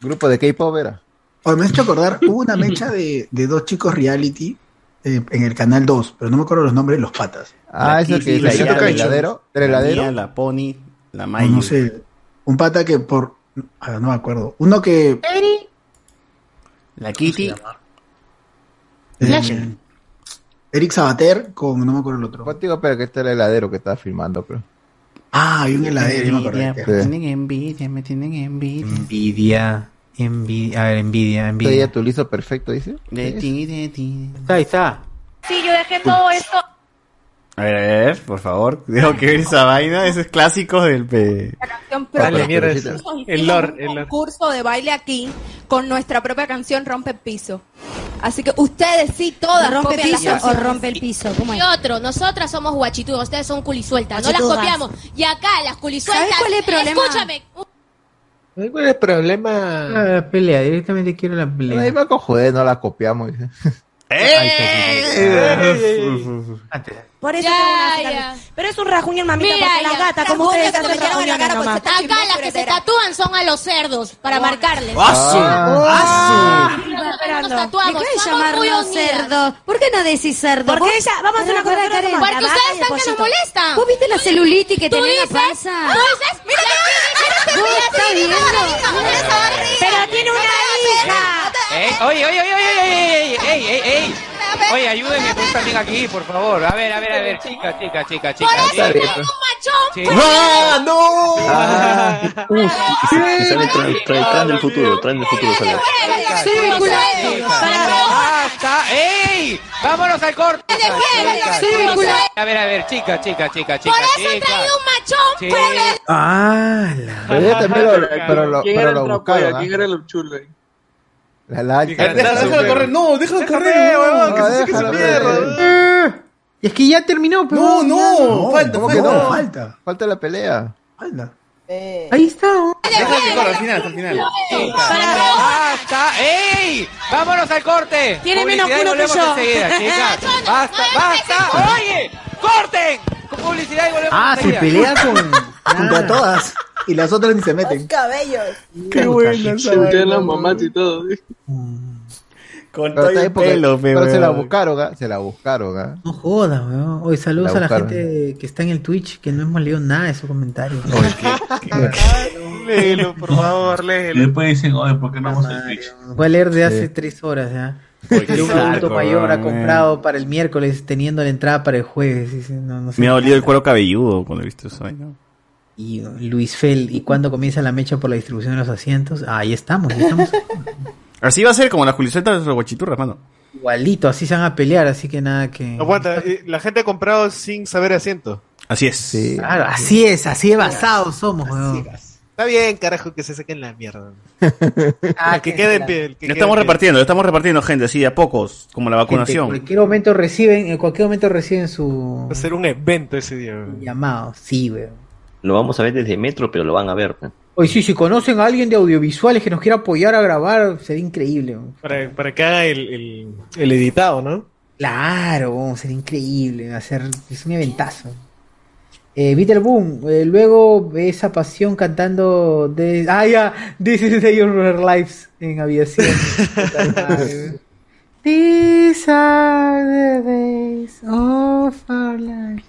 S19: Grupo de K-pop era.
S9: Oye, me has hecho acordar, hubo una mecha de, de dos chicos reality eh, en el canal 2, pero no me acuerdo los nombres de los patas.
S19: Ah, eso que
S9: La
S19: es
S9: Kiki,
S19: el heladero, el heladero.
S3: La Pony, la
S9: No, no sé. Un pata que por. ah, no me acuerdo. Uno que.
S3: La Kitty.
S9: eh, Eric Sabater con. No me acuerdo el otro.
S19: Contigo, pero que este es el heladero que estaba filmando, pero. pues.
S9: Ah, hay un heladero, yo me acordé.
S7: este".
S3: tienen envidia, me tienen envidia.
S7: Mm.
S19: Envidia. Envidia. A ver, envidia, envidia. Estoy a tu liso perfecto, dice.
S3: De ti, de ti.
S14: Ahí está.
S24: Sí, yo dejé
S3: Ah.
S24: todo esto.
S3: A ver, a ver, por favor. Tengo que ver esa vaina. Esos clásicos del. pe-
S24: canción
S3: Dale,
S24: propia.
S3: mierda,
S24: Nosotros
S3: es-
S24: hicimos
S3: el lore,
S24: un
S3: el lore.
S24: concurso de baile aquí con nuestra propia canción Rompe el Piso. Así que ustedes sí, todas
S25: ¿Rompe
S24: copian las
S25: piso o
S24: canciones.
S25: rompe el piso? ¿Cómo es? Y otro, nosotras somos guachitudas, ustedes son culisueltas, no las
S24: Guachitudas.
S25: copiamos. Y acá las culisueltas.
S24: ¿Sabes cuál es el problema?
S25: Escúchame.
S20: ¿Cuál es el problema?
S14: la Ah, pelea, directamente quiero la pelea.
S19: Ahí va con joder, no la copiamos. dice.
S3: ¡Eh!
S25: Por
S24: eso
S25: ya,
S24: tengo una
S25: ya.
S24: Pero es un rajuñón, mamita,
S25: Mira,
S24: porque las
S25: ya.
S24: gatas, como
S25: Rajuños
S24: ustedes hacen
S25: que me quedaron en la
S24: rajuñones
S25: cara porque
S24: nomás.
S25: se- Acá las que se tatúan son a los cerdos, para marcarles.
S24: ¡Asu!
S25: Ah.
S24: ¡Asu!
S25: Nos tatuamos, ¿Por qué somos muy llamarnos unidas. cerdo? ¿Por qué no decís cerdo?
S24: Porque
S25: ¿Vos-
S24: ella- vamos a hacer una cosa,
S25: Para, para,
S24: nosotros somos
S25: para, Porque
S24: la vaca y
S25: ustedes
S24: el
S25: están que nos
S24: pollito.
S25: molestan. ¿Vos viste la celulitis que Tú tenía la dices- panza? tú dices-
S24: Mira,
S25: Vos estás viendo.
S24: Pero tiene una hija.
S26: Ey, oye, oye, oye, oye, oye, oye, ey, ey, ey. Oye, ayúdenme con esta amiga aquí, por favor. A ver, a ver, a ver, chica, chica, chica, chica.
S25: Por eso
S26: chica.
S25: tengo un
S26: pues.
S25: machón.
S3: ¡Ah, no!
S11: Y sale Tran, trae Tran del futuro, Tran del futuro sale.
S26: Sí,
S25: culo.
S26: ¡Basta! ¡Ey! ¡Vámonos al corte! Chica,
S25: Sí,
S26: chica.
S25: culo.
S26: A ver, a ver, chica, chica, chica, chica.
S25: Por eso he
S26: chica.
S25: traído un machón.
S26: Sí.
S25: pues.
S19: Ah, la. Pero ella también lo, eh, pero lo,
S18: ¿Quién era
S19: pero
S18: el
S19: lo
S18: trapoya?
S19: buscaron. ¿ah?
S18: ¿Quién era el chulo? ahí?
S19: La lancha.
S18: Eh, déjalo, déjalo correr, no, déjalo correr, huevón, que se seque esa mierda.
S1: Es que ya terminó, pero.
S18: No, no,
S1: ya.
S18: falta,
S1: ¿Cómo
S18: falta.
S1: que no?
S19: Falta. Falta la pelea.
S26: Eh.
S1: Ahí está. ¿no?
S18: Déjalo que corra, al final, al final.
S26: ¡Basta! ¡Ey! ¡Vámonos al corte!
S24: Tiene menos
S26: Publicidad y
S24: culo que
S26: volvemos
S24: yo.
S26: enseguida, chicas. ¡Basta, basta! ¡Oye! ¡Corten! Con publicidad y volvemos
S9: Ah, se
S26: enseguida.
S9: pelea con. junto
S20: Ah.
S9: a todas. Y las otras ni se meten.
S23: Cabellos.
S9: Qué buena esa
S18: Se metían
S9: vaina,
S18: las mamás y todo.
S3: Con
S19: Pero,
S1: todo
S19: está
S1: y
S19: ahí porque-
S1: pelo, pe,
S19: pero se la
S1: weón.
S19: buscaron, ¿ah? Se la buscaron, ¿ah?
S1: No jodas, weón. Oye, saludos
S19: La
S1: a la
S19: buscaron.
S1: gente que está en el Twitch, que no hemos leído nada de sus comentarios.
S20: Léelo, por favor, léelo.
S5: Y después dicen, oye, ¿por qué no vamos al Twitch?
S1: Voy a leer de hace
S5: Sí.
S1: tres horas ya.
S5: Oye, qué
S1: Que un
S5: saco,
S1: adulto mayor ha
S3: man.
S1: comprado para el miércoles, teniendo la entrada para el jueves. Dice, no, no sé.
S3: Me ha dolido el cuero cabelludo cuando he visto eso. Ay, no.
S1: Y Luis Fel, ¿y cuándo comienza la mecha por la distribución de los asientos? Ah, ahí estamos, ahí estamos.
S3: Así va a ser como las culisueltas de los guachiturras, mano.
S1: Igualito, así se van a pelear, así que nada que.
S20: Aguanta, eh, la gente ha comprado sin saber asiento.
S3: Así es. Ah,
S1: Claro, así es, así de basados somos, weón.
S20: Está bien, carajo, que se saquen la mierda.
S1: Ah,
S20: que quede en pie. el que
S3: Lo estamos
S20: quede en pie.
S3: repartiendo, lo estamos repartiendo, gente, así de a pocos, como la
S1: Gente, En
S3: vacunación.
S1: cualquier momento reciben, en cualquier momento reciben su
S20: Va a ser un evento ese día. weón.
S1: llamado, sí, weón.
S11: Lo vamos a ver desde Metro, pero lo van a ver. ¿no?
S1: Oye, sí, si conocen a alguien de audiovisuales que nos quiera apoyar a grabar, sería increíble. weón.
S20: Para, para que haga el, el, el editado, ¿no?
S1: Claro, weón, sería increíble. va a ser- es un eventazo. Eh, Peter Boom, eh, luego esa pasión cantando de. Ah, ya, This is the Your Lives en aviación. Puta madre, weón. These are the days of our life.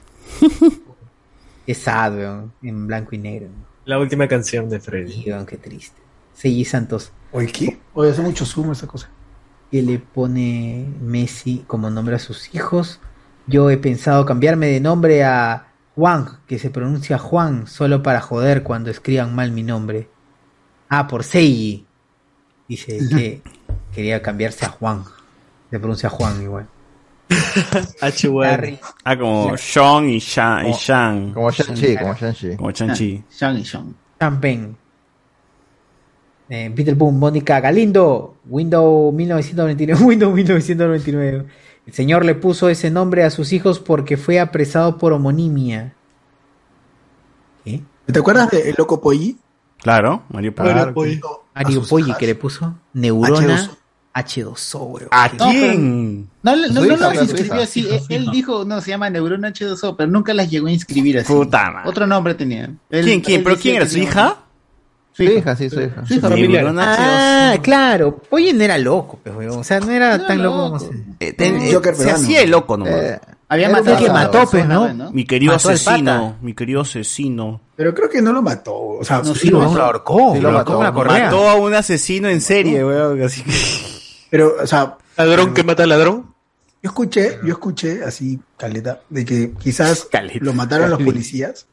S1: Es sad, weón, en blanco y negro.
S20: La última canción de Freddy.
S1: qué triste. Seguí Santos.
S9: Oye, ¿qué? Oye, hace mucho zoom esa cosa.
S1: que le pone Messi como nombre a sus hijos. Yo he pensado cambiarme de nombre a Juan, que se pronuncia Juan, solo para joder cuando escriban mal mi nombre. Ah, por Seiji. Dice que quería cambiarse a Juan. Se pronuncia Juan igual. Harry.
S3: Ah, como Sean y Shan. Y
S1: Como-
S3: Shan.
S1: como Shang-Chi, como
S19: Shang-Chi.
S3: Como Shang-Chi.
S7: Sean y Sean.
S1: Champagne. Eh, Peter Boom, Mónica Galindo, Windows 1999, Windows 1999. El señor le puso ese nombre a sus hijos porque fue apresado por homonimia.
S9: ¿Te acuerdas de El Loco Polli?
S3: Claro, Mario Polo.
S9: Claro, Polli.
S1: Mario
S9: sus
S1: Poggi
S9: hijas.
S1: que le puso Neurona H2O. weón.
S7: No, no, no,
S1: Su
S7: no
S1: hija,
S7: las
S1: su
S7: inscribió
S1: hija.
S7: así. Él- Él dijo, no, se llama Neurona H2O, pero nunca las llegó a inscribir así.
S3: Puta madre.
S7: Otro nombre tenía. Él-
S3: ¿Quién, quién?
S7: él
S3: ¿Pero
S7: decía
S3: quién era?
S7: que
S3: ¿Su
S7: tenía-
S3: hija?
S19: Su hija, sí, su hija.
S1: Sí, familiar. Ah, claro. Poyen era loco, pues, weón. O sea, no era tan loco, como se.
S3: Eh,
S1: Mm.
S3: ten- Joker se peruano. hacía el loco nomás. Eh,
S1: había
S3: Era
S1: matado
S3: un
S1: que mató, pues, ¿no?
S3: Mi querido
S1: Mató al
S3: asesino, mi querido asesino.
S9: Pero creo que no lo mató. O sea,
S3: No,
S9: no,
S3: sí lo mató. Sí lo mató. Mató
S9: a un asesino en serie, weón. Así que... Pero, o sea. eh,
S20: Ladrón que mata al ladrón.
S9: Yo escuché, yo escuché así, caleta, de que quizás lo mataron los policías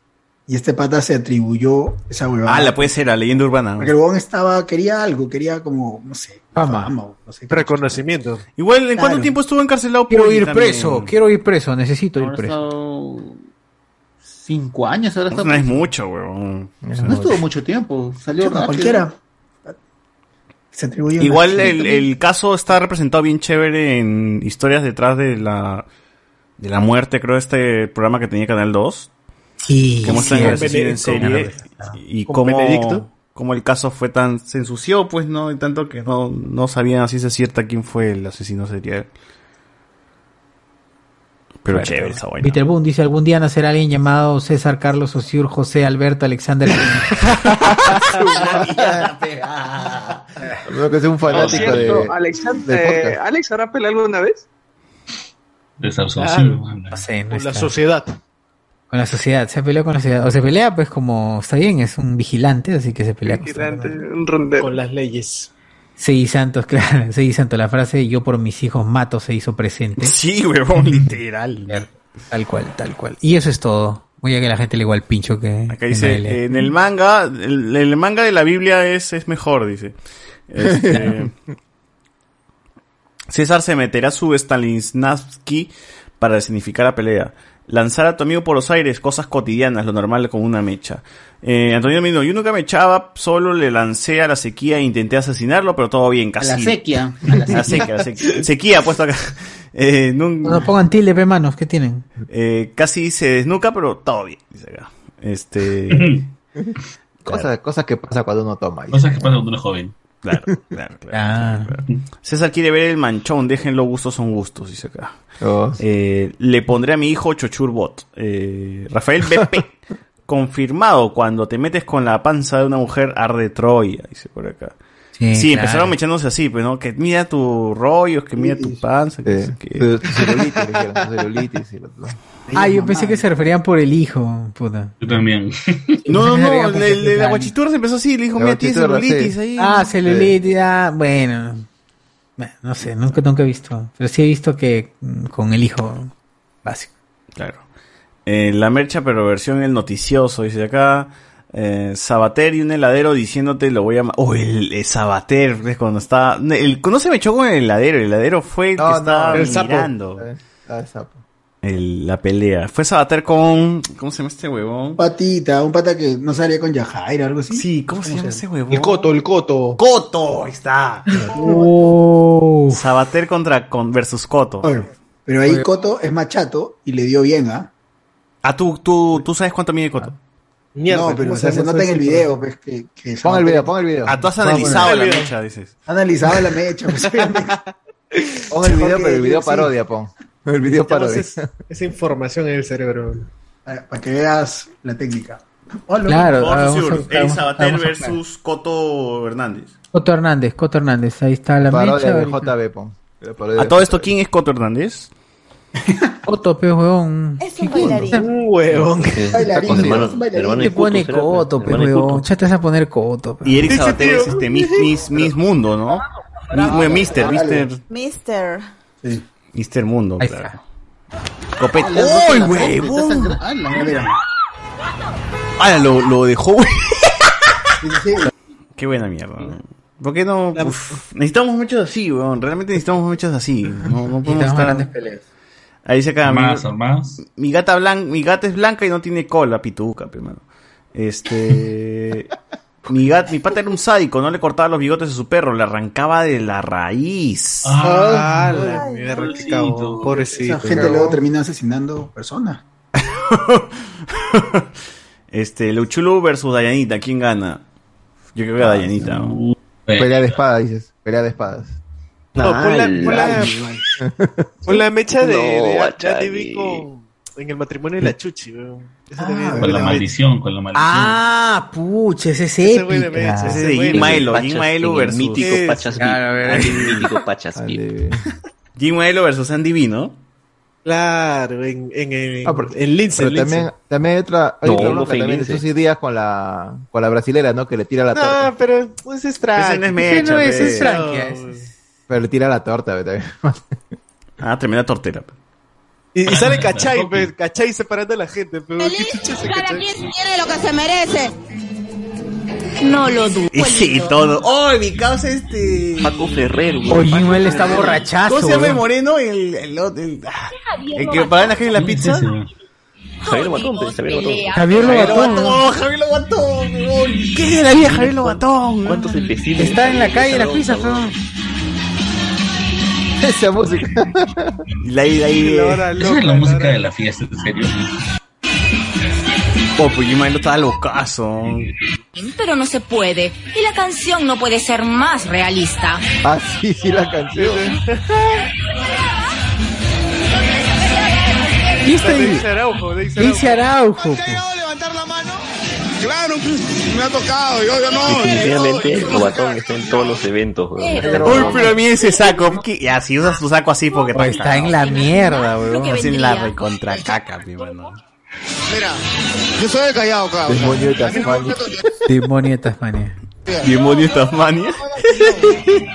S9: y este pata se atribuyó esa huevada.
S3: Ah, la puede ser, la leyenda urbana.
S9: Porque el huevón estaba, quería algo, quería como, no sé, fama. o no sé qué.
S20: Reconocimiento.
S3: Igual, Pues, ¿en
S9: Claro.
S3: cuánto tiempo estuvo encarcelado
S9: Quiero ir
S3: también?
S9: preso.
S1: Quiero ir preso, necesito ir
S7: Ahora
S1: preso.
S7: está- Cinco años ahora está.
S3: No es mucho, weón.
S7: No estuvo mucho tiempo. Salió
S9: Chuta,
S7: rápido.
S9: cualquiera. Se atribuyó. una-
S3: Igual el, el caso está representado bien chévere en historias detrás de la de la muerte, creo, este programa que tenía Canal 2.
S1: Sí,
S3: Que muestran
S1: sí,
S3: el asesino en
S1: Benedicto.
S3: serie y
S1: Con
S3: cómo,
S1: Benedicto.
S3: cómo el caso fue tan... se ensució, pues, ¿no? Y tanto que no, no sabían a ciencia cierta quién fue el asesino serial. Pero chévere esa vaina.
S1: Peter Boone dice, algún día nacerá alguien llamado César Carlos Osir José Alberto Alexander.
S19: Creo que es un
S18: Por
S19: fanático
S18: cierto,
S19: de.
S18: Alex,
S19: del
S18: eh,
S19: podcast.
S18: ¿Alex hará pelea alguna vez?
S5: Desahuciado.
S20: Por la sociedad.
S1: con la sociedad, se pelea con la sociedad. O se pelea, pues como está bien, es un vigilante, así que se pelea. con-
S20: Con las leyes.
S1: Se hizo Santos, claro, se hizo Santos. La frase yo por mis hijos mato se hizo presente.
S3: Sí, huevón, literal.
S1: Tal cual, tal cual. Y eso es todo. Voy a que la gente le igual pincho que.
S3: Acá dice, eh, en el manga, el, el manga de la Biblia es, es mejor, dice. Este, César se meterá su Stanislavski para significar la pelea. Lanzar a tu amigo por los aires, cosas cotidianas, lo normal con una mecha. Eh, Antonio Mino, yo nunca me echaba, solo le lancé a la sequía e intenté asesinarlo, pero todo bien, casi.
S7: A la sequía.
S3: A la sequía, a la sequía. Sequía, puesto acá. Eh, nun-
S1: No pongan tilde, pe manos, ¿qué tienen?
S3: eh, casi se desnuca, pero todo bien, dice acá. Este.
S19: Cosas, cosas que pasa cuando uno toma.
S5: Cosas que pasan cuando uno es joven.
S3: Claro, claro, claro,
S19: Ah.
S3: claro. César quiere ver el manchón, déjenlo, gustos son gustos, dice acá.
S19: Oh.
S3: Eh, le pondré a mi hijo Chochurbot. Eh, Rafael BP. Confirmado, cuando te metes con la panza de una mujer, arde Troya, dice por acá. Sí,
S19: Sí, claro.
S3: empezaron mechándose así, pues, ¿no? Que mira tus rollos, que mira tu panza, que no sé qué.
S19: celulitis, dijeron, celulitis y lo-
S1: Ah, yo pensé que se referían por el hijo, puta.
S5: Yo también.
S3: No, no,
S1: Me
S3: no,
S1: reían porque
S3: le- le- la
S1: tal.
S3: guachiturra se empezó así, le dijo,
S1: La
S3: mira, tienes
S1: guachiturra,
S3: celulitis
S1: sí.
S3: ahí.
S1: Ah, celulitis, ah, bueno. Bueno, No sé, nunca, nunca he visto. Pero sí he visto que mm, con el hijo básico.
S3: Claro. Eh, la mercha, pero versión el noticioso, dice acá. Eh, Sabater y un heladero diciéndote lo voy a... ma- Oh, el, el Sabater, es cuando está... El, no se me echó con el heladero, el heladero fue el que estaba
S19: el sapo.
S3: mirando
S19: Eh, ah, el sapo.
S3: el- la pelea. Fue Sabater con... ¿Cómo se llama este huevón?
S9: Un patita, un pata que no salía con Yajaira o algo así.
S3: Sí, ¿cómo, se llama ese huevón?
S9: El
S20: coto, el coto.
S3: ¡Coto! Ahí está. Sabater contra... Con, versus Coto.
S9: Pero ahí Coto es machato y le dio bien, ¿ah?
S3: Ah, tú, tú, tú sabes cuánto mide Coto.
S9: no, pero o sea, se nota en el video, pues, que, que
S19: Pon el video, pon el video.
S3: Ah, tú has
S19: Pon el
S3: analizado
S19: video.
S3: la mecha, dices.
S9: Analizaba la mecha, pues, obviamente.
S19: Pon el video,
S9: Ok,
S19: pero el video
S9: sí.
S19: parodia, pon. El video parodia.
S20: Tenemos es- esa información en el cerebro.
S9: Para que veas la técnica.
S1: Claro,
S3: Por
S1: ah, vamos a
S3: Sur,
S1: buscar,
S3: el
S1: vamos a-
S3: Sabater
S1: vamos a buscar.
S3: versus Coto Hernández.
S1: Coto Hernández, Coto Hernández, ahí está la
S19: Parodia
S1: mecha.
S19: de
S1: ahorita.
S19: JB, pon. La parodia
S3: A
S19: de
S3: todo
S19: JB.
S3: esto, ¿quién es Coto Hernández?
S1: Coto, pe huevón.
S23: Es un bailarín.
S20: Un huevón.
S23: Bailarín.
S11: hermano- hermano de
S1: Te pone
S3: ¿eh?
S11: Coto, será,
S1: Coto, pe
S11: hermano de
S1: huevón. Ya te vas a poner Coto, pe.
S3: Y Eric Sabater es este Miss, Miss, Miss Mundo, ¿no? Miss- bueno, Mister, Mister,
S23: Mister.
S3: Mister Mundo,
S23: Ahí
S3: claro. Copete.
S23: ¡Uy,
S3: huevón!
S9: Mira,
S3: ¡Ah, lo, lo dejó! Qué buena mierda. ¿no? ¿Por qué no? Uf, necesitamos muchos así, weón. Realmente necesitamos muchos así. No, no podemos
S1: Necesitamos
S3: estar...
S1: grandes peleas.
S3: Ahí se acaba.
S5: Armadas,
S3: mi,
S5: armadas.
S3: mi gata blan- mi gata es blanca y no tiene cola, pituca, pe, mano. Este. mi, gat- mi pata era un sádico, no le cortaba los bigotes a su perro, le arrancaba de la raíz.
S20: Ah, la mierda, qué cagón, pobrecito.
S9: esa
S3: pues,
S9: gente luego termina asesinando personas.
S3: Este, Luchulu versus Dayanita, ¿quién gana? Yo
S20: Ah,
S3: creo que Dayanita. ¿no?
S19: Pelea de espadas, dices. Pelea de espadas.
S20: No, pon la, pon la- pon la mecha de,
S19: No,
S20: de,
S19: guachani.
S20: ATV con, en el matrimonio de la Chuchi, weón. Ese también es
S5: Con la
S20: de-
S5: maldición, con la maldición.
S1: Ah, pucha, ese es
S20: Ese güey de
S1: épica.
S20: Mecha, ese
S3: Ese de
S20: güey
S3: Jim
S20: de-
S3: Milo,
S20: Pachas,
S3: Jim Milo
S20: en el
S3: versus.
S20: mítico Pachas Beat.
S3: Claro, a ver.
S20: Andy mítico
S3: Pachas Jim Milo versus Andy B, ¿no?
S20: Claro, en, en, en,
S19: Ah, pero-
S20: en Lince.
S19: pero
S20: en Lince.
S19: también, también hay otra, hay
S20: No,
S19: otra
S20: no
S19: bronca
S20: fue en
S19: también de
S20: Lince.
S19: Susy Díaz con la, con la brasilera, ¿no? Que le tira la torta.
S20: No, pero ese es Frankie.
S3: Ese no es Mecha, pues.
S20: Ese no es,
S3: pe.
S20: es Frankie.
S19: Pero le tira la torta, ¿verdad?
S3: Ah, tremenda tortera.
S20: Y, y sale Cachay, pe, Cachay separando a la gente. Pe, ¿Qué chucha es Cachay?
S25: Tiene lo que se merece. No lo dudo.
S3: Y sí, todo. Oh, mi causa este. Paco Ferrero.
S1: Oye, él está borrachazo,
S3: ¿Cómo se llama el
S1: weón?
S3: moreno? El, el, el, el, ah, el que para la gente la pizza. Javier Lobatón, Javier Lobatón.
S1: Javier Lobatón.
S3: Javier Lobatón, weón. ¿Qué es la vida de Javier Lobatón? ¿Cuántos
S19: imbéciles?
S1: Está en la calle la pizza, weón.
S19: Esa música.
S3: La ida ahí.
S5: Esa es la música de la fiesta, en serio.
S3: Oh, pues yo me lo estaba locazo.
S25: Pero no se puede. Y la canción no puede ser más realista.
S19: Ah, sí, sí, la canción.
S1: ¿Y este?
S20: Daisy Araujo, Daisy Araujo.
S1: Dice Araujo.
S8: Claro, pues, me ha tocado, yo, yo no.
S11: Definitivamente, Lobatón está en todos los eventos.
S3: Uy,
S11: weón.
S3: pero mira ese saco. ¿Qué? Ya, si usas tu saco así porque
S1: Oye, Pues está en la mierda, weón.
S3: Así en la recontra caca, mi hermano.
S8: Mira, yo soy de Callao, cabrón.
S3: Demonio de
S8: A mí no me gusta tu-
S1: Demonio de Tasmania.
S3: Demonio de Tasmania.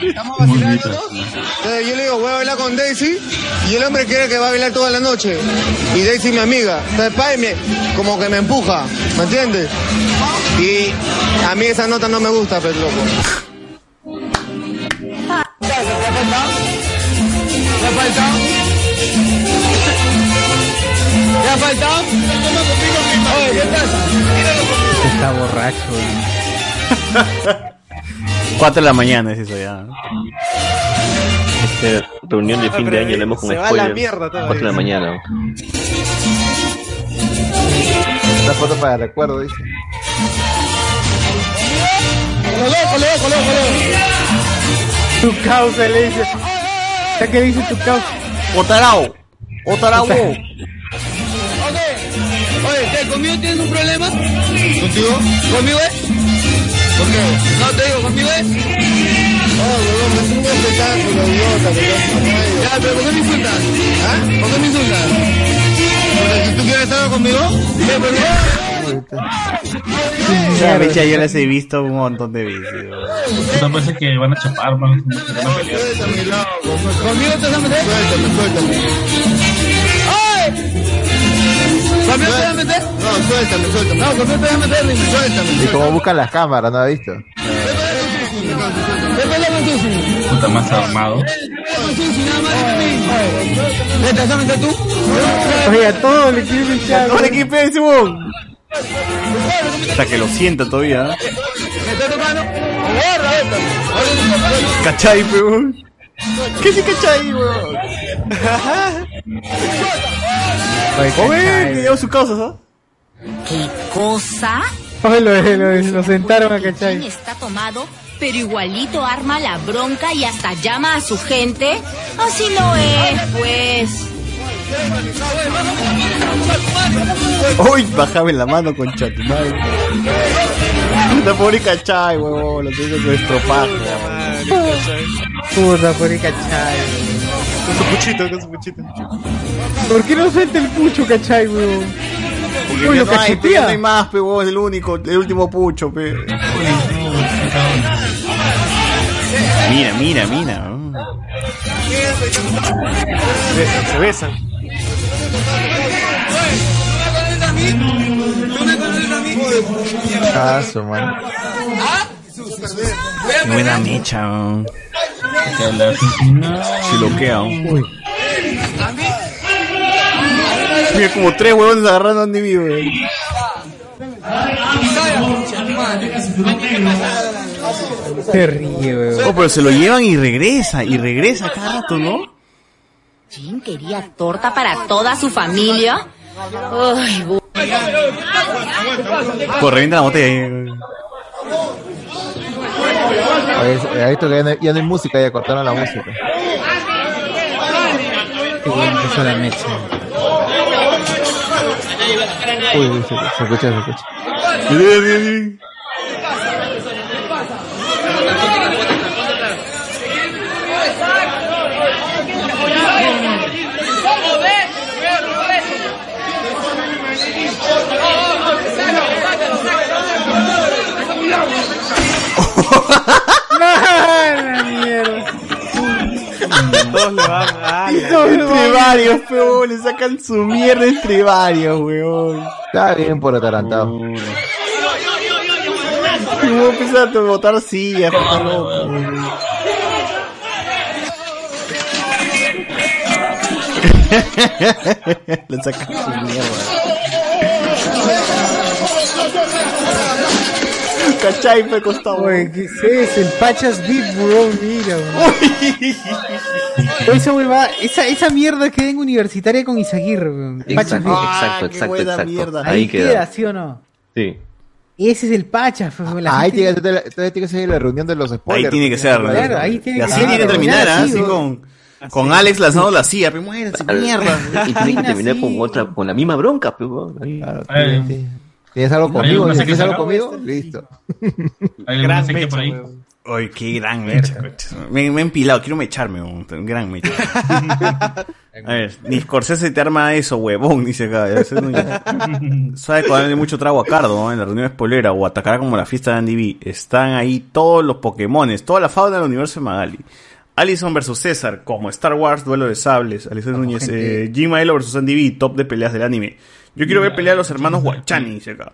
S8: Estamos vacilando, ¿no? Entonces yo le digo, voy a bailar con Daisy y el hombre quiere que va a bailar toda la noche. Y Daisy es mi amiga. Entonces pa, y me, como que me empuja, ¿me entiendes? Y a mí esa nota no me gusta, pero loco. ¿Te ha faltado? ¿Te ha faltado? Oye, ¿qué tal?
S1: Está borracho, weón.
S3: 4 de la mañana es eso ya.
S11: Esta Este, reunión de
S3: Ah,
S11: fin de
S3: pero
S11: año la hemos con
S3: se va a
S11: spoilers.
S3: la mierda todavía.
S11: 4 de la mañana.
S19: Esta foto para el recuerdo, dice.
S1: Tu causa le dice. ¿Ya qué dice tu causa?
S3: Otarao. Otarao.
S8: Oye, ¿qué? ¿Conmigo tienes un problema? ¿Contigo? ¿Conmigo es? ¿Por qué? No, te digo, ¿conmigo es? Oh, huevón, me un espectáculo, idiota, que Ya, pero ¿por qué me insultas? ¿Ah? ¿Por qué me insultas? ¿Porque tú quieres estar conmigo? ¿Qué, por qué?
S3: Ya, mecha, yo las he visto un montón de veces.
S5: Puta, parece que van a chapar, man. Van a pelear.
S8: ¿Conmigo te vas a meter? Suéltame, suéltame. ¡Ay! ¿Conmigo te vas a meter? No, suéltame, suéltame. No, ¿conmigo te eh, vas a meter? Dime, suéltame.
S19: Y como buscan las cámaras, ¿no has visto?
S8: ¿Qué pelea con Susi?
S5: Puta, más armado.
S8: ¿Te vas a meter tú?
S1: Oye, a todo le quiere echar.
S3: Ahora que pega ese huevón. Hasta que lo sienta todavía.
S8: ¿Me está tocando? ¡Aguarda, vete!
S3: ¿Cachai, huevón?
S8: pues.
S3: ¿Qué se cachai, huevón? Oye, le llevo sus causas, ¿ah?
S25: ¿Qué cosa?
S1: Oye, lo, lo, lo sentaron a
S25: ¿Quién
S1: cachai.
S25: está tomado? Pero igualito arma la bronca y hasta llama a su gente. Así no es, pues.
S3: Uy, bajame la mano con chatumay. La pobre cachai, huevón, lo tengo que estropar.
S1: Puta, por el cachai.
S20: Con su puchito, con su puchito.
S1: ¿Por qué no suelta el pucho, cachai, weón? Uy,
S3: ya
S1: lo
S3: no hay, pues, ya no hay
S1: cachetea.
S3: más, pe, huevón, es el único, el último pucho, pe. Mira, mira, mira. oh.
S20: Se besan, se besan.
S19: Ah, su madre.
S3: Buena mecha, huevón. Se loquea. oh. Mira, como tres huevones agarrando a Andy eh. B, huevón.
S1: Se ríe, weón.
S3: Oh, pero se lo llevan y regresa, y regresa cada rato, ¿no?
S25: ¿Quién quería torta para toda su familia? Ay, bu-
S3: Corriendo la botella. ahí.
S19: Oye, es- ¿Has visto que ya no, hay, ya no hay música? Ya cortaron la música.
S1: Qué bueno que hizo la mecha.
S8: nadie va a sacar a nadie.
S19: Uy, uy, se, se escucha, se escucha.
S3: Todos le van a Tribarios, peón, le sacan su mierda en tribarios, weón.
S19: Está bien por atarantado.
S3: Y vos empiezas a botar sillas, puta loco. le sacan su mierda. Cachai, me costaba.
S1: Oye, ¿qué es eso? El Pachas Big Bro, mira, weón. Esa huevada, esa, esa mierda queda en universitaria con Isaguirre, weón. Pachas
S11: Exacto,
S1: Beat.
S3: Ah,
S11: exacto,
S1: qué
S11: exacto,
S1: buena
S11: exacto.
S1: mierda.
S11: Ahí queda.
S1: ¿sí o no?
S11: Sí.
S1: Ese es el Pachas, pues, la
S19: Ahí
S1: gente-
S19: tiene, entonces tiene que ser la reunión de los spoilers.
S3: Ahí tiene que ser.
S19: Claro,
S3: ¿no?
S19: ahí tiene
S3: y
S19: que
S3: así
S19: ser.
S3: tiene que terminar,
S19: Claro,
S3: ¿ah?
S19: sí,
S3: así
S19: ¿no?
S3: con, con Alex lanzando la silla. Pero muéranse, mierda.
S11: Y tiene que terminar con otra, con la misma bronca, pues, weón.
S19: ¿Tienes algo
S11: Hay
S19: conmigo?
S11: una
S19: ¿Tienes
S11: secuencia
S19: algo
S11: acá,
S19: conmigo?
S3: este,
S19: Listo.
S3: gran mecha, weón. Ay, qué gran mecha. coches. Me, me he empilado, quiero mecharme, weón. un gran mecha. A ver, ni Scorsese te arma eso, huevón, dice acá. Ese es un- Sabe que va a darle mucho trago a Cardo ¿no? en la reunión espolera o atacará como la fiesta de Andy B. Están ahí todos los Pokémones, toda la fauna del universo de Magali. Allison versus César, como Star Wars, duelo de sables. Alison Núñez,
S8: gente.
S3: eh, Jim Aelo versus Andy B, top de peleas del anime. Yo quiero ver pelear a los hermanos Guachani, dice acá.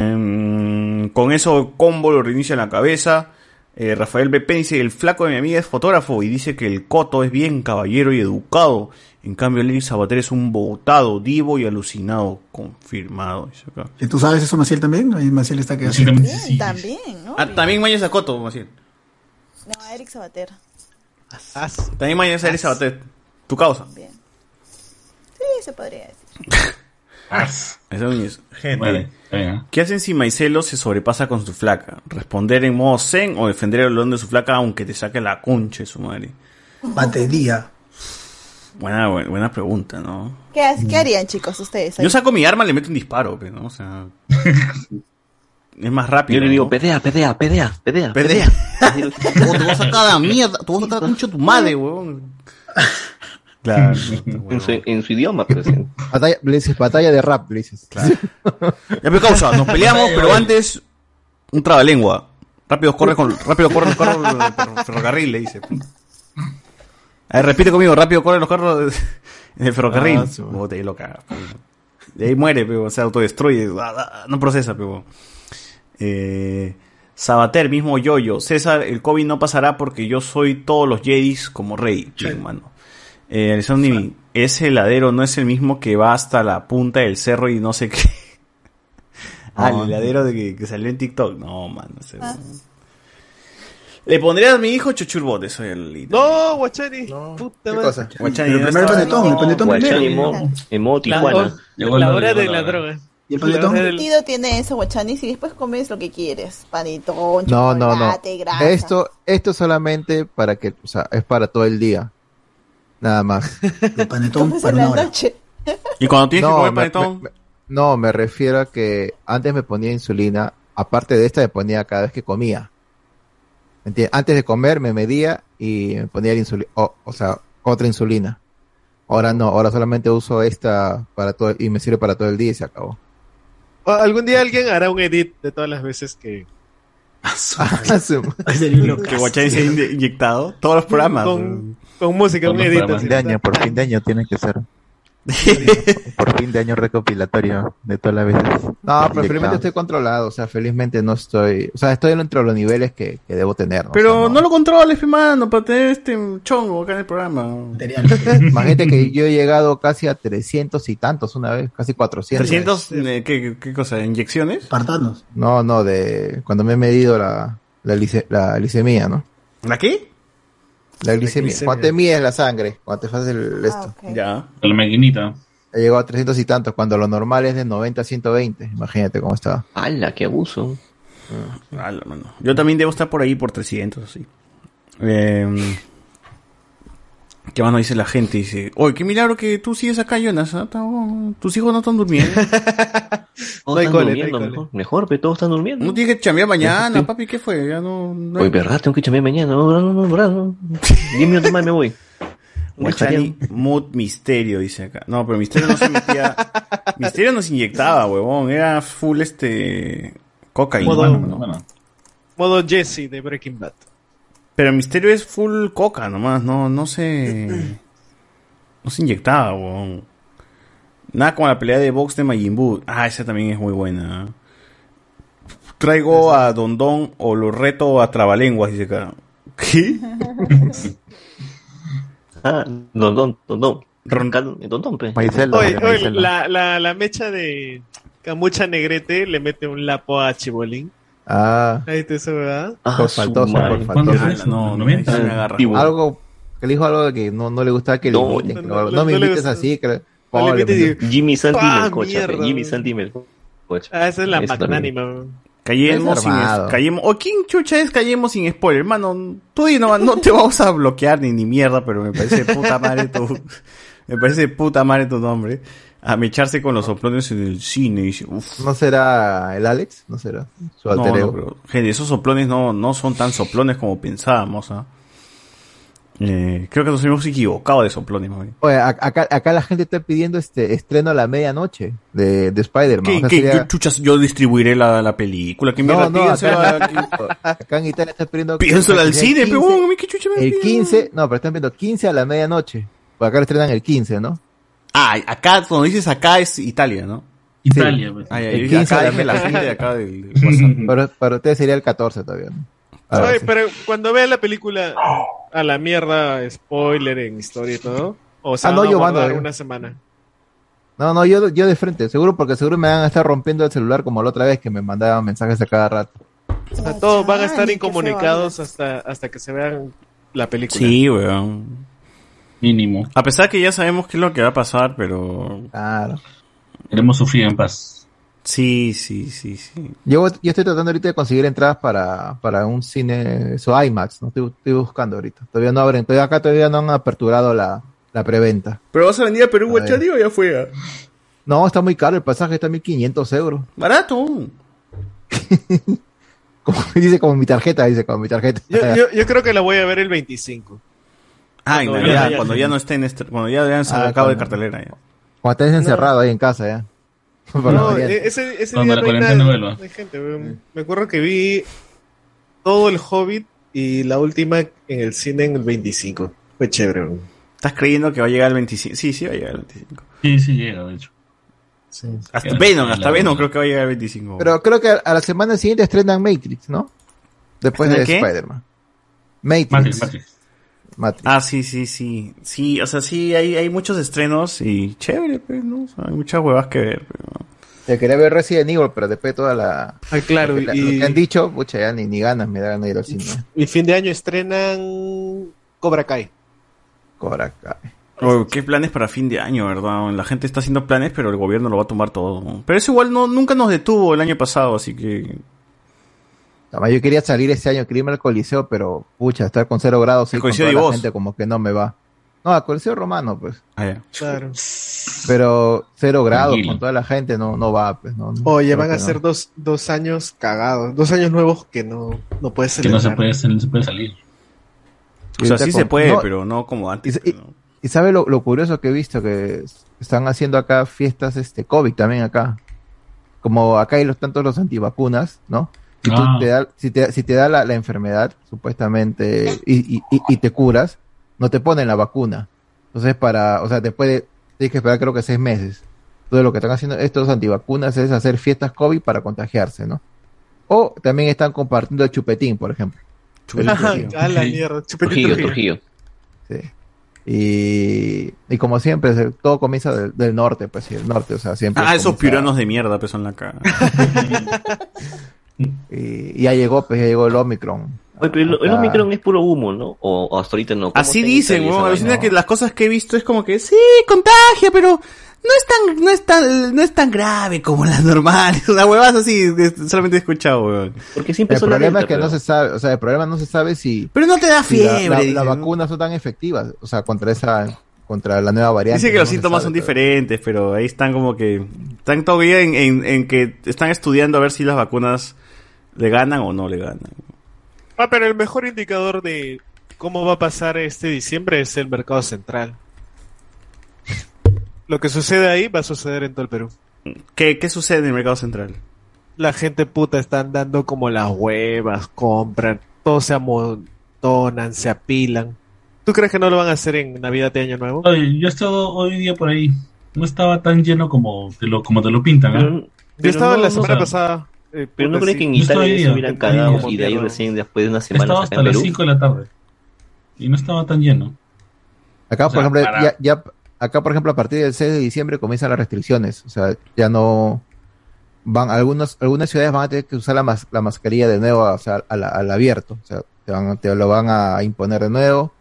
S3: Eh, con eso combo lo reinicia en la cabeza. Eh, Rafael BP dice, el flaco de mi amiga es fotógrafo y dice que el Coto es bien caballero y educado. En cambio, Levi Sabater es un botado, divo y alucinado. Confirmado. dice acá.
S9: ¿Y ¿Tú sabes eso, Maciel, también? Ahí Maciel está que...
S23: También, ¿no?
S3: Ah, también Mayas a Coto, vamos a decir.
S23: No, a Eric Sabater.
S3: También Mayas a Levi Sabater. Tu causa.
S23: Sí, se podría decir.
S3: Eso es- Gente.
S5: Bueno, está bien, ¿eh?
S3: ¿Qué hacen si Maicelo se sobrepasa con su flaca? ¿Responder en modo zen o defender el olón de su flaca aunque te saque la concha de su madre?
S9: Batería.
S3: Buena, buena, buena pregunta, ¿no?
S23: ¿Qué, ha- qué harían, chicos, ustedes? ahí?
S3: Yo saco mi arma y le meto un disparo, pero, ¿no? O sea. es más rápido.
S11: Yo le digo, pedea, pedea, pedea, pedea.
S3: Pedea. Oh, te voy a sacar la mierda, te voy a sacar la concha de tu madre, weón. Claro.
S11: En su, en su idioma, pues. en-
S19: Batalla, le dices, batalla de rap, le dices.
S3: Ya me causa, nos peleamos, pero antes. Un trabalengua. Rápido corre con. Rápido corre los carros del ferro- ferrocarril, le dice. A ver, repite conmigo, rápido corre los carros de- del ferrocarril.
S8: Ah,
S3: Vos te loca. Y ahí muere, pero se autodestruye. Ah, ah, No procesa, pero. Eh, Sabater, mismo Yoyo. César, el COVID no pasará porque yo soy todos los Jedis como rey. hermano. Eh, Alessandro Nivi, ese heladero no es el mismo que va hasta la punta del cerro y no sé qué. Ah, el heladero de que, que salió en TikTok. No, mano. ese- Le pondré a mi hijo chuchurbot, eso es el...
S20: No, Guachani. Puta madre.
S3: Guachani,
S9: Pero
S3: ¿no
S9: primero el
S3: estaba?
S9: panetón, el panetón
S11: Guachani
S9: primero.
S11: en modo- en modo Tijuana.
S20: La hora de la droga.
S9: ¿Y el
S20: panetón?
S23: ¿Qué sentido tiene eso, guachanis? Y después comes lo que quieres. Panetón,
S19: No, no, no.
S23: chocolate, grasa.
S19: Esto, esto solamente para que, o sea, es para todo el día. Nada más.
S9: El panetón
S23: Comes en la noche.
S3: ¿Y cuando tienes que comer
S19: me-
S3: panetón?
S19: me- me- no, me refiero a que antes me ponía insulina, aparte de esta me ponía cada vez que comía. ¿Me entiendes? Antes de comer me medía y me ponía la insulina, o, o sea, otra insulina. Ahora no, ahora solamente uso esta para todo y me sirve para todo el día y se acabó.
S20: O Algún día alguien hará un edit de todas las veces que.
S3: que Guachani se ha inde- inyectado. Todos los programas.
S20: Con, con música, un edit.
S6: Por fin de año, por fin de año tiene que ser. Por fin de año recopilatorio de todas las veces.
S19: No, pero
S6: Inyectado.
S19: felizmente estoy controlado, o sea, felizmente no estoy, o sea, estoy entre los niveles que, que debo tener. ¿no?
S3: Pero no. lo controles, mano, para tener este chongo acá en el programa.
S19: Imagínate que yo he llegado casi a 300 y tantos una vez, casi 400.
S3: 300, eh, ¿qué, qué cosa? ¿Inyecciones?
S9: Partanos.
S19: No, no, de cuando me he medido la, la, lice- la glicemia, ¿no?
S3: ¿La qué?
S19: La glicemia.
S5: glicemia.
S19: Cuando te mides la sangre, cuando te haces el, esto.
S3: Ya.
S5: Con la maquinita.
S19: He llegado a 300 y tantos, cuando lo normal es de 90 a 120. Imagínate cómo estaba.
S11: ¡Hala, qué abuso!
S3: Ala, Ah, mano. Yo también debo estar por ahí por 300, así. Eh, Em, ¿Qué más nos dice la gente? Dice, oye, qué milagro que tú sigues acá, Jonas. ¿ah? Está bueno. Tus hijos no están durmiendo.
S11: Todos están durmiendo, mejor, mejor, pero todos están durmiendo.
S3: No tienes que chambear mañana, papi, ¿qué fue? Ya no... no hay-
S11: Hoy, ¿verdad? Tengo que chambear mañana. No, no, no, no, no. Diez minutos más y me voy.
S3: Guachani, Mood Misterio, dice acá. No, pero Misterio no se metía. Misterio no se inyectaba, huevón. Era full este. cocaína.
S20: Modo-
S3: ¿no?
S20: Modo Jesse de Breaking Bad.
S3: Pero Misterio es full coca nomás. No, no se. No se inyectaba, huevón. Nada como la pelea de box de Majin Buu. Ah, esa también es muy buena. ¿eh? Traigo a Dondón o lo reto a Trabalenguas, dice acá. ¿Qué?
S11: Ah, don, don, don, don. eh, Don, pues. don, pe.
S20: Oye, oye, la, la, la mecha de Camucha Negrete le mete un lapo a Chibolín.
S19: Ah.
S20: Ahí te eso, ¿verdad?
S11: Ah,
S19: por faltoso, por faltoso.
S3: No, no, ahí se me agarra.
S19: Algo, que le dijo algo de que no, no le gustaba que le
S11: No,
S19: imiten,
S11: no,
S19: creo.
S11: no,
S19: No me
S11: no le
S19: imites
S11: gusta.
S19: así, creo.
S11: Ole,
S19: Oh, le
S11: vete,
S19: metió-
S11: Dios. Jimmy Santi
S19: Ah,
S11: Melcocha, pe.
S19: mierda,
S11: Jimmy Santi Melcocha.
S20: Ah, esa es la
S11: Eso también.
S20: magnánima. weón.
S3: Cayemos
S11: Es
S3: sin
S11: armado.
S3: cayemos. O quién chucha es cayemos sin spoiler, hermano. Tú di nomás, no te vamos a bloquear ni ni mierda, pero me parece de puta madre tu. Me parece de puta madre tu nombre. A mecharse con los soplones en el cine. Dice, uf.
S19: ¿No será el Alex? ¿No será su
S3: No,
S19: alter
S3: no,
S19: ego?
S3: pero, gente, esos soplones no, no son tan soplones como pensábamos, ¿ah? Eh, creo que nos hemos equivocado de soplones, más bien.
S19: Oye, a- acá, acá la gente está pidiendo este estreno a la medianoche de, de Spider-Man.
S3: ¿Qué,
S19: O sea,
S3: qué
S19: sería-
S3: chuchas? Yo distribuiré la, la película. ¿Qué mierda?
S19: No, no,
S3: Díganse
S19: acá,
S3: a-
S19: acá en Italia está pidiendo...
S3: Piénsala al cine, pe, huevón, a mí
S19: El 15, no, pero están viendo 15 a la medianoche. Pues acá lo estrenan el 15, ¿no?
S3: Ah, acá, cuando dices acá es Italia, ¿no?
S19: Italia, pues.
S3: Ay, ay,
S19: El
S3: dije,
S19: 15 de la
S3: acá dije la
S19: mañana.
S3: gente de acá del WhatsApp.
S19: Para, para ustedes sería el 14 todavía, ¿no? A ver,
S20: Oye,
S19: sí.
S20: pero cuando veas la película a la mierda, spoiler en historia y todo, o sea,
S19: Ah,
S20: no,
S19: no, yo
S20: yo
S19: mando, yo-
S20: una semana.
S19: No, no, yo, yo de frente, seguro, porque seguro me van a estar rompiendo el celular como la otra vez que me mandaban mensajes a cada rato.
S20: O sea, todos van a estar
S18: Ay, qué
S20: incomunicados hasta, hasta que se vean la película.
S3: Sí, weón. Mínimo. A pesar que ya sabemos qué es lo que va a pasar, pero.
S19: Claro.
S5: Queremos sufrir en paz.
S3: Sí, sí, sí, sí.
S19: Yo, yo estoy tratando ahorita de conseguir entradas para, para un cine, eso IMAX, ¿no? Estoy, estoy buscando ahorita. Todavía no abren, todavía acá todavía no han aperturado la, la preventa.
S3: ¿Pero vas a venir a Perú,
S19: A ver.
S3: guachani, o ya fue?
S19: No, está muy caro, el pasaje está a 1500 euros.
S3: Barato.
S19: Como, dice como mi tarjeta, dice como mi tarjeta.
S20: Yo, yo, yo creo que la voy a ver el 25.
S3: Ah, en
S20: Cuando
S3: Navidad,
S20: ya-
S3: cuando ya no estén. est- Cuando ya hayan sacado de
S19: cuando-
S3: cartelera. Ya.
S19: Cuando estés encerrado ahí en casa, ya. Para
S20: No,
S19: variar.
S20: eh, ese, ese
S19: Cuando la
S20: día no hay
S19: cuarentena
S20: nadie,
S19: vuelva.
S20: no hay gente. weón. Me acuerdo que vi todo el Hobbit y la última en el cine en el 25. Fue chévere. weón.
S3: ¿Estás creyendo que va a llegar el 25? Sí, sí, va a llegar el 25.
S5: Sí, sí, llega, de hecho.
S3: Hasta
S5: Claro,
S3: Venom,
S5: sí,
S3: hasta
S5: la
S3: Venom creo que va a llegar el 25.
S19: Pero creo que a la semana siguiente estrenan Matrix, ¿no? Después de
S3: ¿Estrenan qué?
S19: Spider-Man. Matrix.
S3: Matrix,
S19: Matrix.
S3: Ah, sí, sí, sí. Sí, o sea, sí, hay, hay muchos estrenos y chévere, pues, ¿no? O sea, hay muchas huevas que ver. pero-
S19: Te quería ver Resident Evil, pero después de toda la.
S20: Ah, claro,
S19: lo que,
S20: y-
S19: lo que han dicho, pucha, ya ni, ni ganas me dan de ir al cine.
S20: Y fin de año estrenan Cobra Kai.
S19: Cobra Kai.
S3: Oye, qué planes para fin de año, ¿verdad? La gente está haciendo planes, pero el gobierno lo va a tomar todo. Pero eso igual no, nunca nos detuvo el año pasado, así que.
S19: Además, yo quería salir este año, quería irme al Coliseo, pero pucha, estar con cero grados y
S3: ¿Al
S19: con
S3: Coliseo
S19: toda
S3: de
S19: la
S3: Voz?
S19: gente como que no me va. No, al Coliseo Romano, pues.
S3: Ah,
S20: Claro.
S19: Pero cero grados
S20: Tranquilo.
S19: con toda la gente no, no va, pues. No, no,
S20: Oye,
S19: creo
S20: van a
S19: que no.
S20: ser dos, dos años cagados. Dos años nuevos que no, no puedes
S5: Que no
S20: celebrar.
S5: se puede, no se puede salir.
S3: O sea,
S19: ahorita
S3: sí
S19: con-
S3: se puede,
S19: no,
S3: pero no como antes. pues, ¿no?
S19: ¿Y sabe lo, lo curioso que he visto? Que s- están haciendo acá fiestas este COVID también acá. Como acá hay los tantos los antivacunas, ¿no? Si, tú
S5: Ah.
S19: te da, si, te, si te da la, la enfermedad, supuestamente, y, y- y- y te curas, no te ponen la vacuna. Entonces, para, o sea, después de, tienes que esperar creo que seis meses. Entonces, lo que están haciendo estos antivacunas es hacer fiestas COVID para contagiarse, ¿no? O también están compartiendo el chupetín, por ejemplo. El chupetín.
S20: A la mierda. Chupetín
S19: Trujillo,
S20: Trujillo.
S19: Y, y como siempre, se- todo comienza del, del norte, pues sí, el norte, o sea, siempre.
S3: Ah, esos
S19: comienza-
S3: piuranos de mierda, pues son la cara.
S19: Y, y ya llegó, pues ya llegó el Omicron.
S11: Oye, pero el, el
S19: Acá.
S11: Omicron es puro humo, ¿no? O, o hasta ahorita no. ¿Cómo está
S3: Así
S11: en
S3: dicen,
S11: Italia esa
S3: weón.
S11: vaina?
S3: Alucina que las cosas que he visto es como que sí, contagia, pero no es tan, no es tan, no es tan grave como las normales. Una huevas así, es- solamente he escuchado, weón.
S11: Porque
S19: el problema es que no se sabe, o sea, el problema no se sabe si.
S3: Pero no te da
S19: si la- la-
S3: fiebre,
S19: Las
S3: dicen,
S19: vacunas son tan efectivas, o sea, contra esa, contra la nueva variante.
S3: Dice que
S19: no
S3: los
S19: se
S3: síntomas son
S19: sabe todavía.
S3: diferentes, pero ahí están como que. Están todavía en, en, en que están estudiando a ver si las vacunas le ganan o no le ganan.
S20: Ah, pero el mejor indicador de cómo va a pasar este diciembre es el mercado central. Lo que sucede ahí va a suceder en todo el Perú.
S3: ¿Qué, qué sucede en el mercado central?
S20: La gente puta está andando como las huevas, compran, todos se amontonan, se apilan. ¿Tú crees que no lo van a hacer en Navidad de Año Nuevo?
S5: Oye, yo he estado hoy día por ahí. No estaba tan lleno como te lo, como te lo pintan. ¿ah?
S20: Yo estaba
S5: no,
S20: la
S5: no,
S20: semana
S5: o sea,
S20: pasada. eh,
S11: Pero no
S20: puta,
S11: crees
S20: sí.
S11: que en
S5: Yo estoy
S11: Italia
S5: ahí,
S11: se hubieran
S5: estoy ahí,
S11: cagado
S5: como
S11: y de ahí
S5: mierda.
S11: recién después de unas
S5: He estado
S11: semanas acá
S5: hasta
S11: en
S5: las
S11: Perú?
S5: 5 de la tarde. Y no estaba tan lleno.
S19: Acá,
S5: O
S19: por
S5: sea,
S19: ejemplo,
S5: para-
S19: ya, ya- acá, por ejemplo, a partir del 6 de diciembre comienzan las restricciones. O sea, ya no van, algunas, algunas ciudades van a tener que usar la, mas- la mascarilla de nuevo, o sea, al, al abierto. O sea, te, van- te lo van a imponer de nuevo.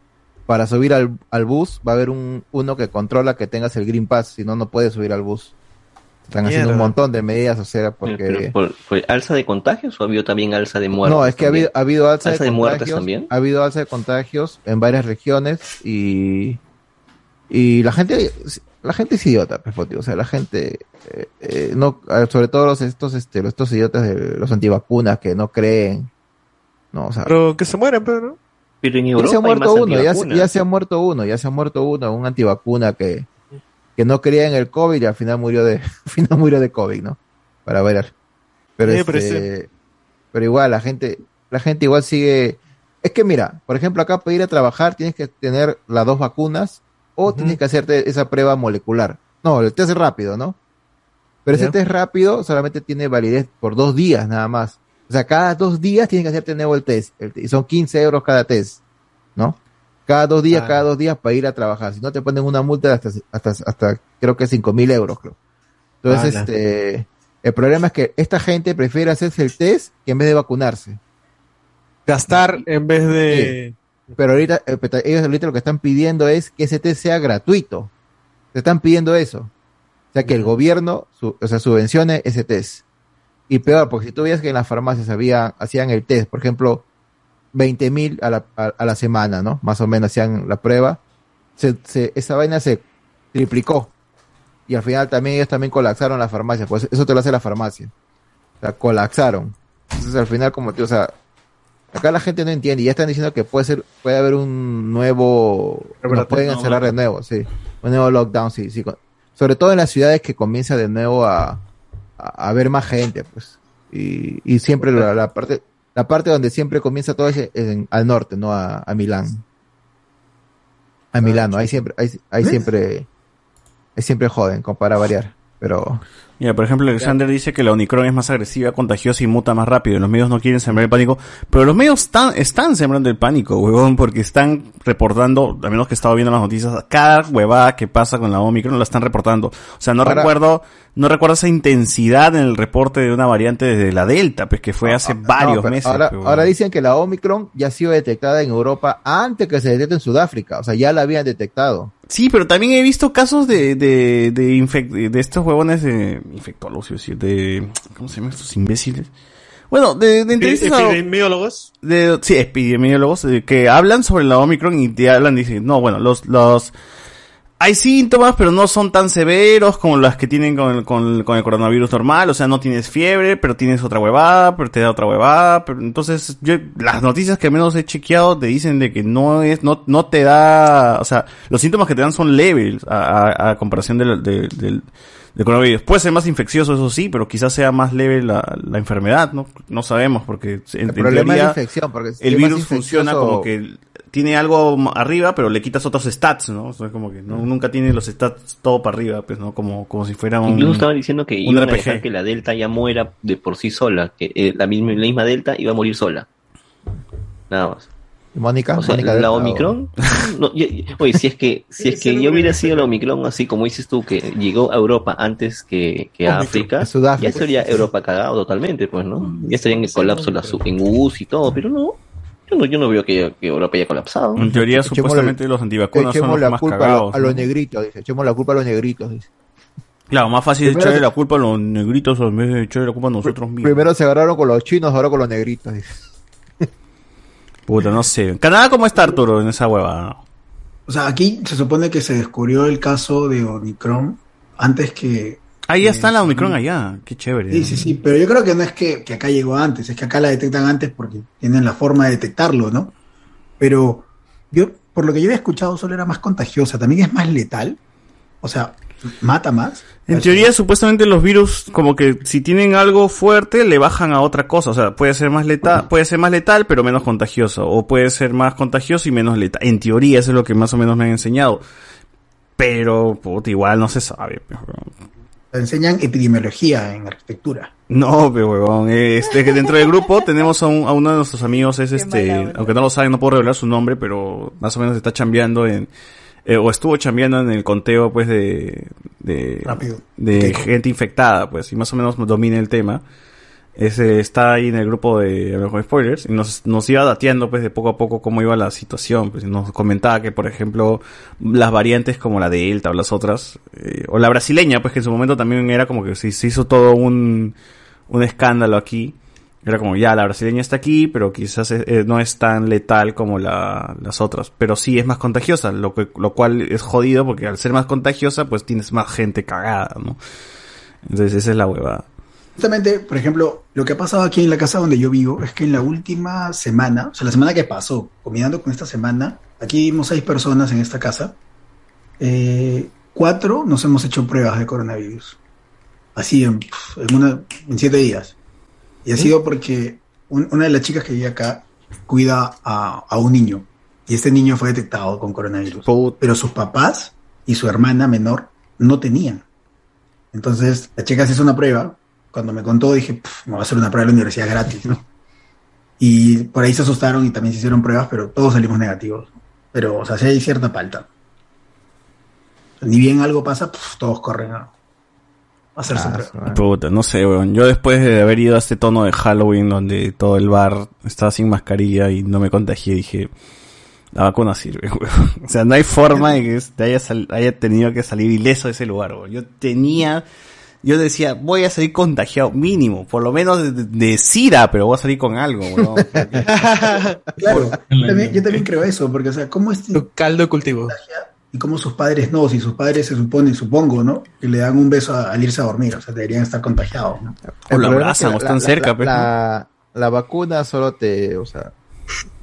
S19: Para subir al, al bus va a haber un, uno que controla que tengas el Green Pass, si no, no puedes subir al bus. Están haciendo un
S11: Mierda.
S19: montón de medidas, o sea, porque...
S11: Pero, ¿por- ¿Fue alza de contagios o ha habido también alza de muertes?
S19: No, es que ha habido, ha habido alza,
S11: ¿Alza
S19: de,
S11: de muertes
S19: contagios,
S11: también?
S19: Ha habido alza de contagios en varias regiones y, y la gente la gente es idiota, pues, Foti, O sea, la gente eh, eh, no, eh, sobre todo los estos este, los- estos idiotas de los antivacunas que no creen. No, o sea,
S20: Pero que se mueran, pero no.
S11: Pero en
S19: ya
S11: Europa
S19: se ha
S11: hay
S19: muerto
S11: más
S19: uno, ya, se-
S11: antivacunas.
S19: ya se ha muerto uno, ya se ha muerto uno, un antivacuna que, que no creía en el COVID y al final murió de, al final murió de COVID, ¿no? Para variar. Pero,
S20: Sí,
S19: este,
S20: pero
S19: pero igual, la gente, la gente igual sigue. Es que mira, por ejemplo, acá para ir a trabajar tienes que tener las dos vacunas o tienes que hacerte esa prueba molecular. No, el test rápido, ¿no? Pero
S20: Ya.
S19: ese test rápido solamente tiene validez por dos días nada más. O sea, cada dos días tienes que hacerte de nuevo el test. El- Y son 15 euros cada test, ¿no? Cada dos días, cada dos días para ir a trabajar. Si no, te ponen una multa de hasta, hasta, hasta creo que 5 mil euros, creo. Entonces,
S20: Ala.
S19: este, el problema es que esta gente prefiere hacerse el test que en vez de vacunarse.
S20: Gastar en vez de...
S19: Pero ahorita, eh, pero ellos ahorita lo que están pidiendo es que ese test sea gratuito. Te están pidiendo eso. O sea, que el gobierno, su- o sea, subvencione ese test. Y peor, porque si tú veías que en las farmacias había, hacían el test, por ejemplo, 20 mil a la, a- a la semana, ¿no? Más o menos hacían la prueba. Se- se- esa vaina se triplicó. Y al final también ellos también colapsaron las farmacias. Pues eso te lo hace la farmacia. O sea, colapsaron. Entonces al final como te, o sea, acá la gente no entiende. Y ya están diciendo que puede ser, puede haber un nuevo, nos pueden
S20: no,
S19: encerrar de nuevo, sí. Un nuevo lockdown, sí, sí. Con- Sobre todo en las ciudades que comienza de nuevo a, a, a ver más gente, pues. Y, y siempre la, la parte, la parte donde siempre comienza todo es en- al norte, ¿no? A, a Milán. A Milano, ahí siempre, ahí, ahí siempre, ahí siempre joden, como para variar. Pero
S3: Mira, por ejemplo, Alexander dice que la Omicron es más agresiva, contagiosa y muta más rápido. Los medios no quieren sembrar el pánico, pero los medios están, están sembrando el pánico, huevón, porque están reportando, a menos que he estado viendo las noticias, cada huevada que pasa con la Omicron la están reportando. O sea, no
S19: Ahora-
S3: recuerdo, no recuerdo esa intensidad en el reporte de una variante desde la Delta, pues que fue hace varios
S19: Ah, No, pero
S3: meses.
S19: Ahora,
S3: pues, huevón.
S19: ahora dicen que la Omicron ya ha sido detectada en Europa antes que se detecte en Sudáfrica. O sea, ya la habían detectado.
S3: Sí, pero también he visto casos de, de, de, infec- de estos huevones de infectólogos, iba a decir, de, ¿cómo se llaman estos imbéciles? Bueno, de, de entrevistas a-
S20: ¿Epidemiólogos?
S3: de, sí, epidemiólogos eh, que hablan sobre la Omicron y te hablan, dicen, no, bueno, los, los, hay síntomas, pero no son tan severos como las que tienen con, el- con, el- con el coronavirus normal, o sea, no tienes fiebre, pero tienes otra huevada, pero te da otra huevada, pero entonces, yo, las noticias que menos he chequeado te dicen de que no es, no, no te da, o sea, los síntomas que te dan son leves a, a- a comparación del, del, del- del coronavirus. Puede ser más infeccioso, eso sí, pero quizás sea más leve la, la enfermedad, ¿no? No sabemos, porque en, en
S19: El problema es
S3: teoría,
S19: la infección, porque si
S3: el
S19: es más
S3: virus funciona
S19: infeccioso-
S3: como que tiene algo m- arriba, pero le quitas otros stats, ¿no? O sea, como que no- nunca tiene los stats todo para arriba, pues, ¿no? Como, como si fuera un.
S5: Mm.
S11: Incluso estaban diciendo que
S3: un
S11: iban a
S3: RPG.
S11: dejar que la Delta ya muera de por sí sola, que eh, la, misma, la misma Delta iba a morir sola. Nada más.
S19: Mónica,
S11: O sea,
S19: Mónica
S11: la
S19: Delgado.
S11: Omicron. no, y- y- oye, si es que, si es que yo hubiera sido la Omicron, así como dices tú, que llegó a Europa antes que, que a
S19: Omicron,
S11: África,
S19: a Sudáfrica.
S11: ya estaría Europa cagado totalmente, pues, ¿no?
S3: Mm,
S11: Ya estaría en el colapso la su- en UCI y todo, pero no. Yo no, yo no veo que, que Europa haya colapsado.
S3: En teoría,
S19: Echémosle-
S3: supuestamente los antivacunas son
S19: echemos
S3: los
S19: la
S3: más
S19: culpa a lo-
S3: cagados.
S19: a los
S3: ¿no?
S19: negritos, dice. Echemos la culpa a los negritos, dice.
S3: Claro, más fácil
S19: Primero
S3: echarle
S19: se-
S3: la culpa a los negritos en vez de echarle la culpa a nosotros mismos.
S19: Primero se agarraron con los chinos, ahora con los negritos. dice.
S3: Puta, no sé. Canadá, ¿cómo está Arturo en esa hueva?
S9: O sea, aquí se supone que se descubrió el caso de Omicron antes que...
S3: Ahí
S9: que-
S3: está la Omicron allá. Qué chévere.
S9: Sí, sí, sí, pero yo creo que no es que, que acá llegó antes, es que acá la detectan antes porque tienen la forma de detectarlo, ¿no? Pero yo, por lo que yo había escuchado, solo era más contagiosa, también es más letal, o sea, mata más.
S3: En teoría, supuestamente los virus, como que si tienen algo fuerte, le bajan a otra cosa. O sea, puede ser más letal, puede ser más letal, pero menos contagioso. O puede ser más contagioso y menos letal. En teoría, eso es lo que más o menos me han enseñado. Pero, puta, igual no se sabe. pues, pe, huevón.
S9: Te enseñan epidemiología en arquitectura.
S3: No, pero huevón. eh, Este, que dentro del grupo tenemos a, un- a uno de nuestros amigos, es este, aunque no lo saben, no puedo revelar su nombre, pero más o menos está chambeando en, eh, o estuvo chambeando en el conteo, pues, de, de, de gente infectada, pues, y más o menos domina el tema. Ese está ahí en el grupo de Hablemos con Spoilers y nos, nos iba dateando pues de poco a poco cómo iba la situación. Pues, y nos comentaba que, por ejemplo, las variantes como la Delta o las otras, eh, o la brasileña, pues que en su momento también era como que se, se hizo todo un, un escándalo aquí. Era como, ya, la brasileña está aquí, pero quizás eh, eh, no es tan letal como la- las otras. Pero sí es más contagiosa, lo, que, lo cual es jodido porque al ser más contagiosa, pues tienes más gente cagada, ¿no? Entonces esa es la huevada.
S9: Justamente, por ejemplo, lo que ha pasado aquí en la casa donde yo vivo es que en la última semana, o sea, la semana que pasó, combinando con esta semana, aquí vimos seis personas en esta casa, eh, cuatro nos hemos hecho pruebas de coronavirus. Así, en, pf, en una- en siete días. Y ha sido porque un- una de las chicas que vive acá cuida a, a un niño. Y este niño fue detectado con coronavirus. Pero sus papás y su hermana menor no tenían. Entonces, la chica se hizo una prueba. Cuando me contó, dije, "Pf, me va a hacer una prueba de la universidad gratis, ¿no? Y por ahí se asustaron y también se hicieron pruebas, pero todos salimos negativos. Pero, o sea, sí hay cierta falta. Ni bien algo pasa, pf, todos corren a a hacerse pruebas.
S3: Puta, no sé, weón. Yo después de haber ido a este tono de Halloween donde todo el bar estaba sin mascarilla y no me contagié, dije, la vacuna sirve, weón. O sea, no hay forma de que te haya, sal- haya tenido que salir ileso de ese lugar, weón. Yo tenía, yo decía, voy a salir contagiado mínimo, por lo menos de, de- de sida, pero voy a salir con algo, weón.
S9: Claro, yo también, yo también creo eso, porque, o sea, ¿cómo es
S27: caldo de cultivo?
S9: Y cómo sus padres no, si sus padres se suponen, supongo, ¿no? Que le dan un beso a- al irse a dormir, o sea, deberían estar contagiados, ¿no?
S19: El problema es que la- la- la-
S3: pues,
S9: pero
S19: La, la vacuna solo te, o sea,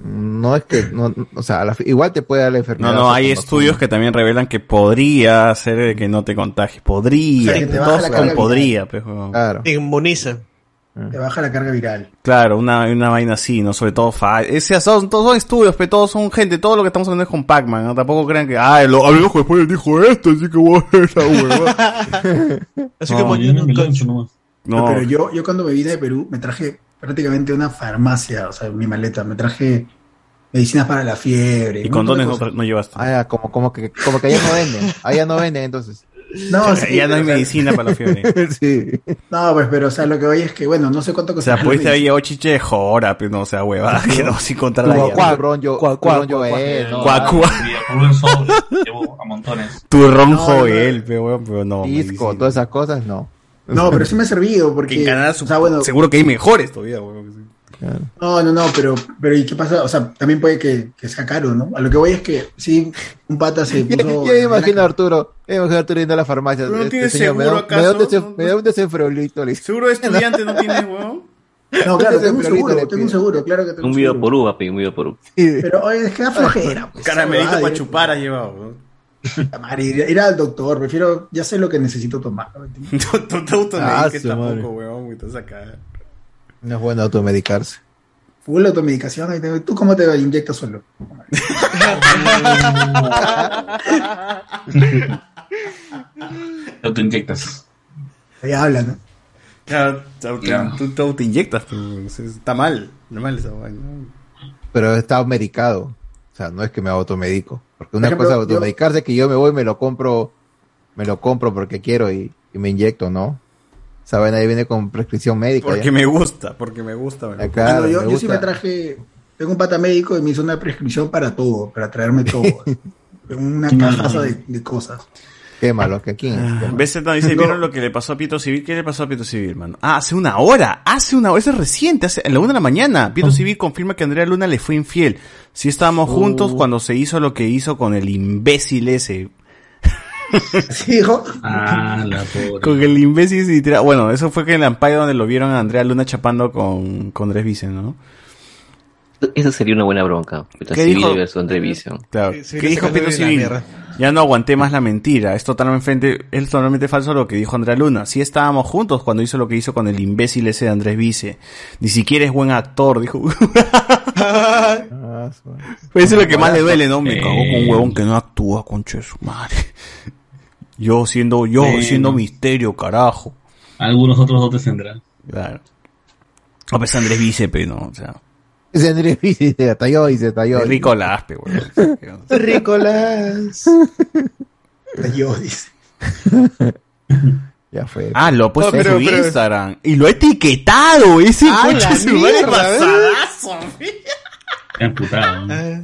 S19: no es que, no, o sea, a la fi- igual te puede dar la enfermedad.
S3: No, no, hay
S19: con vacuna.
S3: estudios que también revelan que podría hacer de que no te contagies. Podría,
S19: O sea, que te baja
S3: todos
S19: la
S3: con
S19: carga
S3: podría,
S19: viral.
S3: pues, weón.
S19: Claro.
S20: Te inmuniza.
S9: Te baja la carga viral.
S3: Claro, una, una vaina así, ¿no? Sobre todo fa ese, son, todos son estudios, pero todos son gente, todo lo que estamos hablando es con Pac-Man, ¿no? Tampoco crean que, ah, lo habló después dijo esto, así que voy a hacer esa hueva.
S20: Así
S3: No,
S20: como yo no cancho.
S3: No.
S9: pero yo, yo cuando me vine de Perú me traje prácticamente una farmacia, o sea, mi maleta, me traje medicinas para la fiebre.
S3: Y
S9: un montón de
S3: condones no,
S9: cosas.
S3: tra- no llevaste.
S19: Ah, ya, como, como que, como que allá no venden, allá no venden, entonces.
S9: No, sí,
S3: ya no hay
S9: pero, o sea,
S3: medicina para la fiebre.
S19: sí.
S9: No, pues, pero, o sea, lo que voy es que, bueno, no sé cuánto
S3: O sea,
S9: costará la
S3: pudiste haber
S9: medicina.
S3: llevado chiche de jora, pero no, o sea, huevada, que no, sin contar la
S19: Cuacuá,
S3: llave.
S19: turrón yo-
S3: Cuacuá,
S19: turrón yo,
S3: cuacuá.
S19: eh, no,
S3: Cuacuá.
S5: Llevo a montones.
S3: Turrón
S5: No,
S3: joel, pe, weón, pero no.
S19: Disco,
S3: medicina.
S19: todas esas cosas, no.
S9: No, pero sí me ha servido porque...
S3: Que en Canadá
S9: o sea, bueno,
S3: seguro que hay mejores todavía, weón.
S9: No, no, no, pero, pero ¿y qué pasa? O sea, también puede que, que sea caro, ¿no? A lo que voy es que sí, un pata se
S19: Yo,
S9: puso.
S19: yo me imagino a Arturo, yo me imagino a Arturo yendo a la farmacia.
S3: ¿Pero no
S19: este
S3: tienes
S19: señor, me da-
S3: seguro,
S19: me da un
S3: acaso?
S19: desenf- Me da un desenfriolito, le dice.
S3: Seguro de estudiante no tienes, weón.
S9: No, claro, tengo un
S19: Ahorita le
S9: seguro,
S19: pido.
S9: tengo un seguro, claro que tengo
S11: Un
S9: un
S11: video
S9: seguro.
S11: por U, papi, un video por U.
S9: Pero oye, es
S3: Ah,
S9: que da flojera. pues,
S3: Caramelito
S9: esa
S3: para
S9: huevada,
S3: chupar ha llevado, weón.
S9: puta madre, Ir, ir al doctor, prefiero, ya sé lo que necesito tomar.
S3: No, no te
S19: Ah,
S3: automediques
S19: su madre.
S3: tampoco, weón, y te saca.
S19: No es bueno automedicarse.
S9: Full automedicación, ahí tengo- ¿tú cómo te inyectas solo?
S5: No te inyectas.
S9: Ahí habla, ¿no?
S3: Claro, te auto-
S5: Ya.
S3: tú te autoinyectas, tú, weón. Sí, está mal, está mal esa vaina.
S19: Pero está medicado. O sea, no es que me automedico. Porque una
S3: ejemplo,
S19: cosa es
S3: yo-
S19: automedicarse que yo me voy y me lo compro, me lo compro porque quiero y, y me inyecto, ¿no? Saben, ahí viene con prescripción médica.
S3: Porque
S19: ya.
S3: me gusta, porque me gusta, weón.
S19: Ah, claro,
S9: Bueno, yo,
S19: me
S9: yo sí
S19: gusta.
S9: me traje, tengo un pata médico y me hizo una prescripción para todo, para traerme todo. una cajaza de, de cosas.
S19: Quémalo, que aquí. quémalo.
S3: Ah. ¿Ves? No, dice, ¿vieron lo que le pasó a Pito Civil? ¿Qué le pasó a Pito Civil, mano? Ah, hace una hora, hace una hora, ese es reciente, hace, a la una de la mañana. Pito Civil confirma que Andrea Luna le fue infiel. Sí estábamos juntos
S9: Oh.
S3: cuando se hizo lo que hizo con el imbécil ese.
S9: ¿Sí, hijo?
S3: Ah, la pobre. Con el imbécil ese literal. Bueno, eso fue que en Lampayo donde lo vieron a Andrea Luna chapando con, con Andrés Vicen, ¿no?
S11: Esa sería una buena bronca. Pito
S3: ¿Qué
S11: Civil
S3: dijo?
S11: versus André Vicio.
S3: Claro.
S11: sí,
S3: ¿Qué
S11: le
S3: dijo
S11: sacaste
S3: Pedro
S11: de la
S3: Civil?
S11: mierda.
S3: Ya no aguanté más la mentira. Es totalmente, es totalmente falso lo que dijo Andrea Luna. Sí estábamos juntos cuando hizo lo que hizo con el imbécil ese de Andrés Vice. Ni siquiera es buen actor, dijo. Pero eso Pues es lo que más le duele, ¿no? Me cagó con un huevón que no actúa, concha de su madre. Yo siendo, yo
S5: Bueno.
S3: siendo misterio, carajo.
S5: Algunos otros dos te tendrán.
S3: Claro. A pesar de Andrés Vice, pero no, o sea.
S19: Ese Andrés Vici se talló y se talló.
S3: Rico la aspe, güey.
S9: Ricolás. Yo, dice.
S19: Ya fue.
S3: Ah, lo ha puesto
S19: No, pero-
S3: en su
S19: pero-
S3: Instagram. Y lo ha etiquetado. Ese
S8: ¡A
S3: coche
S8: la
S3: se va de
S8: mierda,
S3: pasadazo!
S5: Amputado.
S11: Eh.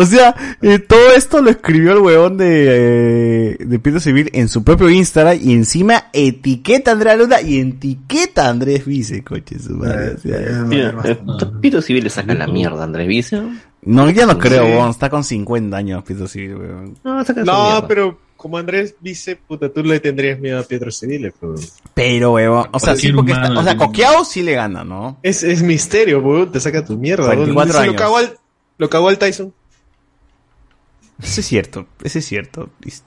S3: O sea, eh, todo esto lo escribió el huevón de, eh, de Pietro Civil en su propio Instagram y encima etiqueta a Andrea Luna y etiqueta a Andrés Vice, coche su madre. O sea,
S11: Mira, eh, Pito Civil le saca la mierda a Andrés Vicio.
S3: no, ya no creo,
S11: Sí.
S3: huevón. Está con 50 años Pietro Civil, huevón.
S11: No, saca su
S20: No,
S11: mierda.
S20: pero como Andrés dice, puta, tú le tendrías miedo a Pietro Civil.
S3: Pero, huevón, o sea, sí,
S20: Cualquier
S3: porque
S20: humano
S3: está, o
S20: le
S3: sea,
S20: tiene-
S3: coqueado sí le gana, ¿no?
S20: Es, es misterio, weón, te saca tu mierda. weón.
S3: 24
S20: Se
S3: años.
S20: Lo cagó al, lo cagó al Tyson.
S3: Eso es cierto, eso es cierto. Dis-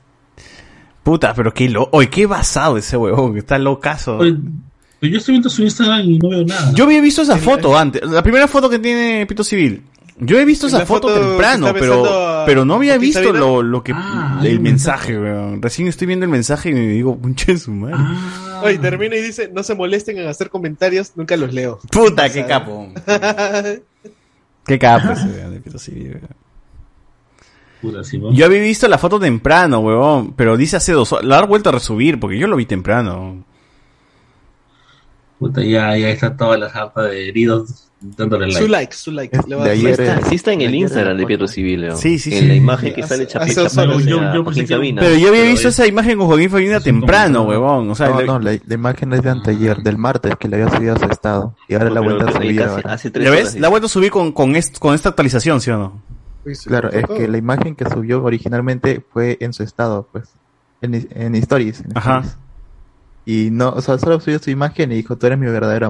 S3: Puta, pero qué lo... Oye, qué basado ese huevón, que está locazo.
S5: Oye, Pero yo estoy viendo su Instagram y no veo nada.
S3: Yo había visto esa
S20: eh.
S3: foto antes, la primera foto que tiene Pito Civil. Yo he visto esa
S5: La
S3: foto,
S5: foto que
S3: temprano,
S5: está
S3: pero,
S5: besando a-
S3: pero no había
S5: a Pizza
S3: visto
S5: Vida.
S3: lo, lo que
S5: Ah, hay
S3: el
S5: un
S3: mensaje, weón. Recién estoy viendo el mensaje y me digo, punche su madre.
S5: Ah.
S20: Oye, termina y dice, no se molesten en hacer comentarios, nunca los leo.
S3: Puta, qué capo. Qué
S5: Ah.
S3: capo ese weón de Pito Civil, weón.
S5: Puta, sí,
S3: Yo había visto la foto temprano, weón, pero dice hace dos horas. La han vuelto a resubir porque yo lo vi temprano.
S5: Puta, ya, ya está toda la japa de heridos dándole like.
S20: Su like, su like. Le va a
S5: De
S20: dar
S5: ayer
S20: su like.
S5: es-
S11: Sí está en
S5: de
S11: el
S5: ayer
S11: Instagram
S5: la
S11: de Pietro
S5: foto.
S11: Civil, Leo.
S3: Sí, sí,
S11: en
S3: sí.
S11: la imagen que
S3: Hace-
S11: sale chapi-
S3: hace
S11: chapada
S3: dos horas.
S11: hacia
S3: Yo- yo pensé
S11: Joaquín
S3: que-
S11: Sabina.
S3: Pero yo había
S11: Pero
S3: visto
S11: es-
S3: esa imagen con Joaquín Sabina temprano, huevón. O sea,
S7: no,
S3: le-
S7: no, la, la imagen es de anteayer, del martes, que le había subido a su estado. Y ahora la
S11: Pero-
S7: vuelta a
S11: pero ahí
S7: subir
S11: casi-
S7: ahora.
S11: hace tres
S3: ¿ya
S11: horas,
S3: ves?
S11: sí.
S3: La vuelta a subir con, con, est- con esta actualización, ¿sí o no?
S7: Claro, es que la imagen que subió originalmente fue en su estado, pues, en, en stories. en
S3: Ajá.
S7: stories. Y no, o sea, solo subió su imagen y dijo, tú eres mi verdadero